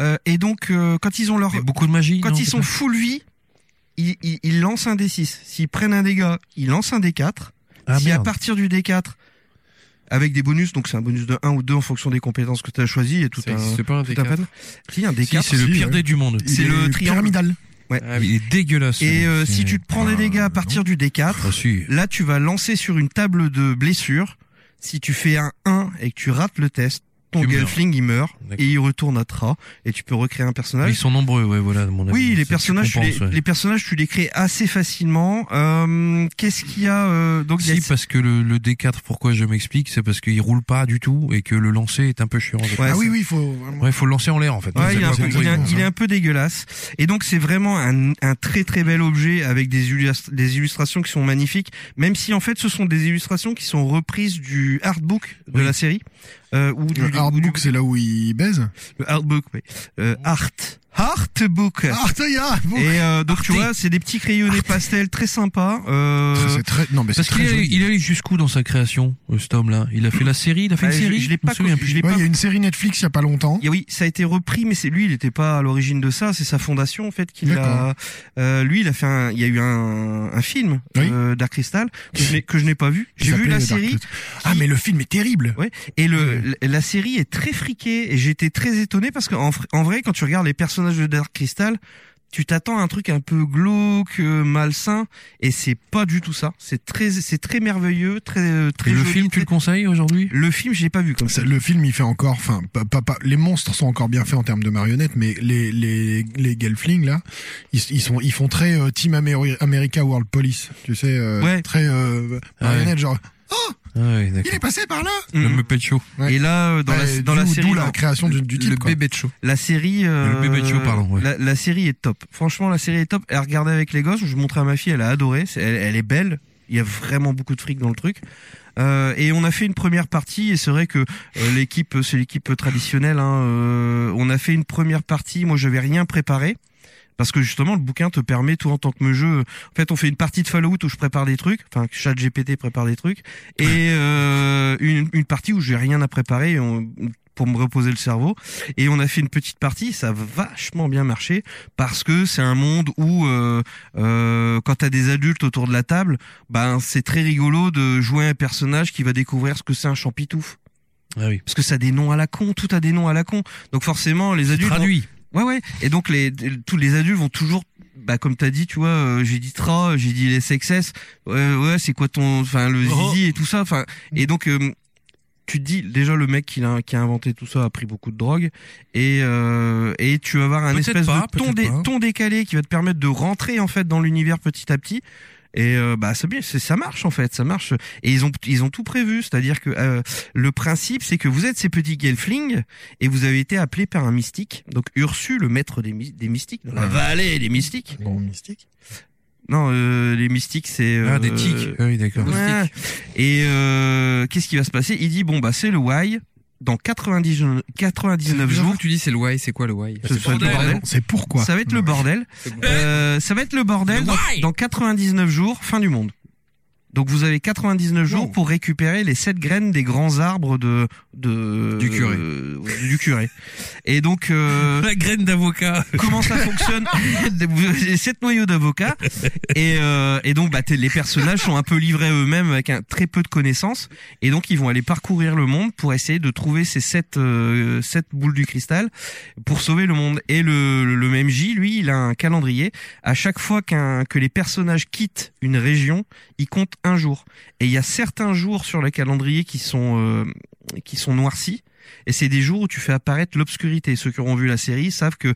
Euh, et donc euh, quand ils ont leur
beaucoup de magie,
quand
non,
ils
c'est
sont
ça
full vie, ils, ils, ils lancent un D6. S'ils prennent un dégât, ils lancent un D4.
Ah,
si à
merde.
partir du D4 avec des bonus, donc c'est un bonus de 1 ou 2 en fonction des compétences que tu as choisies et tout
Ça
un,
existe pas, un
tout
D4.
pattern. Si, un
Si,
D4.
c'est le
si,
pire
ouais.
dé du monde.
C'est
Il
le
est
triangle.
pyramidal. Ah
Ouais.
Il est dégueulasse.
Et euh,
tu
si tu te prends des dégâts à partir du D4,
Ah,
là tu vas lancer sur une table de blessures. Si tu fais un 1 et que tu rates le test, ton
Tu meurs.
Gelfling il meurt
D'accord.
et il retourne à Tra et tu peux recréer un personnage.
Ils sont nombreux, ouais, voilà, à mon avis.
Oui,
Ça,
les
tu
personnages, tu les,
compenses, ouais.
les personnages, tu les crées assez facilement. Euh, Qu'est-ce qu'il y a euh, Donc il y a-
Si, parce que le, le D4, pourquoi je m'explique, c'est parce qu'il roule pas du tout et que le lancer est un peu chiant.
Ouais, Ah oui, c'est- oui,
il faut.
Ouais, faut le lancer en l'air en fait.
Ouais, il, est
J'ai
un
pas
peu,
compris,
il est un-
moi,
il est
ça.
un peu dégueulasse. Et donc c'est vraiment un, un très très bel objet avec des, illus- des illustrations qui sont magnifiques, même si en fait ce sont des illustrations qui sont reprises du artbook de la série. Euh, ou du,
Le artbook, c'est là où il baise
Le artbook, oui. Euh, art. Artbook.
Mmh. Ah, Artbook.
Et euh, donc tu
Arte.
vois, c'est des petits crayonnés pastels très sympas. Euh,
C'est très- non, mais c'est
Parce
très
qu'il est,
joli.
il est allé jusqu'où dans sa création, euh, cet homme-là Il a fait la série, il a fait
Ah,
une
je-
série.
je l'ai
me
pas
souviens
con- je
plus.
l'ai pas
Il y a une série Netflix il y a pas longtemps.
Et oui, ça a été repris, mais c'est lui, il n'était pas à l'origine de ça. C'est sa fondation en fait qui l'a.
D'accord.
Euh, lui, il a fait, un, il y a eu un, un film euh, Dark Crystal que je n'ai- que je n'ai pas vu.
Qui
J'ai vu la
s'appelait Dark
série.
Ah, mais le film est terrible.
Ouais. Et le, la- la série est très friquée et j'étais très étonné parce qu'en fr- en vrai, quand tu regardes les personnages de Dark Crystal, tu t'attends à un truc un peu glauque, euh, malsain, et c'est pas du tout ça. C'est très, c'est très merveilleux, très, euh, très.
Et le
film,
tu
le conseilles aujourd'hui
Le film, j'ai pas vu comme
ça. Le film, il fait encore, enfin, pas, pas- pas- les monstres sont encore bien faits en termes de marionnettes, mais les les les Gelflings là, ils, ils sont, ils font très euh, Team Ameri- America World Police, tu sais, euh,
Ouais.
très euh, marionnette genre. Oh,
Ah
il est passé par là.
Le
hein.
Muppet Show.
Ouais.
Mmh. Et là, euh, dans
Ouais,
la, dans
d'où-
la série,
d'où la
non.
création du, du titre. quoi.
La série, euh,
Le Bébé Show, pardon, ouais.
La, la série est top. Franchement, la série est top. Elle regardait avec les gosses. Je montrais à ma fille, elle a adoré. C'est- Elle, elle est belle. Il y a vraiment beaucoup de fric dans le truc. Euh, et on a fait une première partie. Et c'est vrai que euh, l'équipe, c'est l'équipe traditionnelle. Hein, euh, on a fait une première partie. Moi, je n'avais rien préparé. Parce que justement, le bouquin te permet, tout en tant que me jeu. En fait, on fait une partie de Fallout où je prépare des trucs, enfin, que ChatGPT prépare des trucs, et euh, une, une partie où j'ai rien à préparer et on- pour me reposer le cerveau. Et on a fait une petite partie, ça a vachement bien marché parce que c'est un monde où, euh, euh, quand t'as des adultes autour de la table, ben c'est très rigolo de jouer un personnage qui va découvrir ce que c'est un champitouf.
Ah oui.
Parce que ça a des noms à la con, tout a des noms à la con. Donc forcément, les adultes.
traduit.
vont- Ouais, ouais. Et donc, les, tous les adultes vont toujours. Bah, comme t'as dit, tu vois, euh, j'ai dit tra, j'ai dit les sexes. Ouais, ouais, c'est quoi ton. Enfin, le
Oh.
zizi et tout ça. Enfin, et donc. euh, tu te dis déjà le mec qui a, qui a inventé tout ça a pris beaucoup de drogue et euh, et tu vas avoir un
Peut-être
espèce
pas,
de
peut-être
ton, dé-
pas.
ton décalé qui va te permettre de rentrer en fait dans l'univers petit à petit et euh, bah c'est bien c'est- ça marche en fait ça marche et ils ont ils ont tout prévu c'est-à-dire que euh, le principe c'est que vous êtes ces petits gelflings et vous avez été appelés par un mystique donc Ursu le maître des, my- des mystiques dans la vallée des mystiques
bon mystique
non euh, les mystiques c'est euh,
Ah, des tiques. Ah oui, d'accord.
Ouais. et euh, qu'est-ce qui va se passer il dit bon bah c'est le why dans 90 jo- 99 jours
Tu dis c'est le why, c'est quoi le why
ce soit le bordel.
pourquoi.
Ça va être le bordel. Euh, ça va être le bordel dans, dans 99 jours, fin du monde. Donc vous avez 99 jours pour récupérer les 7 graines des grands arbres de, de
Du curé.
euh, du curé. Et donc euh,
[LAUGHS] La graine d'avocat.
comment ça fonctionne
[LAUGHS]
Vous avez sept noyaux d'avocats et, euh, et donc bah, t'es- les personnages sont un peu livrés à eux-mêmes avec un très peu de connaissances et donc ils vont aller parcourir le monde pour essayer de trouver ces sept euh, sept boules du cristal pour sauver le monde et le le même J lui il a un calendrier à chaque fois qu'un que les personnages quittent une région il compte un jour et il y a certains jours sur le calendrier qui sont euh, qui sont noircis et c'est des jours où tu fais apparaître l'obscurité. Ceux qui auront vu la série savent que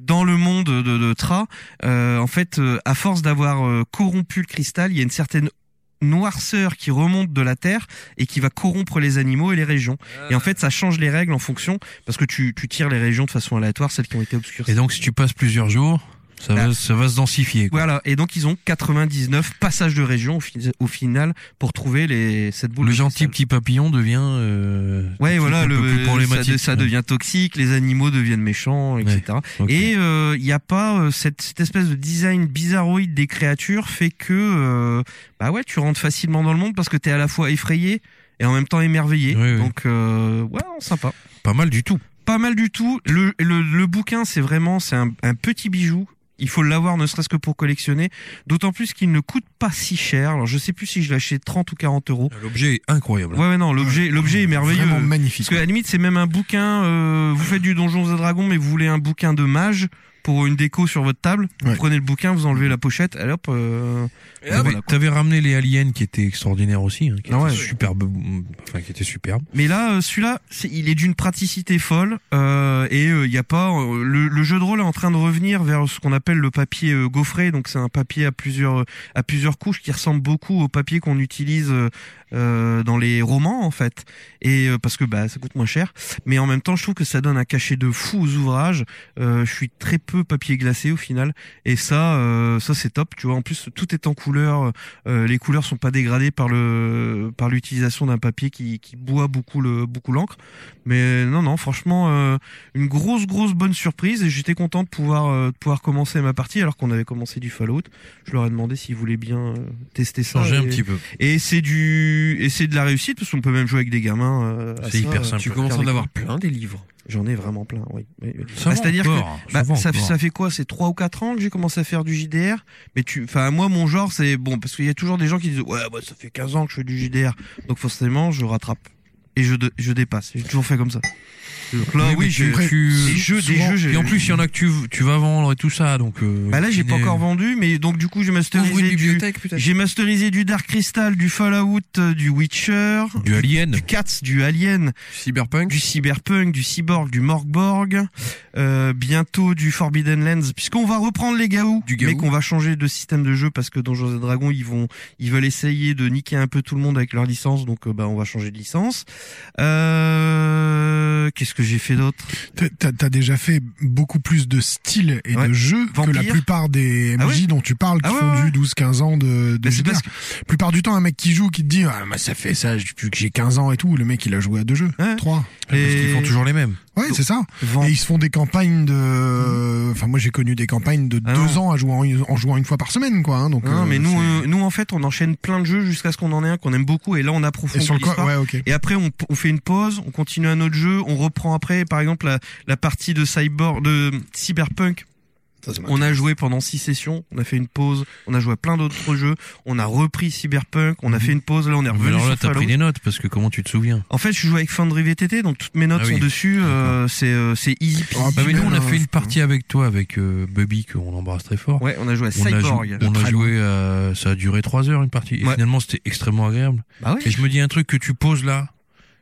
dans le monde de, de Tra, euh, en fait, euh, à force d'avoir euh, corrompu le cristal, il y a une certaine noirceur qui remonte de la terre et qui va corrompre les animaux et les régions. Et en fait, ça change les règles en fonction parce que tu, tu tires les régions de façon aléatoire, celles qui ont été obscurcies.
Et donc, si tu passes plusieurs jours, ça
Bah.
va, ça va se densifier. quoi.
Voilà, et donc ils ont 99 passages de région au, fi- au final pour trouver les cette boule.
Le
de
gentil petit papillon devient. euh,
Ouais,
un
voilà,
truc un peu
le,
plus problématique.
ça, ça devient toxique, les animaux deviennent méchants, etc. Et il n'y a pas euh, cette, cette espèce de design bizarroïde des créatures fait que euh, bah ouais, tu rentres facilement dans le monde parce que t'es à la fois effrayé et en même temps émerveillé. Donc euh, ouais, non, sympa.
Pas mal du tout.
Pas mal du tout. Le, le, le bouquin, c'est vraiment c'est un, un petit bijou. Il faut l'avoir ne serait-ce que pour collectionner. D'autant plus qu'il ne coûte pas si cher. Alors je sais plus si je l'ai acheté 30 ou 40 euros.
L'objet est incroyable.
Ouais, ouais, non, l'objet, l'objet est merveilleux.
Vraiment
magnifique. Parce que à la limite, c'est même un bouquin. euh, vous faites du Donjons et Dragons, mais vous voulez un bouquin de mage pour une déco sur votre table. Vous prenez le bouquin, vous enlevez la pochette, et hop. euh,
Ah, mais T'avais ramené les aliens qui étaient extraordinaires aussi, hein, qui
Ah
étaient superbes, enfin qui étaient superbes.
Mais là, euh, celui-là, c'est- il est d'une praticité folle euh, et il y a pas euh, le, le jeu de rôle est en train de revenir vers ce qu'on appelle le papier euh, gaufré. Donc c'est un papier à plusieurs à plusieurs couches qui ressemble beaucoup au papier qu'on utilise euh, euh, dans les romans en fait. Et euh, parce que bah ça coûte moins cher, mais en même temps, je trouve que ça donne un cachet de fou aux ouvrages. Euh, je suis très peu papier glacé au final et ça euh, ça c'est top. Tu vois, en plus tout est en couleur. Euh, les couleurs sont pas dégradées par le par l'utilisation d'un papier qui, qui boit beaucoup le beaucoup l'encre. Mais non non, franchement euh, une grosse grosse bonne surprise et j'étais content de pouvoir euh, de pouvoir commencer ma partie alors qu'on avait commencé du Fallout. Je leur ai demandé s'ils voulaient bien euh, tester ça.
Changer un
et-
petit peu.
Et c'est du et c'est de la réussite parce qu'on peut même jouer avec des gamins. euh, à
C'est
ça,
hyper
euh,
simple.
tu
Tu commences à en avoir
plein des livres. J'en ai vraiment plein, oui. oui, oui.
Ça
Bah,
va
C'est-à-dire que
encore, ça
bah,
va
ça,
encore.
ça fait quoi C'est 3 ou 4 ans que j'ai commencé à faire du JDR. Mais tu, enfin, moi, mon genre, c'est bon, parce qu'il y a toujours des gens qui disent Ouais, bah, ça fait 15 ans que je fais du JDR. Donc, forcément, je rattrape. Et je, dé- je dépasse. J'ai toujours fait comme ça. Donc là, oui,
mais
j'ai
tu- tu-
des jeux, des
souvent-
jeux. j'ai-
Et en plus, il y en a que tu, tu vas vendre et tout ça, donc. euh,
bah là, j'ai
au
pas
final-
encore vendu, mais donc du coup, j'ai masterisé du, Ah, j'ai masterisé du Dark Crystal, du Fallout, euh, du Witcher,
Du Alien.
du Cats, du Alien,
Cyberpunk,
du Cyberpunk, du Cyborg, du Morgborg, euh, bientôt du Forbidden Lands, puisqu'on va reprendre les Gaou, mais qu'on va changer de système de jeu parce que Donjons et Dragons, ils vont, ils veulent essayer de niquer un peu tout le monde avec leur licence, donc euh, bah on va changer de licence. Euh, qu'est-ce que j'ai fait d'autre
T'as- T'as t'as déjà fait beaucoup plus de styles et
Ouais.
de jeux que la
Vampire.
plupart des MJ
Ah ouais
dont tu parles qui
Ah ouais,
font
ouais, ouais.
du 12-15 ans de, de
Mais c'est
JDR.
parce
La plupart du temps, un mec qui joue qui te dit ah, bah, ça fait ça depuis que j'ai 15 ans et tout, le mec il a joué à deux jeux, trois.
Parce qu'ils font toujours les mêmes.
Ouais, c'est ça. Et ils se font des campagnes
Mmh.
de. Enfin, moi j'ai connu des campagnes de deux ans à jouer en, en jouant une fois par semaine, quoi. hein, donc.
Ah Non,
euh,
mais nous,
c'est-
euh, nous en fait, on enchaîne plein de jeux jusqu'à ce qu'on en ait un qu'on aime beaucoup et là on approfondit
Et sur le co-
l'histoire.
ouais, ok.
Et après on, on fait une pause, on continue un autre jeu, on reprend après, par exemple la, la partie de Cyborg, de Cyberpunk. on a joué pendant six sessions, on a fait une pause, on a joué à plein d'autres jeux, on a repris Cyberpunk, on a fait une pause, là on est
Mais
revenu
alors là,
sur
t'as
Fallout.
pris des notes parce que comment tu te souviens
En fait, je joue avec Foundry VTT, donc toutes mes notes
Ah oui.
sont dessus. euh, c'est euh, c'est easy. peasy.
Bah, mais nous, on a fait une partie avec toi, avec euh, Bubby, qu'on embrasse très fort.
Ouais, on a joué à
On a
Cyborg.
joué, on a
Très
joué à- ça a duré trois heures une partie. Et
Ouais.
finalement, c'était extrêmement agréable.
Bah ouais.
Et je me dis un truc que tu poses là,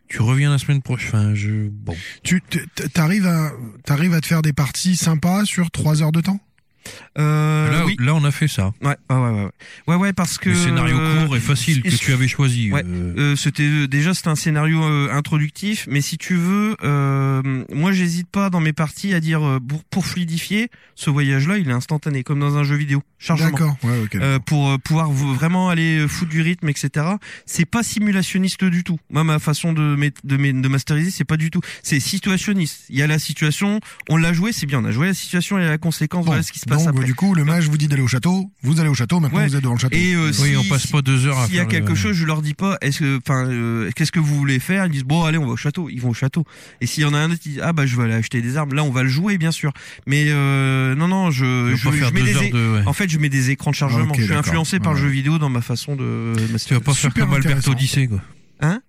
Tu reviens la semaine prochaine. Enfin, je bon.
Tu t- t- t'arrives à t'arrives à te faire des parties sympas sur trois heures de temps
là, là, on a fait ça.
Ouais, ouais, ouais, ouais. ouais, ouais, parce Euh, que
Le scénario
euh,
court et facile que
il-
tu avais choisi.
Ouais,
euh,
euh, c'était euh, déjà c'était un scénario euh, introductif, mais si tu veux, euh, moi j'hésite pas dans mes parties à dire euh, pour, pour fluidifier ce voyage-là, il est instantané comme dans un jeu vidéo. Chargement.
D'accord, ouais, ok.
Euh, pour euh, pouvoir v- vraiment aller euh, foutre du rythme, etc. C'est pas simulationniste du tout. Moi, ma façon de mé- de, mé- de masteriser, c'est pas du tout. C'est situationniste. Il y a la situation, on l'a joué, c'est bien, on a joué la situation et la conséquence, voilà ce qui se passe
Donc,
après.
du coup, le mage vous dit d'aller au château, vous allez au château, maintenant
Ouais.
vous êtes devant le château.
Et euh, si-
à
S'il y a
faire
quelque
le-
chose, je leur dis pas. Est-ce que, enfin, euh, qu'est-ce que vous voulez faire Ils disent bon, allez, on va au château. Ils vont au château. Et s'il y en a un autre qui dit ah bah je vais aller acheter des armes. Là, on va le jouer, bien sûr. Mais euh, non, non, je,
va
je,
pas faire
je mets
deux
des.
heures
é- Oh,
de- ouais.
En fait, je mets des écrans de chargement.
Ah, ok,
je suis
d'accord.
influencé par le
Ouais.
jeu vidéo dans ma façon de.
Tu vas pas faire comme Alberto Odyssey, quoi.
Hein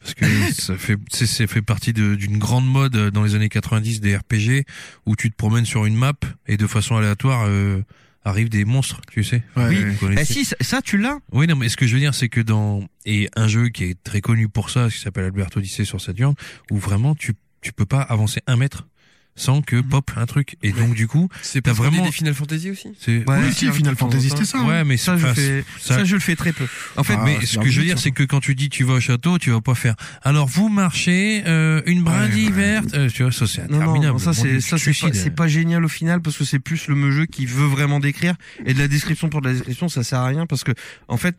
Parce
[LAUGHS]
que ça fait, c'est, c'est fait partie de- d'une grande mode euh, dans les années 90 des RPG où tu te promènes sur une map et de façon aléatoire euh, arrivent des monstres, tu sais.
oui.
Vous
Bah,
connaissez.
si, ça, ça, tu l'as.
Oui, non, mais ce que je veux dire, c'est que dans et un jeu qui est très connu pour ça, qui s'appelle Alberto Odyssey sur Saturn, où vraiment tu tu peux pas avancer un mètre sans que
Mhm.
pop un truc. Et donc du coup, t'as
Parce qu'on dit
vraiment
des Final Fantasy aussi
c'est
Ouais, si, Final Fantasy, c'était ça, hein.
Ouais, mais
Ça,
c'est-
je
enfin,
fais- ça, je le fais très peu. En fait,
mais
Ah,
ce
c'est
que je veux
arbitraire.
dire, c'est que quand tu dis tu vas au château, tu vas pas faire. Alors vous marchez, euh, une brindille verte, euh, tu vois, ça c'est
Non,
interminable.
non, non, ça
Mon Dieu,
c'est ça c'est pas,
suicide.
c'est pas génial au final parce que c'est plus le me jeu qui veut vraiment décrire et de la description pour de la description ça sert à rien parce que en fait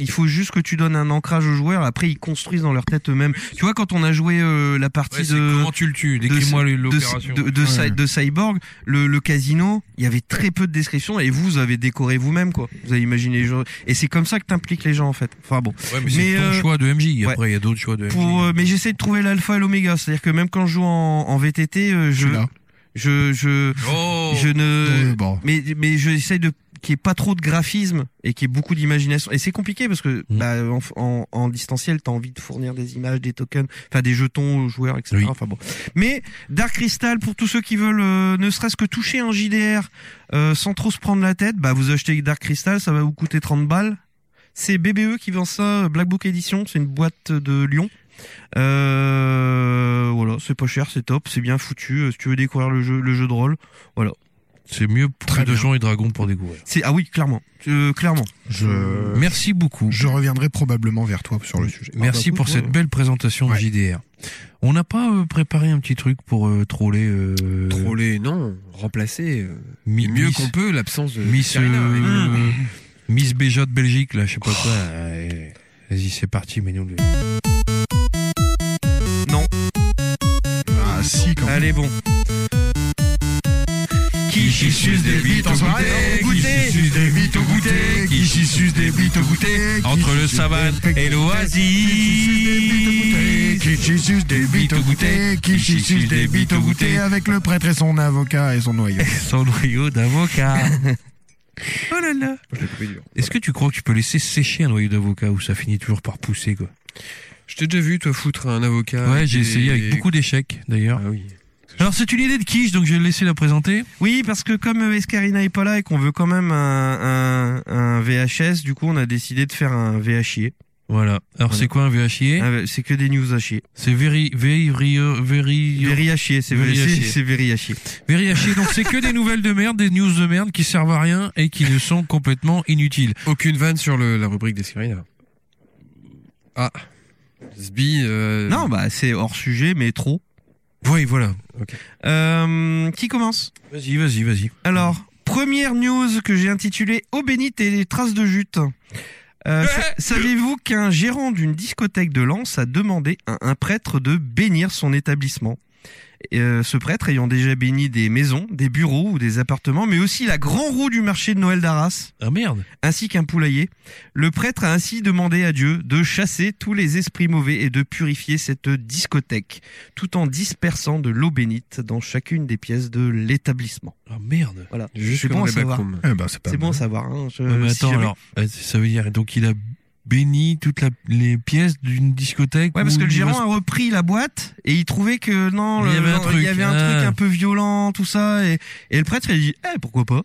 il faut juste que tu donnes un ancrage aux joueurs après ils construisent dans leur tête eux-mêmes. Tu vois quand on a joué euh, la partie
Ouais, c'est
de
comment tu le tues
de-
Décris-moi
de-
l'opération.
de, de, de, Cy-
Ouais.
de Cyborg, le, le casino, il y avait très peu de description et vous avez décoré vous-même quoi. Vous avez imaginé les gens et c'est comme ça que t'impliques les gens en fait. Enfin bon.
Ouais, mais, c'est ton
euh,
choix de MJ. Après, il y a d'autres choix de MJ.
pour, euh, mais j'essaie de trouver l'alpha et l'oméga. C'est-à-dire que même quand je joue en, en VTT, euh, je, je, je,
Oh!
je ne, mais, mais j'essaie de, qu'il n'y ait pas trop de graphisme et qu'il y ait beaucoup d'imagination. Et c'est compliqué parce que, bah, en, en, en distanciel, t'as envie de fournir des images, des tokens, enfin, des jetons aux joueurs, etc. Enfin bon. Mais Dark Crystal, pour tous ceux qui veulent, euh, ne serait-ce que toucher un JDR, euh, sans trop se prendre la tête, bah, vous achetez Dark Crystal, ça va vous coûter 30 balles. C'est BBE qui vend ça, euh, Black Book Edition, c'est une boîte de Lyon. Euh, voilà, c'est pas cher, c'est top, c'est bien foutu. euh, si tu veux découvrir le jeu, le jeu de rôle, voilà.
C'est mieux pour de gens et dragons pour découvrir.
C'est ah oui, clairement, Euh, clairement.
Je...
Merci beaucoup.
Je reviendrai probablement vers toi sur le
ah
sujet.
bah
Merci pour cette belle présentation de JDR. On n'a pas euh, préparé un petit truc pour euh, troller. euh,
Troller, non. Remplacer. euh,
Mi-
du mieux
Miss-
qu'on peut l'absence de.
Miss
Karina,
euh,
évidemment.
euh, Miss Béja de Belgique là, je sais pas quoi. euh, Vas-y, c'est parti, mais nous.
Non.
Ah si quand
Allez bon. Qui
suce des bites au goûter, qui suce des bites au goûter, qui suce des bites au goûter,
Entre le savane et l'oasis.
qui suce des bites au goûter, qui suce des bites au goûter, avec le prêtre et son avocat et
[LAUGHS]
son noyau.
Son noyau d'avocat.
Oh là là.
Est-ce que tu crois que tu peux laisser sécher un noyau d'avocat ou ça finit toujours par pousser quoi
Je t'ai déjà vu, toi, foutre un avocat.
Ouais,
avec
j'ai
des- Ah
essayé avec beaucoup d'échecs d'ailleurs. Alors c'est une idée de quiche, donc je vais le laisser la présenter.
Oui, parce que comme euh, Escarina est pas là et qu'on veut quand même un, un, un VHS, du coup, on a décidé de faire un VHIer.
Voilà. Alors c'est quoi un VH
Hein
C'est que des news à chier.
E? C'est very very very
Very à chier, c'est
Very à
c'est-
chier.
c'est very à chier.
Very à chier. E. donc c'est que des nouvelles de merde, des news de merde qui servent à rien et qui ne sont complètement inutiles.
Aucune vanne sur le- la rubrique d'Escarina. Ah. Sbi. euh,
Non, bah c'est hors sujet, mais trop.
Oui, voilà.
Euh, qui commence
Vas-y, vas-y, vas-y.
Alors, première news que j'ai intitulée Eau bénite et les traces de jute. Euh, sa- Savez-vous qu'un gérant d'une discothèque de Lens a demandé à un prêtre de bénir son établissement Euh, ce prêtre ayant déjà béni des maisons, des bureaux ou des appartements, mais aussi la grand roue du marché de Noël d'Arras.
Ah merde
Ainsi qu'un poulailler. Le prêtre a ainsi demandé à Dieu de chasser tous les esprits mauvais et de purifier cette discothèque, tout en dispersant de l'eau bénite dans chacune des pièces de l'établissement.
Ah merde.
Voilà.
Juste
c'est
comme
bon à
les
savoir.
backrooms. Eh ben, c'est pas
c'est bon
mal.
à savoir. hein. Je-
Ouais, mais
si
attends,
jamais-
alors euh, ça veut dire donc il a béni toutes la- les pièces d'une discothèque.
Ouais, parce
où
que le
il
gérant a
reste-
repris la boîte et il trouvait que non,
Il y
le-
avait un
non,
truc,
il y avait un
ah.
truc un peu violent, tout ça, et, et le prêtre il dit, eh pourquoi pas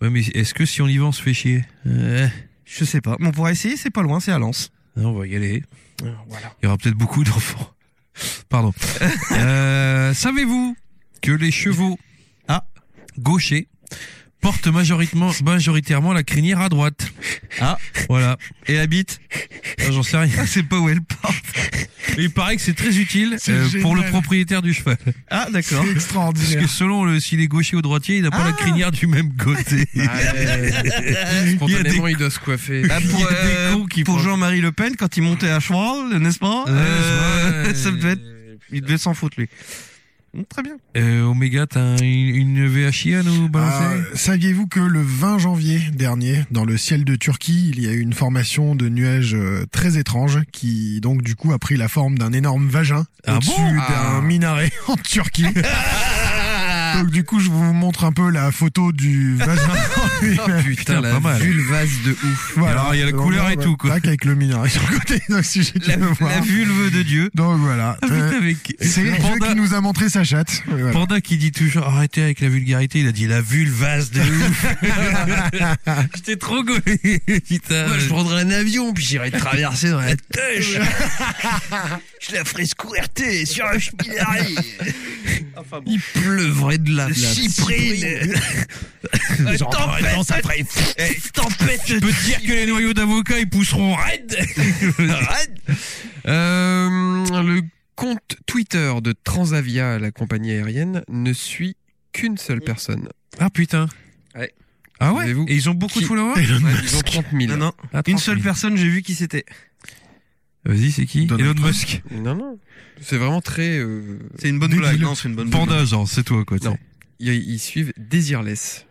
Ouais, mais est-ce que si on y va, on se fait chier Euh,
Je sais pas, mais on pourra essayer, c'est pas loin, c'est à Lens.
Non, on va y aller. Il y aura peut-être beaucoup d'enfants. [LAUGHS] Pardon. Euh, Savez-vous que les chevaux à gauchers portent majoritairement, majoritairement la crinière à droite Ah, voilà. Et la bite Ah, J'en sais rien. C'est pas où elle porte. Il paraît que c'est très utile
C'est
euh, pour le
génial.
propriétaire du cheval.
Ah, d'accord. C'est extraordinaire.
Parce que selon le s'il est gaucher ou droitier, il n'a pas la crinière du même [LAUGHS] côté.
Spontanément, il doit se coiffer.
Ah, pour euh, pour Jean-Marie Le Pen, quand il montait à cheval, n'est-ce pas Euh,
ouais.
[LAUGHS] Ça devait être... Il devait s'en foutre, lui. Mm, Très bien.
Euh, Oméga, t'as une, une VHI à nous balancer
Euh, Saviez-vous que le 20 janvier dernier, dans le ciel de Turquie, il y a eu une formation de nuages euh, très étrange qui, donc, du coup, a pris la forme d'un énorme vagin
Ah
au-dessus
bon
d'un minaret [LAUGHS]
[LAUGHS]
en Turquie. donc, du coup, je vous montre un peu la photo
[LAUGHS]
du vagin. en lui-même.
Ah
[LAUGHS]
Putain, la vulvase de ouf. Alors, il y a la
Vraiment,
couleur et
bah,
tout, quoi.
tac, avec le minaret sur le côté, [LAUGHS] donc, si j'ai
La- la vulve
de Dieu.
Donc, voilà.
Ah, putain,
Euh,
avec-
C'est
le
Dieu
panda-
qui nous a montré sa chatte. Et voilà.
Panda qui dit toujours arrêtez avec la vulgarité, il a dit la vulvase de
[LAUGHS]
ouf. J'étais trop gaulé, [LAUGHS] putain.
Moi, je prendrais un avion, puis j'irais traverser dans la
[LAUGHS]
tâche.
Je la ferai squirter sur un chpinari.
Il pleuvrait de la, de la
Cyprine.
Une
Genre,
tempête,
non, ça
ça-
ferait
Eh, tempête. Je peux te dire que les noyaux d'avocat ils pousseront raide. raide.
Euh, le compte Twitter de Transavia, la compagnie aérienne, ne suit qu'une seule personne.
Ah putain.
Ouais.
Ah ouais
Savez-vous
Et ils ont beaucoup
qui-
de followers
Ouais,
Elon
Ils ont
Musk.
30 000.
Non, non.
Ah,
Une
30 000.
seule personne, j'ai vu qui c'était.
Vas-y, c'est qui
Donald
Elon
Trump.
Musk.
Non, non. C'est vraiment très... euh,
C'est une bonne
Débile.
blague. Non, c'est une bonne blague.
Panda, genre, hein, c'est toi quoi.
Non. Ils, ils suivent
[LAUGHS]
Desireless.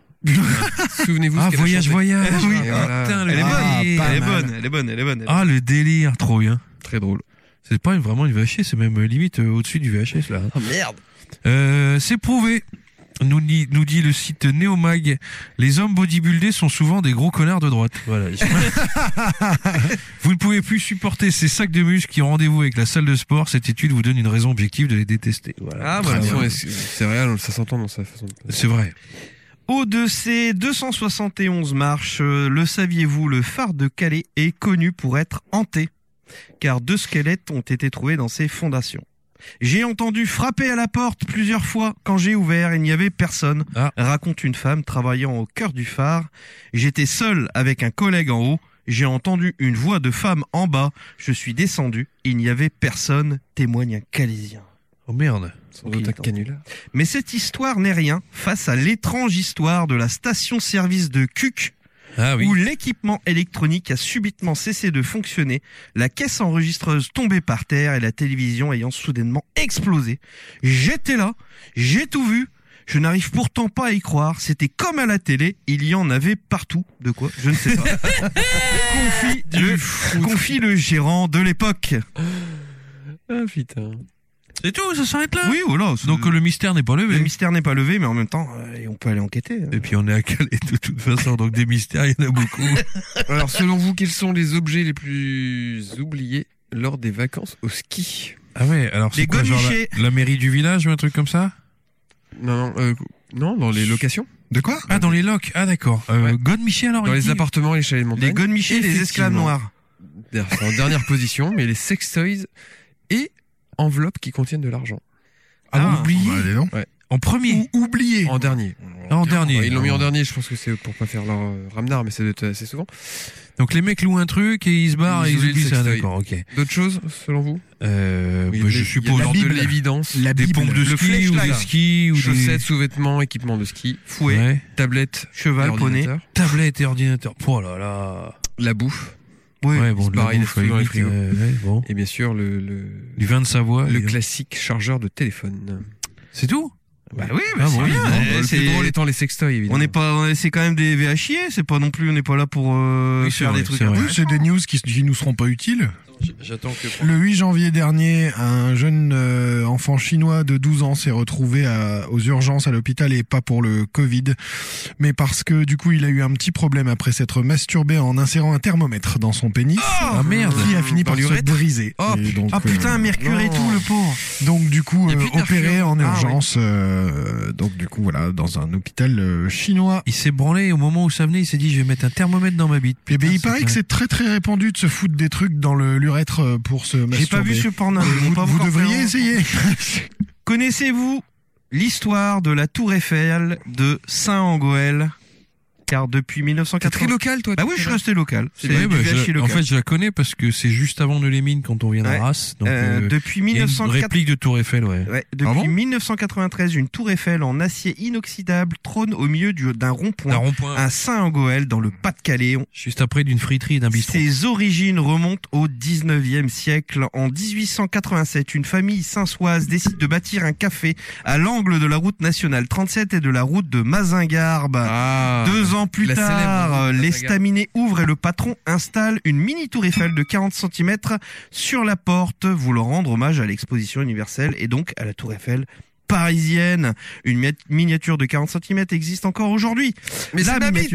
Souvenez-vous ce
Ah,
qu'elle a
voyage,
chanté.
voyage.
Ah,
oui.
voilà.
Ah, putain, le
Elle est bonne.
délire.
Elle est bonne. Elle est bonne. Elle est bonne.
Ah, le délire, trop bien.
Très drôle.
C'est pas une- vraiment une VHS, c'est même euh, limite euh, au-dessus du VHS là.
Oh merde.
Euh, c'est prouvé. Nous dit, nous dit le site Neomag, les hommes bodybuildés sont souvent des gros connards de droite. Voilà. [LAUGHS] vous ne pouvez plus supporter ces sacs de muscles qui ont rendez-vous avec la salle de sport. Cette étude vous donne une raison objective de les détester. Voilà.
Ah,
De toute
voilà.
façon, bah, c'est- C'est réel, ça s'entend dans sa façon de...
C'est vrai.
Au de ses 271 marches, euh, le saviez-vous, le phare de Calais est connu pour être hanté, car deux squelettes ont été trouvés dans ses fondations. J'ai entendu frapper à la porte plusieurs fois. Quand j'ai ouvert, il n'y avait personne.
Ah.
Raconte une femme travaillant au cœur du phare. J'étais seul avec un collègue en haut. J'ai entendu une voix de femme en bas. Je suis descendu. Il n'y avait personne. Témoigne un Calaisien.
Oh merde.
Sans doute un hein. canular.
Mais cette histoire n'est rien face à l'étrange histoire de la station-service de Cuc,
Ah oui.
où l'équipement électronique a subitement cessé de fonctionner, la caisse enregistreuse tombée par terre et la télévision ayant soudainement explosé. J'étais là, j'ai tout vu. Je n'arrive pourtant pas à y croire, c'était comme à la télé, il y en avait partout. De quoi Je ne sais [LAUGHS] pas. confie, le, confie le gérant de l'époque.
Ah putain.
C'est tout, ça s'arrête là.
Oui, voilà. c'est-
Donc euh, le mystère n'est pas levé.
le mystère n'est pas levé, mais en même temps, euh, on peut aller enquêter.
Et puis on est à Calais de toute façon, donc des mystères, il y en a beaucoup.
Alors, selon vous, quels sont les objets les plus oubliés lors des vacances au ski
Ah ouais, alors c'est
Les
quoi, genre
gonuchés.
la, la mairie du village ou un truc comme ça
Non, non, euh, non, dans les locations,
De quoi
Ah, dans les locs, ah d'accord. Euh,
Ouais.
Godemichel alors
dans
il
les
dit-
appartements et les chalets de
Les
montagne.
Godemichés, les esclaves
Effectivement.
noirs.
C'est en dernière position, mais les sextoys et enveloppes qui contiennent de l'argent.
Ah,
Ah,
oublié
Bah, allez, non.
En premier
Oublié.
En dernier.
Ah, En dernier.
Ils l'ont mis en dernier, je pense que c'est pour pas faire leur euh, ramenard, mais ça doit être assez souvent.
Donc les mecs louent un truc et ils se barrent
Ils
et ils
oublient le
oublient ça.
sextoy.
D'accord, ok.
D'autres choses, selon vous
Euh,
Oui,
bah,
il y a-
je
il y
suppose
a
genre
de
de
l'évidence.
la- des pompes de
Le
ski ou des
flashlight.
skis ou des
Chaussettes, sous-vêtements, équipements de ski,
Fouet.
Ouais.
tablette,
Cheval, poney.
ordinateur,
Tablette et ordinateur. Oh là là.
la bouffe,
Oui,
ouais, bon,
c'est
de la
pareil,
bouffe,
il y a tout dans les
limite,
frigos.
euh, ouais, bon.
et bien sûr le, le,
Du vin de Savoie.
le
et-
classique chargeur de téléphone.
C'est tout
Bah
oui,
Ah,
bah, c'est bien,
évidemment.
eh,
Le
c'est-
plus drôle étant les sextoys, évidemment.
On n'est pas, on est- c'est quand même des VHIer, c'est pas non plus, on n'est pas là pour euh,
Oui, c'est
faire
vrai,
des trucs.
c'est vrai.
Oui, c'est des news qui, qui nous seront pas utiles.
J'attends que.
Le 8 janvier dernier, un jeune euh, enfant chinois de 12 ans s'est retrouvé à- aux urgences à l'hôpital et pas pour le Covid, mais parce que du coup il a eu un petit problème après s'être masturbé en insérant un thermomètre dans son pénis.
Ah merde
Qui a fini par se briser.
Oh,
Et donc,
ah putain,
euh,
mercure et tout, le pauvre.
donc du coup
y a
euh,
plus de mercure.
opéré en
Ah,
urgence euh, euh, donc du coup voilà dans un hôpital euh, chinois.
Il s'est branlé au moment où ça venait, il s'est dit je vais mettre un thermomètre dans ma bite.
Eh
Et
Ah,
ben il paraît que c'est très très répandu de se foutre des trucs dans le l'urètre euh, pour se masturber.
J'ai pas vu ce porno. ils m'ont
Vous,
pas
vous
encore
devriez
fait un-
essayer.
Connaissez-vous l'histoire de la Tour Eiffel de Saint-Angoël Car depuis 1980.
très local, toi.
Bah oui, je suis resté local. C'est
Ouais,
du
bah,
gâchis
je- en
local.
fait, je la connais parce que c'est juste avant de les mines quand on vient de
Ouais.
Arras. Donc,
Euh,
euh,
depuis
il y a une
1904
Réplique de Tour Eiffel, ouais.
Ouais, depuis
Pardon
1993, une tour Eiffel en acier inoxydable trône au milieu du- d'un rond-point,
D'un rond-point.
à Saint-Angoël, dans le Pas-de-Calais.
Juste après d'une friterie et d'un bistrot.
Ses origines remontent au 19e siècle. En 1887, une famille saint-soise décide de bâtir un café à l'angle de la route nationale 37 et de la route de Mazingarbe.
Ah.
Deux ans plus
la célèbre
tard,
route de
les
Mazingarbe.
Minet ouvre et le patron installe une mini tour Eiffel de 40 cm sur la porte, voulant rendre hommage à l'exposition universelle et donc à la tour Eiffel parisienne. Une mi- miniature de 40 cm existe encore aujourd'hui.
Mais c'est ma bite.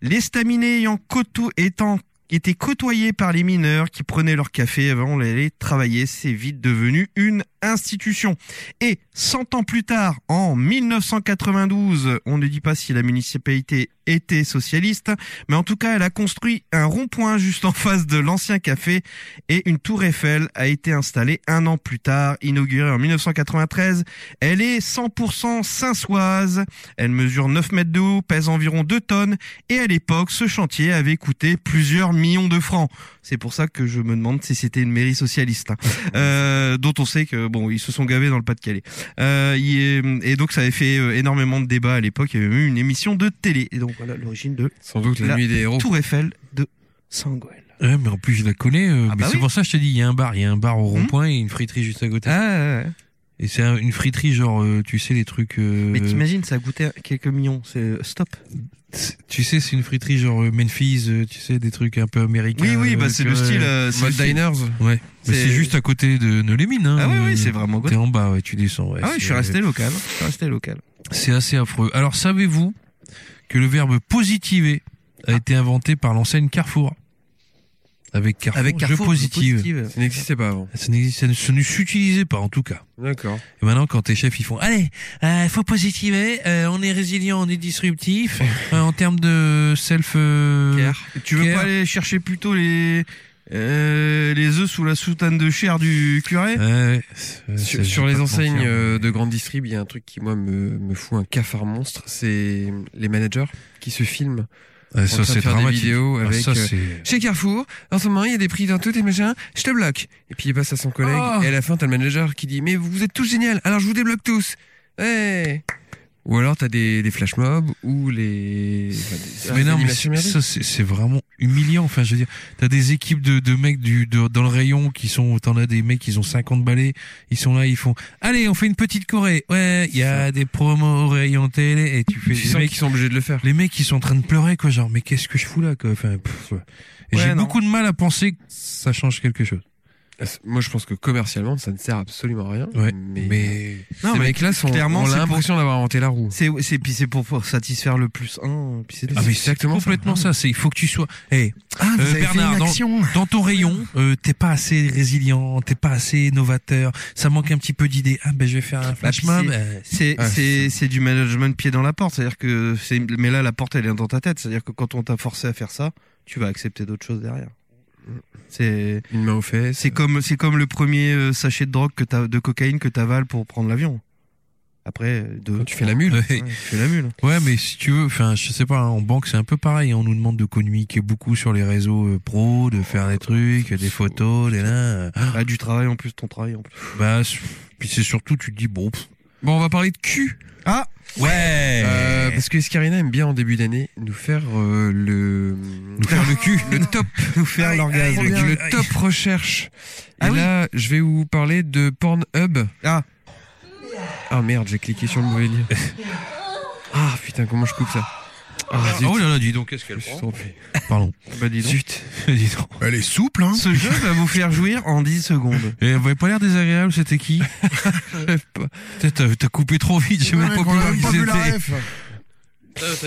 L'estaminet ayant coto- étant été côtoyé par les mineurs qui prenaient leur café avant d'aller travailler, c'est vite devenu une institution. Et 100 ans plus tard, en 1992, on ne dit pas si la municipalité était socialiste, mais en tout cas, elle a construit un rond-point juste en face de l'ancien café et une tour Eiffel a été installée un an plus tard, inaugurée en 1993. Elle est 100% saint-soise. Elle mesure 9 mètres de haut, pèse environ 2 tonnes et à l'époque, ce chantier avait coûté plusieurs millions de francs. C'est pour ça que je me demande si c'était une mairie socialiste, [LAUGHS] hein. Euh, dont on sait que bon, ils se sont gavés dans le Pas-de-Calais. Euh, il est- et donc, ça avait fait euh, énormément de débats à l'époque. Il y avait eu une émission de télé. Et donc, voilà l'origine de
Sans doute la nuit des héros.
Tour Eiffel de Sangoël.
Ouais, mais en plus, je la connais. euh, mais
bah
c'est
oui. Mmh.
pour ça que je te dis, il y a un bar, il y a un bar au rond-point et une friterie juste à côté.
Ah Euh,
Et c'est un- une friterie, genre, euh, tu sais, les trucs. euh,
Mais t'imagines, ça goûtait quelques millions. C'est euh, stop.
Tu sais, c'est une friterie genre euh, Memphis, euh, tu sais, des trucs un peu américains.
Oui, oui, bah,
euh,
c'est
tu
le
vois,
style,
euh,
euh, c'est le style.
Ouais. Mais
C'est-
c'est juste à côté de Neulémine. Hein,
Ah oui, oui,
euh,
c'est vraiment
T'es en bas, ouais, tu descends. Ouais,
ah oui, je suis
c'est-
resté local. Je suis resté local.
C'est assez affreux. Alors, savez-vous que le verbe positiver a été inventé par l'enseigne Carrefour Avec Carrefour,
Avec
je
Carrefour,
positive.
je positive. Ça n'existait
pas avant. Ça, n'existe- ça ne- ça ne s'utilisait pas, en tout cas.
D'accord.
Et maintenant, quand tes chefs, ils font Allez, euh, faut positiver, euh, on est résilient, on est disruptif. euh, en termes de self. euh,
Tu veux
care.
pas aller chercher plutôt les euh, les œufs sous la soutane de chair du curé
Sur, sur les enseignes euh, de grande distrib, il y a un truc qui moi me, me fout un cafard monstre, c'est les managers qui se filment.
Ah,
en
ça,
train de
c'est
faire des
dramatique.
vidéos
Ah,
avec
ça,
euh,
c'est-
chez Carrefour, en ce moment il y a des prix dans tout et machin, je te bloque. Et puis il passe à son collègue
Oh.
et à la fin t'as le manager qui dit mais vous êtes tous génial, alors je vous débloque tous. Ouais. Ou alors t'as des, des flash mobs ou les. enfin, des-
mais
des
non, mais
animations
c'est-
merdiques.
ça c'est c'est vraiment humiliant. Enfin, je veux dire, t'as des équipes de, de mecs du de- dans le rayon qui sont, t'en as des mecs qui ont 50 balais, ils sont là, ils font, allez, on fait une petite Corée. Ouais, il y a des promos au rayon télé et tu fais.
Tu
les
sens
mecs
qu'ils sont obligés de le faire.
Les mecs qui sont en train de pleurer quoi, genre mais qu'est-ce que je fous là quoi. Enfin, pff, ouais. Et
Ouais,
j'ai
non.
beaucoup de mal à penser que ça change quelque chose.
Moi, je pense que commercialement, ça ne sert absolument à rien.
Ouais,
mais,
mais-
ces mecs-là sont clairement l'impression d'avoir inventé la roue.
C'est c'est puis c'est pour, pour satisfaire le plus un. Puis c'est
Ah mais c'est complètement ça. C'est il faut que tu sois. Eh, Hey,
Ah, vous avez fait
Bernard,
une
dans-
action.
Dans, ton rayon, euh, t'es pas assez résilient, t'es pas assez novateur. Ça manque un petit peu d'idées. Ah ben je vais faire un
Bah,
flash
puis
mob.
c'est-
euh,
c'est
ouais.
c'est c'est du management pied dans la porte, c'est-à-dire que c'est mais là la porte elle est dans ta tête, c'est-à-dire que quand on t'a forcé à faire ça, tu vas accepter d'autres choses derrière. C'est
une main aux fesses.
C'est comme c'est comme le premier euh, sachet de drogue que t'as de cocaïne que t'avales pour prendre l'avion. Après euh, deux.
tu fais la mule.
Ouais, tu fais la mule.
Ouais, mais si tu veux, enfin, je sais pas, hein, en banque c'est un peu pareil. hein. On nous demande de communiquer beaucoup sur les réseaux euh, pro, de faire des trucs, des photos, des là. euh.
Ah, du travail en plus, ton travail en plus.
Bah, s- puis c'est surtout, tu te dis bon. pff.
Bon, on va parler de cul.
Ah
Ouais.
Euh, parce que Escarina aime bien en début d'année nous faire euh, le nous
faire le cul,
le top,
[LAUGHS] nous faire l'orgasme,
le top recherche.
Ah
Et là, je vais vous parler de Pornhub.
Ah.
Ah merde, j'ai cliqué sur le
[LAUGHS]
mauvais lien. ah putain, comment je coupe ça Ah, zut.
oh là là, dis donc, qu'est-ce qu'elle
Je suis
prend
trompé.
Pardon.
Bah dis donc.
Zut, dis donc.
Elle est souple hein.
Ce jeu va vous faire jouir en 10 secondes.
Et elle avait pas l'air désagréable, c'était qui Putain, [LAUGHS] T'as t'as coupé trop vite, j'ai même pas
Ouais,
pu
on a
voir
même
qui
pas vu la
c'était.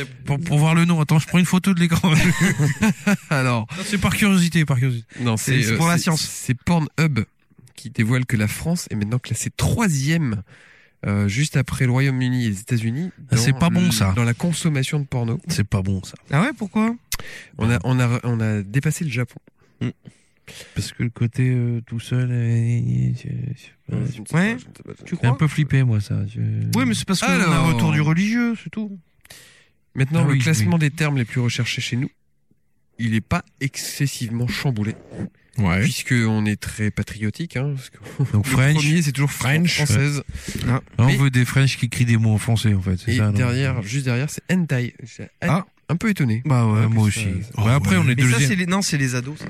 ref.
Pour, pour voir le nom, attends, je prends une photo de l'écran. [LAUGHS]
Alors,
Non, c'est par curiosité, par curiosité.
non, c'est
c'est
euh,
pour la
c'est-
science.
C'est Pornhub qui dévoile que la France est maintenant classée troisième euh, juste après le Royaume-Uni et les États-Unis.
Ah,
dans
c'est pas bon,
le-
ça.
Dans la consommation de porno.
C'est pas bon ça.
Ah ouais, pourquoi on a, on, a, on a dépassé le Japon.
Parce que le côté euh, tout seul. euh, je- je-
Ouais,
je-
Ouais,
je suis
tu
un
crois
peu flippé moi ça. je-
Oui, mais c'est parce qu'on a un
Alors.
retour du religieux, c'est tout.
Maintenant,
Ah
le
oui,
classement des termes les plus recherchés chez nous, il n'est pas excessivement chamboulé.
Ah
Ouais.
Puisque on est très patriotique. Hein, parce que
Donc
[LAUGHS] le
French.
premier, c'est toujours French. Française.
Ouais. Là, on
Mais-
veut des French qui crient des mots en français en fait. c'est
Et
ça, non Ah.
derrière, juste derrière, c'est hentai. J'ai un peu étonné.
Bah ouais,
Ouais,
moi
ça-
aussi.
ça-
Ouais, après, on est
Mais ça,
deuxième.
c'est les... Non, c'est les ados. ça.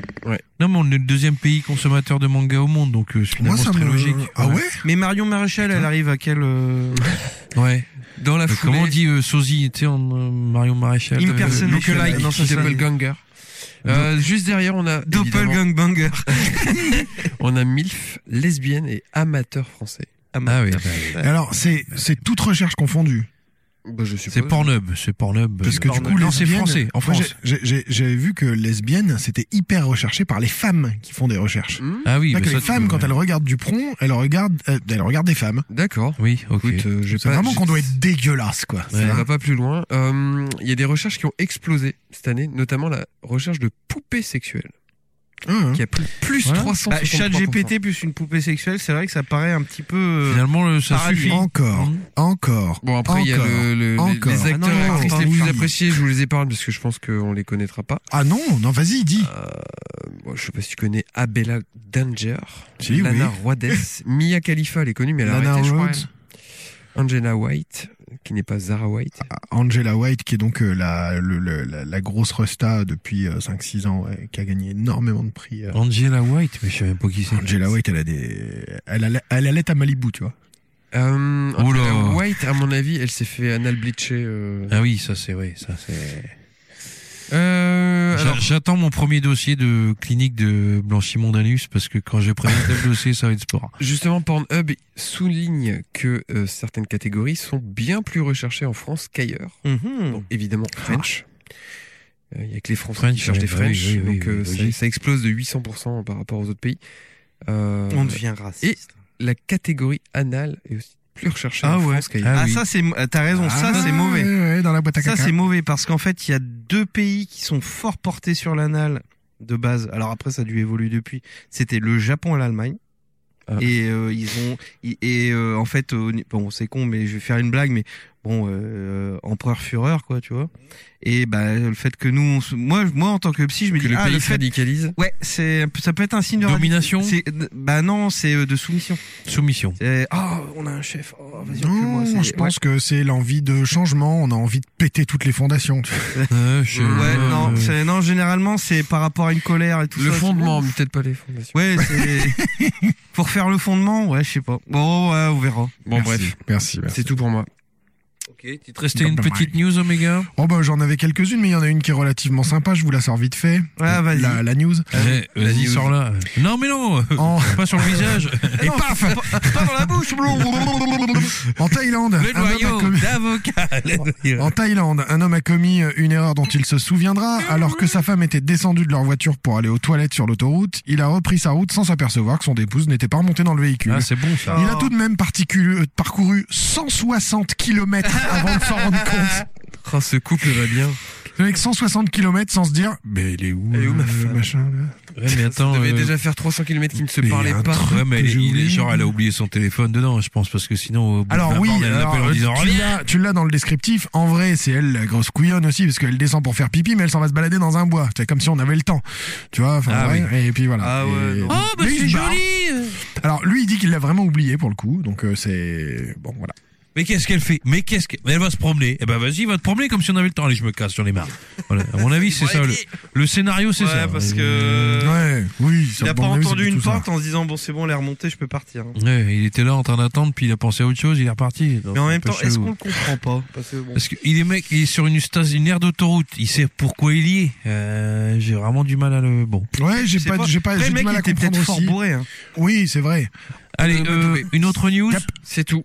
Non, mais on est le deuxième pays consommateur de manga au monde, donc euh, finalement,
Moi, ça
c'est très
me-
logique.
Ah ouais Mais Marion Maréchal,
Hein
elle arrive à quel... euh,
[LAUGHS] Ouais.
Dans la
Euh,
foulée-
Comment on dit euh, sosie, tu sais, en euh, Mario Maréchal euh,
Lookalike,
Non, ça, c'est-
doppelganger. Euh, juste derrière, on a doppelgangbanger. on a milf, lesbienne et amateur français.
bah.
Ah oui.
Alors, c'est, c'est toute recherche confondue.
Bah,
C'est Pornhub, c'est Pornhub.
Parce que du
Pornhub.
coup,
non, c'est
lesbienne-
français, en
Moi,
France.
j'ai- j'ai- J'avais vu que lesbienne, c'était hyper recherché par les femmes qui font des recherches.
Hmm,
Ah oui,
C'est-à-dire
bah
que
ça,
les
tu
femmes,
peux-
quand elles regardent du pron, elles regardent, euh, elles regardent des femmes.
D'accord.
Oui, ok.
C'est vraiment qu'on doit être dégueulasse, quoi.
Ça va pas plus loin. Euh, Il y a des recherches qui ont explosé cette année, notamment la recherche de poupées sexuelles.
Hein
Qui a plus, plus
Voilà.
300
Bah, Chat GPT plus une poupée sexuelle, c'est vrai que ça paraît un petit peu... euh, parasite.
Encore, encore.
Bon, après, il y a
encore,
le- le- les,
encore.
les acteurs
Ah non,
et actrices
encore,
les plus
oui.
appréciés, je vous les épargne parce que je pense qu'on les connaîtra pas.
Ah non, non, vas-y, dis.
Bon, je sais pas si tu connais Abella Danger,
Si,
Lana
oui. [LAUGHS]
Rhoades, Mia Khalifa, elle est connue, mais elle a
Lana
arrêté, je crois.
Rhoades.
elle. Angela White, qui n'est pas Zara White.
Angela White, qui est donc euh, la, le- le- la, la grosse resta depuis euh, 5-6 ans, ouais, qui a gagné énormément de prix. euh.
Angela White, mais je sais même pas qui c'est.
Angela White, elle a des, elle, allait- elle allait à Malibu, tu vois.
Euh,
Oula.
Angela White, à mon avis, elle s'est fait anal bleacher. euh.
Ah oui, ça c'est vrai, ça c'est.
Euh,
J'a-
alors,
J'attends mon premier dossier de clinique de blanchiment d'anus parce que quand je présenté le dossier, ça va être [LAUGHS] sport.
Justement, Pornhub souligne que euh, certaines catégories sont bien plus recherchées en France qu'ailleurs.
Mmh. Mhm.
Donc, évidemment, French.
Ah.
Euh, Il y a que les Français
French,
qui cherchent
ouais,
les
bah
French.
oui, oui, oui,
donc,
oui,
euh, ça,
logique.
ça explose de 800% par rapport aux autres pays. Euh,
On devient raciste.
Et la catégorie anale est aussi plus recherchée en France qu'ailleurs.
Ah, ça c'est euh, t'as raison ça
Ah,
c'est mauvais
ouais, ouais, dans la boîte à
ça
caca.
c'est mauvais parce qu'en fait il y a deux pays qui sont fort portés sur l'anal de base alors après ça a dû évoluer depuis c'était le Japon et l'Allemagne
Ah.
et euh, ils ont i- et euh, en fait au ni- bon c'est con mais je vais faire une blague mais bon euh, empereur fureur quoi tu vois et bah le fait que nous on se- moi moi en tant que psy je me
Que
dis
le
ah,
pays
le
se
fait-
radicalise.
ouais c'est un peu- ça peut être un signe de domination bah non c'est euh, de soumission
soumission
ah on a un chef oh, vas-y
Non,
recule-moi, c'est-
je pense que c'est l'envie de changement. On a envie de péter toutes les fondations.
Ouais, non, c'est- non, généralement, c'est par rapport à une colère et tout
Le
ça.
fondement, mais peut-être pas les fondations.
Ouais, c'est. [LAUGHS] pour faire le fondement, ouais, je sais pas. Bon, ouais, on verra.
Bon, bref.
Merci.
C'est tout pour moi.
Ok, il te restait une petite news, Omega
Oh bah j'en avais quelques-unes, mais il y en a une qui est relativement sympa. Je vous la sors vite fait.
Ouais, Ah, vas-y.
La, la news.
Eh, Vas-y, sors là. Non, mais non [LAUGHS]
En-
Pas sur le visage
Et paf
Ah Pas dans la bouche,
En Thaïlande,
Le
un homme a
noyau
[LAUGHS]
commis-
d'avocat
En Thaïlande, un homme a commis une erreur dont il se souviendra. Alors que sa femme était descendue de leur voiture pour aller aux toilettes sur l'autoroute, il a repris sa route sans s'apercevoir que son épouse n'était pas remontée dans le véhicule.
Ah, c'est bon ça.
Il a tout de même particulu- euh, parcouru 160 km avant de s'en rendre compte.
Oh, ce couple va bien.
Avec 160 km sans se dire, mais il est où,
Elle est où, ma
euh,
femme
machin là
Ouais, mais attends.
[LAUGHS] Ça devait
euh,
déjà faire 300 km qu'ils ne se
mais il y a
parlaient
un
pas.
truc
[LAUGHS]
Ouais, mais
que
elle, est-
j'ai
il est-
oublié.
genre, elle a oublié son téléphone dedans, je pense, parce que sinon, au bout de
Alors
Ah,
20
oui,
bornes, elle
alors,
l'appelle en
euh,
disant oh,
tu
Reviens
l'as- tu l'as dans le descriptif. En vrai, c'est elle la grosse couillonne aussi, parce qu'elle descend pour faire pipi, mais elle s'en va se balader dans un bois. C'est comme si on avait le temps, tu vois. enfin,
Ah
ouais, Et puis voilà.
Ah ouais,
Et-
non.
Oh, bah,
Mais il se barre. Alors lui, il dit qu'il l'a vraiment oublié pour le coup, donc euh, c'est bon, voilà.
Mais qu'est-ce qu'elle fait Mais qu'est-ce qu'elle Elle va se promener. Eh ben vas-y, va te promener comme si on avait le temps. Allez, je me casse, j'en ai marre. Voilà. À mon avis, c'est ça. Le, le scénario, c'est
Ouais,
ça.
parce que.
Ouais, oui. ça-
Euh, Il a
bon,
pas
à mon avis,
entendu
c'est
une
plutôt ça.
porte en se disant, bon, c'est bon, elle est remontée, je peux partir. hein.
Ouais, il était là en train d'attendre, puis il a pensé à autre chose, il est reparti. Donc,
Mais en
un
même
peu
temps, est-ce
chelou.
qu'on le comprend pas Parce que bon.
Parce qu'il est mec, il est sur une station, une aire d'autoroute. Il sait pourquoi il y est. Euh, j'ai vraiment du mal à le bon.
Ouais, j'ai
je sais
pas, j'ai pas,
Après,
j'ai
le mec,
du mal
il
à
était
comprendre
peut-être fort
aussi.
bourré. hein.
Oui, c'est vrai.
Allez, euh, une autre news.
C'est tout.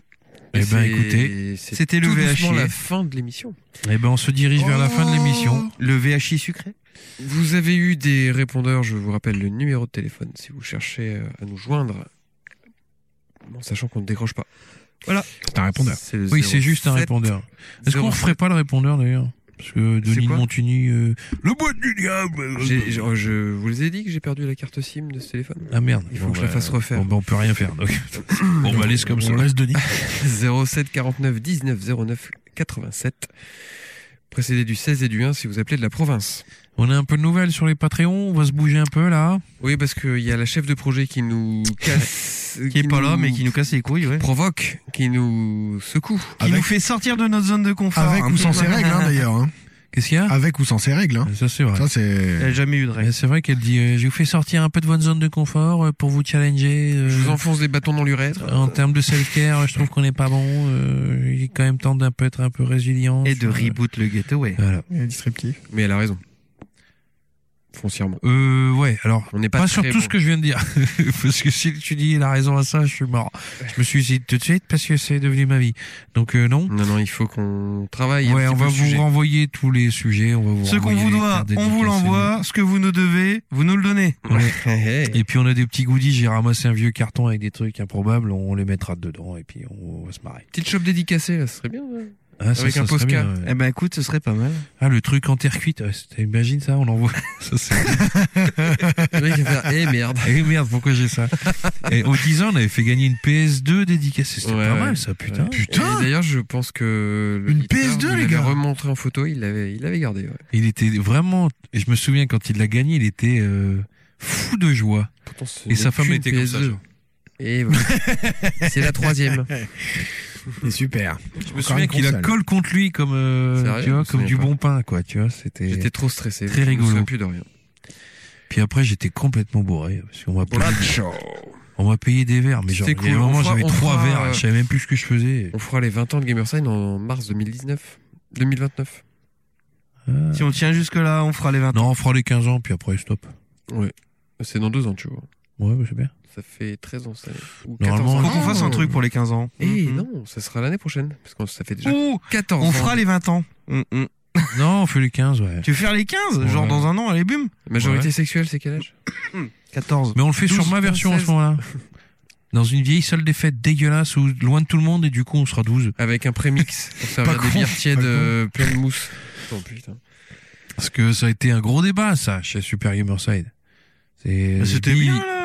Eh ben
C'est-
écoutez,
c'est
C'était le
tout doucement
VHI.
la fin de l'émission.
eh ben on se dirige vers la fin de l'émission.
Le VHI sucré
Vous avez eu des répondeurs, je vous rappelle le numéro de téléphone si vous cherchez euh, à nous joindre. En sachant qu'on ne décroche pas.
Voilà. C'est un répondeur. oui, c'est juste un répondeur. Est-ce qu'on
07.
referait pas le répondeur d'ailleurs Parce que Denis de
quoi
Montigny, euh, le boîte du diable. euh,
J'ai- je, je vous les ai dit que j'ai perdu la carte SIM de ce téléphone.
Ah merde.
Il faut
Bon,
que je la
bah,
fasse refaire.
Bon, bah, on peut rien faire.
[COUGHS]
Donc. on va laisse comme ça.
On laisse
Denis.
[LAUGHS] 07 49 19 09 87. Précédé du 16 et du 1 si vous appelez de la province.
On a un peu de nouvelles sur les Patreons. On va se bouger un peu là.
Oui, parce qu'il y a la chef de projet qui nous casse.
[LAUGHS]
qui
est pas là, mais
qui nous
casse les couilles, ouais.
Provoque, qui nous secoue.
Qui nous fait sortir de notre zone de confort.
Avec ou sans ses règles, hein,
[LAUGHS]
d'ailleurs. hein.
Qu'est-ce qu'il y a
Avec ou sans ses règles.
Ah.
Hein.
Ça, c'est vrai.
Ça, c'est.
jamais eu de
règle. C'est vrai qu'elle dit euh, Je vous fais sortir un peu de votre zone de confort euh, pour vous challenger. euh,
Je vous enfonce des bâtons dans l'urètre.
En termes de self-care, je trouve qu'on n'est pas bon. euh, il est quand même temps d'un peu être un peu résilient.
Et de
sur-
reboot le getaway.
Voilà.
Disruptif.
Mais elle a raison. Foncièrement.
Euh, ouais, alors,
On n'est pas
pas, sur
très
tout
bon.
ce que je viens de dire. [LAUGHS] parce que si tu dis la raison à ça, je suis mort. Je me suis dit tout de suite parce que c'est devenu ma vie. Donc, euh, non.
Non, non, il faut qu'on travaille. un
Ouais,
petit
on va
peu le
vous
sujet.
renvoyer tous les sujets. On va vous
Ce qu'on
renvoyer
vous
les
doit,
cartes des
on vous
dédicacées.
l'envoie. Ce que vous nous devez, vous nous le donnez.
[LAUGHS]
Ouais.
Eh,
Et puis on a des petits goodies, j'ai ramassé un vieux carton avec des trucs improbables, on les mettra dedans et puis on va se marrer.
Petite chope dédicacée, là, ce serait bien. ouais.
Ah, ça,
Avec
ça
un
serait
Posca.
bien, ouais.
Eh ben, écoute, ce serait pas mal.
Ah le truc en terre cuite, ouais, c'était- imagine ça, on
[LAUGHS]
l'envoie. Ça, c'est-
Le mec va faire, eh merde.
Eh merde, pourquoi j'ai ça Et au 10 ans, on avait fait gagner une PS2 dédicacée, c'était
Ouais,
pas
ouais.
mal ça, putain.
Ouais. Et D'ailleurs, je pense que. Une
PS2, les
Il
gars.
l'avait remontré en photo, il l'avait il l'avait gardé. Ouais.
Il était vraiment, et je me souviens quand il l'a gagné, il était euh, fou de joie.
Pourtant, ce
Et sa
n'est
femme
qu'une
était comme ça.
PS2.
genre.
Et voilà.
[LAUGHS]
C'est la troisième.
C'est super.
Je me souviens qu'il la colle contre lui comme, euh,
Sérieux
tu
Je
vois,
me
comme
souviens
du
pas.
bon pain, quoi, tu vois, c'était.
J'étais trop stressé.
Très
je me
rigolo.
souviens plus de rien.
Puis après, j'étais complètement bourré. Parce qu'on m'a payé, on m'a payé des verres. Mais genre,
C'était
il y a un
cool.
moment,
On fera-
j'avais
on
trois
fera,
verres.
euh,
Je savais même plus ce que je faisais.
On fera les 20 ans de Gamerside en mars 2019. 2029.
Si on tient jusque là, on fera les 20 ans.
Non, on fera les 15 ans, puis après, stop.
Ouais. C'est dans deux ans, tu vois.
Ouais, bah, c'est bien.
Ça fait 13 ans cette année. Ou 14
Normalement,
ans.
Faut
Oh.
qu'on fasse un truc pour les 15 ans.
Eh
Mhm.
non, ça sera l'année prochaine. Parce que ça fait déjà
Ouh,
14 ans.
on fera les 20 ans. Mhm.
Non, on fait les 15, ouais.
Tu veux faire les 15 Genre
Ouais.
dans un an, allez, boum
Majorité
Ouais.
sexuelle, c'est quel âge
14.
Mais on le fait sur
12,
ma version en ce
16. [LAUGHS]
moment-là. Dans une vieille salle des fêtes dégueulasse où loin de tout le monde, et du coup, on sera 12.
Avec un prémix pour servir
Pas
des
con,
bières tièdes
pas con.
euh, pleines de mousse. Oh putain.
Parce que ça a été un gros débat, ça, chez Super Gamerside. C'est-
C'était
Billy-
bien, là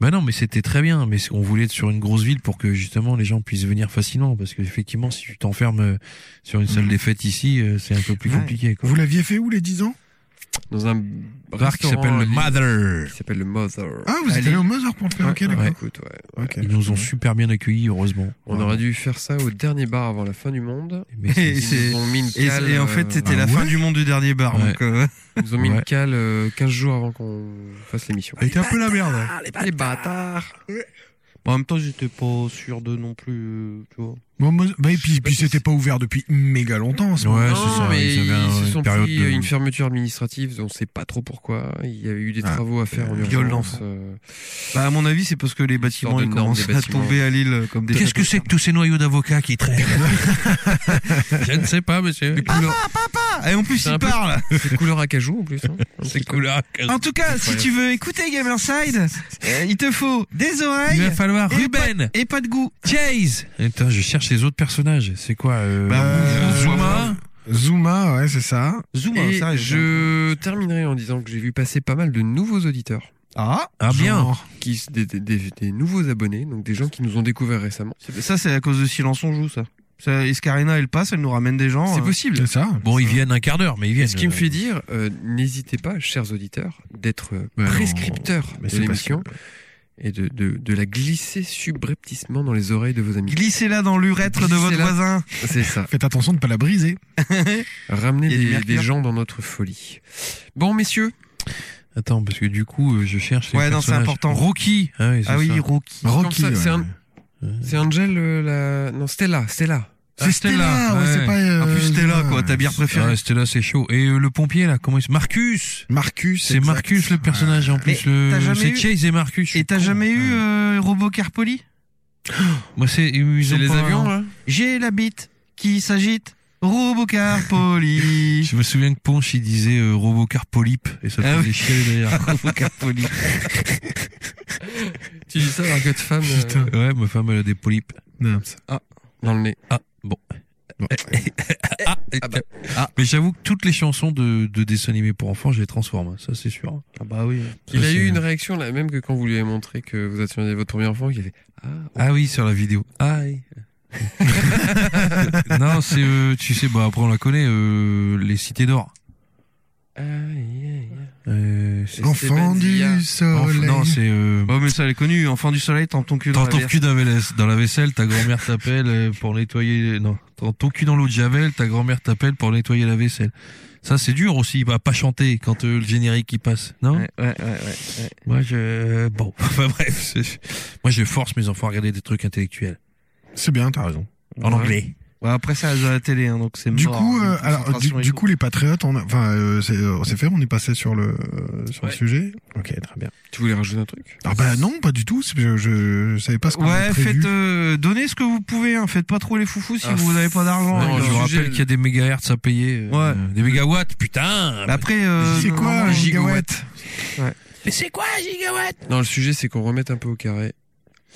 Bah non, mais c'était très bien. Mais on voulait être sur une grosse ville pour que justement les gens puissent venir facilement. Parce que effectivement, si tu t'enfermes euh, sur une salle des fêtes ici, euh, c'est un peu plus
Ouais.
compliqué. Quoi.
Vous l'aviez fait où les 10 ans
Dans un
bar qui s'appelle le
Mother.
Mother.
Qui s'appelle le Mother.
Ah, vous êtes
Allez.
allé au Mother pour le faire. Ok,
Ouais,
d'accord.
écoute, ouais.
Ok.
Ils nous ont super bien accueillis, heureusement.
On aurait dû faire ça au dernier bar avant la fin du monde.
Mais
Et
c'est-
c'est-
Ils nous ont mis une
Et,
cale,
et en
euh,
fait, c'était la
Ah
fin
ouais
du monde du dernier bar.
Ouais.
Donc, euh,
Ils nous ont mis
Ouais.
une cale euh, 15 jours avant qu'on fasse l'émission.
C'était un peu la
hein.
merde. ouais.
Ah, les, les bâtards
En même temps, j'étais pas sûr de non plus, euh, tu vois.
Bon, moi- bah, et puis, puis c'était pas ouvert depuis méga longtemps. c'est
Ouais,
bon.
c'est ça.
Non, mais
ils
ils,
avaient un-
se
une
sont
période
pris
de-
euh, une fermeture administrative, on sait pas trop pourquoi. Il y avait eu des
Ah,
travaux à faire en
viol
urgence. euh,
Bah, à mon avis, c'est parce que les
Histoire
bâtiments
de
ils
normes
commencent
des
à
bâtiments.
tomber à Lille euh, comme
[LAUGHS]
des.
Qu'est-ce que c'est que tous ces noyaux d'avocats qui [LAUGHS] traînent Je ne sais pas, monsieur.
Ah, et en plus,
C'est
il
un peu-
parle.
C'est couleur acajou
[LAUGHS]
en plus. Hein. Un
C'est
petit peu.
cool.
En tout cas, si tu veux écouter Gamerside, euh, il te faut des oreilles
Il va falloir
et,
Ruben,
Pas, et pas de goût.
Chase. Putain, je cherche les autres personnages. C'est quoi euh,
Bah,
euh,
Zuma.
Zuma
Zuma, ouais, c'est ça.
Zoom, hein,
Et
sérieux.
je terminerai en disant que j'ai vu passer pas mal de nouveaux auditeurs,
Ah,
Ah bien.
Genre.
qui, s- des, des- des- des nouveaux abonnés, donc des gens qui nous ont découverts récemment.
c'est- ça c'est à cause de Silence on joue ça. ça Escarina elle passe, elle nous ramène des gens.
C'est
euh,
possible.
C'est ça.
Bon, ils viennent un quart d'heure, mais ils
Et
viennent.
ce qui me
euh,
fait dire, euh, n'hésitez pas, chers auditeurs, d'être euh,
Bah non,
prescripteurs
mais
de
c'est
l'émission et de, de, de la glisser subrepticement dans les oreilles de vos amis.
Glissez-la dans l'urètre de votre
Glissez-la.
voisin.
C'est ça.
Faites attention de pas la briser.
Ramener
Il y a du
des,
mercure.
des gens dans notre folie. Bon, messieurs,
Attends, parce que du coup, euh, je cherche. les
Ouais, non, c'est
personnages.
important.
Rocky. Ah oui, c'est
Ah oui,
ça.
Rocky.
Rocky.
ça,
ouais.
c'est un- c'est Angel, euh, la... non, Stella, Stella.
C'est Stella. ouais, c'est pas. euh,
En plus Stella quoi, ta bière préférée.
Ah, c'était là, c'est chaud. Et euh, le pompier, là, comment il se. Marcus
Marcus.
C'est
exact.
Marcus le personnage en
Mais
plus. le-
t'as jamais
C'est
eu-
Chase et Marcus. je suis
Et t'as
con.
jamais eu
Ouais.
euh, Robo Carpoli
Moi, c'est. Ils
C'est
ont
les
pas-
avions, là
J'ai la bite qui s'agite. Robo Carpoli.
Je me souviens que Ponche, il disait euh, Robocar Polype. Et ça te
Ah
faisait
oui.
chialer derrière.
Robo Carpoli.
Tu dis ça, un gars de femme. euh,
Ah, euh, Ouais, ma femme, elle a des polypes.
Non.
Ah. Dans le nez.
Ah, bon. ah, Mais j'avoue que toutes les chansons de, de dessins animés pour enfants, je les transforme. Ça, c'est sûr. Ah bah oui.
Il a eu une réaction la même que quand vous lui avez montré que vous attendiez votre premier enfant, il avait ah,
Ah oui, sur la vidéo. Ah [LAUGHS] oui. non, c'est, euh, tu sais, bah après on la connaît, euh, les cités d'or. Euh, c'est-
Enfant du soleil.
Non, c'est. Euh...
Oh, mais ça, elle est connue. Enfant du soleil, t'en ton cul dans
Dans
la
ton
verse.
cul dans, la vaisse- dans la vaisselle, ta grand-mère t'appelle euh, pour nettoyer. Non, dans ton cul dans l'eau de javel, ta grand-mère t'appelle pour nettoyer la vaisselle. Ça, c'est dur aussi, bah, pas chanter quand euh, le générique qui passe, non
Ouais, ouais, ouais, ouais, ouais.
Moi, je bon, [LAUGHS] enfin bref, c'est- moi je force mes enfants à regarder des trucs intellectuels.
C'est bien, t'as raison.
En
Ouais.
anglais.
Ouais, après ça, à la télé, hein, donc c'est
Du
mort.
coup, euh,
Concentration
alors, du,
et
du
tout.
coup, les patriotes, on a- enfin, euh, c'est euh, c'est fait, on est passé sur le euh, sur le sujet. Ok, très bien.
Tu voulais rajouter un truc
Ah bah non, pas du tout. c'est- Je, je, je savais pas ce qu'on
Ouais,
avait prévu.
faites, euh, donnez ce que vous pouvez, hein. Faites pas trop les foufous si vous n'avez pas d'argent.
Non,
hein,
je vous
le
rappelle
sujet.
qu'il y a des mégahertz à payer. euh, Des mégawatts, putain
Après, euh,
C'est quoi,
normalement,
un
gigawatt
Mais c'est quoi, gigawatt
Non, le sujet c'est qu'on remette un peu au carré.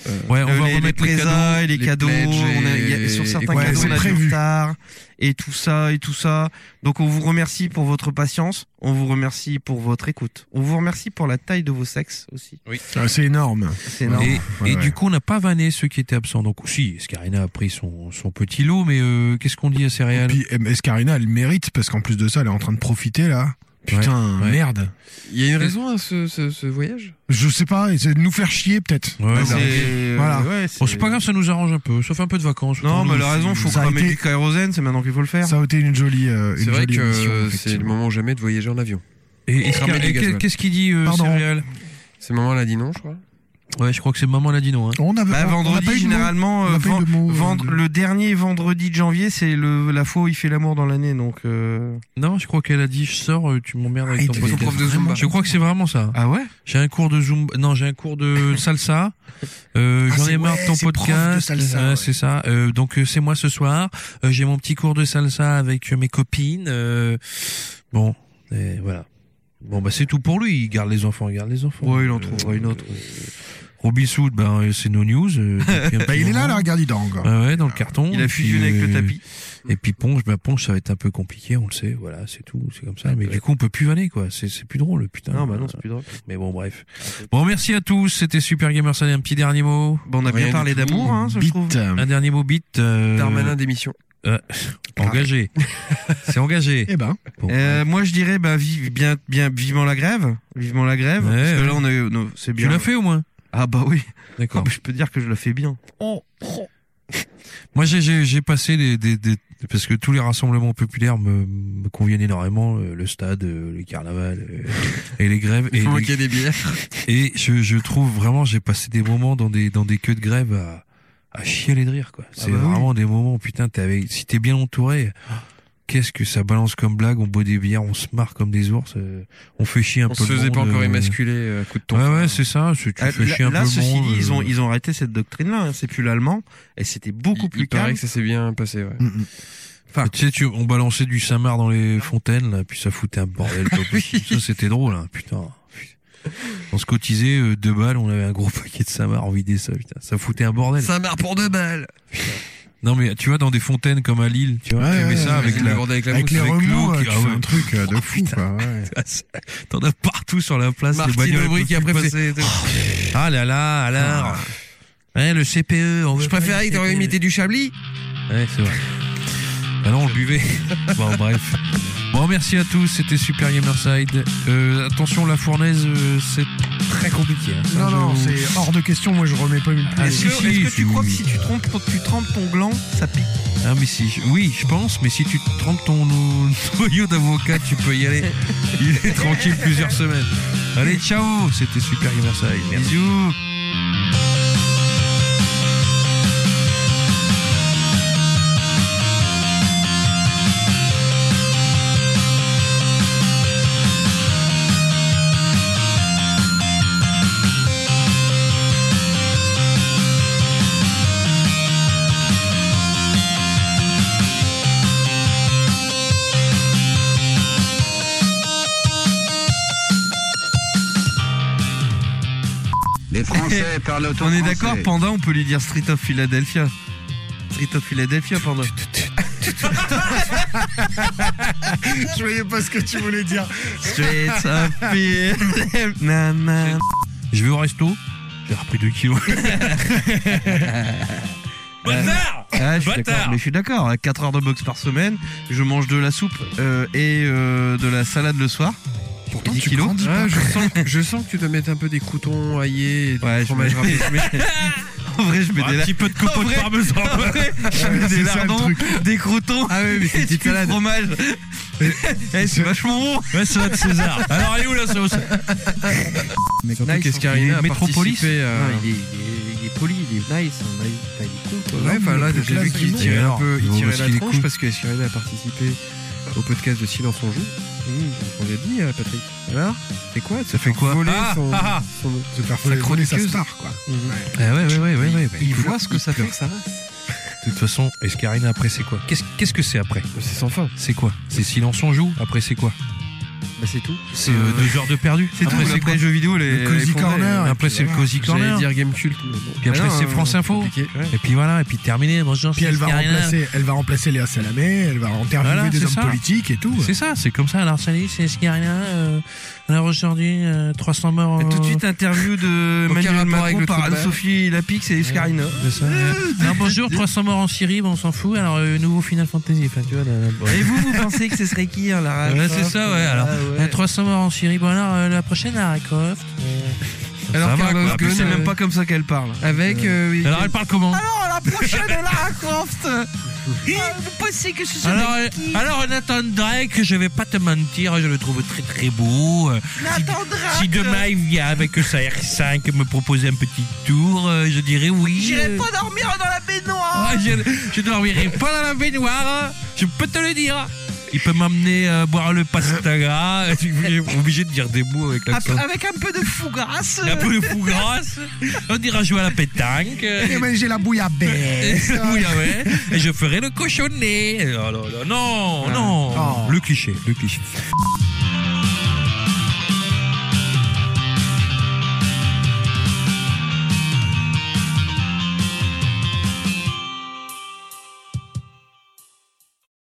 Euh,
Ouais,
Euh, les, les présas et les, cadeaux.
pledges
on a- il y a-
et-
sur
et
certains
quoi.
cadeaux, on a du
prévu.
retard et tout ça et tout ça. Donc on vous remercie pour votre patience. On vous remercie pour votre écoute. On vous remercie pour la taille de vos sexes aussi.
Oui.
Ah, c'est énorme.
C'est énorme.
Et,
Ouais,
et
ouais.
du coup, on n'a pas vanné ceux qui étaient absents. Donc, si, Escarina a pris son, son petit lot, mais euh, qu'est-ce qu'on dit à Céréales
Puis eh, Escarina, elle mérite parce qu'en plus de ça, elle est en train de profiter là. Putain,
Ouais, ouais.
merde.
Il y a une raison à ce, ce, ce voyage
Je sais pas, c'est de nous faire chier peut-être.
Ouais,
Voilà.
c'est- euh,
voilà.
ouais,
Bon, c'est pas grave, ça nous arrange un peu. Ça fait un peu de vacances.
Non,
pour
mais
nous
la
aussi.
raison, faut
Ça a
cramer
été-
du kérosène, c'est maintenant qu'il faut le faire.
Ça a été une jolie. euh,
C'est
une
vrai
jolie
que
émission,
euh, c'est le
effectivement.
moment ou jamais de voyager en avion.
Et, Escar-
Cramer du
et qu'est-
gasoil.
qu'est-ce qu'il dit, euh,
Pardon.
Céréales
C'est maman elle a dit non, je crois.
Ouais, je crois que c'est maman l'a dit non. Hein.
On avait,
Bah,
on- on a
vendredi,
pas eu de mots.
généralement,
On a
euh,
pas eu
vend-
de mots, euh,
vendre-
de-
le dernier vendredi de janvier, c'est le- la fois où il fait l'amour dans l'année. Donc, euh,
Non, je crois qu'elle a dit je sors, euh, tu m'emmerdes avec
Ah,
ton
il
pote.
devait être vraiment-
Je crois que c'est vraiment ça. hein.
Ah ouais
J'ai un cours de zumba, non, j'ai un cours de salsa. Euh,
Ah,
J'en ai
c'est-
marre
ouais,
de ton
c'est prof de
podcast.
salsa,
Ouais,
ouais.
C'est ça. Euh, donc euh, c'est moi ce soir. Euh, j'ai mon petit cours de salsa avec euh, mes copines. Euh, bon, et voilà. Bon bah c'est tout pour lui. Il garde les enfants, il garde les enfants.
ouais, il en
Euh,
trouvera une autre.
Robin Sood, ben euh, c'est nos news. euh,
[LAUGHS]
depuis un
Bah,
petit
il est là,
moment.
là, regarde, il dort encore.
Ah ouais, dans le carton.
Il a
Et puis,
fusionné avec le
euh,
tapis.
Et puis Ponge, ben Ponge, ça va être un peu compliqué, on le sait. Voilà, c'est tout, c'est comme ça. Mais du coup, on peut plus vanner, quoi. C'est c'est plus drôle, putain.
Non, bah non, c'est plus drôle.
Mais bon, bref. Bon, merci à tous. C'était Super Gamer Sunday. Un petit dernier mot.
Bon, on a bien
Rien
parlé
du tout.
d'amour, hein, ça, je trouve.
Un dernier mot bit. euh,
Darmanin d'émission.
euh,
[LAUGHS]
engagé. c'est engagé.
Eh ben,
Bon.
Euh, moi je dirais bah vive bien bien vivement la grève, vivement la grève
Ouais,
parce que
ouais.
là on a eu- non, c'est
tu
bien.
l'as fait au moins.
Ah bah oui.
D'accord.
Oh, bah, je peux dire que je la fais bien.
Moi, j'ai- j'ai j'ai passé des, des, des- parce que tous les rassemblements populaires me, me conviennent énormément. euh, Le stade, euh, les carnavals euh, et les grèves. Et, les-
des bières.
et je, je trouve vraiment, j'ai passé des moments dans des dans des queues de grève à à chialer de rire quoi. C'est
bah oui.
vraiment des moments. Putain, t'es avec, si t'es bien entouré. Qu'est-ce que ça balance comme blague On boit des bières, on se marre comme des ours, euh, on fait chier un
On
peu
se
le
faisait pas
monde,
encore
euh,
émasculer à coup de ton.
Ouais, ouais, c'est ça. c'est- Tu
Ah,
fais chier
là
un
là,
peu le
ceci
monde,
dit, ils ont
euh.
ils ont arrêté cette doctrine là, c'est plus l'allemand et c'était beaucoup
Il,
plus
il paraît
calme.
que ça s'est bien passé, ouais.
Enfin, tu sais, tu, on balançait du Saint-Marc dans
Ah.
les fontaines, là, puis ça foutait un bordel.
[LAUGHS]
pas possible. Ça, c'était drôle, hein, putain. On se cotisait euh, deux balles, on avait un gros [LAUGHS] paquet de Saint-Marc, on vidait ça, putain. Ça foutait un bordel.
Saint-Marc pour deux balles.
Non, mais tu vois, dans des fontaines comme à Lille, tu vois,
Ouais,
tu mets
ouais,
ça
ouais,
avec
Avec,
la...
le bordel avec la
avec
mousse.
les
avec l'eau
remous, euh,
qui-
tu
ah
fais
ouais.
un truc euh, de fou, quoi. ouais.
T'en as partout sur la place, les
Martine
bagnoles
Aubry qui a
peuvent plus
préféré.
passer. Ah là là,
Ah.
alors... Ouais, le CPE, on veut
Je
pas
préférais
le
que t'aurais
CPE.
imité du Chablis.
Ouais, c'est vrai. Ah non, on le [LAUGHS] buvait. bon, bref. Bon, merci à tous. C'était Super Gamerside. Euh, attention, la fournaise, euh, c'est très compliqué. hein. Ça,
Non,
je
non,
vous-
c'est hors de question. Moi, je remets pas une
Ah,
Est-ce
si,
que,
si,
est-ce que
si,
tu crois que
oui.
si tu trempes tu trempes ton gland, ça pique
Ah, mais si. Oui, je pense, mais si tu te trompes ton [LAUGHS] no- noyau d'avocat, tu peux y aller. Il est tranquille plusieurs semaines. Allez, ciao. C'était Super Gamerside. Merci.
Bisous.
Les Français parlent autant
On est
français.
d'accord, Panda, on peut lui dire Street of Philadelphia. Street of Philadelphia, pardon.
[LAUGHS] Je voyais pas ce que tu voulais dire.
Street of Philadelphia. Nanana.
Je vais au resto. J'ai repris 2
[LAUGHS]
kilos.
Bâtard ah, je suis
Bâtard
d'accord, mais je suis d'accord. 4 heures de boxe par semaine, je mange de la soupe euh, et euh, de la salade le soir. Pourtant,
tu grandis pas. Ah, je, sens, [LAUGHS] je sens que tu dois mettre un peu des croutons aillés et du
Ouais, je
fromage
mets-
râpé.
je mets- [LAUGHS] En vrai, je mets
Un
des
petit peu de copeaux de parmesan.
En vrai, je
Ah
Ouais,
mets
c'est
[LAUGHS] des
ça, le
lardons,
truc.
des croutons. Ah oui, mais [LAUGHS] c'est du fromage. [LAUGHS] Eh, c'est vachement bon.
[LAUGHS] Ouais, ça va [LAUGHS] de César. Alors, elle est où la sauce
Mec,
Surtout qu'Escarina a participé à-
Non, il, est, il est- il est poli, il est
hein,
nice. on a- enfin, il est cool, quoi.
Ouais, enfin là, j'ai vu qu'il tirait un peu, il
Bon,
tirait
parce
la
qu'il est
tronche
cool.
parce que Cyril a participé au podcast de Silence on joue. On lui a dit, euh, Patrick. Alors, c'est quoi Ça fait quoi voler
Ah,
son,
ah, ah.
son-
Se faire
sa
voler sa
chroniqueuse.
star, quoi.
Ouais, ouais, ouais, ouais, ouais. ouais.
Il
Bah,
voit ce que ça fait, ça va.
De toute façon, Escarina, après, c'est quoi Qu'est-ce qu'est-ce que c'est après
C'est sans fin.
C'est quoi C'est silence, on joue Après, c'est quoi
Bah, c'est tout.
C'est euh, deux heures de perdu
C'est tout.
Après,
Après, les jeux vidéo, les.
Le Cozy
les fondés,
Corner, hein.
et-
après, c'est le Cozy Corner.
J'allais dire Game Cult. mais bon.
Puis après,
Mais non,
c'est
euh,
France Info.
compliqué, ouais.
Et puis voilà, et puis terminé. Bonjour,
Puis elle va, remplacer, elle va remplacer Léa Salamé, elle va interviewer
Voilà,
des
c'est
hommes
ça.
politiques et tout.
C'est ça, c'est comme ça. Alors, salut, c'est Escarina. Euh, alors, aujourd'hui, euh, 300 morts.
Et tout de
euh,
suite, interview de
Aucun
Manuel
rapport avec
Macron
le
par
football.
Anne-Sophie Lapix et Escarina.
C'est [LAUGHS] ça. Alors, bonjour, 300 morts en Syrie, bon, on s'en fout. Alors, euh, nouveau Final Fantasy. Enfin, tu vois, là, là, bon.
Et vous, vous pensez que ce serait qui, hein, Lara
Ouais, c'est
Croft,
ça, ouais.
euh,
Alors,
ah, ouais.
euh, 300 morts en Syrie. Bon, alors, euh, la prochaine, Lara Croft. Euh,
Alors,
ça va,
Carlos
quoi. Puis
Ghosn,
c'est
euh,
même pas
comme ça qu'elle parle. Ah
Avec. euh, oui,
Alors, elle parle comment
Alors, la prochaine Lara Croft euh, Vous pensez que ce serait
Alors, euh,
qui
alors Nathan Drake, je vais pas te mentir, je le trouve très très beau. Euh,
Nathan
si, si demain il vient avec sa R5 me proposer un petit tour, euh, je dirais oui.
J'irai
Euh,
pas dormir dans la baignoire
ah, je, je dormirai pas dans la baignoire, je peux te le dire. Il peut m'emmener euh, boire le pasta [LAUGHS] gras. Je suis obligé de dire des mots avec l'accent.
Ap- Avec un peu de fougasse
Un peu de fougrasse, on dira jouer à la
[LAUGHS]
pétanque. euh,
Et manger
[LAUGHS]
la bouillabaisse.
oui, ah ouais.
Ah.
Et je ferai le cochonnet. Oh là là, non, non. Le cliché, le cliché.